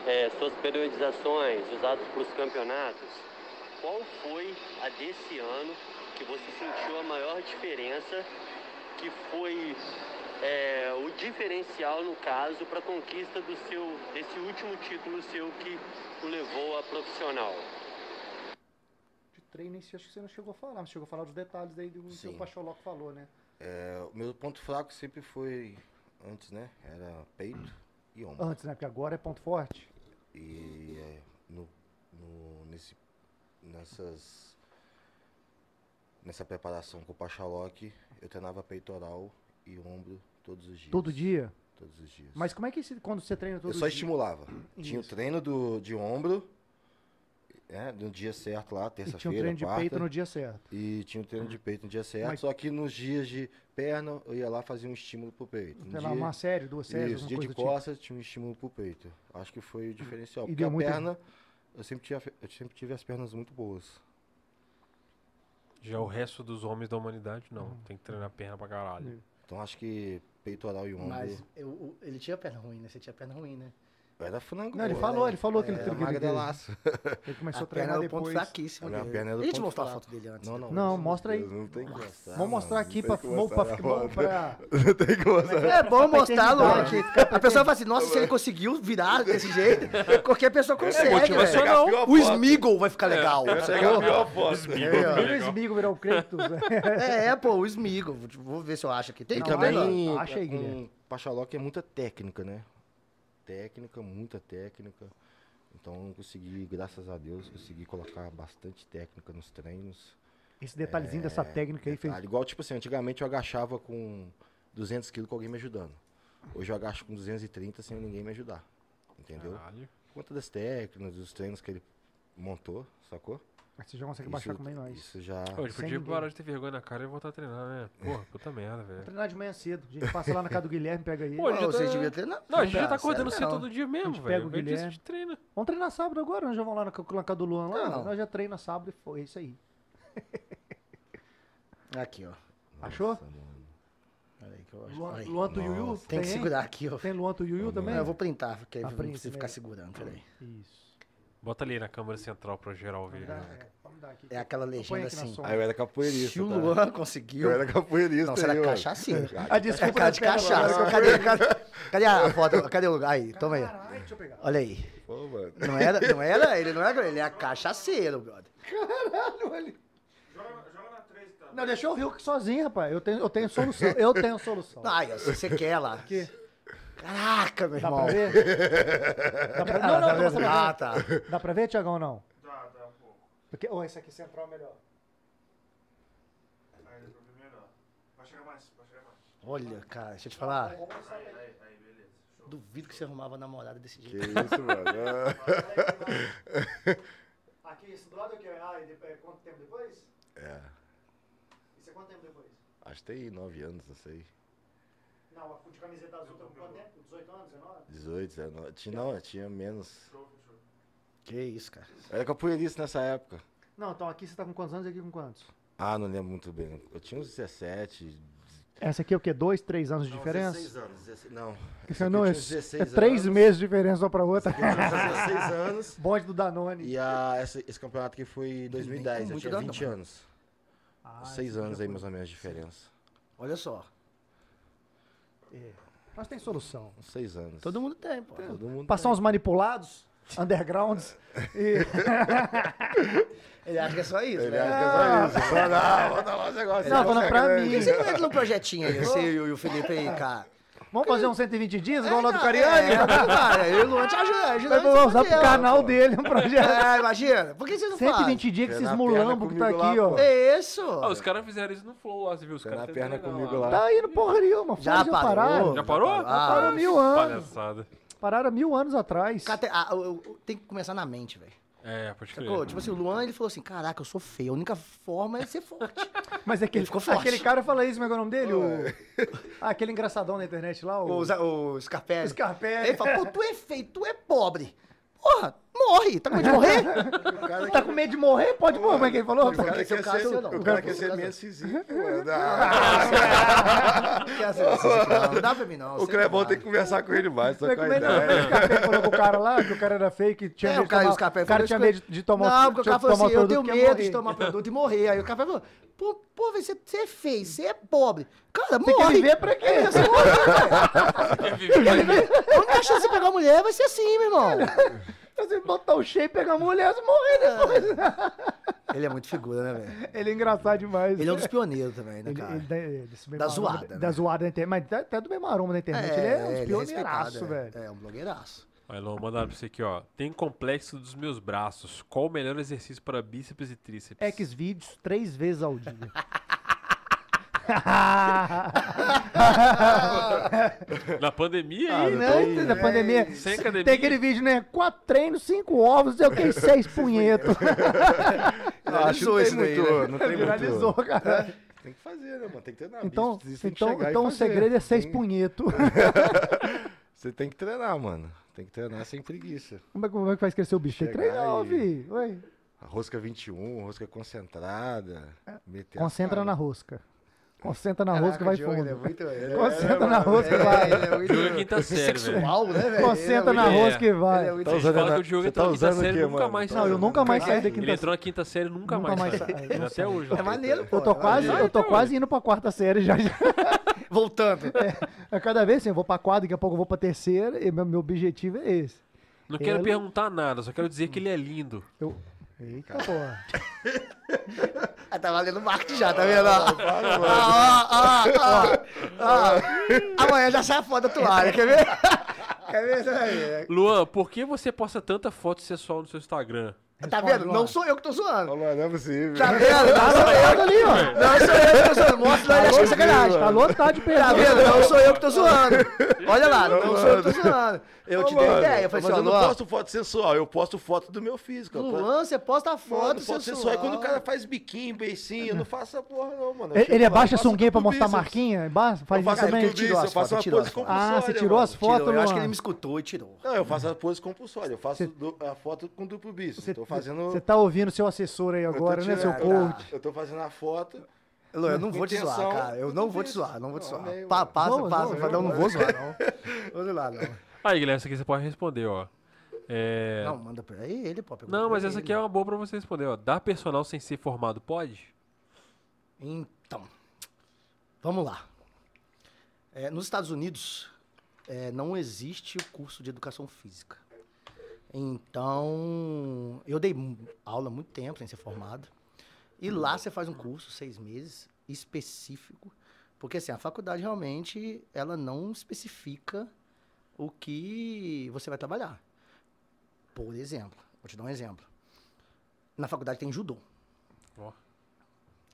Speaker 7: eh, suas periodizações usadas para os campeonatos, qual foi a desse ano que você sentiu a maior diferença, que foi eh, o diferencial no caso para a conquista do seu, desse último título seu que o levou a profissional?
Speaker 1: de treino em si, acho que você não chegou a falar. Mas chegou a falar dos detalhes aí do que o
Speaker 3: Sim.
Speaker 1: Pacholoco falou, né?
Speaker 3: É, o meu ponto fraco sempre foi. Antes, né? Era peito e ombro.
Speaker 1: Antes, né? Porque agora é ponto forte.
Speaker 3: E é, no, no- nesse, nessas, nessa preparação com o Pachaloc, eu treinava peitoral e ombro todos os dias.
Speaker 1: Todo dia.
Speaker 3: Todos os dias.
Speaker 1: Mas como é que se- quando você treina todo
Speaker 3: eu só
Speaker 1: dia?
Speaker 3: estimulava. Tinha o
Speaker 1: Isso.
Speaker 3: treino do, de ombro, né, no dia certo lá,
Speaker 1: E tinha um
Speaker 3: terça-feira,
Speaker 1: treino de
Speaker 3: quarta.
Speaker 1: peito no dia certo.
Speaker 3: E tinha o treino de peito no dia certo.
Speaker 1: Mas-
Speaker 3: Só que nos dias de perna, eu ia lá fazer um estímulo pro peito. No
Speaker 1: Sei lá,
Speaker 3: dia-
Speaker 1: uma série, duas séries,
Speaker 3: isso,
Speaker 1: alguma
Speaker 3: dia
Speaker 1: coisa
Speaker 3: de
Speaker 1: do tipo.
Speaker 3: costas tinha um estímulo pro peito. Acho que foi o diferencial.
Speaker 1: E
Speaker 3: porque
Speaker 1: deu
Speaker 3: a
Speaker 1: muito-
Speaker 3: perna, eu sempre, tinha, eu sempre tive as pernas muito boas.
Speaker 2: Já é o resto dos homens da humanidade, não.
Speaker 1: Hum.
Speaker 2: Tem que treinar a perna pra caralho.
Speaker 3: Então acho que peitoral e ombro.
Speaker 4: Mas eu- o- ele tinha perna ruim, né? Você tinha perna ruim, né?
Speaker 3: Eu era frango.
Speaker 1: Não, ele
Speaker 3: eu
Speaker 1: falou,
Speaker 3: era-
Speaker 1: ele falou que ele
Speaker 3: Era
Speaker 1: que ele-
Speaker 3: magrelaço.
Speaker 1: Ele começou a,
Speaker 4: a perna
Speaker 1: treinar
Speaker 4: era o ponto
Speaker 1: depois.
Speaker 4: fraquíssimo
Speaker 3: A minha
Speaker 4: dele.
Speaker 3: perna era o
Speaker 4: Deixa eu te
Speaker 3: ponto
Speaker 4: mostrar a
Speaker 3: fraco.
Speaker 4: foto dele antes.
Speaker 3: Não,
Speaker 1: <laughs>
Speaker 3: não.
Speaker 1: Não,
Speaker 3: isso
Speaker 1: mostra aí.
Speaker 3: Deus, Não tem que mostrar,
Speaker 1: Vamos mostrar
Speaker 3: mano,
Speaker 1: aqui
Speaker 3: não
Speaker 1: pra,
Speaker 3: tem que
Speaker 1: vamos pra,
Speaker 3: mostrar,
Speaker 1: vamos
Speaker 3: mano. <laughs>
Speaker 1: pra-
Speaker 3: Não tem que mostrar.
Speaker 4: É bom mostrar, Luan,
Speaker 1: eternidade.
Speaker 4: que a pessoa fala assim, nossa, se ele conseguiu virar desse jeito, qualquer
Speaker 3: É
Speaker 4: pessoa consegue,
Speaker 2: motivacional.
Speaker 3: Pegar a
Speaker 4: velho.
Speaker 3: pior
Speaker 4: O
Speaker 3: foto.
Speaker 4: Smeagol vai ficar legal.
Speaker 3: É, Pegar a pior foto.
Speaker 1: <laughs> Primeiro
Speaker 2: Legal.
Speaker 1: Smigo virou o Kratos. né?
Speaker 4: É, é, pô, o Smeagol. Vou ver se eu acho aqui. Tem
Speaker 3: E
Speaker 1: Não,
Speaker 3: também
Speaker 1: acha-
Speaker 3: com
Speaker 1: acha aí, Guilherme.
Speaker 3: Pachaloc é muita técnica, né? Técnica, muita técnica. Então eu consegui, graças a Deus, consegui colocar bastante técnica nos treinos.
Speaker 1: Esse
Speaker 3: É.
Speaker 1: detalhezinho dessa técnica aí fez.
Speaker 3: Detalhe, Igual, tipo assim, antigamente eu agachava com 200 quilos com alguém me ajudando. Hoje eu agacho com 230 sem ninguém me ajudar. Entendeu?
Speaker 2: Caralho.
Speaker 3: Por conta das técnicas, dos treinos que ele montou, sacou?
Speaker 1: Mas Você já consegue baixar com meio nós.
Speaker 3: Isso já.
Speaker 2: Pô, a gente
Speaker 1: Sem
Speaker 2: podia
Speaker 1: ninguém.
Speaker 2: parar de ter vergonha na cara e voltar a treinar, né? Porra, puta merda,
Speaker 4: é.
Speaker 2: velho.
Speaker 1: Treinar de manhã cedo. A gente passa lá na casa do Guilherme, pega <laughs> ele.
Speaker 2: Pô,
Speaker 4: Não,
Speaker 2: já tá-
Speaker 4: vocês deviam ter. Não,
Speaker 2: Não, a gente já tá
Speaker 4: cara,
Speaker 2: acordando
Speaker 4: sério,
Speaker 2: cedo
Speaker 4: não.
Speaker 2: todo dia
Speaker 1: A
Speaker 2: mesmo,
Speaker 1: gente
Speaker 2: velho.
Speaker 1: pega o
Speaker 2: Vem disso, a
Speaker 1: Guilherme.
Speaker 2: gente treina.
Speaker 1: Vamos treinar sábado agora, nós já vamos lá na, ca- na casa do Luan lá.
Speaker 4: Não.
Speaker 1: Nós já treina sábado e foi é isso aí.
Speaker 4: Aqui, ó.
Speaker 1: Achou?
Speaker 4: Olha aí que eu acho.
Speaker 1: Luan,
Speaker 4: Peraí.
Speaker 1: Luan do Yuyu?
Speaker 4: Tem que
Speaker 1: hein?
Speaker 4: segurar aqui, ó.
Speaker 1: Tem Luan do Yuyu também?
Speaker 4: Não, eu vou printar, porque aí
Speaker 1: Ah,
Speaker 4: não
Speaker 1: printa,
Speaker 4: precisa
Speaker 1: né?
Speaker 4: ficar segurando, peraí.
Speaker 1: Isso.
Speaker 2: Bota ali na câmera central pra geral ver. né?
Speaker 1: Vamos dar, é, vamos dar aqui.
Speaker 4: É aquela
Speaker 1: Põe
Speaker 4: legenda
Speaker 1: aqui na
Speaker 4: assim.
Speaker 1: sombra.
Speaker 3: Aí Ah, eu era capoeirista.
Speaker 4: Se o
Speaker 3: É tá?
Speaker 4: Luan conseguiu.
Speaker 3: Eu era capoeirista.
Speaker 4: Não, você era
Speaker 3: aí, ó.
Speaker 4: cachaceiro.
Speaker 1: A desculpa
Speaker 4: É cara
Speaker 1: da
Speaker 4: de
Speaker 1: perna,
Speaker 4: cachaça.
Speaker 1: mano.
Speaker 4: Cadê, cadê, cadê a foto? Cadê o lugar? Aí, toma aí.
Speaker 1: Caralho, deixa eu pegar.
Speaker 4: Olha aí.
Speaker 3: Pô, mano.
Speaker 4: Não era, não era ele, não era ele, é cachaceiro, brother.
Speaker 1: então. Não, deixa eu ouvir o que sozinho, rapaz. Eu tenho, eu tenho solução. Eu tenho solução.
Speaker 4: <laughs> Ai, ó, se você quer lá. Caraca, meu
Speaker 1: Dá
Speaker 4: irmão.
Speaker 1: pra
Speaker 4: <laughs>
Speaker 1: ver? Dá pra... Não, não,
Speaker 4: tá
Speaker 1: não, você
Speaker 4: vendo?
Speaker 1: não
Speaker 4: Ah,
Speaker 1: dá.
Speaker 4: tá.
Speaker 1: Dá pra ver, Tiagão, ou não? Dá, dá um pouco. Porque, ou esse aqui central é melhor.
Speaker 4: Olha, cara, deixa eu te falar. Duvido que você arrumava namorada desse
Speaker 3: Que
Speaker 4: jeito.
Speaker 3: isso, mano.
Speaker 1: <laughs> Aqui, isso do lado é o quê? Ah, e de- é quanto tempo depois?
Speaker 3: É.
Speaker 1: Isso é quanto tempo depois?
Speaker 3: Ah. Acho que tem 9 anos, não sei.
Speaker 1: Não, a de camiseta azul tá com quanto tempo? 18 anos, 19?
Speaker 3: 18, 19. Tinha, não, eu tinha menos.
Speaker 4: Que isso, cara.
Speaker 3: Eu era capoeirista nessa época.
Speaker 1: Não, então aqui você tá com quantos anos e aqui com quantos?
Speaker 3: Ah, não lembro muito bem. Eu tinha uns 17.
Speaker 1: Essa aqui é o quê? Dois, três anos de
Speaker 3: não,
Speaker 1: diferença?
Speaker 3: 16 anos. 16, não.
Speaker 1: Isso
Speaker 3: Essa aqui eu
Speaker 1: não é,
Speaker 3: tinha uns
Speaker 1: é
Speaker 3: 16
Speaker 1: três
Speaker 3: anos.
Speaker 1: meses de diferença uma pra outra.
Speaker 3: Eu tinha uns 16
Speaker 1: <laughs>
Speaker 3: anos.
Speaker 1: Bonde do Danone.
Speaker 3: E é. a, essa- esse campeonato aqui foi em 2010. Eu
Speaker 4: muito né?
Speaker 3: tinha
Speaker 4: dano,
Speaker 3: 20
Speaker 4: mano.
Speaker 3: anos.
Speaker 1: Ah,
Speaker 3: Uns seis
Speaker 1: esse aqui
Speaker 3: anos
Speaker 1: já
Speaker 3: aí,
Speaker 1: foi.
Speaker 3: mais ou menos, de diferença.
Speaker 4: Olha só.
Speaker 1: Mas tem solução.
Speaker 3: Uns seis anos.
Speaker 4: Todo mundo é tem, pô.
Speaker 3: Todo mundo.
Speaker 1: Passar uns manipulados, undergrounds. e...
Speaker 4: Ele acha que é só isso,
Speaker 3: Ele
Speaker 4: né?
Speaker 3: acha que é só isso. Fala, Não, bota lá os negócios.
Speaker 1: Não, falando pra
Speaker 3: Sacanagem.
Speaker 1: mim.
Speaker 4: Por que Ah, você não entra num projetinho aí, você e o- e o Felipe aí, cara?
Speaker 1: Vamos fazer uns 120 dias, igual lá do
Speaker 4: não,
Speaker 1: Cariani?
Speaker 4: é, cara, eu e o Luan te ajuda, ajuda.
Speaker 1: Vai usar
Speaker 4: nesse
Speaker 1: pro
Speaker 4: papel.
Speaker 1: canal dele um projeto.
Speaker 4: É, imagina. Por que vocês não fazem?
Speaker 1: 120 dias que esses
Speaker 3: Pé na
Speaker 1: mulambos
Speaker 3: perna
Speaker 1: que tá
Speaker 3: comigo
Speaker 1: aqui,
Speaker 3: lá,
Speaker 1: ó.
Speaker 3: pô.
Speaker 4: É isso.
Speaker 2: Ah, os caras fizeram isso no Flow lá, você viu? Os
Speaker 3: Tá na
Speaker 2: caras
Speaker 3: perna
Speaker 2: treinando
Speaker 3: comigo lá.
Speaker 1: Tá indo porra nenhuma, foi,
Speaker 4: Já parou?
Speaker 1: pararam.
Speaker 2: Já parou?
Speaker 4: Já
Speaker 1: Pararam mil anos.
Speaker 2: Palhaçada.
Speaker 1: Pararam mil anos atrás.
Speaker 4: Cara, tem- ah, eu- eu- tem que começar na mente, velho.
Speaker 2: É, pode crer.
Speaker 4: Sacou? Tipo assim, o Luan, ele falou assim, caraca, eu sou feio, a única forma é ser forte.
Speaker 1: Mas aquele,
Speaker 4: Ele ficou forte.
Speaker 1: aquele cara fala isso, como é que é o nome dele? O... Ah, aquele engraçadão na internet lá, o...
Speaker 4: o, Za- o Scarpelli.
Speaker 1: O Scarpelli.
Speaker 4: Ele fala, pô, tu é feio, tu é pobre. Porra, morre, tá com <laughs> medo de morrer?
Speaker 1: Tá com medo de morrer? Pode morrer, como é que ele falou?
Speaker 3: O cara
Speaker 4: Esse é o
Speaker 3: quer
Speaker 4: caso,
Speaker 3: ser-
Speaker 4: eu não.
Speaker 3: o cara quer
Speaker 4: Esse é o
Speaker 3: ser
Speaker 4: caso.
Speaker 3: meio cisinho,
Speaker 4: <laughs>
Speaker 3: mano. Ah,
Speaker 4: Não quer ser assim, não, não dá pra mim, não.
Speaker 3: O Clebão tem que conversar com ele mais,
Speaker 1: Como
Speaker 3: só
Speaker 1: é
Speaker 3: com
Speaker 1: que o
Speaker 3: a
Speaker 1: Mendes
Speaker 3: ideia.
Speaker 1: Scarpelli falou com o cara lá, que o cara era feio, que tinha
Speaker 4: É,
Speaker 1: medo
Speaker 4: o cara,
Speaker 1: de
Speaker 4: o
Speaker 1: tomar...
Speaker 4: Scarpelli
Speaker 1: o cara
Speaker 4: falou
Speaker 1: tinha
Speaker 4: isso
Speaker 1: medo
Speaker 4: que-
Speaker 1: de tomar
Speaker 4: Não, porque o cara
Speaker 1: de
Speaker 4: falou
Speaker 1: tomar
Speaker 4: assim, eu tenho
Speaker 1: produto, que ia
Speaker 4: medo de
Speaker 1: morrer.
Speaker 4: tomar produto e morrer. Aí o cara falou, pô, pô, velho, você você é feio, você é pobre. Cara,
Speaker 1: Tem que
Speaker 4: morre.
Speaker 1: viver pra quê?
Speaker 4: A única chance de você pegar uma mulher vai ser assim, meu irmão.
Speaker 1: Você botar o shape, pegar a mulher, você morrer,
Speaker 4: É.
Speaker 1: né?
Speaker 4: <laughs> Ele é muito figura, né, velho?
Speaker 1: Ele é engraçado demais.
Speaker 4: Ele é um dos pioneiros também, né,
Speaker 1: Ele-
Speaker 4: cara?
Speaker 1: ele da, desse mesmo
Speaker 4: Da
Speaker 1: aroma
Speaker 4: zoada,
Speaker 1: da-
Speaker 4: né?
Speaker 1: Da zoada da internet, mas até- até do mesmo aroma da internet. ele é um dos pioneiraço,
Speaker 4: respeitado, é.
Speaker 1: velho.
Speaker 4: É, um blogueiraço.
Speaker 2: Aí, Lô, mandaram pra você aqui, ó. Tem complexo dos meus braços. Qual o melhor exercício para bíceps e tríceps?
Speaker 1: X-Vídeos três vezes ao dia.
Speaker 2: Na pandemia, hein?
Speaker 1: né? Da pandemia.
Speaker 2: Sem
Speaker 1: Tem
Speaker 2: academia.
Speaker 1: aquele vídeo, né? Quatro treinos, cinco ovos, não sei o que, seis punhetos.
Speaker 3: Eu acho que <laughs> não
Speaker 4: Viralizou
Speaker 3: tem
Speaker 4: isso daí,
Speaker 3: muito- não tem
Speaker 1: Viralizou,
Speaker 3: muito.
Speaker 1: cara.
Speaker 3: Tem que fazer, né, mano? Tem que treinar.
Speaker 1: Então,
Speaker 3: bicho. Você tem que
Speaker 1: então,
Speaker 3: chegar e
Speaker 1: então o
Speaker 3: fazer.
Speaker 1: segredo é seis
Speaker 3: Tem-
Speaker 1: punhetos.
Speaker 3: Você tem que treinar, mano. Tem que treinar sem preguiça.
Speaker 1: como, é, que- como é que faz crescer o bicho? Tem que
Speaker 3: Chegar
Speaker 1: treinar,
Speaker 3: e-
Speaker 1: vi. Oi.
Speaker 3: A rosca 21, rosca concentrada. meter a
Speaker 1: É. Concentra na
Speaker 3: cara.
Speaker 1: rosca. Concentra na rosca, vai
Speaker 4: Diogo, ele é
Speaker 1: fundo.
Speaker 4: muito... ele é-
Speaker 1: Concentra na rosca, vai.
Speaker 4: ele é muito
Speaker 2: Diogo é quinta série, velho.
Speaker 4: sexual, né, velho?
Speaker 1: Concentra na
Speaker 2: é muito-
Speaker 1: rosca e vai.
Speaker 4: Ele é muito...
Speaker 3: Tá usando
Speaker 2: fala
Speaker 3: na-
Speaker 2: que o Diogo
Speaker 3: você
Speaker 2: entrou
Speaker 3: tá
Speaker 2: na quinta
Speaker 3: usando o
Speaker 2: série
Speaker 3: quê,
Speaker 2: e nunca
Speaker 3: mano?
Speaker 2: mais
Speaker 1: Não, eu nunca mais saí da
Speaker 2: Ele
Speaker 1: quinta
Speaker 2: entrou na quinta série e nunca,
Speaker 1: Nunca
Speaker 2: mais
Speaker 1: mais
Speaker 2: saiu.
Speaker 1: saiu.
Speaker 2: Ele Até hoje.
Speaker 4: É maneiro, pô.
Speaker 1: Eu tô
Speaker 4: é
Speaker 1: quase,
Speaker 4: maneiro.
Speaker 1: eu tô quase indo pra quarta série já. já.
Speaker 4: Voltando.
Speaker 1: A cada vez assim, eu vou pra quarta, daqui a pouco eu vou pra terceira, e meu, meu objetivo é esse.
Speaker 2: Não quero
Speaker 1: Ele-
Speaker 2: perguntar nada, só quero dizer que ele é lindo.
Speaker 1: Eu... Eita porra.
Speaker 4: Ah, tá valendo marketing já, tá vendo? ó? Ah, ó, ó, ó, ó. Amanhã já sai a foto da toalha, quer ver? Quer ver? Você vai ver?
Speaker 2: Luan, por que você posta tanta foto sensual no seu Instagram?
Speaker 4: Tá
Speaker 1: Responde,
Speaker 4: vendo? Não
Speaker 1: Luan.
Speaker 4: sou eu que tô zoando.
Speaker 3: Ô, mano, não é possível.
Speaker 4: <laughs> Tá vendo? Não sou eu.
Speaker 1: ali, ó.
Speaker 4: Não sou eu que tô zoando. Mostra lá acha que é sacanagem.
Speaker 1: Tá lotado de
Speaker 4: Tá
Speaker 1: pergunta.
Speaker 4: vendo? Não sou eu que tô zoando. Olha lá, não sou eu que tô zoando. Eu te dei
Speaker 3: mano,
Speaker 4: ideia. Eu falei
Speaker 3: mas
Speaker 4: assim, ó,
Speaker 3: eu não
Speaker 4: Luan,
Speaker 3: posto foto sensual, eu posto foto do meu físico. eu
Speaker 4: no
Speaker 3: posto-
Speaker 4: lance você posta a
Speaker 3: Mano,
Speaker 4: foto
Speaker 3: foto sensual. É quando o cara faz biquinho, beicinho, eu não faço essa porra não, mano. Eu
Speaker 1: Ele,
Speaker 3: chego
Speaker 1: ele
Speaker 3: lá,
Speaker 1: abaixa
Speaker 3: eu faço
Speaker 1: a gay pra
Speaker 3: com
Speaker 1: mostrar a
Speaker 3: bíceps.
Speaker 1: marquinha? Ba- Faz
Speaker 3: eu faço
Speaker 1: isso
Speaker 3: com
Speaker 1: também?
Speaker 4: bíceps. tirou
Speaker 3: bíceps,
Speaker 4: as
Speaker 3: eu faço
Speaker 4: fotos,
Speaker 3: uma
Speaker 4: tirou
Speaker 3: pose
Speaker 4: as fotos.
Speaker 3: compulsória,
Speaker 1: Ah, você tirou
Speaker 3: mano.
Speaker 1: as
Speaker 4: Tirou,
Speaker 1: fotos,
Speaker 4: eu acho que ele
Speaker 1: Luan.
Speaker 4: me escutou e tirou.
Speaker 3: Não, eu faço a pose compulsória, eu faço du- a foto com duplo bíceps.
Speaker 1: Você-
Speaker 3: tô fazendo...
Speaker 1: Você tá ouvindo seu assessor aí
Speaker 3: eu tô
Speaker 1: agora, né?
Speaker 3: tirando-
Speaker 4: Ah,
Speaker 1: Seu
Speaker 3: eu tô-
Speaker 1: coach.
Speaker 4: tá.
Speaker 3: Eu tô fazendo a foto...
Speaker 4: Luan, eu não
Speaker 3: Com
Speaker 4: vou te zoar,
Speaker 3: intenção,
Speaker 4: cara. Eu
Speaker 3: tudo
Speaker 4: não vou te
Speaker 3: isso.
Speaker 4: zoar, não vou
Speaker 3: Não,
Speaker 4: te zoar.
Speaker 3: amei,
Speaker 4: Pa-
Speaker 3: mano.
Speaker 4: Passa,
Speaker 1: Não,
Speaker 4: passa.
Speaker 1: não,
Speaker 4: Não,
Speaker 1: eu-
Speaker 4: não, vou zoar, não. Vou zoar, não.
Speaker 2: Aí, Guilherme, essa aqui você pode responder, ó. É...
Speaker 4: Não, manda pra ele, pô. pergunta
Speaker 2: Não,
Speaker 4: pra
Speaker 2: mas essa
Speaker 4: ele.
Speaker 2: aqui é uma boa pra você responder, ó. Dar personal sem ser formado pode?
Speaker 4: Então, vamos lá. É, nos Estados Unidos, é, não existe o curso de educação física. Então, eu dei mu- aula há muito tempo sem ser formado. E lá você faz um curso, seis meses, específico. Porque, assim, a faculdade realmente, ela não especifica o que você vai trabalhar. Por exemplo, vou te dar um exemplo. Na faculdade tem judô.
Speaker 2: Ó.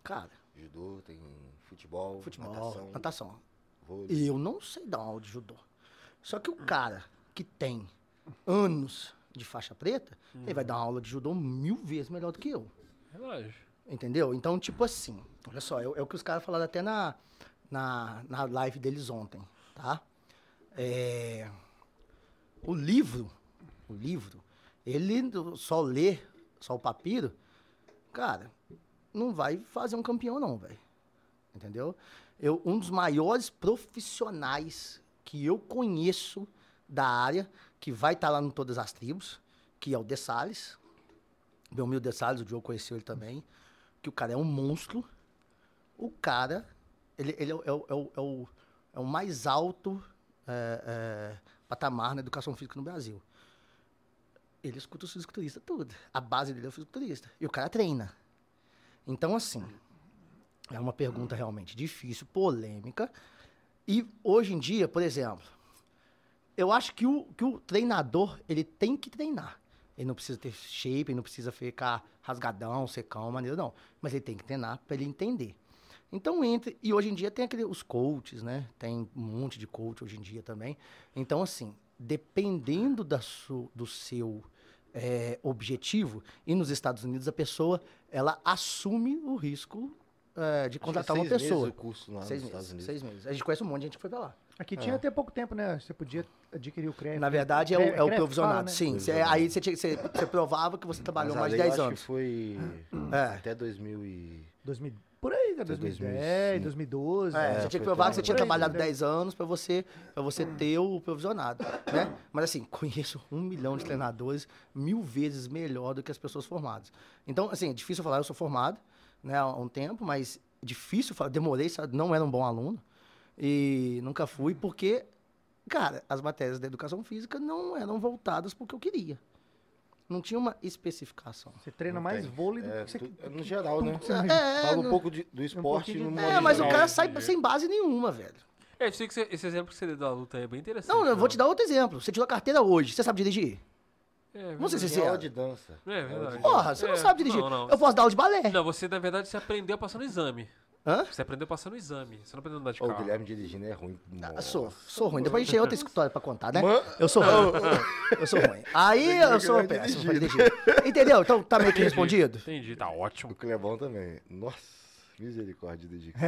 Speaker 4: Cara,
Speaker 3: Judô, tem futebol,
Speaker 4: Futebol, natação.
Speaker 3: natação, vôlei.
Speaker 4: Eu não sei dar aula de judô. Só que o cara que tem anos de faixa preta, ele vai dar uma aula de judô mil vezes melhor do que eu.
Speaker 2: Relógio.
Speaker 4: Entendeu? Então, tipo assim, olha só, é, o- é o que os caras falaram até na, na, na live deles ontem, tá? É, o livro, o livro, ele só ler, só o papiro, cara, não vai fazer um campeão não, velho. Entendeu? Eu, um dos maiores profissionais que eu conheço da área, que vai estar lá em todas as tribos, que é o De Salles. Meu humilde De Salles, o Diogo conheceu ele também. Que o cara é um monstro. O cara, ele, ele é, o- é o- é o, é, o, é o mais alto é, é, patamar na educação física no Brasil. Ele escuta os fisiculturistas tudo. A base dele é o fisiculturista. E o cara treina. Então, assim, é uma pergunta realmente difícil, polêmica. E hoje em dia, por exemplo, eu acho que o, que o treinador, ele tem que treinar. Ele não precisa ter shape, ele não precisa ficar rasgadão, secão, maneiro, não. Mas ele tem que treinar para ele entender. Então entre. E hoje em dia tem aquele, os coaches, né? Tem um monte de coach hoje em dia também. Então, assim, dependendo da su, do seu eh, objetivo, e nos Estados Unidos a pessoa ela assume o risco eh, de
Speaker 3: Acho que é
Speaker 4: contratar uma
Speaker 3: seis meses
Speaker 4: pessoa.
Speaker 3: o curso lá nos
Speaker 4: Seis
Speaker 3: Estados
Speaker 4: meses,
Speaker 3: Unidos.
Speaker 4: seis meses. A gente conhece um monte de gente que foi pra lá.
Speaker 1: Aqui tinha até pouco tempo, né? Você podia adquirir o crédito.
Speaker 4: É. Na verdade, é o,
Speaker 1: Cre-
Speaker 4: é o
Speaker 1: crepe que
Speaker 4: provisionado.
Speaker 1: fala, né?
Speaker 4: Sim, cê- aí você, tinha, que- cê- cê provava que você trabalhou
Speaker 3: é. Mas a
Speaker 4: mais de
Speaker 3: lei eu
Speaker 4: 10
Speaker 3: acho que
Speaker 4: anos.
Speaker 3: foi
Speaker 4: É.
Speaker 3: até 2000 e...
Speaker 1: 2000, por aí, né? 2010,
Speaker 3: 2005.
Speaker 1: 2012.
Speaker 4: É,
Speaker 1: né?
Speaker 4: você tinha que
Speaker 3: foi
Speaker 4: provar que você
Speaker 1: por
Speaker 4: tinha
Speaker 1: aí,
Speaker 4: trabalhado
Speaker 1: né?
Speaker 4: 10 anos pra você, pra você ter o provisionado, né? Mas assim, conheço um milhão de treinadores mil vezes melhor do que as pessoas formadas. Então, assim, é difícil falar, eu sou formado, né, há um tempo, mas difícil falar, demorei, sabe? não era um bom aluno e nunca fui porque, cara, as matérias da educação física não eram voltadas pro que eu queria. Não tinha uma especificação.
Speaker 1: Você treina
Speaker 3: Não
Speaker 1: mais
Speaker 3: tem.
Speaker 1: vôlei do
Speaker 3: É,
Speaker 1: que você...
Speaker 3: tu- é no geral, né?
Speaker 4: É,
Speaker 3: Fala um
Speaker 4: não-
Speaker 3: pouco de- do esporte
Speaker 1: pouquinho
Speaker 3: no
Speaker 1: de-
Speaker 3: mundo.
Speaker 4: É, mas o
Speaker 3: geral.
Speaker 4: cara sai sem base nenhuma, velho.
Speaker 2: É, eu sei que você- esse exemplo que você deu da luta aí é bem interessante.
Speaker 4: Não, eu vou
Speaker 2: né?
Speaker 4: te dar outro exemplo. Você tirou a carteira hoje, você sabe dirigir?
Speaker 2: É,
Speaker 4: Não sei se
Speaker 3: Tem
Speaker 4: você
Speaker 3: aula
Speaker 4: é.
Speaker 3: de dança.
Speaker 2: É verdade.
Speaker 4: Porra, você
Speaker 2: É,
Speaker 4: não sabe dirigir.
Speaker 2: Não, não.
Speaker 4: Eu posso dar aula de balé.
Speaker 2: é. Não, você, na verdade, você aprendeu passando exame.
Speaker 4: Hã?
Speaker 2: Você aprendeu passando exame. Você não aprendeu a andar de
Speaker 3: Ô,
Speaker 2: carro.
Speaker 3: o Guilherme dirigindo é ruim.
Speaker 4: Ah,
Speaker 3: Nossa.
Speaker 4: sou, sou ruim. Depois a gente tem outra história pra contar, né?
Speaker 3: Man-
Speaker 4: Eu sou ruim. Eu sou ruim. Aí eu sou péssimo pra dirigir. Entendeu? Então tá meio que
Speaker 2: Entendi,
Speaker 4: respondido?
Speaker 2: Entendi, tá
Speaker 3: O
Speaker 2: ótimo.
Speaker 3: Clebão também. Nossa, misericórdia de
Speaker 4: <laughs>
Speaker 3: Dick.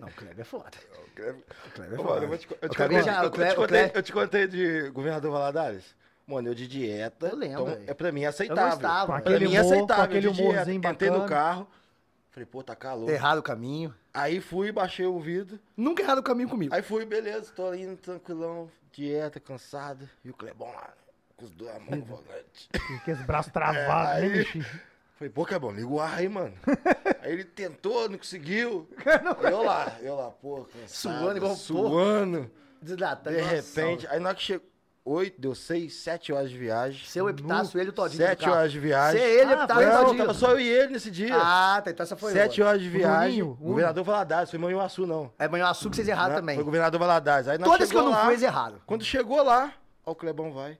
Speaker 4: Não, o Kleber é foda.
Speaker 3: O Clebão-
Speaker 4: O Kleber é
Speaker 3: Ô, mano,
Speaker 4: foda.
Speaker 3: eu vou te co- eu te
Speaker 4: O Kleber
Speaker 3: contei-
Speaker 4: já- o
Speaker 3: eu te
Speaker 4: Kleber- o
Speaker 3: contei-
Speaker 4: Kleber-
Speaker 3: eu te contei de governador Valadares. Mano, eu de dieta.
Speaker 4: Eu lembro,
Speaker 3: Então,
Speaker 4: velho.
Speaker 3: é pra mim
Speaker 4: Eu
Speaker 3: aceitável.
Speaker 4: não estava.
Speaker 1: Pra aquele
Speaker 3: pra mim é
Speaker 1: humor,
Speaker 3: aceitável.
Speaker 1: com aquele
Speaker 3: eu de dieta.
Speaker 1: humorzinho
Speaker 3: Entrei no
Speaker 1: bacana.
Speaker 3: carro. Falei, pô, tá calor.
Speaker 4: Erraram o caminho.
Speaker 3: Aí fui, baixei o vidro.
Speaker 4: Nunca erraram o caminho comigo.
Speaker 3: Aí fui, beleza, tô indo tranquilão, dieta, cansado. E o Clebão lá, com os dois a
Speaker 4: <laughs>
Speaker 3: mão no volante.
Speaker 1: Com os braços travados,
Speaker 3: É,
Speaker 1: né,
Speaker 3: aí-
Speaker 1: bichinho?
Speaker 3: Falei, pô, Clebão, liga o ar aí,
Speaker 4: <laughs>
Speaker 3: mano. aí ele tentou, não conseguiu. eu lá, eu lá, pô, cansado.
Speaker 4: Suando igual um porco.
Speaker 3: Suando.
Speaker 4: Desidratando.
Speaker 3: De
Speaker 4: nossa,
Speaker 3: repente, aí na hora que chegou, oito, deu seis, sete horas de viagem.
Speaker 4: Se eu epitácio ele todinho. no
Speaker 3: Sete
Speaker 4: carro.
Speaker 3: horas de
Speaker 4: Se
Speaker 3: viagem.
Speaker 4: é ele
Speaker 1: Ah,
Speaker 4: epitácio
Speaker 3: Não,
Speaker 4: ele
Speaker 3: tava
Speaker 4: todinho.
Speaker 3: só eu e ele nesse dia.
Speaker 4: Ah, tá. Então essa foi
Speaker 3: Sete
Speaker 4: outra.
Speaker 3: horas de viagem.
Speaker 1: Bruninho, um.
Speaker 3: governador Valadares, foi em Manhuaçu, não.
Speaker 4: É, mas o açúcar vocês erraram
Speaker 3: Na-
Speaker 4: também.
Speaker 3: Foi governador Valadares. Aí nós
Speaker 4: Todas que eu
Speaker 3: chegou
Speaker 4: não
Speaker 3: lá,
Speaker 4: fui, é- eles erraram.
Speaker 3: Quando chegou lá, ó, o Clebão vai.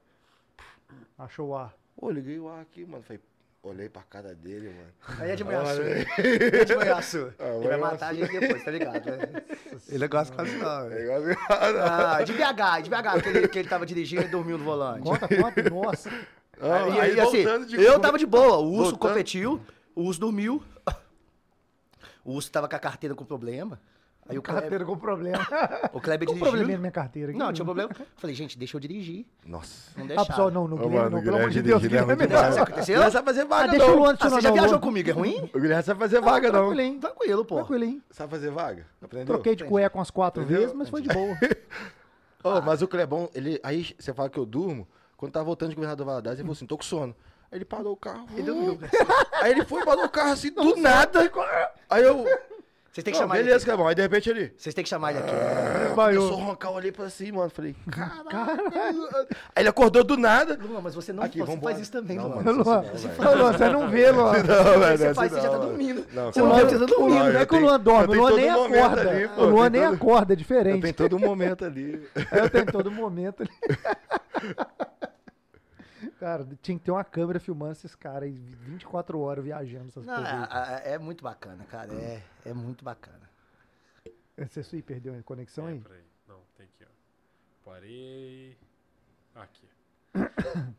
Speaker 1: Achou o ar.
Speaker 4: <laughs>
Speaker 3: Ô, liguei o ar aqui, mano. Falei, Olhei pra cara dele,
Speaker 4: <laughs>
Speaker 3: mano.
Speaker 4: Aí é de manhã
Speaker 3: Olha
Speaker 4: sua.
Speaker 3: aí.
Speaker 4: É de manhã sua.
Speaker 3: Ah,
Speaker 4: Ele vai
Speaker 3: manhã
Speaker 4: matar a gente depois, tá
Speaker 3: <laughs>
Speaker 4: ligado? né? Ele não gosta quase não.
Speaker 3: É
Speaker 4: velho.
Speaker 3: igual assim,
Speaker 4: Ah, de BH, de BH, que ele, que ele tava dirigindo e dormiu no volante.
Speaker 1: Conta, conta, nossa.
Speaker 3: Ah,
Speaker 4: e aí, assim,
Speaker 3: voltando de-
Speaker 4: eu tava de boa. O urso
Speaker 3: Voltando.
Speaker 4: competiu, o urso dormiu. O urso tava com a carteira com problema. Aí o Kleber,
Speaker 1: Carteira com
Speaker 4: <laughs>
Speaker 1: problema.
Speaker 4: o Kleber
Speaker 1: Com probleminha na
Speaker 4: dirigiu.
Speaker 1: minha carteira aqui.
Speaker 4: Não, tinha um problema. Falei, gente, deixa eu dirigir.
Speaker 3: Nossa.
Speaker 4: Não
Speaker 1: Ah, pessoal,
Speaker 4: deixaram.
Speaker 1: não, no
Speaker 3: Ô,
Speaker 1: Guilherme
Speaker 3: mano,
Speaker 1: não,
Speaker 3: o
Speaker 1: pelo amor de
Speaker 3: Guilherme
Speaker 1: Deus, Guilherme
Speaker 3: dirigiu, né?
Speaker 1: é
Speaker 3: Muito
Speaker 1: melhor.
Speaker 3: bom.
Speaker 4: Isso aconteceu?
Speaker 3: Não é só fazer
Speaker 1: Ah,
Speaker 3: vaga,
Speaker 1: deixa o
Speaker 3: não.
Speaker 1: Luan
Speaker 4: Ah, você
Speaker 1: adicionar
Speaker 4: já
Speaker 1: não,
Speaker 4: viajou
Speaker 1: Luan.
Speaker 4: comigo, é ruim?
Speaker 3: O Guilherme não sabe fazer vaga, não.
Speaker 1: Tranquilo, hein?
Speaker 4: Tranquilo, pô.
Speaker 1: Tranquilo, hein?
Speaker 3: Sabe fazer vaga? Aprendeu?
Speaker 1: Troquei de cueca umas quatro
Speaker 3: Entendeu?
Speaker 1: vezes, mas foi de boa.
Speaker 3: Ô, mas o Clebão, ele. Aí você fala que eu durmo. Quando tava voltando de governador Valadares, ele falou assim: tô com sono. Aí ele parou o carro. uh,
Speaker 4: né?
Speaker 3: aí ele foi, parou o carro assim, do nada. Aí eu.
Speaker 4: Vocês têm que
Speaker 3: "Não,
Speaker 4: chamar ele
Speaker 3: beleza,
Speaker 4: aqui.
Speaker 3: Clebão. Aí de repente ele.
Speaker 4: Vocês têm que chamar ele aqui.
Speaker 3: Começou a roncar, eu olhei pra cima, mano. Falei, caralho. Aí ele acordou do nada.
Speaker 4: Luan, mas você não
Speaker 3: Aqui,
Speaker 4: você
Speaker 3: vambora.
Speaker 4: faz isso também,
Speaker 3: Não,
Speaker 4: Luan.
Speaker 3: mano.
Speaker 1: Ô, Luan, ô, Luan, você não vê, Luan.
Speaker 3: Não, velho,
Speaker 4: você
Speaker 3: não,
Speaker 4: faz, você
Speaker 3: não,
Speaker 4: já tá
Speaker 3: velho.
Speaker 4: dormindo.
Speaker 3: Não,
Speaker 4: Você
Speaker 1: O
Speaker 4: não
Speaker 1: Luan,
Speaker 4: vê, você tá
Speaker 1: o Luan,
Speaker 3: Não,
Speaker 4: dormindo.
Speaker 3: eu
Speaker 1: não é que o
Speaker 3: tenho-
Speaker 1: Luan
Speaker 3: eu
Speaker 1: dorme, o
Speaker 3: tenho
Speaker 1: Luan
Speaker 3: todo
Speaker 1: nem
Speaker 3: momento
Speaker 1: acorda.
Speaker 3: ali, pô,
Speaker 1: o Luan
Speaker 3: eu tenho
Speaker 1: nem
Speaker 3: todo-
Speaker 1: acorda, é
Speaker 3: Eu
Speaker 1: diferente.
Speaker 3: tenho todo momento ali.
Speaker 1: Eu tenho todo momento ali. <laughs> Cara, tinha que ter uma câmera filmando esses caras aí 24 horas viajando essas
Speaker 4: Não,
Speaker 1: coisas.
Speaker 4: é,
Speaker 1: aí.
Speaker 4: é- é muito bacana, cara. É, é muito bacana.
Speaker 1: Você sui perdeu a conexão
Speaker 2: É,
Speaker 1: aí?
Speaker 2: peraí. Não, tem aqui, ó. Parei. Aqui.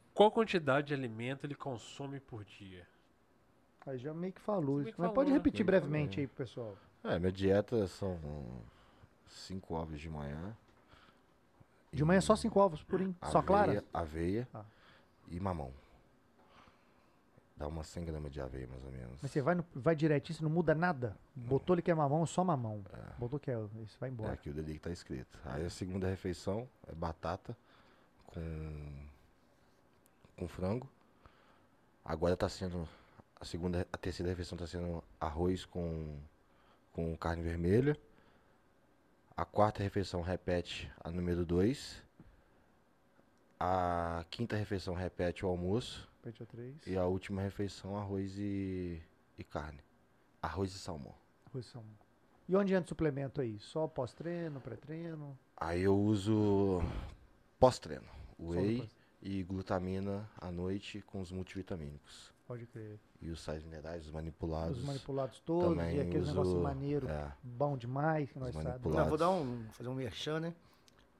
Speaker 2: <coughs> Qual quantidade de alimento ele consome por dia?
Speaker 1: Aí já meio que falou
Speaker 2: Meio
Speaker 1: isso.
Speaker 2: que
Speaker 1: Mas
Speaker 2: falou,
Speaker 1: pode
Speaker 2: né?
Speaker 1: repetir
Speaker 3: Meio que
Speaker 1: brevemente
Speaker 3: falou.
Speaker 1: aí pro pessoal.
Speaker 3: É, minha dieta são cinco ovos de manhã.
Speaker 1: De manhã é só cinco ovos purinho, só
Speaker 3: aveia-
Speaker 1: clara?
Speaker 3: Aveia
Speaker 1: Ah.
Speaker 3: e mamão. Dá umas 100 gramas de aveia, mais ou menos.
Speaker 1: Mas você vai, no, vai direitinho, você não muda nada. Botou ele que é mamão, só mamão. Botou que é, isso vai
Speaker 3: É
Speaker 1: embora.
Speaker 3: aquilo ali que tá escrito. Aí a segunda refeição é batata com, com frango. Agora tá sendo. A segunda, a terceira refeição tá sendo arroz com, com carne vermelha. A quarta refeição repete a número 2. A quinta refeição repete o almoço.
Speaker 1: Peixe a três,
Speaker 3: E a última refeição, arroz e, e carne. Arroz e salmão.
Speaker 1: arroz e salmão. um. E onde entra o suplemento aí? Só pós-treino, pré-treino?
Speaker 3: Aí eu uso pós-treino,
Speaker 1: Só
Speaker 3: whey
Speaker 1: depois.
Speaker 3: e glutamina à noite com os multivitamínicos.
Speaker 1: Pode crer.
Speaker 3: E os sais minerais, os manipulados.
Speaker 1: Os manipulados todos
Speaker 3: também
Speaker 1: e aqueles
Speaker 3: uso-
Speaker 1: negócio maneiro,
Speaker 3: é.
Speaker 1: bom demais, que nós sabemos.
Speaker 3: manipulados.
Speaker 4: Não, vou dar um, fazer um merchan, né?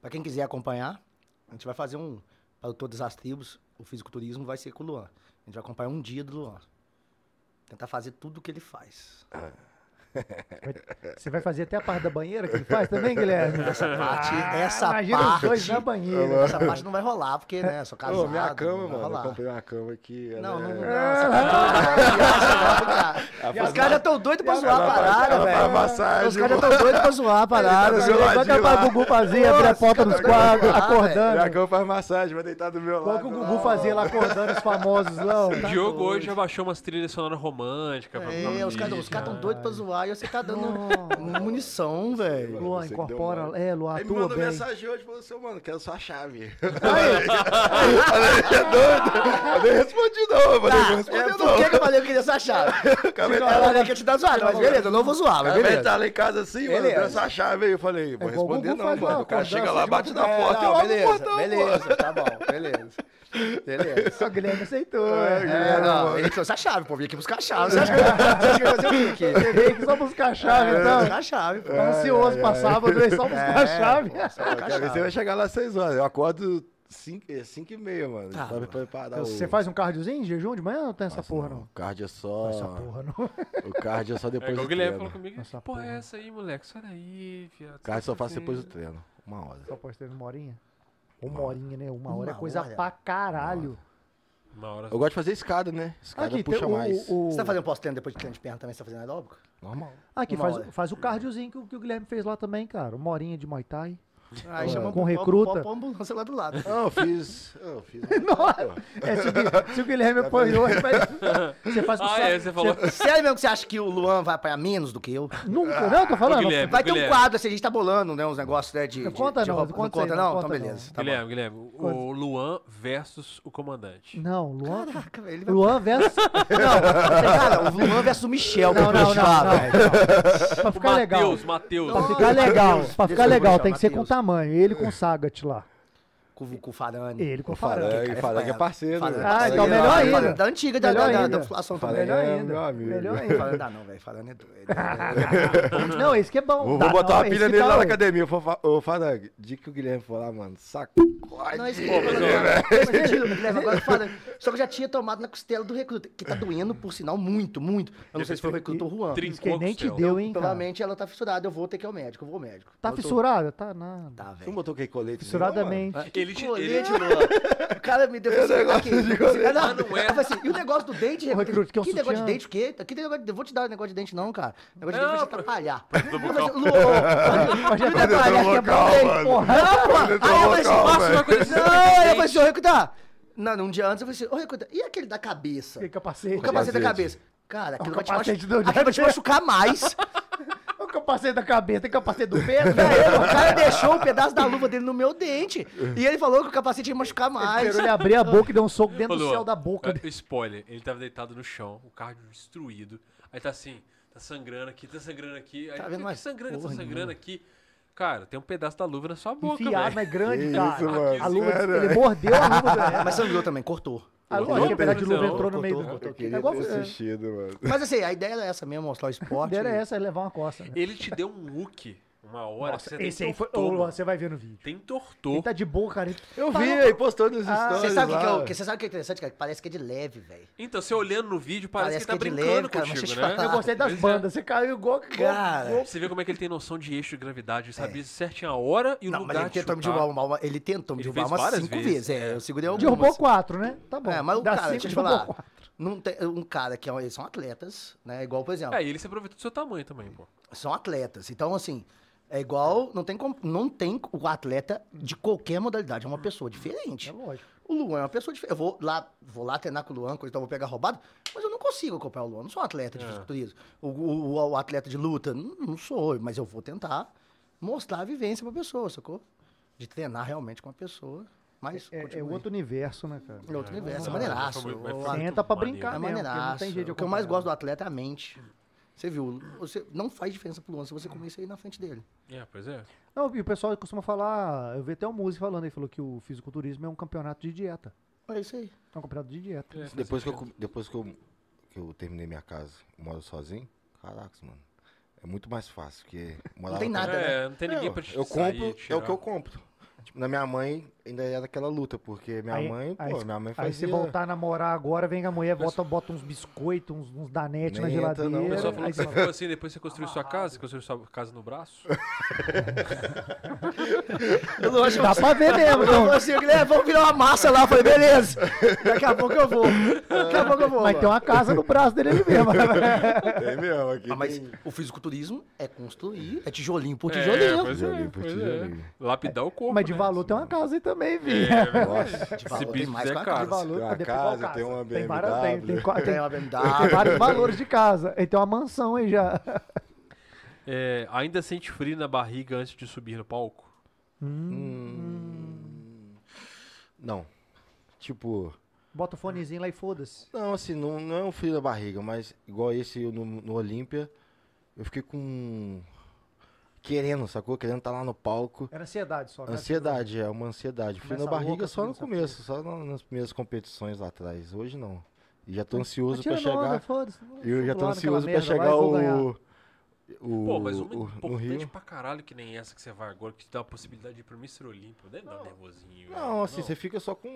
Speaker 4: Pra quem quiser acompanhar, a gente vai fazer um. Para todas as tribos, o fisiculturismo vai ser com o Luan. A gente vai acompanhar um dia do Luan. Tentar fazer tudo o que ele faz.
Speaker 1: Vai- Você vai fazer até a parte da banheira que ele faz também, Guilherme?
Speaker 4: Essa parte. essa
Speaker 1: imagina os
Speaker 4: parte.
Speaker 1: dois na banheira.
Speaker 4: Essa parte não vai rolar, porque, né? Sou casado.
Speaker 3: <laughs> Ô, minha cama,
Speaker 4: não vai
Speaker 3: mano. Eu
Speaker 4: rolar.
Speaker 3: comprei uma cama aqui. ela
Speaker 4: Não, não,
Speaker 3: é-
Speaker 4: não. Essa
Speaker 3: <laughs>
Speaker 4: parte não vai rolar. Os caras já estão doidos pra zoar a parada,
Speaker 3: ela faz
Speaker 4: é velho.
Speaker 3: massagem,
Speaker 4: Os caras já estão doidos pra zoar a parada.
Speaker 3: Ele tá zoadinho
Speaker 1: Vai né? acabar
Speaker 3: lá.
Speaker 1: o Gugu fazer, abrir a
Speaker 4: Nossa,
Speaker 1: porta dos
Speaker 4: cara,
Speaker 1: quadros,
Speaker 4: vai lá,
Speaker 3: Minha
Speaker 1: acordando.
Speaker 3: cama faz massagem, vai deitar do meu
Speaker 1: Coloca
Speaker 3: lado.
Speaker 1: o Gugu fazer lá acordando os famosos lá. ó.
Speaker 2: Diogo
Speaker 4: Tá doido.
Speaker 2: hoje já baixou umas trilhas sonoras românticas. pra né? botar
Speaker 4: É,
Speaker 2: no
Speaker 4: os caras
Speaker 2: vídeo.
Speaker 4: estão doidos pra zoar e você tá dando
Speaker 1: Nossa.
Speaker 4: munição, velho.
Speaker 1: Luan,
Speaker 3: Você que deu
Speaker 1: incorpora.
Speaker 3: mole.
Speaker 1: É, Luan,
Speaker 3: Aí me
Speaker 1: atua
Speaker 3: mandou
Speaker 1: bem.
Speaker 3: mensagem hoje, falou assim, "Ô, mano, quero só a chave. Falei, "Você é doido? Eu nem respondi não, eu falei, não
Speaker 4: É,
Speaker 3: respondi
Speaker 4: por que que
Speaker 3: não.
Speaker 4: eu falei que eu queria essa chave?
Speaker 3: Acabei-
Speaker 4: Ela quer te dar zoada, mas beleza, eu não vou zoar,
Speaker 3: Aí
Speaker 4: mas
Speaker 3: ele
Speaker 4: beleza.
Speaker 3: tá lá em casa assim, mano,
Speaker 4: Beleza.
Speaker 3: deu essa chave aí. Eu falei, vou
Speaker 1: É igual o
Speaker 3: responder
Speaker 1: Gugu
Speaker 3: não,
Speaker 1: faz lá,
Speaker 3: mano. O cara
Speaker 1: acordando,
Speaker 3: chega lá,
Speaker 1: assim,
Speaker 3: bate na
Speaker 4: É,
Speaker 3: porta,
Speaker 4: não,
Speaker 3: eu abro o
Speaker 4: beleza,
Speaker 3: portão,
Speaker 4: beleza,
Speaker 3: pô.
Speaker 4: tá bom, beleza. Beleza.
Speaker 1: Só o Guilherme aceitou.
Speaker 3: É,
Speaker 1: é.
Speaker 4: É, não, ele trouxe a chave, pô, vim aqui buscar a chave. Você acha que eu- você acha que eu vou fazer o quê aqui?
Speaker 1: Você veio aqui só buscar a chave,
Speaker 4: É, buscar
Speaker 1: então.
Speaker 4: a chave, pô.
Speaker 1: Tá ansioso pra sábado, veio só buscar a
Speaker 4: É,
Speaker 1: chave.
Speaker 4: pô, só buscar a
Speaker 3: Cara,
Speaker 4: chave.
Speaker 3: Você vai chegar lá às 6 horas, eu acordo 5 e meia, mano.
Speaker 4: Tá,
Speaker 3: Pra me preparar o...
Speaker 1: Você faz um cardiozinho em jejum de manhã ou não tem essa
Speaker 3: Nossa,
Speaker 1: porra,
Speaker 3: O
Speaker 1: não?
Speaker 3: cardio é só...
Speaker 1: Essa porra, não.
Speaker 3: O cardio é só
Speaker 2: É
Speaker 3: depois
Speaker 2: igual o
Speaker 3: do
Speaker 2: Guilherme falou
Speaker 3: treino.
Speaker 2: comigo.
Speaker 1: Essa
Speaker 2: Essa porra
Speaker 1: porra.
Speaker 2: é essa aí, moleque? Sai daí, viado.
Speaker 3: O cardio só
Speaker 2: Sai
Speaker 3: faço depois do
Speaker 2: daí."
Speaker 3: treino. Uma hora.
Speaker 1: Só pode ter uma horinha? Uma horinha, né? Uma, hora é
Speaker 4: Uma
Speaker 1: coisa
Speaker 4: hora?
Speaker 1: pra caralho.
Speaker 2: Uma hora.
Speaker 3: Eu gosto de fazer escada, né? Escada
Speaker 1: Aqui,
Speaker 3: puxa
Speaker 1: tem o,
Speaker 3: mais.
Speaker 1: o-
Speaker 4: Você tá fazendo pós-treino depois de treino de perna também? Você tá fazendo aeróbico?
Speaker 1: <laughs>
Speaker 3: Normal.
Speaker 1: aqui
Speaker 4: uma hora.
Speaker 1: faz, faz o cardiozinho que, o- que o Guilherme fez lá também, cara. Uma horinha de Muay Thai.
Speaker 4: Aí
Speaker 1: Com
Speaker 4: chamou pro-
Speaker 1: recruta?
Speaker 4: pro- pro ambulância lá do lado.
Speaker 3: Não, eu fiz. Eu
Speaker 1: <laughs>
Speaker 3: fiz.
Speaker 1: É, se, o Gui- se o Guilherme apanhou, ele vai- você faz com
Speaker 2: Ah,
Speaker 1: sua-
Speaker 2: é, você falou.
Speaker 4: Sério mesmo que você acha que o Luan vai apanhar menos do que eu?
Speaker 1: Nunca, não, eu tô
Speaker 2: Ô,
Speaker 1: falando.
Speaker 3: É,
Speaker 2: Guilherme,
Speaker 4: Vai ter um
Speaker 2: Guilherme.
Speaker 4: quadro assim, a gente tá bolando, né? Uns negócios, né? De,
Speaker 1: Não
Speaker 4: de-
Speaker 1: conta
Speaker 4: de
Speaker 1: não,
Speaker 4: roupa.
Speaker 1: conta
Speaker 4: não conta,
Speaker 1: aí,
Speaker 4: não?
Speaker 1: não
Speaker 4: Então
Speaker 1: conta
Speaker 4: beleza. Tá bom.
Speaker 2: Guilherme, Guilherme. O Luan versus o comandante.
Speaker 1: Não, Luan.
Speaker 4: Caraca, velho, ele vai-
Speaker 1: Luan versus.
Speaker 4: Não, cara, o Luan versus o Michel.
Speaker 1: Não,
Speaker 4: que eu
Speaker 1: não, não,
Speaker 4: falo,
Speaker 1: não.
Speaker 4: velho.
Speaker 1: Pra
Speaker 2: O
Speaker 1: ficar legal.
Speaker 2: Matheus, Matheus.
Speaker 1: Pra ficar legal. Pra
Speaker 4: Desculpa,
Speaker 1: ficar legal,
Speaker 4: Michel,
Speaker 1: tem que ser com
Speaker 4: Matheus.
Speaker 1: tamanho. Ele com o Sagat lá.
Speaker 4: Com com, o- com o Farane.
Speaker 1: Ele com
Speaker 3: O
Speaker 1: o Farão.
Speaker 3: Farang, o Farang é parceiro.
Speaker 4: Farane-
Speaker 1: Ah,
Speaker 3: Farang
Speaker 1: então
Speaker 3: é
Speaker 1: melhor
Speaker 3: parceiro.
Speaker 1: ainda.
Speaker 4: Farane Da antiga, da,
Speaker 1: Melhor
Speaker 4: da, da,
Speaker 1: ainda.
Speaker 4: da população
Speaker 3: Farang
Speaker 4: também.
Speaker 1: Melhor
Speaker 3: é
Speaker 1: ainda.
Speaker 3: Meu amigo.
Speaker 1: Melhor ainda.
Speaker 4: Farane dá não, velho. Farane é doido. <laughs>
Speaker 1: Não, esse que é bom.
Speaker 3: Vou,
Speaker 1: Dá
Speaker 3: vou botar
Speaker 1: não,
Speaker 3: uma
Speaker 1: esse
Speaker 3: pilha
Speaker 1: que
Speaker 3: nele
Speaker 1: tá
Speaker 3: lá na
Speaker 1: bom.
Speaker 3: academia. Fa- fa- Ô, Farang, diga que o Guilherme foi lá, mano. Sacode.
Speaker 4: Ah, Não, é esse povo, Guilherme, <laughs> agora fala. Só que eu já tinha tomado na costela do recruta, que tá doendo, por sinal, muito, muito. Eu não sei se foi o recruta ou o
Speaker 1: Isso
Speaker 4: Juan.
Speaker 1: que
Speaker 2: Trincou
Speaker 1: nem
Speaker 2: nem
Speaker 1: te deu, hein, cara.
Speaker 4: Provavelmente ela tá fissurada, eu vou ter que ir ao médico, eu vou ao médico.
Speaker 1: Então, Tá
Speaker 4: Eu tô-
Speaker 1: fissurado? Tá nada.
Speaker 4: Tá,
Speaker 3: Você não
Speaker 4: velho.
Speaker 3: botou que colete?
Speaker 1: Fissuradamente.
Speaker 2: Ele te, ele,
Speaker 4: Colete, Luan. O cara me deu esse negócio de colete. Não,
Speaker 2: não é.
Speaker 4: Eu falei assim, e o negócio do dente?
Speaker 1: Ô, recruta, que é um
Speaker 4: negócio de
Speaker 1: sutiã.
Speaker 4: dente o quê? Que negócio de... Eu vou te dar um negócio de dente não, cara. O negócio de dente vai te atrapalhar.
Speaker 2: bucal.
Speaker 1: Então,
Speaker 4: Luan, me atrapalhar,
Speaker 3: tomou
Speaker 4: que é problema. Porra, aí eu falei assim,
Speaker 3: calma,
Speaker 4: nossa,
Speaker 2: Passa uma coisa assim,
Speaker 4: Não, eu falei assim, ô Recruta. Não, um dia antes eu falei assim, ô Recruta, e aquele da cabeça?
Speaker 1: Tem é capacete.
Speaker 4: O capacete da
Speaker 3: Capacete.
Speaker 4: cabeça. Cara, aquilo
Speaker 1: O
Speaker 4: vai te,
Speaker 1: capacete
Speaker 4: machu...
Speaker 1: do-
Speaker 4: aquilo vai te machucar
Speaker 1: <laughs>
Speaker 4: mais.
Speaker 1: O capacete da cabeça, tem capacete do pé, velho.
Speaker 4: Velho, o cara deixou um pedaço da luva dele no meu dente. E ele falou que o capacete ia machucar mais.
Speaker 1: Ele abriu a boca e deu um soco
Speaker 2: Ô,
Speaker 1: dentro do
Speaker 2: Luan,
Speaker 1: céu da boca.
Speaker 2: é, Spoiler, ele tava deitado no chão, o carro destruído. Aí tá assim, tá sangrando aqui, tá sangrando aqui. Aí
Speaker 4: Tá
Speaker 2: tá
Speaker 4: vendo mais
Speaker 2: sangrando, tá
Speaker 4: porra
Speaker 2: sangrando
Speaker 4: nenhuma.
Speaker 2: aqui. Cara, tem um pedaço da luva na sua boca,
Speaker 1: Enfiado,
Speaker 2: velho.
Speaker 1: mas grande,
Speaker 3: Que
Speaker 1: cara.
Speaker 3: isso, mano.
Speaker 1: a luva,
Speaker 3: Sério,
Speaker 1: ele
Speaker 3: velho.
Speaker 1: mordeu a luva do
Speaker 4: É, Mas sangrou também, cortou.
Speaker 1: A
Speaker 2: Não,
Speaker 1: luva, que pedaço de luva
Speaker 2: não,
Speaker 1: entrou no meio
Speaker 4: cortou,
Speaker 1: do...
Speaker 3: um Eu
Speaker 1: É
Speaker 3: queria
Speaker 1: igual-
Speaker 3: ter
Speaker 1: é,
Speaker 3: assistido, mano.
Speaker 4: Mas assim, a ideia era essa mesmo, mostrar o
Speaker 1: A
Speaker 4: esporte.
Speaker 1: ideia era essa, é levar uma costa. Né?
Speaker 2: Ele te deu um look uma hora. que
Speaker 1: Nossa,
Speaker 2: você
Speaker 1: esse aí foi...
Speaker 2: entortou,
Speaker 1: Ô,
Speaker 2: mano.
Speaker 1: você vai ver no vídeo.
Speaker 2: Tem
Speaker 1: Ele
Speaker 2: tortou.
Speaker 1: tá de boa, cara. Ele-
Speaker 3: Eu vi, aí postou nos
Speaker 1: Ah,
Speaker 3: stories
Speaker 4: Você sabe o que, que é o-
Speaker 3: lá.
Speaker 4: que- você sabe o que é interessante, cara? Que Parece que é de leve, velho.
Speaker 2: Então, você olhando no vídeo, parece,
Speaker 4: Parece
Speaker 2: que ele tá
Speaker 4: que é de
Speaker 2: brincando
Speaker 4: leve, cara, mas
Speaker 2: contigo,
Speaker 4: deixa eu te
Speaker 2: né?
Speaker 1: Eu
Speaker 4: falar.
Speaker 1: gostei das
Speaker 2: Pois é.
Speaker 1: bandas. Você caiu igual... igual-
Speaker 4: Cara.
Speaker 2: Você vê como é que ele tem noção de eixo de gravidade. Ele sabia certinho a hora e o
Speaker 4: Não, mas é
Speaker 2: lugar
Speaker 4: ele
Speaker 2: de
Speaker 4: tentou me
Speaker 2: chutar.
Speaker 4: derrubar uma, uma- ele tentou me
Speaker 2: Ele
Speaker 4: derrubar
Speaker 2: fez
Speaker 4: umas
Speaker 2: várias
Speaker 4: cinco
Speaker 2: vezes.
Speaker 4: vezes. É, eu segurei algumas.
Speaker 1: Derrubou quatro, né? Tá bom.
Speaker 4: É, mas o
Speaker 1: Dá
Speaker 4: cara,
Speaker 1: cinco,
Speaker 4: deixa eu te
Speaker 1: derrubou
Speaker 4: falar.
Speaker 1: quatro.
Speaker 4: Não tem, um cara que é um- eles são atletas, né? Igual, por exemplo,
Speaker 2: É, e ele se aproveitou do seu tamanho também, pô.
Speaker 4: são atletas. Então, assim, é igual. Não tem, como- não tem o atleta de qualquer modalidade. É uma pessoa diferente.
Speaker 1: É lógico.
Speaker 4: O Luan é uma pessoa diferente. Eu vou lá, vou lá treinar com o Luan, coisa, então eu vou pegar roubado, mas eu não consigo acompanhar o Luan. Eu não sou um atleta de fisiculturismo. O, o- o- o atleta de luta, não, não sou, mas eu vou tentar mostrar a vivência pra pessoa, sacou? De treinar realmente com a pessoa. Mas
Speaker 1: É, é
Speaker 4: continua aí.
Speaker 1: outro universo, né, cara?
Speaker 4: É outro universo, é
Speaker 2: Não, mas foi
Speaker 4: maneiraço.
Speaker 2: muito- mas foi
Speaker 4: O
Speaker 2: muito
Speaker 1: Senta pra
Speaker 2: maneiro.
Speaker 1: brincar,
Speaker 4: é
Speaker 1: mesmo, porque não
Speaker 4: maneiraço.
Speaker 1: tem jeito de
Speaker 4: o que eu mais
Speaker 1: acompanhar.
Speaker 4: gosto do atleta é a mente. Você viu? Você não faz diferença pro Luan se você comer isso aí na frente dele.
Speaker 2: É, pois é.
Speaker 1: Não, e o pessoal costuma falar, eu vi até o Muzi falando, ele falou que o fisiculturismo é um campeonato de dieta.
Speaker 4: É isso aí.
Speaker 1: É um campeonato de dieta.
Speaker 2: É,
Speaker 3: Depois que eu, com- depois que eu, que eu terminei minha casa, eu moro sozinho, caraca, mano. É muito mais fácil, porque morava
Speaker 4: tem
Speaker 3: com-
Speaker 4: nada,
Speaker 2: É, não tem ninguém
Speaker 3: eu,
Speaker 2: pra te
Speaker 3: eu
Speaker 2: sair,
Speaker 3: compro, é
Speaker 2: tirar.
Speaker 3: o que eu compro. Tipo, na minha mãe ainda era aquela luta, porque minha
Speaker 1: Aí-
Speaker 3: mãe,
Speaker 1: aí
Speaker 3: pô,
Speaker 1: se-
Speaker 3: minha mãe
Speaker 1: Aí se
Speaker 3: fazia.
Speaker 1: voltar a namorar agora, vem com a mulher, bota, bota uns biscoitos, uns, uns danetes na
Speaker 3: Nem entra,
Speaker 1: geladeira.
Speaker 3: não.
Speaker 2: O pessoal
Speaker 3: É,
Speaker 2: falou
Speaker 1: aí
Speaker 2: que
Speaker 1: você
Speaker 2: você
Speaker 1: fala,
Speaker 2: ficou assim, depois você construiu sua casa, você construiu sua casa no braço.
Speaker 4: Eu não acho
Speaker 1: Dá pra ver mesmo,
Speaker 4: Eu
Speaker 1: então.
Speaker 4: falei assim, Guilherme, vamos virar uma massa lá. Eu falei, beleza. Daqui a pouco eu vou. Daqui a pouco eu vou.
Speaker 1: Mas tem uma casa no braço dele ali mesmo.
Speaker 3: É mesmo, aqui.
Speaker 4: Ah,
Speaker 3: <laughs>
Speaker 4: mas <laughs>
Speaker 3: tem-
Speaker 4: o fisiculturismo é construir, é tijolinho por tijolinho.
Speaker 2: É, pois
Speaker 3: Tijolinho por
Speaker 2: pois é.
Speaker 3: tijolinho.
Speaker 2: Lapidar o corpo.
Speaker 1: Mas de
Speaker 2: né?
Speaker 1: valor tem uma casa aí também, vi.
Speaker 3: Nossa,
Speaker 4: de valor,
Speaker 2: Esse
Speaker 4: tem
Speaker 2: bicho
Speaker 4: mais
Speaker 2: é
Speaker 4: que uma
Speaker 2: caro.
Speaker 1: De valor,
Speaker 3: tem uma
Speaker 1: depende qual
Speaker 3: casa, tem uma
Speaker 1: Tem, várias, tem, tem,
Speaker 3: BMW.
Speaker 1: qua- <laughs> tem-
Speaker 4: Tem uma
Speaker 1: tem
Speaker 4: BMW.
Speaker 1: vários valores <laughs> de casa. Ele tem uma mansão aí já.
Speaker 2: É, ainda sente frio na barriga antes de subir no palco?
Speaker 1: Hum.
Speaker 3: Hum. Não. Tipo,
Speaker 1: Bota o fonezinho lá e foda-se.
Speaker 3: não, assim, não, não é um frio da barriga, mas igual esse eu no, no Olímpia, eu fiquei com. Querendo, sacou? Querendo estar lá no palco.
Speaker 1: Era ansiedade só. né?
Speaker 3: Ansiedade, é uma ansiedade. Fui
Speaker 1: É Começa assim,
Speaker 3: na barriga
Speaker 1: louca,
Speaker 3: só no
Speaker 1: subindo,
Speaker 3: começo, só na- nas primeiras competições lá atrás. Hoje não. E já tô
Speaker 1: Mas
Speaker 3: ansioso pra
Speaker 1: tira onda,
Speaker 3: chegar.
Speaker 1: foda-se.
Speaker 3: Eu já tô
Speaker 1: Lá naquela
Speaker 3: ansioso pra
Speaker 1: merda lá e
Speaker 3: chegar
Speaker 1: vou ganhar.
Speaker 3: o. O,
Speaker 2: Pô, mas uma
Speaker 3: o- no
Speaker 2: importante
Speaker 3: Rio.
Speaker 2: pra caralho que nem essa que você vai agora, que te dá a possibilidade de ir pro Mr. Olímpio. Deve dar um nervosinho.
Speaker 3: Não, assim, você fica só com.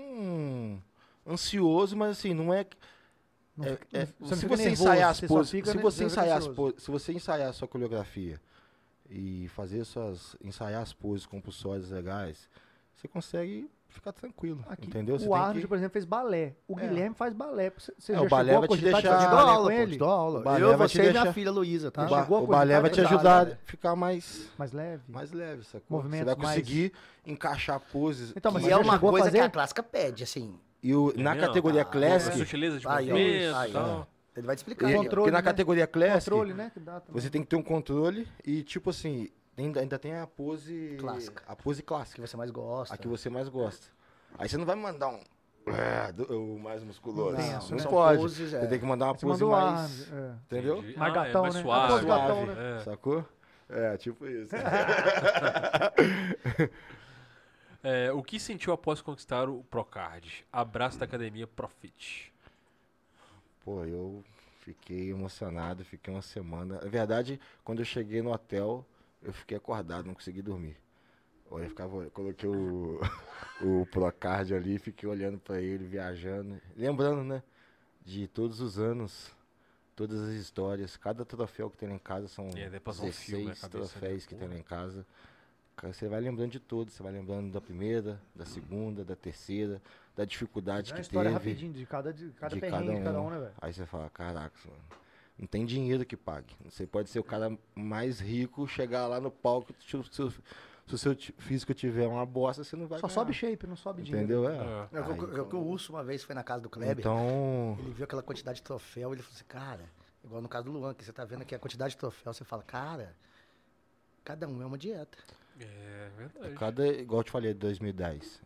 Speaker 3: um Ansioso, mas assim, não é.
Speaker 1: Não
Speaker 3: é-
Speaker 1: fica-
Speaker 3: é-
Speaker 1: não
Speaker 3: se
Speaker 1: fica
Speaker 3: você
Speaker 1: nervoso,
Speaker 3: ensaiar as
Speaker 1: você só
Speaker 3: poses.
Speaker 1: fica
Speaker 3: Se
Speaker 1: ne-
Speaker 3: você
Speaker 1: fica
Speaker 3: ensaiar as
Speaker 1: ansioso.
Speaker 3: poses. Se você ensaiar a sua coreografia e fazer suas. ensaiar as poses compulsórias legais, você consegue ficar tranquilo.
Speaker 1: Aqui,
Speaker 3: entendeu? Você
Speaker 1: O Arnold,
Speaker 3: que-
Speaker 1: por exemplo, fez balé. O
Speaker 3: É.
Speaker 1: Guilherme faz balé. Você você
Speaker 3: É,
Speaker 1: já
Speaker 3: o balé
Speaker 1: chegou a
Speaker 3: vai te
Speaker 1: cogitar de
Speaker 3: deixar-
Speaker 1: fazer
Speaker 3: Te dou
Speaker 4: Dou
Speaker 1: balé com
Speaker 4: aula, pô,
Speaker 1: ele?
Speaker 4: te dou aula.
Speaker 3: Balé
Speaker 4: eu,
Speaker 3: vai te
Speaker 4: você e minha
Speaker 3: deixar-
Speaker 4: filha Luísa,
Speaker 3: O
Speaker 4: tá?
Speaker 3: ba-
Speaker 1: Chegou a
Speaker 3: o balé
Speaker 1: cogitar
Speaker 3: vai
Speaker 1: de
Speaker 3: te
Speaker 1: dar,
Speaker 3: ajudar
Speaker 1: né?
Speaker 3: a ficar mais,
Speaker 1: Mais leve.
Speaker 3: mais leve, sacou? Você
Speaker 1: Movimentos
Speaker 3: vai
Speaker 1: mais-
Speaker 3: conseguir encaixar poses.
Speaker 1: Então, mas
Speaker 4: Que
Speaker 1: você
Speaker 4: é
Speaker 1: já
Speaker 4: uma
Speaker 1: chegou a
Speaker 4: coisa que
Speaker 1: fazer?
Speaker 4: a clássica pede, assim.
Speaker 3: E o- na
Speaker 2: Entendeu?
Speaker 3: categoria
Speaker 4: Ah,
Speaker 2: Essa
Speaker 3: Classic,
Speaker 2: sutileza de
Speaker 4: Aí, ó,
Speaker 2: movimento
Speaker 4: aí,
Speaker 2: e
Speaker 4: ó.
Speaker 2: tal.
Speaker 4: Ele vai te explicar.
Speaker 3: ele-
Speaker 1: é.
Speaker 4: né?
Speaker 1: Controle,
Speaker 3: porque na
Speaker 1: né?
Speaker 3: categoria Classic,
Speaker 1: Controle, né? Que dá também.
Speaker 3: você tem que ter um controle e, tipo assim, ainda, ainda tem a pose...
Speaker 4: Clássica.
Speaker 3: A pose
Speaker 4: Que
Speaker 3: clássica,
Speaker 4: você mais gosta.
Speaker 3: a que você mais gosta. Aí você não vai mandar um... "Ah, do- O mais musculoso.
Speaker 1: Não,
Speaker 3: Não,
Speaker 1: são
Speaker 3: pode.
Speaker 4: poses, é.
Speaker 3: Você tem que mandar uma
Speaker 1: Você
Speaker 3: pose
Speaker 1: mandou o
Speaker 3: mais...
Speaker 1: Arnold. é.
Speaker 3: Entendeu?
Speaker 2: Entendi.
Speaker 1: Mais
Speaker 2: Ah,
Speaker 1: gatão,
Speaker 2: mais
Speaker 1: né?
Speaker 2: suave.
Speaker 1: Após gatão,
Speaker 3: Suave,
Speaker 1: né?
Speaker 2: É.
Speaker 3: Sacou? É, tipo isso.
Speaker 2: É. É, o que sentiu após conquistar o Procard? Abraço da academia Profit.
Speaker 3: Pô, eu fiquei emocionado, fiquei uma semana. Na verdade, quando eu cheguei no hotel, eu fiquei acordado, não consegui dormir. Olha, eu ficava, eu coloquei o, <laughs> o Procard ali, fiquei olhando pra ele, viajando. Lembrando, né? De todos os anos, todas as histórias, cada troféu que tem lá em casa são
Speaker 2: E aí daí passa um fio na
Speaker 3: 16
Speaker 2: cabeça, né?
Speaker 3: troféus que tem
Speaker 2: Porra.
Speaker 3: lá em casa. Cara, Você vai lembrando de todos, você vai lembrando da primeira, da segunda, da terceira, da dificuldade
Speaker 1: É uma
Speaker 3: que
Speaker 1: história
Speaker 3: teve.
Speaker 1: rapidinho de cada, de cada
Speaker 3: de
Speaker 1: perrengue
Speaker 3: cada
Speaker 1: de cada
Speaker 3: um.
Speaker 1: um, né, velho?
Speaker 3: Aí você fala, caraca, mano, não tem dinheiro que pague. Você pode ser o cara mais rico, chegar lá no palco, se o seu, se o seu ti- físico tiver uma bosta, você não vai
Speaker 1: Só
Speaker 3: ganhar,
Speaker 1: sobe shape, não sobe dinheiro.
Speaker 3: Entendeu? É.
Speaker 2: É.
Speaker 4: Eu, eu- eu- eu- o Urso uma vez foi na casa do Kleber,
Speaker 3: Então,
Speaker 4: ele viu aquela quantidade de troféu, ele falou assim, cara, igual no caso do Luan, que você tá vendo aqui a quantidade de troféu, você fala, cara, cada um é uma dieta.
Speaker 2: É verdade.
Speaker 3: cada, igual eu te falei, de 2010,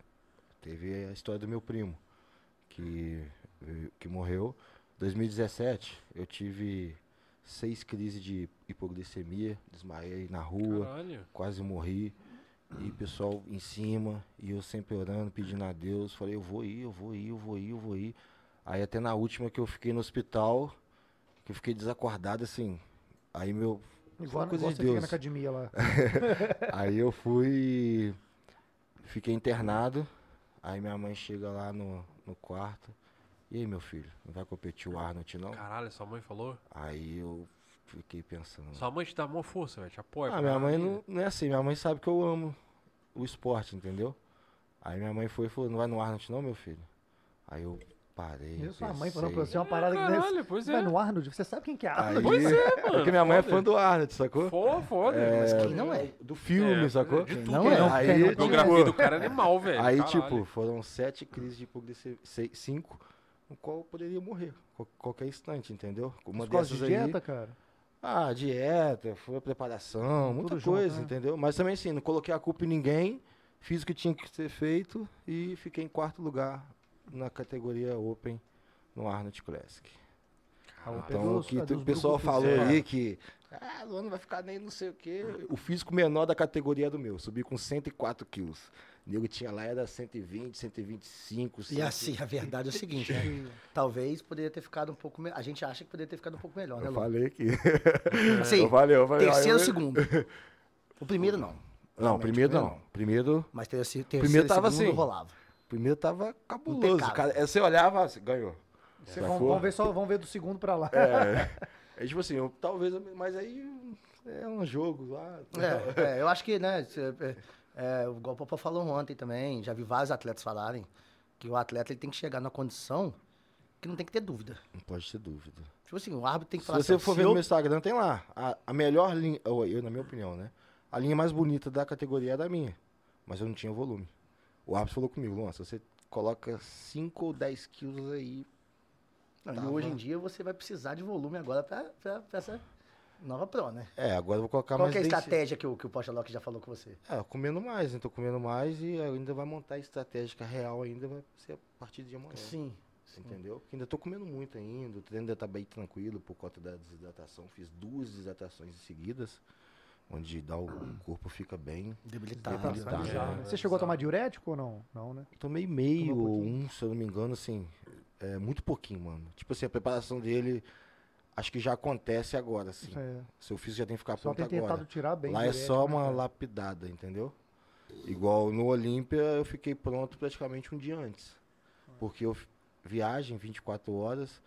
Speaker 3: teve a história do meu primo, que, que morreu. 2017, eu tive seis crises de hipoglicemia, desmaiei na rua.
Speaker 2: Caralho.
Speaker 3: quase morri. E o pessoal em cima, e eu sempre orando, pedindo a Deus. Falei, eu vou ir, eu vou ir, eu vou ir, eu vou ir. Aí até na última que eu fiquei no hospital, que eu fiquei desacordado assim. Aí meu.
Speaker 1: Igual,
Speaker 3: Foi coisa
Speaker 1: igual
Speaker 3: de
Speaker 1: você fica
Speaker 3: Deus. É,
Speaker 1: na academia lá.
Speaker 3: Aí eu fui. Fiquei internado. Aí minha mãe chega lá no, no quarto. E aí, meu filho, não vai competir o Arnold, não?
Speaker 2: Caralho, sua mãe falou?
Speaker 3: Aí eu fiquei pensando.
Speaker 2: Sua mãe te dá uma força, velho. Te apoia.
Speaker 3: Ah,
Speaker 2: pra
Speaker 3: minha mãe
Speaker 2: caralho.
Speaker 3: não, não é assim, minha mãe sabe que eu amo o esporte, entendeu? Aí minha mãe foi e falou, não vai no Arnold não, meu filho. Aí eu parei.
Speaker 1: Meu, sua mãe
Speaker 3: pensei.
Speaker 1: falando pra você é uma parada que
Speaker 2: Caralho,
Speaker 1: deve-
Speaker 2: pois
Speaker 1: Vai
Speaker 2: é.
Speaker 1: no Arnold, você sabe quem que é
Speaker 3: Aí,
Speaker 1: Arnold?
Speaker 3: pois é, mano. Porque minha mãe é
Speaker 2: foda.
Speaker 3: fã do Arnold, sacou?
Speaker 2: Foda, foda. Mas
Speaker 4: Quem não é?
Speaker 3: Do filme,
Speaker 2: É,
Speaker 3: sacou?
Speaker 2: de
Speaker 4: tudo, né?
Speaker 3: Aí,
Speaker 1: Quem não
Speaker 3: tipo,
Speaker 2: a biografia do cara é animal, velho.
Speaker 3: aí
Speaker 2: Caralho. <laughs>
Speaker 3: tipo, foram sete crises de hipoglicemia, seis- cinco, no qual eu poderia morrer, qual- qualquer instante, entendeu? Uma
Speaker 1: Por causa
Speaker 3: dessas
Speaker 1: de
Speaker 3: aí-
Speaker 1: dieta, cara.
Speaker 3: Ah, dieta, foi a preparação, muita
Speaker 1: Tudo junto,
Speaker 3: coisa,
Speaker 1: né?
Speaker 3: entendeu? Mas também assim, não coloquei a culpa em ninguém, fiz o que tinha que ser feito e fiquei em quarto lugar na categoria Open no Arnold Classic.
Speaker 1: Ah, É um
Speaker 3: Então, o que tu- o pessoal falou aí que ah, Luan não vai ficar nem não sei o quê. O físico menor da categoria é do meu, subi com 104 quilos. O nego tinha lá era 120, 125,
Speaker 4: E assim, a verdade é o seguinte, né? talvez poderia ter ficado um pouco melhor, a gente acha que poderia ter ficado um pouco melhor, né,
Speaker 3: Eu
Speaker 4: Luan?
Speaker 3: falei que. é. <laughs>
Speaker 4: Assim,
Speaker 3: eu falei, eu falei,
Speaker 4: terceiro ou
Speaker 3: eu- é.
Speaker 4: segundo? O primeiro não,
Speaker 3: Não, primeiro
Speaker 4: primeiro
Speaker 3: não. Primeiro
Speaker 4: mas terceiro, terceiro
Speaker 3: Primeiro tava
Speaker 4: segundo
Speaker 3: assim.
Speaker 4: rolava.
Speaker 3: Primeiro tava cabuloso.
Speaker 4: Impecável.
Speaker 3: Cara, É, você olhava, assim, ganhou.
Speaker 1: Você- Vamos, vamos ver só, vamos ver do segundo pra lá.
Speaker 3: É tipo assim, eu- talvez, eu- mas aí é um jogo lá. Então,
Speaker 4: É,
Speaker 3: <laughs>
Speaker 4: é, eu acho que, né, cê, é, é, igual o Popó falou ontem também, já vi vários atletas falarem que o atleta ele tem que chegar numa condição que não tem que ter dúvida.
Speaker 3: Não pode ter dúvida.
Speaker 4: Tipo assim, o árbitro tem que
Speaker 3: Se
Speaker 4: falar
Speaker 3: você
Speaker 4: assim, ó,
Speaker 3: for ver
Speaker 4: se
Speaker 3: no
Speaker 4: eu-
Speaker 3: meu Instagram, tem lá. A, a melhor linha, ou eu, na minha opinião, né? A linha mais bonita da categoria é da minha. Mas eu não tinha volume. O árbitro falou comigo, Luan, se você coloca 5 ou 10 quilos aí.
Speaker 4: Não,
Speaker 3: Tava.
Speaker 4: E tá, hoje em dia você vai precisar de volume agora pra, pra- pra essa nova pro, né?
Speaker 3: É, agora eu vou colocar
Speaker 4: Qual
Speaker 3: mais
Speaker 4: que é a
Speaker 3: 10
Speaker 4: estratégia que o, que o Pocha Locke já falou com você?
Speaker 3: É, comendo mais, né? Tô comendo mais e ainda vai montar a estratégica real, ainda vai ser a partir de amanhã.
Speaker 4: Sim.
Speaker 3: Entendeu? Que Ainda tô comendo muito ainda, o treino ainda tá bem tranquilo por conta da desidratação. Fiz duas desidratações seguidas, onde dá o, o corpo fica bem.
Speaker 4: Debilitado.
Speaker 3: Debilitado.
Speaker 4: né?
Speaker 3: Tá.
Speaker 1: Você chegou a tomar diurético ou não? Não, né?
Speaker 3: Tomei meio
Speaker 1: Tomou um
Speaker 3: ou
Speaker 1: pouquinho?
Speaker 3: um, se eu não me engano, assim, é muito pouquinho, mano. Tipo assim, a preparação dele acho que já acontece agora, assim.
Speaker 1: É.
Speaker 3: Seu físico já tem que ficar
Speaker 1: Só
Speaker 3: pronto
Speaker 1: tem tentado
Speaker 3: agora.
Speaker 1: tirar bem.
Speaker 3: Lá é
Speaker 1: diurético,
Speaker 3: só
Speaker 1: né,
Speaker 3: uma
Speaker 1: cara?
Speaker 3: lapidada, entendeu? Igual no Olímpia, eu fiquei pronto praticamente um dia antes. Porque eu fi- viagem 24 horas,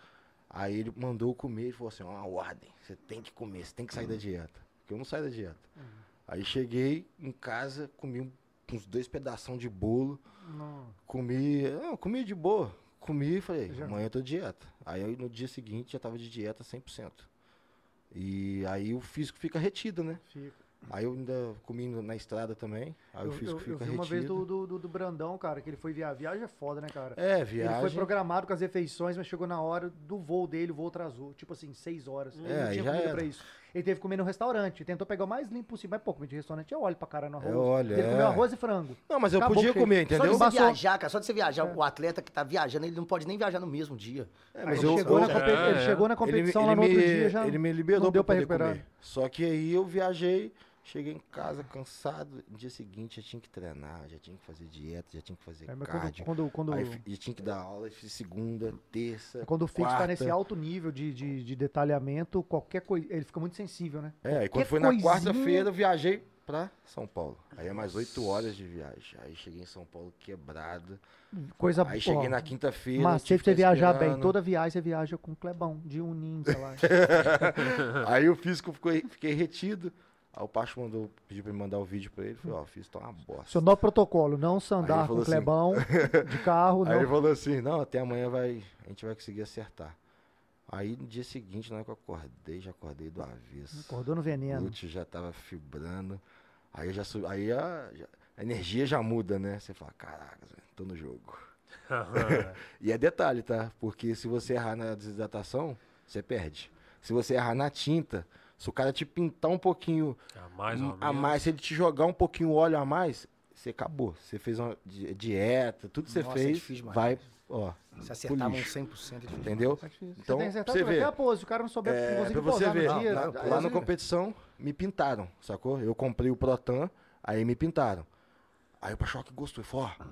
Speaker 3: aí ele mandou eu comer e falou assim, "Ó, uma ordem, você tem que comer, você tem que sair
Speaker 1: Uhum.
Speaker 3: da dieta. Porque eu não saio da dieta. Aí cheguei em casa, comi um- uns dois pedação de bolo,
Speaker 1: Não.
Speaker 3: comi, não, comi de boa. Comi e falei,
Speaker 1: Já-
Speaker 3: amanhã eu tô de dieta. Aí eu, no dia seguinte já tava de dieta 100%. E aí o físico fica retido, né?
Speaker 1: Fica.
Speaker 3: Aí eu ainda comi no- na estrada também. Aí
Speaker 1: Eu,
Speaker 3: o físico
Speaker 1: eu- eu
Speaker 3: fica
Speaker 1: vi
Speaker 3: retido.
Speaker 1: uma vez do, do, do- do Brandão, cara, que ele foi viajar. Viagem é foda, né, cara?
Speaker 3: É,
Speaker 1: Ele
Speaker 3: viagem.
Speaker 1: foi programado com as refeições, mas chegou na hora do voo dele, o voo atrasou. Tipo assim, seis horas. ele não
Speaker 3: Hum. É, aí
Speaker 1: tinha
Speaker 3: já
Speaker 1: comida
Speaker 3: era.
Speaker 1: pra isso. Ele teve que comer no restaurante. Tentou pegar o mais limpo possível. Mas, pô, comida de restaurante é óleo pra caralho no arroz.
Speaker 3: É óleo,
Speaker 1: Ele
Speaker 3: é.
Speaker 1: comeu arroz e frango.
Speaker 3: Não, mas eu
Speaker 1: Acabou
Speaker 3: podia
Speaker 1: o shape.
Speaker 3: comer,
Speaker 4: Só de
Speaker 3: entendeu?
Speaker 4: você
Speaker 1: Passou-
Speaker 4: viajar, cara, só de você viajar. O atleta que tá viajando, ele não pode nem viajar no mesmo dia.
Speaker 3: É,
Speaker 1: Mas
Speaker 3: mas
Speaker 1: ele,
Speaker 3: eu,
Speaker 1: chegou
Speaker 3: eu-
Speaker 1: na compe-
Speaker 2: É,
Speaker 1: ele
Speaker 2: é.
Speaker 1: chegou na competição
Speaker 3: ele,
Speaker 1: lá
Speaker 3: ele
Speaker 1: no outro
Speaker 3: me,
Speaker 1: dia já.
Speaker 3: Ele me liberou
Speaker 1: não deu
Speaker 3: pra
Speaker 1: pra
Speaker 3: poder
Speaker 1: recuperar.
Speaker 3: comer. Só que aí eu viajei, Cheguei em casa cansado, no dia seguinte já tinha que treinar, já tinha que fazer dieta, já tinha que fazer
Speaker 1: É, mas
Speaker 3: cardio.
Speaker 1: quando, quando, quando,
Speaker 3: Aí fi- e tinha que dar aula, aí fiz segunda, terça.
Speaker 1: quando o Fix tá
Speaker 3: quarta.
Speaker 1: nesse alto nível de, de, de detalhamento, qualquer coisa. Ele fica muito sensível, né?
Speaker 3: É, e quando
Speaker 1: qualquer
Speaker 3: foi na
Speaker 1: coisinha-
Speaker 3: quarta-feira, eu viajei pra São Paulo. Aí é mais oito horas de viagem. Aí cheguei em São Paulo quebrado.
Speaker 1: Coisa
Speaker 3: Aí cheguei
Speaker 1: ó,
Speaker 3: na quinta-feira.
Speaker 1: Mas
Speaker 3: tive
Speaker 1: se
Speaker 3: que
Speaker 1: você
Speaker 3: ficar
Speaker 1: viajar bem,
Speaker 3: esperando.
Speaker 1: toda viagem você viaja com o Clebão, de Unim, sei
Speaker 3: <laughs>
Speaker 1: lá.
Speaker 3: Aí o físico ficou, fiquei retido. Aí o Pacho mandou, pediu pra me mandar o vídeo pra ele. Falei, ó, o físico tá uma bosta.
Speaker 1: Seu novo protocolo, não se
Speaker 3: Aí ele
Speaker 1: andar com
Speaker 3: falou
Speaker 1: o
Speaker 3: assim-
Speaker 1: Clebão
Speaker 3: <laughs>
Speaker 1: de carro,
Speaker 3: Aí ele
Speaker 1: não.
Speaker 3: falou assim, não, até amanhã vai, a gente vai conseguir acertar. Aí no dia seguinte, na hora que eu acordei, já acordei do avesso.
Speaker 1: Acordou no
Speaker 3: O
Speaker 1: veneno.
Speaker 3: glúteo já tava fibrando. Aí eu já subi, aí a, já- a energia já muda, né? Você fala, caraca, Zé, tô no jogo. E é detalhe, tá? Porque se você errar na desidratação, você perde. Se você errar na tinta, se o cara te pintar um pouquinho
Speaker 2: A mais ou
Speaker 3: a
Speaker 2: menos.
Speaker 3: mais, se ele te jogar um pouquinho óleo a mais, você acabou. Você fez uma di- dieta, tudo que você
Speaker 4: Nossa, é
Speaker 3: fez,
Speaker 4: difícil demais.
Speaker 3: vai, ó,
Speaker 4: Se
Speaker 3: pro
Speaker 4: acertar um
Speaker 3: lixo.
Speaker 4: 100% de
Speaker 3: Entendeu?
Speaker 2: Tá
Speaker 1: tem
Speaker 3: Então,
Speaker 1: que
Speaker 3: pra
Speaker 1: acertar
Speaker 3: você
Speaker 1: tudo, até
Speaker 3: vê.
Speaker 1: a pose, se o cara não souber
Speaker 3: É,
Speaker 1: não conseguir
Speaker 3: pra você
Speaker 1: posar
Speaker 3: ver.
Speaker 1: no dia.
Speaker 3: lá
Speaker 4: né?
Speaker 1: já
Speaker 3: lá na
Speaker 1: era.
Speaker 3: competição, me pintaram, sacou? Eu comprei o Protan, aí me pintaram. Aí o Pachoque gostou, ele falou, ó,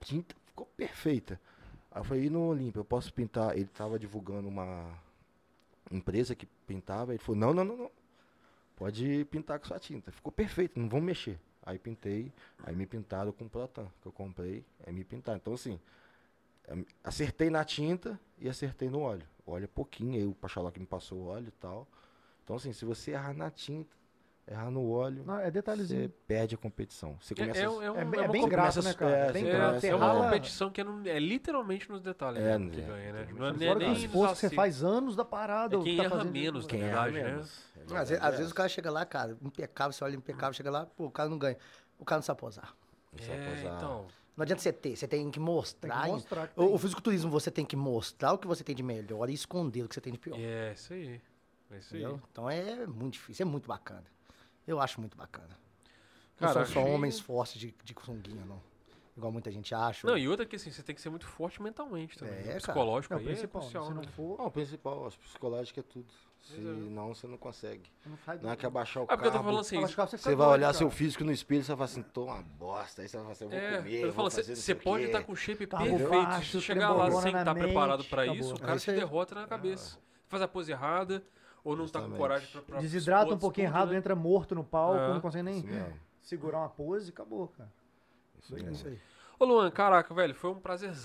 Speaker 3: tinta ficou perfeita. Aí eu falei, e no Olímpio, eu posso pintar? Ele tava divulgando uma empresa que pintava, ele falou, não, não, não, não. Pode pintar com sua tinta. Ficou perfeito, não vamos mexer. Aí pintei, aí me pintaram com o Protan, que eu comprei, aí me pintaram. Então assim, Am- Acertei na tinta e acertei no óleo. Óleo é pouquinho, aí o Pachalá que me passou o óleo e tal. Então, assim, se você errar na tinta, errar no óleo,
Speaker 1: Não, é
Speaker 4: tá
Speaker 3: você
Speaker 1: detalhezinho.
Speaker 3: perde a competição. Você começa.
Speaker 2: É, é, um- é, um-
Speaker 1: É, bem-
Speaker 2: é
Speaker 1: é
Speaker 2: uma
Speaker 1: bem
Speaker 2: competição.
Speaker 1: grato,
Speaker 3: começa-
Speaker 1: né, cara?
Speaker 3: é,
Speaker 1: bem
Speaker 3: você
Speaker 1: grato.
Speaker 3: começa-
Speaker 2: É, é
Speaker 1: você
Speaker 2: uma
Speaker 1: rala-
Speaker 2: competição que não, é literalmente nos detalhes
Speaker 3: É,
Speaker 2: mesmo que
Speaker 3: é,
Speaker 2: ganha, né? Não é
Speaker 3: literalmente
Speaker 2: nem,
Speaker 1: Fora
Speaker 2: nem
Speaker 1: do
Speaker 2: nos
Speaker 1: esforço que você
Speaker 2: acertos.
Speaker 1: faz anos da parada.
Speaker 2: É quem
Speaker 1: tá
Speaker 2: erra
Speaker 1: fazendo...
Speaker 2: menos,
Speaker 3: Quem
Speaker 2: na
Speaker 3: erra
Speaker 2: verdade, né?
Speaker 3: menos. É
Speaker 4: Às,
Speaker 3: verdade,
Speaker 4: ve- às
Speaker 3: é.
Speaker 4: vezes o cara chega lá, cara, impecável, você olha impecável, chega lá, pô, o cara não ganha. O cara não sabe posar.
Speaker 3: Isso
Speaker 2: É,
Speaker 3: coisa-
Speaker 2: então.
Speaker 4: Não adianta você ter, você tem que
Speaker 1: Tem
Speaker 4: mostrar.
Speaker 1: que
Speaker 4: hein?
Speaker 1: mostrar que
Speaker 4: O,
Speaker 1: tem.
Speaker 4: o fisiculturismo você tem que mostrar o que você tem de melhor e esconder o que você tem de pior.
Speaker 2: É, isso aí. É isso aí.
Speaker 4: entendeu? Então é muito difícil, é muito bacana. Eu acho muito bacana.
Speaker 2: Cara,
Speaker 4: Não são só
Speaker 2: acho que-
Speaker 4: homens fortes de, de sunguinha, não. Igual muita gente acha.
Speaker 2: Não, e outra que assim, você tem que ser muito forte mentalmente também.
Speaker 4: É,
Speaker 2: né?
Speaker 4: cara.
Speaker 2: Psicológico
Speaker 1: Não,
Speaker 2: aí é
Speaker 1: principal,
Speaker 2: crucial,
Speaker 1: se não
Speaker 2: né?
Speaker 1: for,
Speaker 3: Não, o principal, acho psicológico é tudo. Se
Speaker 2: Pois é.
Speaker 3: não, você não consegue.
Speaker 1: não faz
Speaker 3: Na hora é que abaixar o
Speaker 2: Ah, porque eu tô
Speaker 3: carbo,
Speaker 2: falando assim,
Speaker 1: Fala, Chicago,
Speaker 3: Você
Speaker 1: fica
Speaker 3: vai
Speaker 1: doido,
Speaker 3: olhar
Speaker 1: cara.
Speaker 3: seu físico no espelho e você vai falar assim, tô uma bosta. Aí você vai falar assim, eu vou
Speaker 2: É,
Speaker 3: comer,
Speaker 2: eu
Speaker 3: vou
Speaker 2: falo,
Speaker 3: fazer não
Speaker 2: você
Speaker 3: sei o
Speaker 2: pode
Speaker 3: quê.
Speaker 2: estar com o shape
Speaker 1: Tá
Speaker 2: perfeito.
Speaker 1: borracho,
Speaker 2: se chegar lá
Speaker 1: trembolona
Speaker 2: sem
Speaker 1: na
Speaker 2: estar
Speaker 1: né, mente,
Speaker 2: preparado pra
Speaker 1: acabou.
Speaker 2: isso, o
Speaker 1: É
Speaker 2: cara
Speaker 4: isso
Speaker 2: se
Speaker 4: aí.
Speaker 2: derrota na cabeça. Faz a pose errada, ou não tá com
Speaker 3: Ah. Justamente.
Speaker 2: coragem pra, pra
Speaker 1: Desidrata um
Speaker 2: expor
Speaker 1: pouquinho
Speaker 2: tudo,
Speaker 1: errado,
Speaker 2: né?
Speaker 1: entra morto no palco,
Speaker 2: É.
Speaker 1: não consegue nem
Speaker 3: Isso mesmo,
Speaker 1: segurar uma pose e acabou, cara.
Speaker 3: isso é. mesmo.
Speaker 4: É Isso aí.
Speaker 2: Ô Luan, caraca, velho, foi um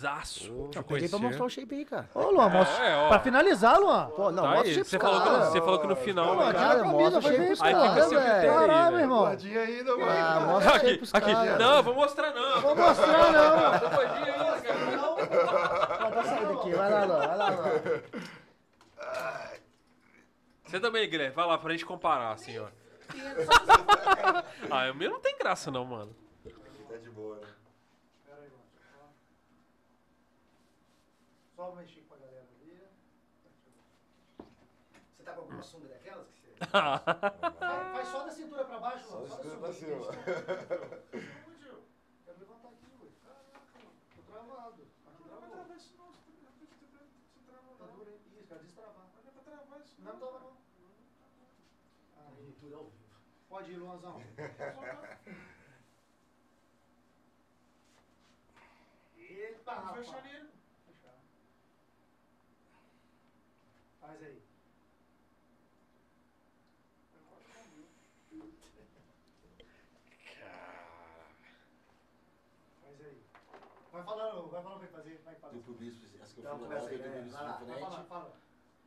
Speaker 2: prazerzaço te
Speaker 4: Peguei
Speaker 2: conhecer.
Speaker 4: pra mostrar o shape aí, cara.
Speaker 1: Ô, Luan, mostra.
Speaker 2: é, ó.
Speaker 1: pra finalizar, Luan.
Speaker 4: Pô, não,
Speaker 2: Tá
Speaker 4: mostra
Speaker 2: aí,
Speaker 4: o shape
Speaker 2: você
Speaker 4: pro
Speaker 2: falou, que,
Speaker 4: cara.
Speaker 2: você falou que no final...
Speaker 1: Ô, Luan,
Speaker 2: né,
Speaker 4: cara,
Speaker 1: tira a camisa,
Speaker 4: mostra o
Speaker 1: vai ver
Speaker 4: shape
Speaker 1: os
Speaker 4: aí,
Speaker 2: fica
Speaker 1: caras,
Speaker 2: seu
Speaker 1: velho.
Speaker 2: critério aí,
Speaker 1: Caralho, meu
Speaker 2: velho.
Speaker 1: irmão.
Speaker 3: Gordinho ainda, né, mano.
Speaker 4: Ah, mostra o shape
Speaker 2: Aqui,
Speaker 4: pros
Speaker 2: aqui.
Speaker 4: caras.
Speaker 2: Não, vou mostrar não.
Speaker 1: Vou mostrar, não.
Speaker 2: Tô gordinho ainda, cara.
Speaker 4: Vai dar saída aqui, vai lá, Luan, vai lá, Luan.
Speaker 2: Você também, Guilherme, vai lá pra gente comparar, assim, ó. <laughs> ah, o meu não tem graça não, mano.
Speaker 3: Tá de boa, né?
Speaker 1: Só mexer com a galera ali.
Speaker 4: Você tá com alguma sunga daquelas? que você-
Speaker 1: Faz só da cintura pra baixo, Luan. Só da
Speaker 3: cintura pra
Speaker 1: cintura.
Speaker 3: cima.
Speaker 1: Quero levantar aqui, Luan. Caraca, mano. Tô travado. Aqui travou. Tá duro, hein? Isso, cara, destravar. Não é pra travar isso. Não tava, não. Aí. Pode ir, Luanzão. <laughs> Eita, rapaz. Fechar nele. Faz aí. Faz aí. Vai falando, vai falando o que fazer, vai fazer.
Speaker 3: pro bíceps, essa que eu
Speaker 1: Dá uma
Speaker 3: fui
Speaker 1: conversa
Speaker 3: lado,
Speaker 1: aí,
Speaker 3: eu
Speaker 1: né?
Speaker 3: dei o bíceps
Speaker 1: Vai lá,
Speaker 3: pra
Speaker 1: vai falar,
Speaker 3: frente,
Speaker 1: fala.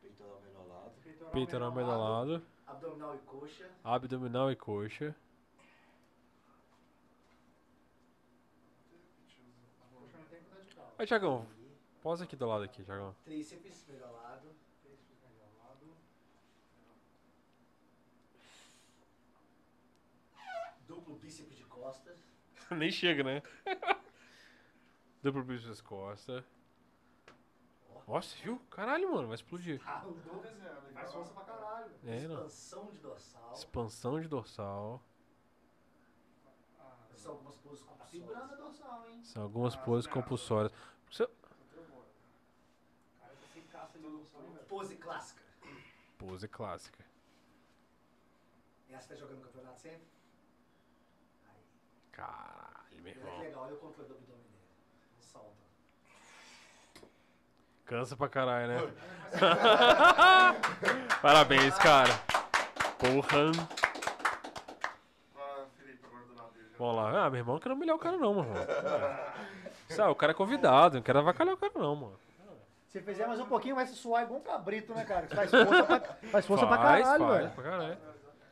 Speaker 3: peitoral menolado.
Speaker 2: Peitoral
Speaker 1: menor.
Speaker 2: medalado,
Speaker 4: Abdominal e coxa.
Speaker 2: abdominal e coxa.
Speaker 1: Poxa, não tem que dar de calma.
Speaker 2: Aí, Tiagão, posa aqui do lado aqui, Tiagão.
Speaker 4: Tríceps pedalado. Duplo bíceps de costas.
Speaker 2: <laughs> Nem chega, né? <laughs> Duplo bíceps costa. Nossa, viu? Caralho, mano, vai explodir.
Speaker 1: Faz força pra caralho.
Speaker 2: É, não.
Speaker 4: Expansão de dorsal.
Speaker 2: Expansão de dorsal.
Speaker 4: São algumas poses compulsórias.
Speaker 1: Segurando a dorsal, hein?
Speaker 2: São algumas poses compulsórias. Você-
Speaker 4: Pose clássica.
Speaker 2: Pose clássica.
Speaker 4: Essa tá jogando campeonato sempre?
Speaker 2: Caralho, meu
Speaker 4: Olha que
Speaker 2: irmão.
Speaker 4: legal, olha o controle do abdômen dele. Um salto.
Speaker 2: Cansa pra caralho, né? <laughs> Parabéns, cara. Porra. Vamos lá. Ah, meu irmão, não quero humilhar o cara, não, mano. Sabe, o cara é convidado, não quero avacalhar o cara, não, mano.
Speaker 1: Se fizer mais um pouquinho, vai se suar igual um cabrito, né, cara? Que Faz força pra,
Speaker 3: <laughs>
Speaker 1: faz força pra caralho,
Speaker 2: faz,
Speaker 1: velho.
Speaker 2: pra caralho.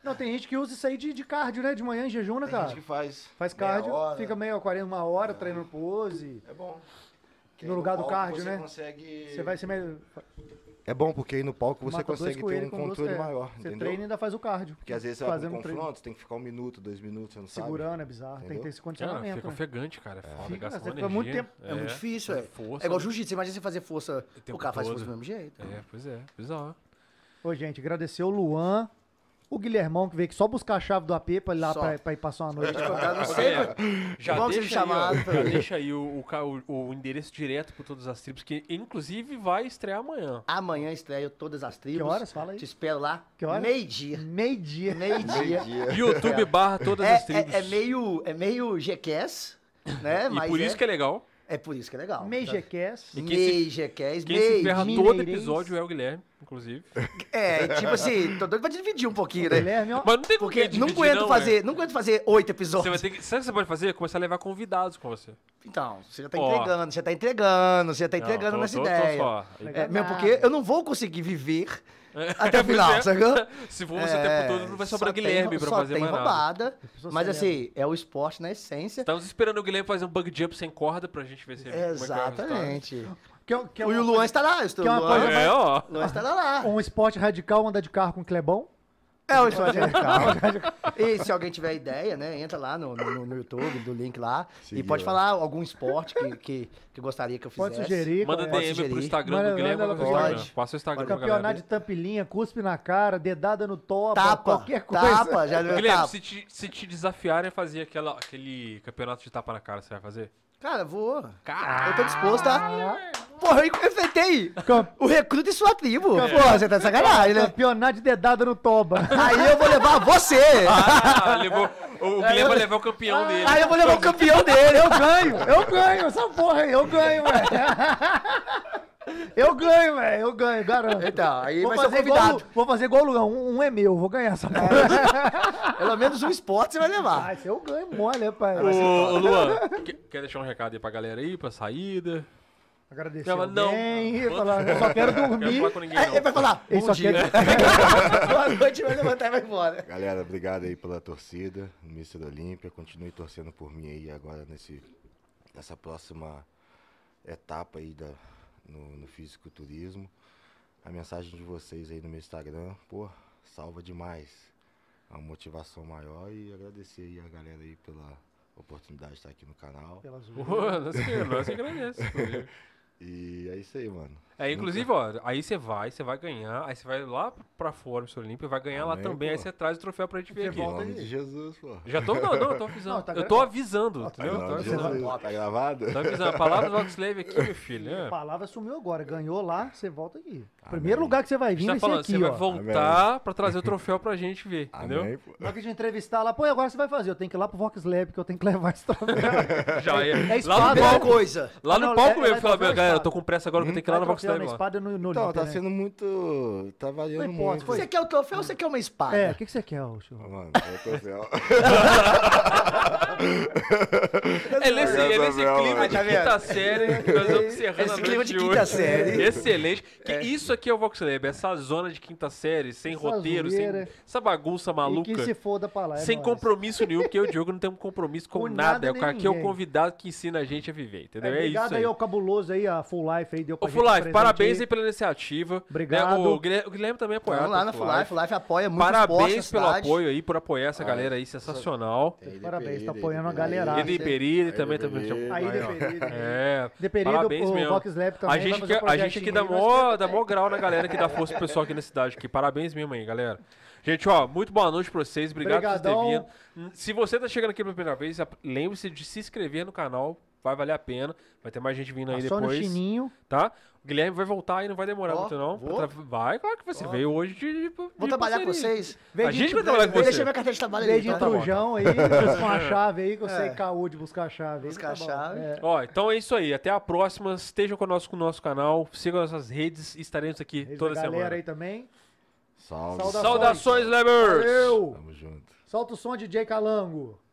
Speaker 1: Não, tem gente que usa isso aí de, de cardio, né? De manhã em jejum, né,
Speaker 5: A
Speaker 1: cara?
Speaker 5: gente que faz.
Speaker 1: Faz
Speaker 5: meia
Speaker 1: cardio,
Speaker 5: hora.
Speaker 1: fica meio 40, uma hora treinando pose.
Speaker 5: É bom. Que
Speaker 1: No
Speaker 5: aí
Speaker 1: lugar do
Speaker 5: palco
Speaker 1: cardio,
Speaker 5: você
Speaker 1: né?
Speaker 5: consegue.
Speaker 1: Você vai ser melhor.
Speaker 3: É bom porque aí no palco você
Speaker 1: mata dois
Speaker 3: consegue ter
Speaker 1: coelhos
Speaker 3: um
Speaker 1: com duas
Speaker 3: controle
Speaker 1: pedras.
Speaker 3: maior,
Speaker 1: Você
Speaker 3: entendeu?
Speaker 1: treina e ainda faz o cardio.
Speaker 3: Porque às vezes você vai pra um
Speaker 1: fazendo
Speaker 3: confronto,
Speaker 1: treino.
Speaker 3: você tem que ficar um minuto, dois minutos, você não
Speaker 1: Segurando
Speaker 3: sabe.
Speaker 1: é bizarro, tem que
Speaker 3: Entendeu?
Speaker 1: ter esse
Speaker 2: Cara,
Speaker 1: condicionamento.
Speaker 2: fica
Speaker 1: né?
Speaker 2: ofegante, cara. É foda,
Speaker 1: Fica,
Speaker 2: gasta
Speaker 1: você
Speaker 2: uma
Speaker 1: fica muito
Speaker 2: energia.
Speaker 1: tempo.
Speaker 4: É, muito difícil, é.
Speaker 2: força,
Speaker 4: É igual
Speaker 2: né?
Speaker 4: jiu-jitsu, imagina você fazer força. O,
Speaker 2: tempo
Speaker 4: cara faz
Speaker 2: todo.
Speaker 4: força do mesmo jeito.
Speaker 2: É, pois é. Bizarro.
Speaker 1: Ô, gente, agradecer o Luan, o Guilhermão, que veio aqui só buscar a chave do AP pra ir lá
Speaker 4: Só.
Speaker 1: pra, pra ir passar uma
Speaker 2: É.
Speaker 1: noite.
Speaker 4: Eu não sei, velho.
Speaker 2: Já
Speaker 4: Vamos ser
Speaker 2: deixa, aí, ó,
Speaker 4: chamados,
Speaker 2: já deixa aí o, o ca- o- o endereço direto para todas as tribos, que inclusive vai estrear amanhã.
Speaker 4: Amanhã estreio todas as tribos.
Speaker 1: Que horas? Fala aí.
Speaker 4: Te espero lá.
Speaker 1: Que horas?
Speaker 4: Meio-dia.
Speaker 1: Meio-dia.
Speaker 3: é
Speaker 4: Meio-dia.
Speaker 2: YouTube barra todas as tribos.
Speaker 4: É, é, é meio, é meio GQS, né?
Speaker 2: E por isso que é legal.
Speaker 4: é por isso que é legal.
Speaker 1: Meio-GQS.
Speaker 2: E quem se-
Speaker 4: Meio GQS,
Speaker 2: Quem se ferra
Speaker 4: meio.
Speaker 2: todo
Speaker 1: Mineirense.
Speaker 2: episódio é o Guilherme, inclusive.
Speaker 4: É,
Speaker 2: <laughs>
Speaker 4: tipo assim, tô doido pra dividir um pouquinho, né?
Speaker 1: Guilherme, ó.
Speaker 2: Mas não tem com
Speaker 4: Porque
Speaker 2: quem
Speaker 4: não
Speaker 2: dividir,
Speaker 4: aguento
Speaker 2: não,
Speaker 4: fazer,
Speaker 2: velho.
Speaker 4: não aguento fazer oito
Speaker 2: Você vai
Speaker 4: episódios.
Speaker 2: ter que, sabe o que você pode fazer? Começar a levar convidados com você.
Speaker 4: Então, você já tá
Speaker 2: Ó.
Speaker 4: entregando, você já tá entregando, você já tá
Speaker 2: Não,
Speaker 4: entregando
Speaker 2: tô-
Speaker 4: nessa
Speaker 2: tô- tô
Speaker 4: ideia.
Speaker 2: só.
Speaker 4: É, mesmo porque eu não vou
Speaker 2: <laughs>
Speaker 4: conseguir viver até o
Speaker 2: Pois
Speaker 4: final,
Speaker 2: é. <laughs>
Speaker 4: sacou? É,
Speaker 2: Se for você o tempo todo, não vai sobrar
Speaker 4: só tem-
Speaker 2: Guilherme pra
Speaker 4: só
Speaker 2: fazer
Speaker 4: tem
Speaker 2: mais nada. Tá,
Speaker 4: roubada,
Speaker 1: pessoas
Speaker 4: mas
Speaker 1: celebram.
Speaker 4: assim, é o esporte na essência.
Speaker 2: Estamos esperando o Guilherme fazer um bug jump sem corda pra gente ver se como é que é o resultado.
Speaker 4: Exatamente.
Speaker 1: Que é- que
Speaker 4: E
Speaker 1: é
Speaker 4: o
Speaker 1: uma
Speaker 4: Luan estará lá, eu estou
Speaker 1: que é uma
Speaker 4: Luan,
Speaker 1: coisa-
Speaker 2: É, ó.
Speaker 4: Luan estará lá.
Speaker 1: coisa- Um esporte radical, andar de carro com o Clebão.
Speaker 4: É o esporte radical. <laughs> e se alguém tiver ideia, né, entra lá no, no, no YouTube, do link lá, e
Speaker 3: Seguiu,
Speaker 4: pode
Speaker 3: é.
Speaker 4: falar algum esporte que, que, que gostaria que eu fizesse.
Speaker 1: Pode sugerir.
Speaker 2: Manda
Speaker 1: qual é.
Speaker 2: DM pro
Speaker 4: sugerir.
Speaker 2: Instagram
Speaker 1: Manda-
Speaker 2: do Guilherme.
Speaker 1: manda
Speaker 2: qual que é o
Speaker 4: lá pro
Speaker 2: Instagram?
Speaker 4: Pode.
Speaker 2: Passa o Instagram pra galera. né?
Speaker 1: Campeonato de tampilinha, cuspe na cara, dedada no topa,
Speaker 4: Tapa,
Speaker 1: qualquer coisa.
Speaker 4: tapa, já deu
Speaker 2: Guilherme,
Speaker 4: tapa.
Speaker 2: se te, se te desafiarem a fazer aquela, aquele campeonato de tapa na cara, você vai fazer?
Speaker 4: Cara, vou.
Speaker 2: Caralho!
Speaker 4: Eu tô disposto a... Porra, eu enfrentei
Speaker 1: Cam-
Speaker 4: o recruta e sua tribo. Porra, você tá de sacanagem, né?
Speaker 1: Campeonato de dedada no
Speaker 4: <laughs>
Speaker 1: toba.
Speaker 4: Aí eu vou levar você.
Speaker 2: <laughs> Ah, levou, o Guilherme vai levar o campeão dele.
Speaker 4: Aí eu vou levar o campeão dele.
Speaker 1: Eu ganho, eu ganho, essa porra aí, eu ganho,
Speaker 4: <laughs>
Speaker 1: velho. Eu ganho, velho, eu ganho, garanto.
Speaker 4: Então, aí
Speaker 1: vou,
Speaker 4: vai ser
Speaker 1: fazer igual,
Speaker 4: convidado.
Speaker 1: o- vou fazer igual o Lugão, um, um é meu, vou ganhar essa <laughs> porra.
Speaker 4: Pelo menos um esporte você vai levar.
Speaker 1: Ah, esse eu ganho mole, rapaz.
Speaker 2: Ô, ô, Luan, <laughs> que- quer deixar um recado aí pra galera aí, pra saída?
Speaker 1: Agradecer
Speaker 2: Não, mas não.
Speaker 1: alguém, e falar, eu só quero
Speaker 2: Não quero
Speaker 1: dormir.
Speaker 2: falar com ninguém,
Speaker 4: Aí ele vai
Speaker 2: não.
Speaker 4: falar,
Speaker 1: Ele
Speaker 4: bom
Speaker 1: só
Speaker 4: dia.
Speaker 2: <laughs>
Speaker 4: Boa noite, vai levantar e vai embora.
Speaker 3: Galera, obrigado aí pela torcida, Mister Olímpia. Continue torcendo por mim aí agora nesse, nessa próxima etapa aí da, no, no fisiculturismo. A mensagem de vocês aí no meu Instagram, pô, salva demais. É Uma motivação maior e agradecer aí a galera aí pela oportunidade de estar aqui no canal.
Speaker 1: Pela zoeira.
Speaker 2: Ô, nós que- nós que agradece. inclusive.
Speaker 3: E é isso aí, mano.
Speaker 2: É, inclusive, ó, aí você vai, você vai ganhar, aí você vai lá pra fora, seu Olímpio, vai ganhar lá
Speaker 3: Amém,
Speaker 2: também, aí
Speaker 3: pô.
Speaker 2: você traz o troféu pra gente ver aqui.
Speaker 3: Em nome de Jesus, pô.
Speaker 2: Já tô, não, não, eu tô avisando.
Speaker 1: Não, tá
Speaker 2: eu tô
Speaker 1: gravado.
Speaker 2: avisando,
Speaker 3: Em
Speaker 2: entendeu? Eu tô
Speaker 3: nome de
Speaker 2: avisando.
Speaker 3: Jesus. Tá gravado?
Speaker 2: Tô avisando. A palavra do Oxlave aqui, meu filho. É.
Speaker 1: A palavra sumiu agora, ganhou lá, você volta aqui. Primeiro lugar que você vai
Speaker 2: A
Speaker 1: vir vai
Speaker 2: gente tá
Speaker 1: ser
Speaker 2: falando,
Speaker 1: aqui,
Speaker 2: Ah, você vai
Speaker 1: ó.
Speaker 2: voltar pra trazer o troféu pra gente ver, entendeu?
Speaker 3: Amém, pô.
Speaker 1: Na hora que a gente entrevistar lá, pô, e agora você vai fazer? Eu tenho que ir lá pro Vox Lab, que eu tenho que <laughs> levar esse troféu. <laughs>
Speaker 2: Já é.
Speaker 1: espada,
Speaker 2: Lá no
Speaker 4: Primeira
Speaker 1: né?
Speaker 2: palco,
Speaker 4: coisa.
Speaker 2: lá
Speaker 1: Não,
Speaker 2: no palco
Speaker 1: é-
Speaker 2: mesmo,
Speaker 1: é
Speaker 2: falar,
Speaker 1: troféu
Speaker 2: galera, eu
Speaker 1: espada.
Speaker 2: tô com pressa agora, eu vou ter que ir lá no Vox
Speaker 1: troféu na
Speaker 2: Lab lá.
Speaker 1: espada e no, no
Speaker 3: Então,
Speaker 1: Olímpia,
Speaker 3: tá
Speaker 1: né?
Speaker 3: sendo muito. Tá
Speaker 1: Não
Speaker 3: variando
Speaker 1: importa,
Speaker 3: muito.
Speaker 1: foi.
Speaker 4: Você quer o troféu ou você quer uma espada?
Speaker 1: É, o que, que você quer, ô, Churro?
Speaker 3: Mano, eu tô céu.
Speaker 2: É nesse, é nesse
Speaker 3: Gabriel,
Speaker 2: clima
Speaker 3: mano.
Speaker 1: Tá
Speaker 2: de quinta série que nós vamos encerrando
Speaker 4: Esse
Speaker 2: a
Speaker 4: clima
Speaker 2: noite
Speaker 4: de quinta
Speaker 2: hoje.
Speaker 4: série.
Speaker 2: Excelente. Que Isso aqui é o Vox Lab, essa zona de quinta série, sem
Speaker 1: Essa
Speaker 2: roteiro,
Speaker 1: zoeira.
Speaker 2: sem essa bagunça
Speaker 1: E que se
Speaker 2: maluca.
Speaker 1: foda pra lá, é
Speaker 2: sem
Speaker 1: nóis.
Speaker 2: compromisso nenhum, porque eu e o Diogo não temos compromisso com,
Speaker 1: Com
Speaker 2: nada.
Speaker 1: nada,
Speaker 2: É o cara
Speaker 1: nem
Speaker 2: que é o
Speaker 1: ninguém.
Speaker 2: convidado que ensina a gente a viver,
Speaker 1: É,
Speaker 2: entendeu? É, isso.
Speaker 1: obrigado
Speaker 2: Aí.
Speaker 1: aí ao cabuloso aí, a Full Life aí, deu pra
Speaker 2: Ô,
Speaker 1: gente
Speaker 2: Full
Speaker 1: um
Speaker 2: Life,
Speaker 1: presente
Speaker 2: parabéns aí
Speaker 1: aí.
Speaker 2: pela iniciativa.
Speaker 1: Obrigado.
Speaker 2: Né, O Guilherme, o Guilherme também apoiou.
Speaker 4: Vamos lá na Full Life. Full Life apoia é muito esporte na
Speaker 2: Parabéns pelo
Speaker 4: cidade.
Speaker 2: apoio aí, por apoiar essa galera aí, sensacional.
Speaker 1: Tá de Parabéns, Ah, é. tá apoiando a galera.
Speaker 2: E de Iperi também, também.
Speaker 3: Iperi.
Speaker 1: Aí,
Speaker 2: Aí, ó.
Speaker 1: Deperido.
Speaker 2: É,
Speaker 1: Deperido,
Speaker 2: parabéns
Speaker 1: o
Speaker 2: mesmo.
Speaker 1: Vox Lab também
Speaker 2: a
Speaker 1: vai
Speaker 2: gente
Speaker 1: fazer
Speaker 2: que,
Speaker 1: um
Speaker 2: a gente que dá
Speaker 1: projetinho
Speaker 2: mó, dá mó grau na galera que dá força pro pessoal aqui na cidade. Que parabéns mesmo aí, galera. Gente, ó, muito boa noite pra vocês. Obrigado por vocês terem Hum,
Speaker 1: Obrigadão.
Speaker 2: vindo. Se você tá chegando aqui pela primeira vez, lembre-se de se inscrever no canal. vai valer a pena. Vai ter mais gente vindo aí
Speaker 1: Tá só no
Speaker 2: depois.
Speaker 1: chininho.
Speaker 2: Tá? O Guilherme vai voltar aí, não vai demorar
Speaker 4: Ó,
Speaker 2: muito, não.
Speaker 4: vou.
Speaker 2: Tra- Vai, claro que você veio hoje de. de-
Speaker 4: Vou
Speaker 2: de
Speaker 4: trabalhar com
Speaker 2: parceria.
Speaker 4: vocês.
Speaker 2: A gente vai trabalhar com
Speaker 4: Deixa
Speaker 2: você.
Speaker 4: minha carteira de trabalho
Speaker 1: Veio
Speaker 4: ali,
Speaker 1: de
Speaker 4: tá?
Speaker 1: trujão aí, vocês com a chave aí, que eu sei
Speaker 4: <laughs> É.
Speaker 1: caô de buscar a chave. aí,
Speaker 4: Buscar a
Speaker 1: tá bom.
Speaker 4: chave.
Speaker 1: É.
Speaker 2: Ó, então é isso aí. Até a próxima. Estejam conosco no nosso canal. Sigam nossas redes. Estaremos aqui
Speaker 1: Beijo
Speaker 2: toda
Speaker 1: pra é galera
Speaker 2: semana.
Speaker 1: aí também.
Speaker 5: Salve.
Speaker 1: Saudações.
Speaker 2: Saudações, Levers!
Speaker 1: Valeu!
Speaker 5: Tamo junto.
Speaker 1: Solta o som, DJ Calango.